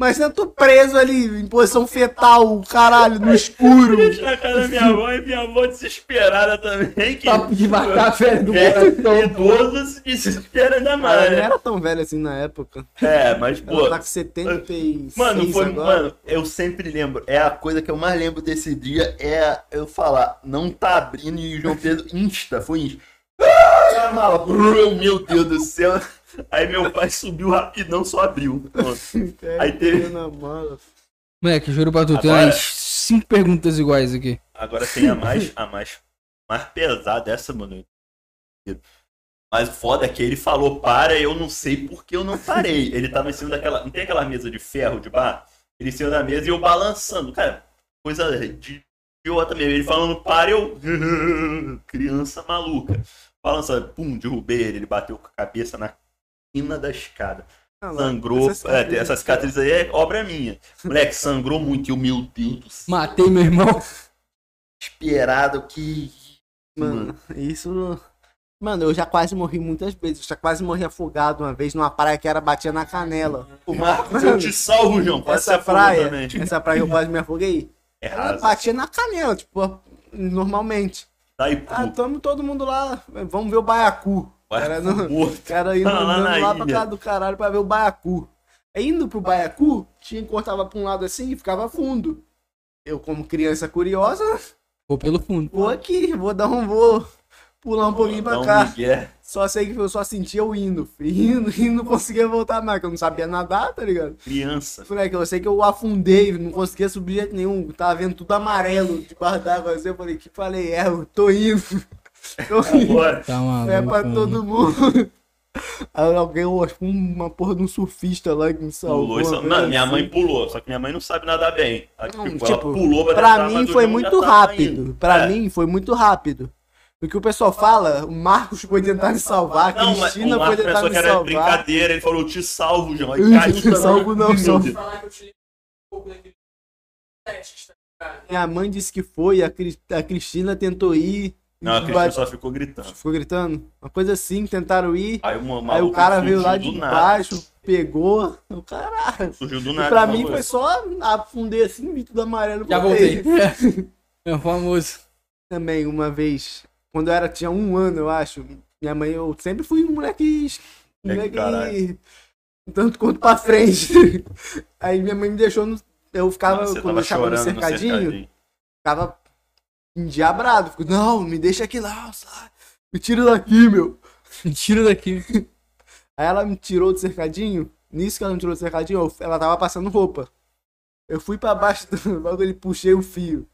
Speaker 3: Mas eu tô preso ali, em posição fetal, caralho, no escuro.
Speaker 2: Gente, na casa da minha avó e minha avó desesperada também. Que
Speaker 3: Tá
Speaker 1: Papo Um de matar, velho, do
Speaker 2: velho,
Speaker 1: coração.
Speaker 2: idoso se desespera ainda
Speaker 3: Cara,
Speaker 2: mais.
Speaker 3: eu não
Speaker 2: né?
Speaker 3: era tão velho assim na época.
Speaker 2: É, mas
Speaker 3: Ela
Speaker 2: pô.
Speaker 3: tá com 76
Speaker 2: Mano, foi,
Speaker 3: agora.
Speaker 2: mano, eu sempre lembro. É a coisa que eu mais lembro desse dia é eu falar, não tá abrindo e o João Pedro insta, foi insta. Ah, é a mala. Brrr, meu Deus do céu. Aí meu pai subiu rapidão, só abriu. Pronto.
Speaker 3: É,
Speaker 2: Aí teve-
Speaker 3: cabia na mala.
Speaker 1: Moleque, juro pra tu, tem
Speaker 2: Agora-
Speaker 1: umas cinco perguntas iguais aqui.
Speaker 2: Agora tem a (laughs) mais, a mais, mais pesada essa, mano. Mas o foda é que ele falou para e eu não sei por que eu não (laughs) parei. Ele tava em cima daquela. Não tem aquela mesa de ferro de bar? Ele em cima da mesa e eu balançando. Cara, coisa de idiota mesmo. Ele falando para e eu. (laughs) Criança maluca. Balançando, pum, derrubei ele. Ele bateu com a cabeça na quina da escada.
Speaker 3: Ah, lá.
Speaker 2: Sangrou.
Speaker 3: Essas
Speaker 2: é, Essa cicatriz aí é obra minha. (laughs) Moleque, sangrou muito. E eu, meu Deus do céu.
Speaker 1: Matei meu irmão.
Speaker 2: Esperado que.
Speaker 3: Mano, isso. Mano, eu já quase morri muitas vezes. Eu já quase morri afogado uma vez numa praia que era batia na canela.
Speaker 2: O Marcos, eu te salvo, João. Quase
Speaker 3: Essa
Speaker 2: se afogou
Speaker 3: praia,
Speaker 2: também.
Speaker 3: essa praia que eu quase me afoguei,
Speaker 2: É
Speaker 3: ela
Speaker 2: raso.
Speaker 3: batia na canela, tipo, normalmente.
Speaker 2: Tá e
Speaker 3: Ah,
Speaker 2: puto.
Speaker 3: tamo todo mundo lá, vamos ver o baiacu. Era no-
Speaker 2: morto.
Speaker 3: O cara indo
Speaker 2: Tá lá
Speaker 3: andando
Speaker 2: na
Speaker 3: lá pra
Speaker 2: ilha.
Speaker 3: casa do caralho pra ver o baiacu. Aí, Indo pro baiacu, tinha cortava pra um lado assim e ficava fundo. Eu, como criança curiosa,
Speaker 1: Vou pelo fundo.
Speaker 3: vou aqui, vou dar um vou pular um pouquinho pra
Speaker 2: Dá um
Speaker 3: cá.
Speaker 2: migué.
Speaker 3: Só sei que eu só sentia o indo, filho. (laughs) Indo, e não conseguia voltar mais, que eu não sabia nadar, tá ligado?
Speaker 2: Criança.
Speaker 3: Moleque, eu sei que eu afundei, não conseguia subir de jeito nenhum. Tava vendo tudo amarelo debaixo d'água. Assim, eu falei, que falei, é, eu tô indo. (laughs) Tô (laughs) indo.
Speaker 2: Bora.
Speaker 1: Tá maluco.
Speaker 3: É pra
Speaker 1: mano.
Speaker 3: todo mundo. (laughs) Aí alguém, eu acho que uma porra de um surfista lá que me salvou.
Speaker 2: Pulou, isso...
Speaker 3: uma
Speaker 2: Mano,
Speaker 3: coisa
Speaker 2: minha
Speaker 3: assim.
Speaker 2: mãe pulou, só que minha mãe não sabe nadar bem. Aí,
Speaker 3: Não,
Speaker 2: tipo, ela
Speaker 3: tipo,
Speaker 2: pulou, vai
Speaker 3: Pra
Speaker 2: tentar,
Speaker 3: mim
Speaker 2: mas o João
Speaker 3: foi
Speaker 2: já
Speaker 3: muito
Speaker 2: tava
Speaker 3: rápido.
Speaker 2: indo.
Speaker 3: Pra
Speaker 2: É.
Speaker 3: mim foi muito rápido. O que o pessoal fala, o Marcos foi tentar me salvar, a
Speaker 2: Não, mas
Speaker 3: Cristina
Speaker 2: o
Speaker 3: foi
Speaker 2: Marco
Speaker 3: tentar
Speaker 2: pensou
Speaker 3: me
Speaker 2: que era
Speaker 3: salvar.
Speaker 2: brincadeira, ele falou, eu te salvo, João. Aí
Speaker 3: Eu
Speaker 2: caiu
Speaker 3: (laughs) te
Speaker 2: também.
Speaker 3: salvo não,
Speaker 2: Meu
Speaker 3: só-
Speaker 2: Deus.
Speaker 4: falar que eu tirei um pouco daquele teste, tá ligado?
Speaker 3: Minha mãe disse que foi, a, Cris- a Cristina tentou ir.
Speaker 2: Não, a
Speaker 3: (laughs)
Speaker 2: Cristina
Speaker 3: bate-
Speaker 2: só ficou gritando.
Speaker 3: Ficou gritando. Uma coisa assim, tentaram ir.
Speaker 2: Aí, uma,
Speaker 3: Aí o
Speaker 2: Ah, maluco
Speaker 3: cara veio lá
Speaker 2: surgiu
Speaker 3: de
Speaker 2: do nada.
Speaker 3: baixo, pegou. O caralho.
Speaker 2: Surgiu do
Speaker 3: E
Speaker 2: nada.
Speaker 3: pra
Speaker 2: essa
Speaker 3: mim
Speaker 2: coisa.
Speaker 3: foi só afundei assim, vi tudo amarelo.
Speaker 1: Já
Speaker 3: voltei.
Speaker 1: voltei. É o famoso.
Speaker 3: Também, uma vez, quando eu era, tinha um ano, eu acho, minha mãe, eu sempre fui um moleque. es-
Speaker 2: É que
Speaker 3: Moleque. um
Speaker 2: caralho.
Speaker 3: Tanto quanto pra frente. (laughs) Aí minha mãe me deixou no. Eu ficava,
Speaker 2: Ah, Você
Speaker 3: quando
Speaker 2: tava
Speaker 3: eu ficava no
Speaker 2: chorando
Speaker 3: cercadinho, ficava endiabrado. Fico, não, me deixa aqui lá, sai. Me tira daqui, meu.
Speaker 1: (laughs) Me tira daqui.
Speaker 3: (laughs) Aí ela me tirou do cercadinho. Nisso que ela me tirou do cercadinho, eu- ela tava passando roupa. Eu fui pra baixo do (laughs) bagulho e puxei o fio.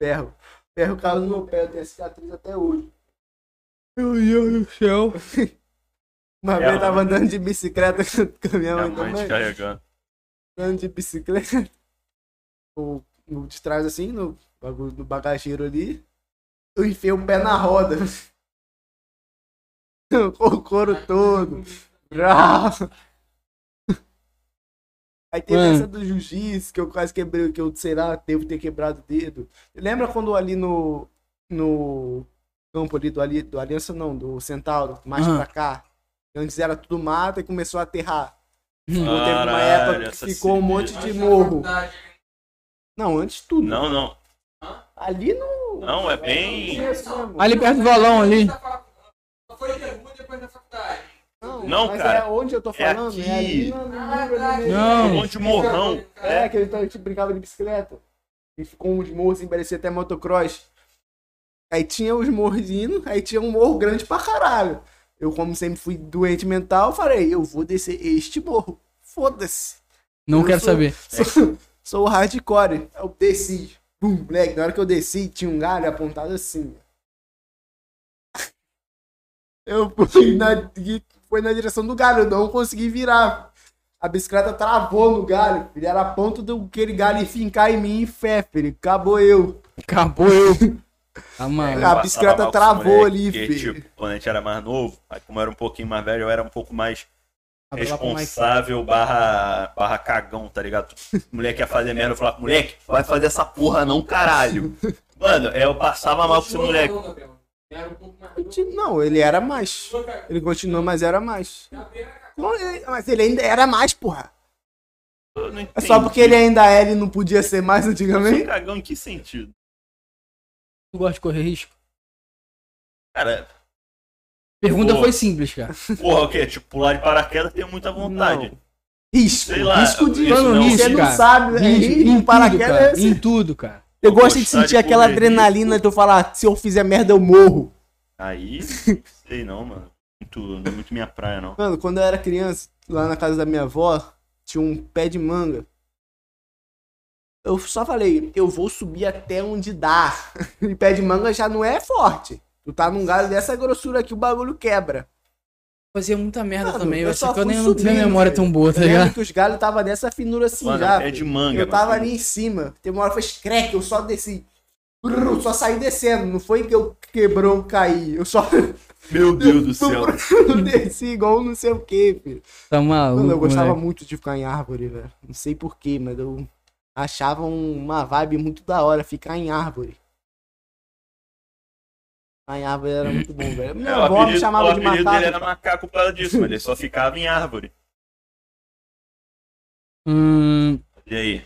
Speaker 3: Ferro. Ferro caiu no meu pé, eu tenho a cicatriz até hoje.
Speaker 1: Meu Deus do céu.
Speaker 3: (laughs) Uma
Speaker 2: É,
Speaker 3: vez
Speaker 2: mano.
Speaker 3: eu tava andando de bicicleta (laughs) com a minha
Speaker 2: Minha
Speaker 3: mãe
Speaker 2: mãe
Speaker 3: também.
Speaker 2: te carregando.
Speaker 3: Andando de bicicleta. (laughs) O, o de trás assim, no bagulho do bagageiro ali. Eu enfiei o pé na roda. (laughs) o couro todo. Brau. Aí teve
Speaker 1: Mano.
Speaker 3: essa do jiu-jitsu que eu quase quebrei, que eu, sei lá, devo ter quebrado o dedo. Lembra quando ali no. no campo ali do, ali, do Aliança, não, do Centauro, mais
Speaker 1: Aham.
Speaker 3: pra cá. Antes era tudo mato e começou a aterrar. Não teve uma
Speaker 2: Caralho,
Speaker 3: época que
Speaker 2: essa
Speaker 3: ficou um monte
Speaker 2: sinistro.
Speaker 3: de
Speaker 4: Antes da
Speaker 3: morro.
Speaker 4: faculdade,
Speaker 3: Não, antes de tudo.
Speaker 2: Não, não.
Speaker 3: Ali no.
Speaker 2: Não, é
Speaker 3: no
Speaker 2: bem.
Speaker 3: começo mesmo.
Speaker 1: Ali perto do valão ali.
Speaker 4: antes da facu- Só Foi ter ruim depois da faculdade.
Speaker 2: Não,
Speaker 3: mas
Speaker 2: cara.
Speaker 3: é onde eu tô falando, é,
Speaker 2: aqui.
Speaker 3: ali na- no
Speaker 4: Ah,
Speaker 3: muro
Speaker 4: tá,
Speaker 3: ali mesmo.
Speaker 1: Não.
Speaker 2: Um monte de morrão.
Speaker 3: É, que a gente brincava de bicicleta. E ficou uns morros assim, parecia até motocross. Aí tinha os morros indo, aí tinha um morro grande pra caralho. Eu, como sempre fui doente mental, falei, eu vou descer este morro. Foda-se.
Speaker 1: Não
Speaker 3: Eu
Speaker 1: quero
Speaker 3: sou-
Speaker 1: saber.
Speaker 3: Sou, (laughs) sou o hardcore. Eu desci. Bum, moleque. Na hora que eu desci, tinha um galho apontado assim. Eu fui na, foi na direção do galho, eu não consegui virar. A bicicleta travou no galho, filho. Era a ponto do aquele galho fincar em mim e fé, filho. Acabou eu.
Speaker 1: Acabou eu. Tá maluco.
Speaker 3: A bicicleta travou ali,
Speaker 2: filho.
Speaker 3: filho.
Speaker 2: Tipo, quando a gente era mais novo, aí como eu era um pouquinho mais velho, eu era um pouco mais
Speaker 1: Tava lá pro Mike.
Speaker 2: responsável barra, barra cagão, tá ligado? O moleque ia fazer merda, eu falava, moleque, vai fazer essa porra não,
Speaker 3: (laughs)
Speaker 2: caralho. Mano, eu passava mal com esse moleque.
Speaker 4: Não, Gabriel. Era um pouco mais.
Speaker 3: Eu te- Não, ele era mais. Ele continuou, mas era mais. Não, ele- Mas ele ainda era mais, porra.
Speaker 2: Eu não
Speaker 3: É só
Speaker 2: entendi.
Speaker 3: porque ele é, né? ainda era e não podia ser mais antigamente?
Speaker 2: Sou cagão em que sentido?
Speaker 1: Tu gosta de correr risco?
Speaker 2: Cara,
Speaker 1: Pergunta
Speaker 2: Boa.
Speaker 1: foi simples, cara.
Speaker 2: porra, o quê? Tipo, pular de paraquedas tem muita vontade.
Speaker 3: Risco.
Speaker 2: Sei lá,
Speaker 3: risco de.
Speaker 2: isso
Speaker 1: Mano,
Speaker 2: não- é um
Speaker 1: risco,
Speaker 3: Você não
Speaker 1: cara.
Speaker 3: sabe, é
Speaker 1: Risco
Speaker 3: risco,
Speaker 1: em tudo,
Speaker 3: paraquedas.
Speaker 1: cara.
Speaker 3: é
Speaker 1: Em
Speaker 3: assim.
Speaker 1: tudo, cara.
Speaker 3: Eu gosto de
Speaker 2: Gostar de
Speaker 3: sentir aquela
Speaker 2: correr risco.
Speaker 3: adrenalina de eu falar, se eu fizer merda, eu morro. (laughs)
Speaker 2: Aí, sei não, mano. Muito, não é muito minha praia, não.
Speaker 3: Mano, quando eu era criança, lá na casa da minha avó, tinha um pé de manga. Eu só falei, eu vou subir até onde dá. (laughs) E pé de manga já não é forte. Tu tá num galho dessa grossura aqui, o bagulho quebra.
Speaker 1: Fazia muita merda
Speaker 3: Mano,
Speaker 1: também.
Speaker 3: eu
Speaker 1: Eu
Speaker 3: só
Speaker 1: só que eu
Speaker 3: fui
Speaker 1: nem não tenho
Speaker 3: subindo,
Speaker 1: memória
Speaker 3: velho.
Speaker 1: tão boa, tá
Speaker 3: Eu lembro
Speaker 1: ligado?
Speaker 3: que os galhos tava dessa finura assim
Speaker 2: Mano,
Speaker 3: já.
Speaker 2: é de
Speaker 3: filho.
Speaker 2: manga,
Speaker 3: Eu tava
Speaker 2: mano.
Speaker 3: ali em cima. Tem uma hora que fez crack, eu só desci. Brrr, só saí descendo. Não foi que eu quebrou, caí. Eu só. (laughs)
Speaker 2: Meu Deus do céu.
Speaker 3: eu desci igual um não sei o que, filho.
Speaker 1: Tá maluco.
Speaker 3: Mano, eu gostava
Speaker 1: moleque.
Speaker 3: muito de ficar em árvore, velho. Não sei porquê, mas eu achava um- uma vibe muito da hora ficar em árvore. Ficar em árvore era muito
Speaker 2: (laughs)
Speaker 3: bom, velho. Minha
Speaker 2: É, o
Speaker 3: avó me
Speaker 2: apelido, o
Speaker 3: chamava de
Speaker 2: apelido dele era
Speaker 3: macaco.
Speaker 2: macaco por causa disso, mas ele só ficava em árvore.
Speaker 1: Hum,
Speaker 2: E aí?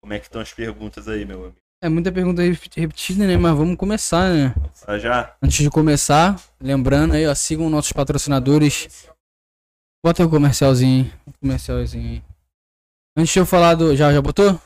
Speaker 2: Como é que estão as perguntas aí, meu amigo?
Speaker 1: é muita pergunta rep- repetida, né? Mas vamos começar, né?
Speaker 2: Tá já?
Speaker 1: Antes de começar, lembrando aí, ó, sigam nossos patrocinadores. Bota aí o comercialzinho, hein? O comercialzinho aí. Antes de eu falar do. Já, já botou?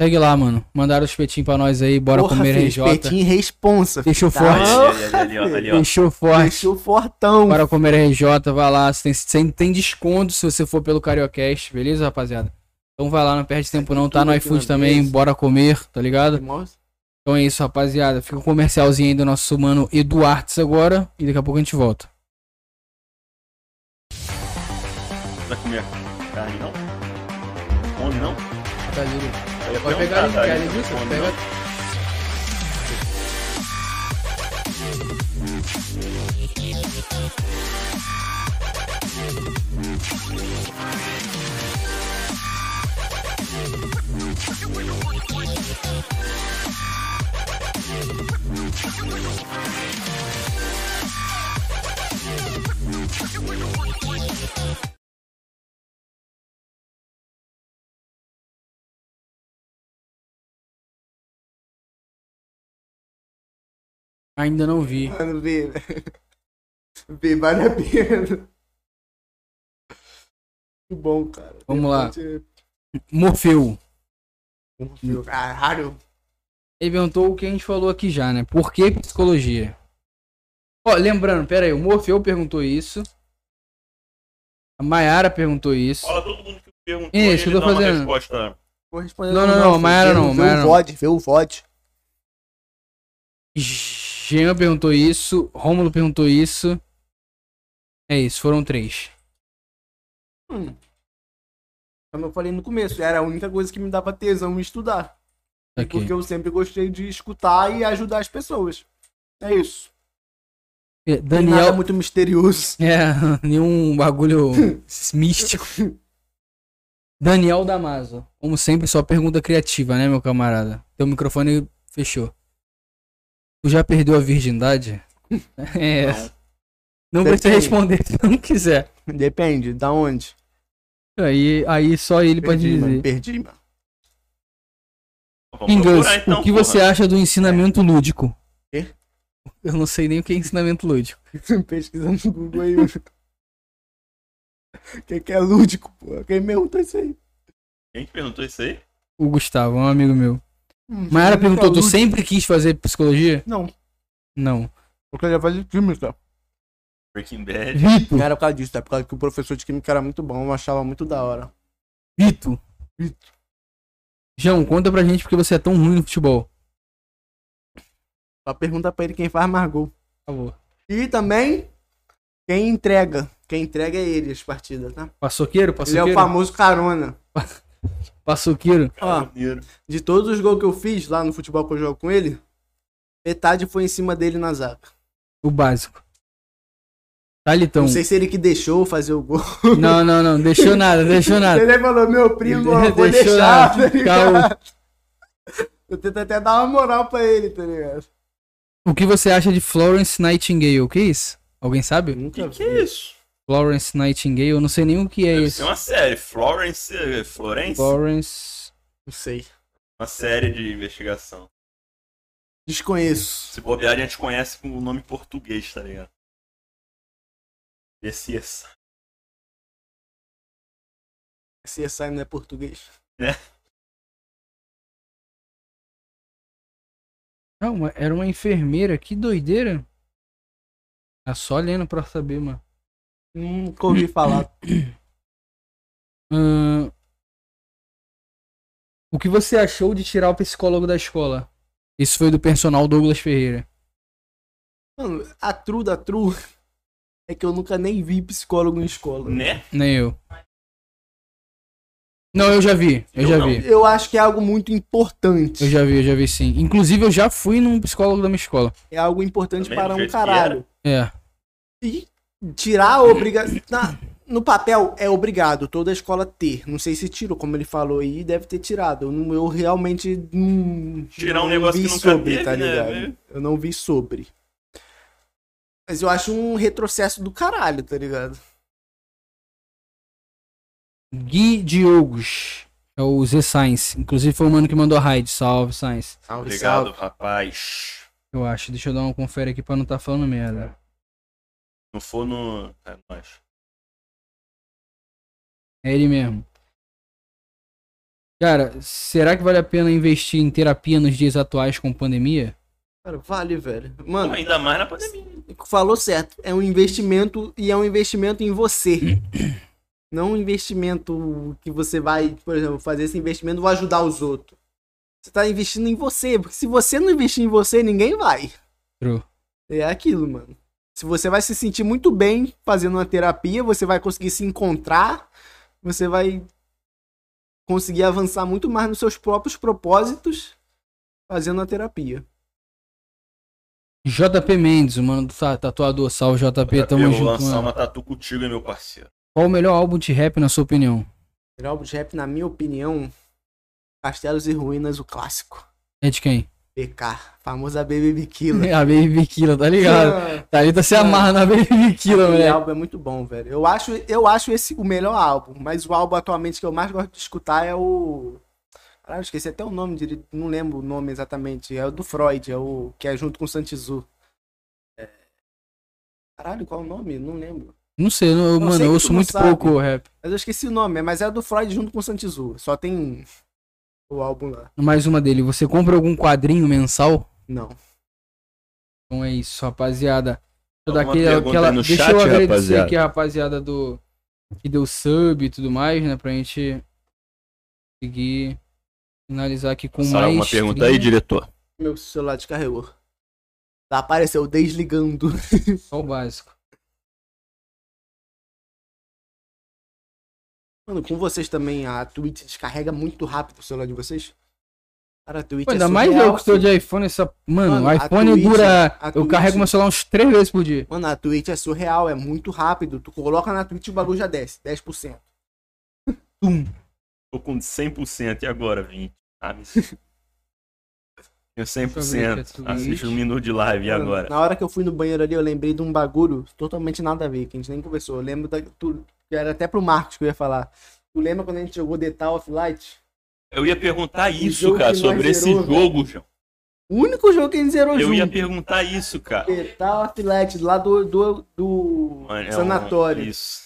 Speaker 1: Segue lá, mano. Mandaram os espetinhos pra nós aí. Bora
Speaker 3: Porra,
Speaker 1: comer né,
Speaker 3: filho,
Speaker 1: RJ.
Speaker 3: Espetinho responsa.
Speaker 1: Deixou
Speaker 3: filho,
Speaker 1: forte.
Speaker 2: Ali, ali, ali, ali, ali, ó.
Speaker 1: Fechou forte.
Speaker 3: Deixou fortão.
Speaker 1: Bora comer RJ. Vai lá. Você tem, você tem desconto se você for pelo Cariocast. Beleza, rapaziada? Então vai lá, não perde tempo não. Tá
Speaker 3: tudo
Speaker 1: no
Speaker 3: aqui na
Speaker 1: iFood também.
Speaker 3: mesa.
Speaker 1: Bora comer, tá ligado?
Speaker 3: Mostra.
Speaker 1: Então é isso, rapaziada. Fica o comercialzinho aí do nosso mano Eduardes agora. E daqui a pouco a gente volta.
Speaker 2: Vai comer carne não? Fome não? Eu ia
Speaker 1: Pode
Speaker 2: perguntar,
Speaker 1: pegar ali,
Speaker 2: tá?
Speaker 1: quer
Speaker 2: Ele
Speaker 1: linguiça?
Speaker 2: tá com fome,
Speaker 1: Pega-
Speaker 2: não?
Speaker 1: Ainda não vi.
Speaker 3: Mano, vê. Vê, vale a pena. Muito bom, cara.
Speaker 1: Vamos lá.
Speaker 3: Realmente
Speaker 1: Morfeu.
Speaker 3: é um filme. Caralho.
Speaker 1: Ele perguntou o que a gente falou aqui já, né? Por que psicologia? Ó, lembrando, pera aí, o Morfeu perguntou isso. A Mayara perguntou isso.
Speaker 2: Fala todo mundo que perguntou.
Speaker 1: Isso,
Speaker 2: e
Speaker 1: eu tô
Speaker 2: ele dá uma
Speaker 1: fazendo.
Speaker 2: resposta.
Speaker 3: Vou responder um
Speaker 1: Não, não, não,
Speaker 3: filho.
Speaker 1: Maiara
Speaker 3: Vê-
Speaker 1: não,
Speaker 3: Vê
Speaker 1: Maiara
Speaker 3: o
Speaker 1: não.
Speaker 3: VOD, vê o VOD.
Speaker 1: Jean perguntou isso. Rômulo perguntou isso. É isso, foram três.
Speaker 3: Hum. Como eu falei no começo, era a única coisa que me dava tesão em estudar.
Speaker 1: Tá aqui.
Speaker 3: Porque eu sempre gostei de escutar e ajudar as pessoas. É isso.
Speaker 1: É,
Speaker 3: Tem Nada
Speaker 1: Daniel.
Speaker 3: muito misterioso.
Speaker 1: (laughs) É, nenhum bagulho
Speaker 3: (laughs)
Speaker 1: místico. Daniel Damaso. Como sempre, só pergunta criativa, né, meu camarada? Teu microfone fechou. Tu já perdeu a virgindade?
Speaker 3: (laughs)
Speaker 1: É. Não, precisa
Speaker 3: Depende.
Speaker 1: responder (laughs) se não quiser.
Speaker 3: Depende, da onde?
Speaker 1: Aí, aí só ele pode
Speaker 3: Perdi, mano.
Speaker 1: dizer.
Speaker 3: Perdi, mano.
Speaker 2: Vamos
Speaker 1: Ingas,
Speaker 2: procurar, então,
Speaker 1: o que
Speaker 2: porra.
Speaker 1: você acha do ensinamento lúdico?
Speaker 3: É. Quê?
Speaker 1: Eu não sei nem o que é ensinamento lúdico.
Speaker 3: (laughs) Pesquisando no Google aí. mano. O que, que é lúdico, pô? Quem me perguntou isso aí?
Speaker 2: Quem que perguntou isso aí?
Speaker 1: O Gustavo, é um amigo meu. Mayara perguntou: tu sempre quis fazer psicologia?
Speaker 3: Não,
Speaker 1: Não.
Speaker 3: porque eu já fazia química.
Speaker 2: Breaking Bad.
Speaker 1: Vito,
Speaker 3: Não era por causa disso, é por causa que o professor de química era muito bom, eu achava muito da hora.
Speaker 1: Vito. Vito. João, conta pra gente porque você é tão ruim no futebol.
Speaker 3: Só pergunta pra ele quem faz mais gol.
Speaker 1: Por favor.
Speaker 3: E também, quem entrega. Quem entrega é ele as partidas, tá?
Speaker 1: Paçoqueiro,
Speaker 3: Ele é o
Speaker 1: paçoqueiro.
Speaker 3: famoso carona.
Speaker 1: Paçoqueiro.
Speaker 3: Ó, de todos os gols que eu fiz lá no futebol que eu jogo com ele, metade foi em cima dele na zaga.
Speaker 1: O básico. Thalitão.
Speaker 3: Não sei se ele que deixou fazer o gol.
Speaker 1: Não, não, não.
Speaker 3: (laughs)
Speaker 1: Deixou nada, deixou nada.
Speaker 3: Ele falou, meu primo, eu
Speaker 1: Deixou
Speaker 3: vou deixar,
Speaker 1: lá,
Speaker 3: tá ligado? Eu tento até dar uma moral pra ele, tá ligado?
Speaker 1: O que você acha de Florence Nightingale? O que é isso? Alguém sabe?
Speaker 3: Nunca
Speaker 2: Que que é isso?
Speaker 1: Florence Nightingale, eu não sei nem o que é
Speaker 2: Deve
Speaker 1: isso.
Speaker 2: ser uma série. Florence. eh, Florence?
Speaker 1: Florence.
Speaker 3: Não sei.
Speaker 2: Uma série de investigação.
Speaker 3: Desconheço.
Speaker 2: Se bobear, a gente conhece com o nome português, tá ligado? Messias.
Speaker 3: CSI não é português.
Speaker 1: Ah, uma- era uma enfermeira, que doideira. Tá só lendo pra saber, mano. (laughs)
Speaker 3: Nunca ouvi falar.
Speaker 1: Ahn, o que você achou de tirar o psicólogo da escola? Isso foi do personal Douglas Ferreira.
Speaker 3: Mano, a tru da tru é que eu nunca nem vi psicólogo em escola.
Speaker 2: Né?
Speaker 1: Nem eu. Não, eu já vi. Eu,
Speaker 2: Eu
Speaker 1: já
Speaker 2: não.
Speaker 1: vi.
Speaker 3: Eu acho que é algo muito importante.
Speaker 1: Eu já vi, eu já vi sim. Inclusive, eu já fui num psicólogo da minha escola.
Speaker 3: É algo importante
Speaker 2: Também, do
Speaker 3: para um
Speaker 2: jeito que
Speaker 3: caralho.
Speaker 1: É.
Speaker 3: E tirar a obrigação. No papel é obrigado toda a escola ter. Não sei se tirou, como ele falou aí, deve ter tirado. Eu, não- eu realmente não.
Speaker 2: Tirar um
Speaker 3: não
Speaker 2: negócio
Speaker 3: vi
Speaker 2: que nunca
Speaker 3: sobre,
Speaker 2: teve,
Speaker 3: tá
Speaker 2: né,
Speaker 3: ligado?
Speaker 2: velho?
Speaker 3: Eu não vi sobre. Mas eu acho um retrocesso do caralho, tá ligado?
Speaker 1: Gui Diogos. É o Z Science. Inclusive, foi o mano que mandou a raid. Salve, Science.
Speaker 3: Salve,
Speaker 2: Obrigado,
Speaker 3: salve.
Speaker 2: rapaz.
Speaker 1: Eu acho. Deixa eu dar uma confere aqui pra não tá falando merda.
Speaker 2: Não for no. É nóis.
Speaker 1: É ele mesmo. Cara, será que vale a pena investir em terapia nos dias atuais com pandemia?
Speaker 3: Cara, vale, velho.
Speaker 2: Pô,
Speaker 3: Mano,
Speaker 2: Ainda mais na pandemia.
Speaker 3: falou certo. É um investimento e é um investimento em você. Não um investimento que você vai, por exemplo, fazer esse investimento vai ajudar os outros. Você tá investindo em você, porque se você não investir em você, ninguém vai.
Speaker 1: True.
Speaker 3: É aquilo, mano. Se você vai se sentir muito bem fazendo uma terapia, você vai conseguir se encontrar, você vai conseguir avançar muito mais nos seus próprios propósitos fazendo a terapia.
Speaker 1: JP Mendes, o mano do ta- tatuador. Salve, JP, tamo
Speaker 2: eu vou
Speaker 1: junto,
Speaker 2: lançar
Speaker 1: mano.
Speaker 2: uma tatu contigo, hein, meu parceiro.
Speaker 1: Qual o melhor álbum de rap, na sua opinião?
Speaker 3: Melhor álbum de rap, na minha opinião, Castelos e Ruínas, o clássico.
Speaker 1: É de quem?
Speaker 3: BK, famosa
Speaker 1: (laughs)
Speaker 3: Baby Killer.
Speaker 1: a Baby Killa, tá ligado? (laughs)
Speaker 3: Ah,
Speaker 1: Thalita se amarra na Baby Killa,
Speaker 3: Aquele
Speaker 1: moleque.
Speaker 3: álbum é muito bom, velho. Eu acho, eu acho esse o melhor álbum, mas o álbum atualmente que eu mais gosto de escutar é o. Caralho, esqueci até o nome dele, não lembro o nome exatamente. É o do Freud, é o que é junto com o Santizu. É. Caralho, qual é o nome? Não lembro.
Speaker 1: Não sei, eu-
Speaker 3: Eu sei
Speaker 1: mano,
Speaker 3: que
Speaker 1: eu
Speaker 3: tu
Speaker 1: ouço
Speaker 3: não
Speaker 1: muito
Speaker 3: sabe.
Speaker 1: pouco rap.
Speaker 3: Mas eu esqueci o nome, mas é do Freud junto com o Santizu. Só tem o álbum lá.
Speaker 1: Mais uma dele. Você compra algum quadrinho mensal?
Speaker 3: Não.
Speaker 1: Então é isso, rapaziada. Deixa eu dar
Speaker 2: Alguma
Speaker 1: aquele-
Speaker 2: pergunta
Speaker 1: aquela-
Speaker 2: aí no
Speaker 1: Deixa
Speaker 2: chat,
Speaker 1: eu agradecer
Speaker 2: rapaziada?
Speaker 1: aqui a rapaziada do... que deu sub e tudo mais, né? Pra gente conseguir finalizar aqui com
Speaker 2: Sara,
Speaker 1: mais... um,
Speaker 2: alguma pergunta aí, diretor?
Speaker 3: Meu celular descarregou. Tá, apareceu desligando.
Speaker 1: Só o básico.
Speaker 3: Mano, com vocês também, a Twitch descarrega muito rápido o celular de vocês? Cara, a Twitch
Speaker 1: Pô,
Speaker 3: é
Speaker 1: ainda mais
Speaker 3: surreal,
Speaker 1: eu que sou
Speaker 3: filho.
Speaker 1: de iPhone, essa... Mano,
Speaker 3: Mano,
Speaker 1: o
Speaker 3: a
Speaker 1: iPhone
Speaker 3: Twitch-
Speaker 1: dura...
Speaker 3: a
Speaker 1: Eu
Speaker 3: Twitch-
Speaker 1: carrego meu celular uns três vezes por dia.
Speaker 3: Mano, a Twitch é surreal, é muito rápido. Tu coloca na Twitch e o bagulho já desce, 10%.
Speaker 2: Tô com 100% e agora, 20? Ah, (laughs) me... Tenho
Speaker 1: Deixa eu ver é
Speaker 2: 100%.
Speaker 1: aqui a
Speaker 2: Assisto
Speaker 1: Twitch.
Speaker 2: um minuto de live e
Speaker 3: Mano,
Speaker 2: agora.
Speaker 3: Na hora que eu fui no banheiro ali, eu lembrei de um bagulho totalmente nada a ver, que a gente nem conversou. Eu lembro da. Tu, que era até pro Marcos que eu ia falar. Tu lembra quando a gente jogou The Tower of Light?
Speaker 2: Eu ia perguntar isso,
Speaker 3: jogo
Speaker 2: cara,
Speaker 3: que
Speaker 2: sobre
Speaker 3: mais
Speaker 2: esse
Speaker 3: zerou, velho.
Speaker 2: jogo, João.
Speaker 3: O único jogo que a gente zerou
Speaker 2: Eu
Speaker 3: junto.
Speaker 2: ia perguntar isso, cara.
Speaker 3: The Tower of Light, lá do, do, do
Speaker 2: Mano, é um-
Speaker 3: sanatório.
Speaker 2: Isso.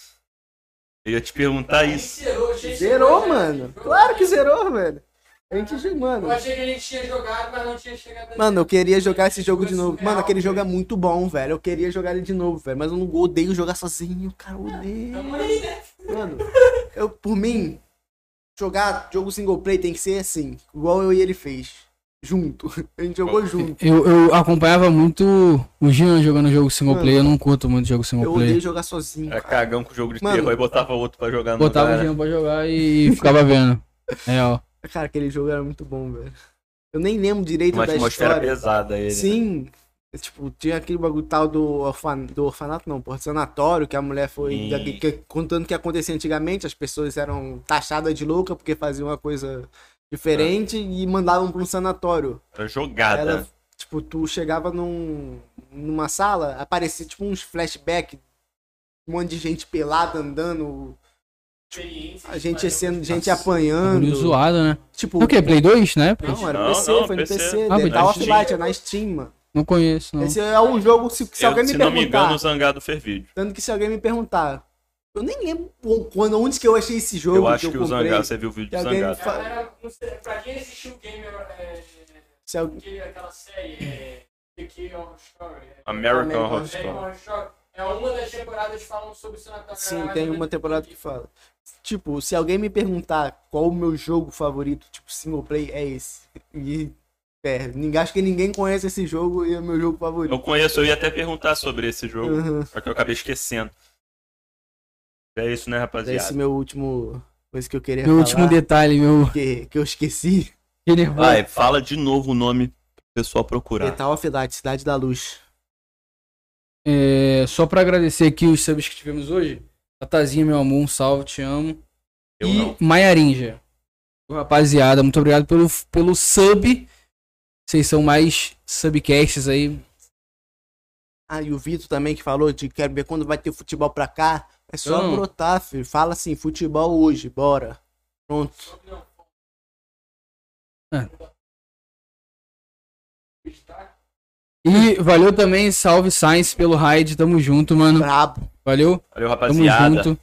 Speaker 2: Eu ia te perguntar isso.
Speaker 4: Zerou, gente. né?
Speaker 3: Zerou,
Speaker 4: já-
Speaker 3: mano. Claro que zerou, velho. A gente, mano.
Speaker 4: Eu achei que a gente tinha jogado, mas não tinha chegado. a-
Speaker 3: Mano, eu queria jogar esse jogo de novo.
Speaker 4: Surreal,
Speaker 3: Mano, aquele jogo é
Speaker 4: velho.
Speaker 3: muito bom, velho. Eu queria jogar ele de novo, velho. Mas eu não odeio jogar sozinho, cara. Eu odeio. Mano, eu, por mim, jogar jogo single play tem que ser assim. Igual eu e ele fez. Junto. A gente jogou junto.
Speaker 1: Eu, eu acompanhava muito o Jean jogando jogo single
Speaker 3: Mano,
Speaker 1: player. Eu não curto muito jogo single
Speaker 3: Eu
Speaker 1: player.
Speaker 3: odeio jogar sozinho,
Speaker 2: Era
Speaker 3: cara.
Speaker 2: cagão com o jogo de
Speaker 3: Mano,
Speaker 2: terror e botava outro pra jogar no
Speaker 1: Botava o
Speaker 2: lugar.
Speaker 1: Jean pra jogar e ficava vendo. É, ó.
Speaker 3: Cara, aquele jogo era muito bom, velho. Eu nem lembro
Speaker 1: um
Speaker 3: direito
Speaker 2: Uma
Speaker 3: da
Speaker 2: atmosfera
Speaker 3: história.
Speaker 2: pesada ele.
Speaker 3: Sim. Tipo, tinha aquele bagulho tal do, orfan... do orfanato, não, porra, sanatório, que a mulher foi.
Speaker 2: Sim.
Speaker 3: da- que- contando o que acontecia antigamente, as pessoas eram taxadas de louca porque faziam uma coisa diferente e mandavam pra um sanatório.
Speaker 2: Era jogada.
Speaker 3: Ela, tipo, tu chegava num, numa sala, aparecia tipo uns flashback, um monte de gente pelada andando, tipo,
Speaker 4: Experiência,
Speaker 3: a gente
Speaker 4: mas eu-
Speaker 3: sendo, gente
Speaker 2: Nossa,
Speaker 1: Bagulho
Speaker 3: apanhando.
Speaker 1: zoado, né?
Speaker 3: Tipo,
Speaker 1: O quê? Play 2, né?
Speaker 3: não, era
Speaker 2: Não,
Speaker 3: PC,
Speaker 2: não,
Speaker 3: foi no
Speaker 2: PC.
Speaker 3: PC,
Speaker 1: Ah,
Speaker 3: deve
Speaker 1: foi
Speaker 3: tá
Speaker 1: na
Speaker 3: offline, é na Steam, mano.
Speaker 1: Não conheço, não.
Speaker 3: Esse é um jogo, se, se
Speaker 2: Eu,
Speaker 3: alguém me
Speaker 2: se não me
Speaker 3: perguntar.
Speaker 2: engano, o Zangado fez vídeo.
Speaker 3: Tanto que se alguém me perguntar, eu nem lembro quando, onde que eu achei esse jogo.
Speaker 2: Eu acho que, o
Speaker 3: comprei.
Speaker 2: Zangado, você viu o vídeo
Speaker 3: Que
Speaker 2: do
Speaker 3: alguém
Speaker 2: Zangado.
Speaker 3: fa-
Speaker 4: Galera, não sei, pra quem assistiu o game, é,
Speaker 3: Se alguém-
Speaker 4: aquele- aquela série, é, que é um story, é,
Speaker 2: American
Speaker 3: American
Speaker 2: Horror
Speaker 3: Horror
Speaker 2: Story.
Speaker 4: Dragon Shock. É uma das temporadas que falam sobre o é, Sanatório.
Speaker 3: Sim, tem uma temporada que fala. Tipo, se alguém me perguntar qual o meu jogo favorito, tipo, single play, é esse. E. É, ninguém- acho que ninguém conhece esse jogo e é o meu jogo favorito.
Speaker 2: Eu conheço, eu ia até perguntar sobre esse É um jogo,
Speaker 3: Uhum.
Speaker 2: só que eu acabei esquecendo. É isso, né,
Speaker 3: Esse
Speaker 2: rapaziada?
Speaker 3: meu último. Coisa que eu queria
Speaker 1: Meu
Speaker 3: falar.
Speaker 1: último detalhe, meu.
Speaker 3: que, que eu esqueci.
Speaker 1: Que nervoso.
Speaker 2: Vai, fala de novo o nome pro pessoal procurar.
Speaker 3: Metal é of Light, Cidade da Luz.
Speaker 1: É, só pra agradecer aqui os subs que tivemos hoje. Tatazinha, meu amor, um salve, te amo.
Speaker 2: Eu
Speaker 1: e
Speaker 2: não.
Speaker 1: Maiarinja. Rapaziada, muito obrigado pelo, pelo sub. Vocês são mais subcasts aí.
Speaker 3: Ah, e o Vitor também que falou de quero ver quando vai ter futebol pra cá. É só
Speaker 1: Então-
Speaker 3: brotar, filho. Fala assim, futebol hoje, bora. Pronto.
Speaker 1: E valeu também, salve Science pelo raid. Tamo junto, mano.
Speaker 3: Brabo.
Speaker 1: Valeu. Tamo
Speaker 2: Valeu, rapaziada.
Speaker 1: junto.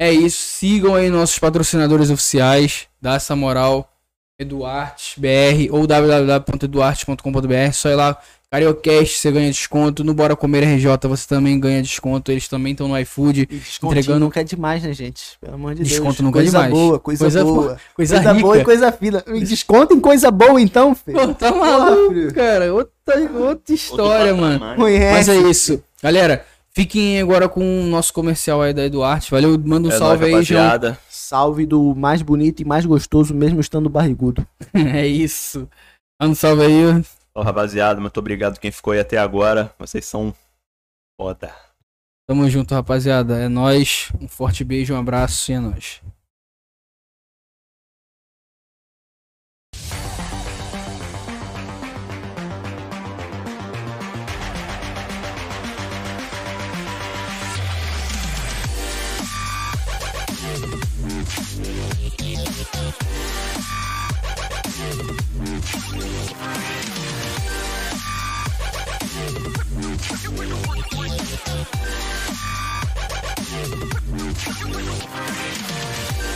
Speaker 1: É isso. Sigam aí nossos patrocinadores oficiais. Dá essa moral. Eduartes BR ou www.eduartes.com.br. Só ir lá. Cariocast, você ganha desconto. No Bora Comer RJ, você também ganha desconto. Eles também estão no iFood.
Speaker 3: E desconto
Speaker 1: Entregando-
Speaker 3: nunca é demais, né, gente? Pelo amor de Deus.
Speaker 1: Desconto nunca é
Speaker 3: coisa
Speaker 1: demais.
Speaker 3: Boa, coisa,
Speaker 1: Coisa
Speaker 3: boa,
Speaker 1: boa, Coisa, rica.
Speaker 3: boa e coisa fina. E Desconto em coisa boa, então, filho.
Speaker 1: Pô, tá
Speaker 3: Porra,
Speaker 1: maluco,
Speaker 3: filho.
Speaker 1: cara. Outra, outra história, mano. Mas
Speaker 3: Conhece.
Speaker 1: é isso. Galera, fiquem agora com o nosso comercial aí da Eduarte. Valeu, manda um
Speaker 3: É
Speaker 2: É
Speaker 1: salve aí, João.
Speaker 3: Salve do mais bonito e mais gostoso, mesmo estando barrigudo.
Speaker 1: (laughs) É isso. Manda um salve aí.
Speaker 2: Ó, rapaziada, muito obrigado quem ficou aí até agora. Vocês são foda.
Speaker 1: Tamo junto, rapaziada. É nóis. Um forte beijo, um abraço e é nóis.
Speaker 5: Thank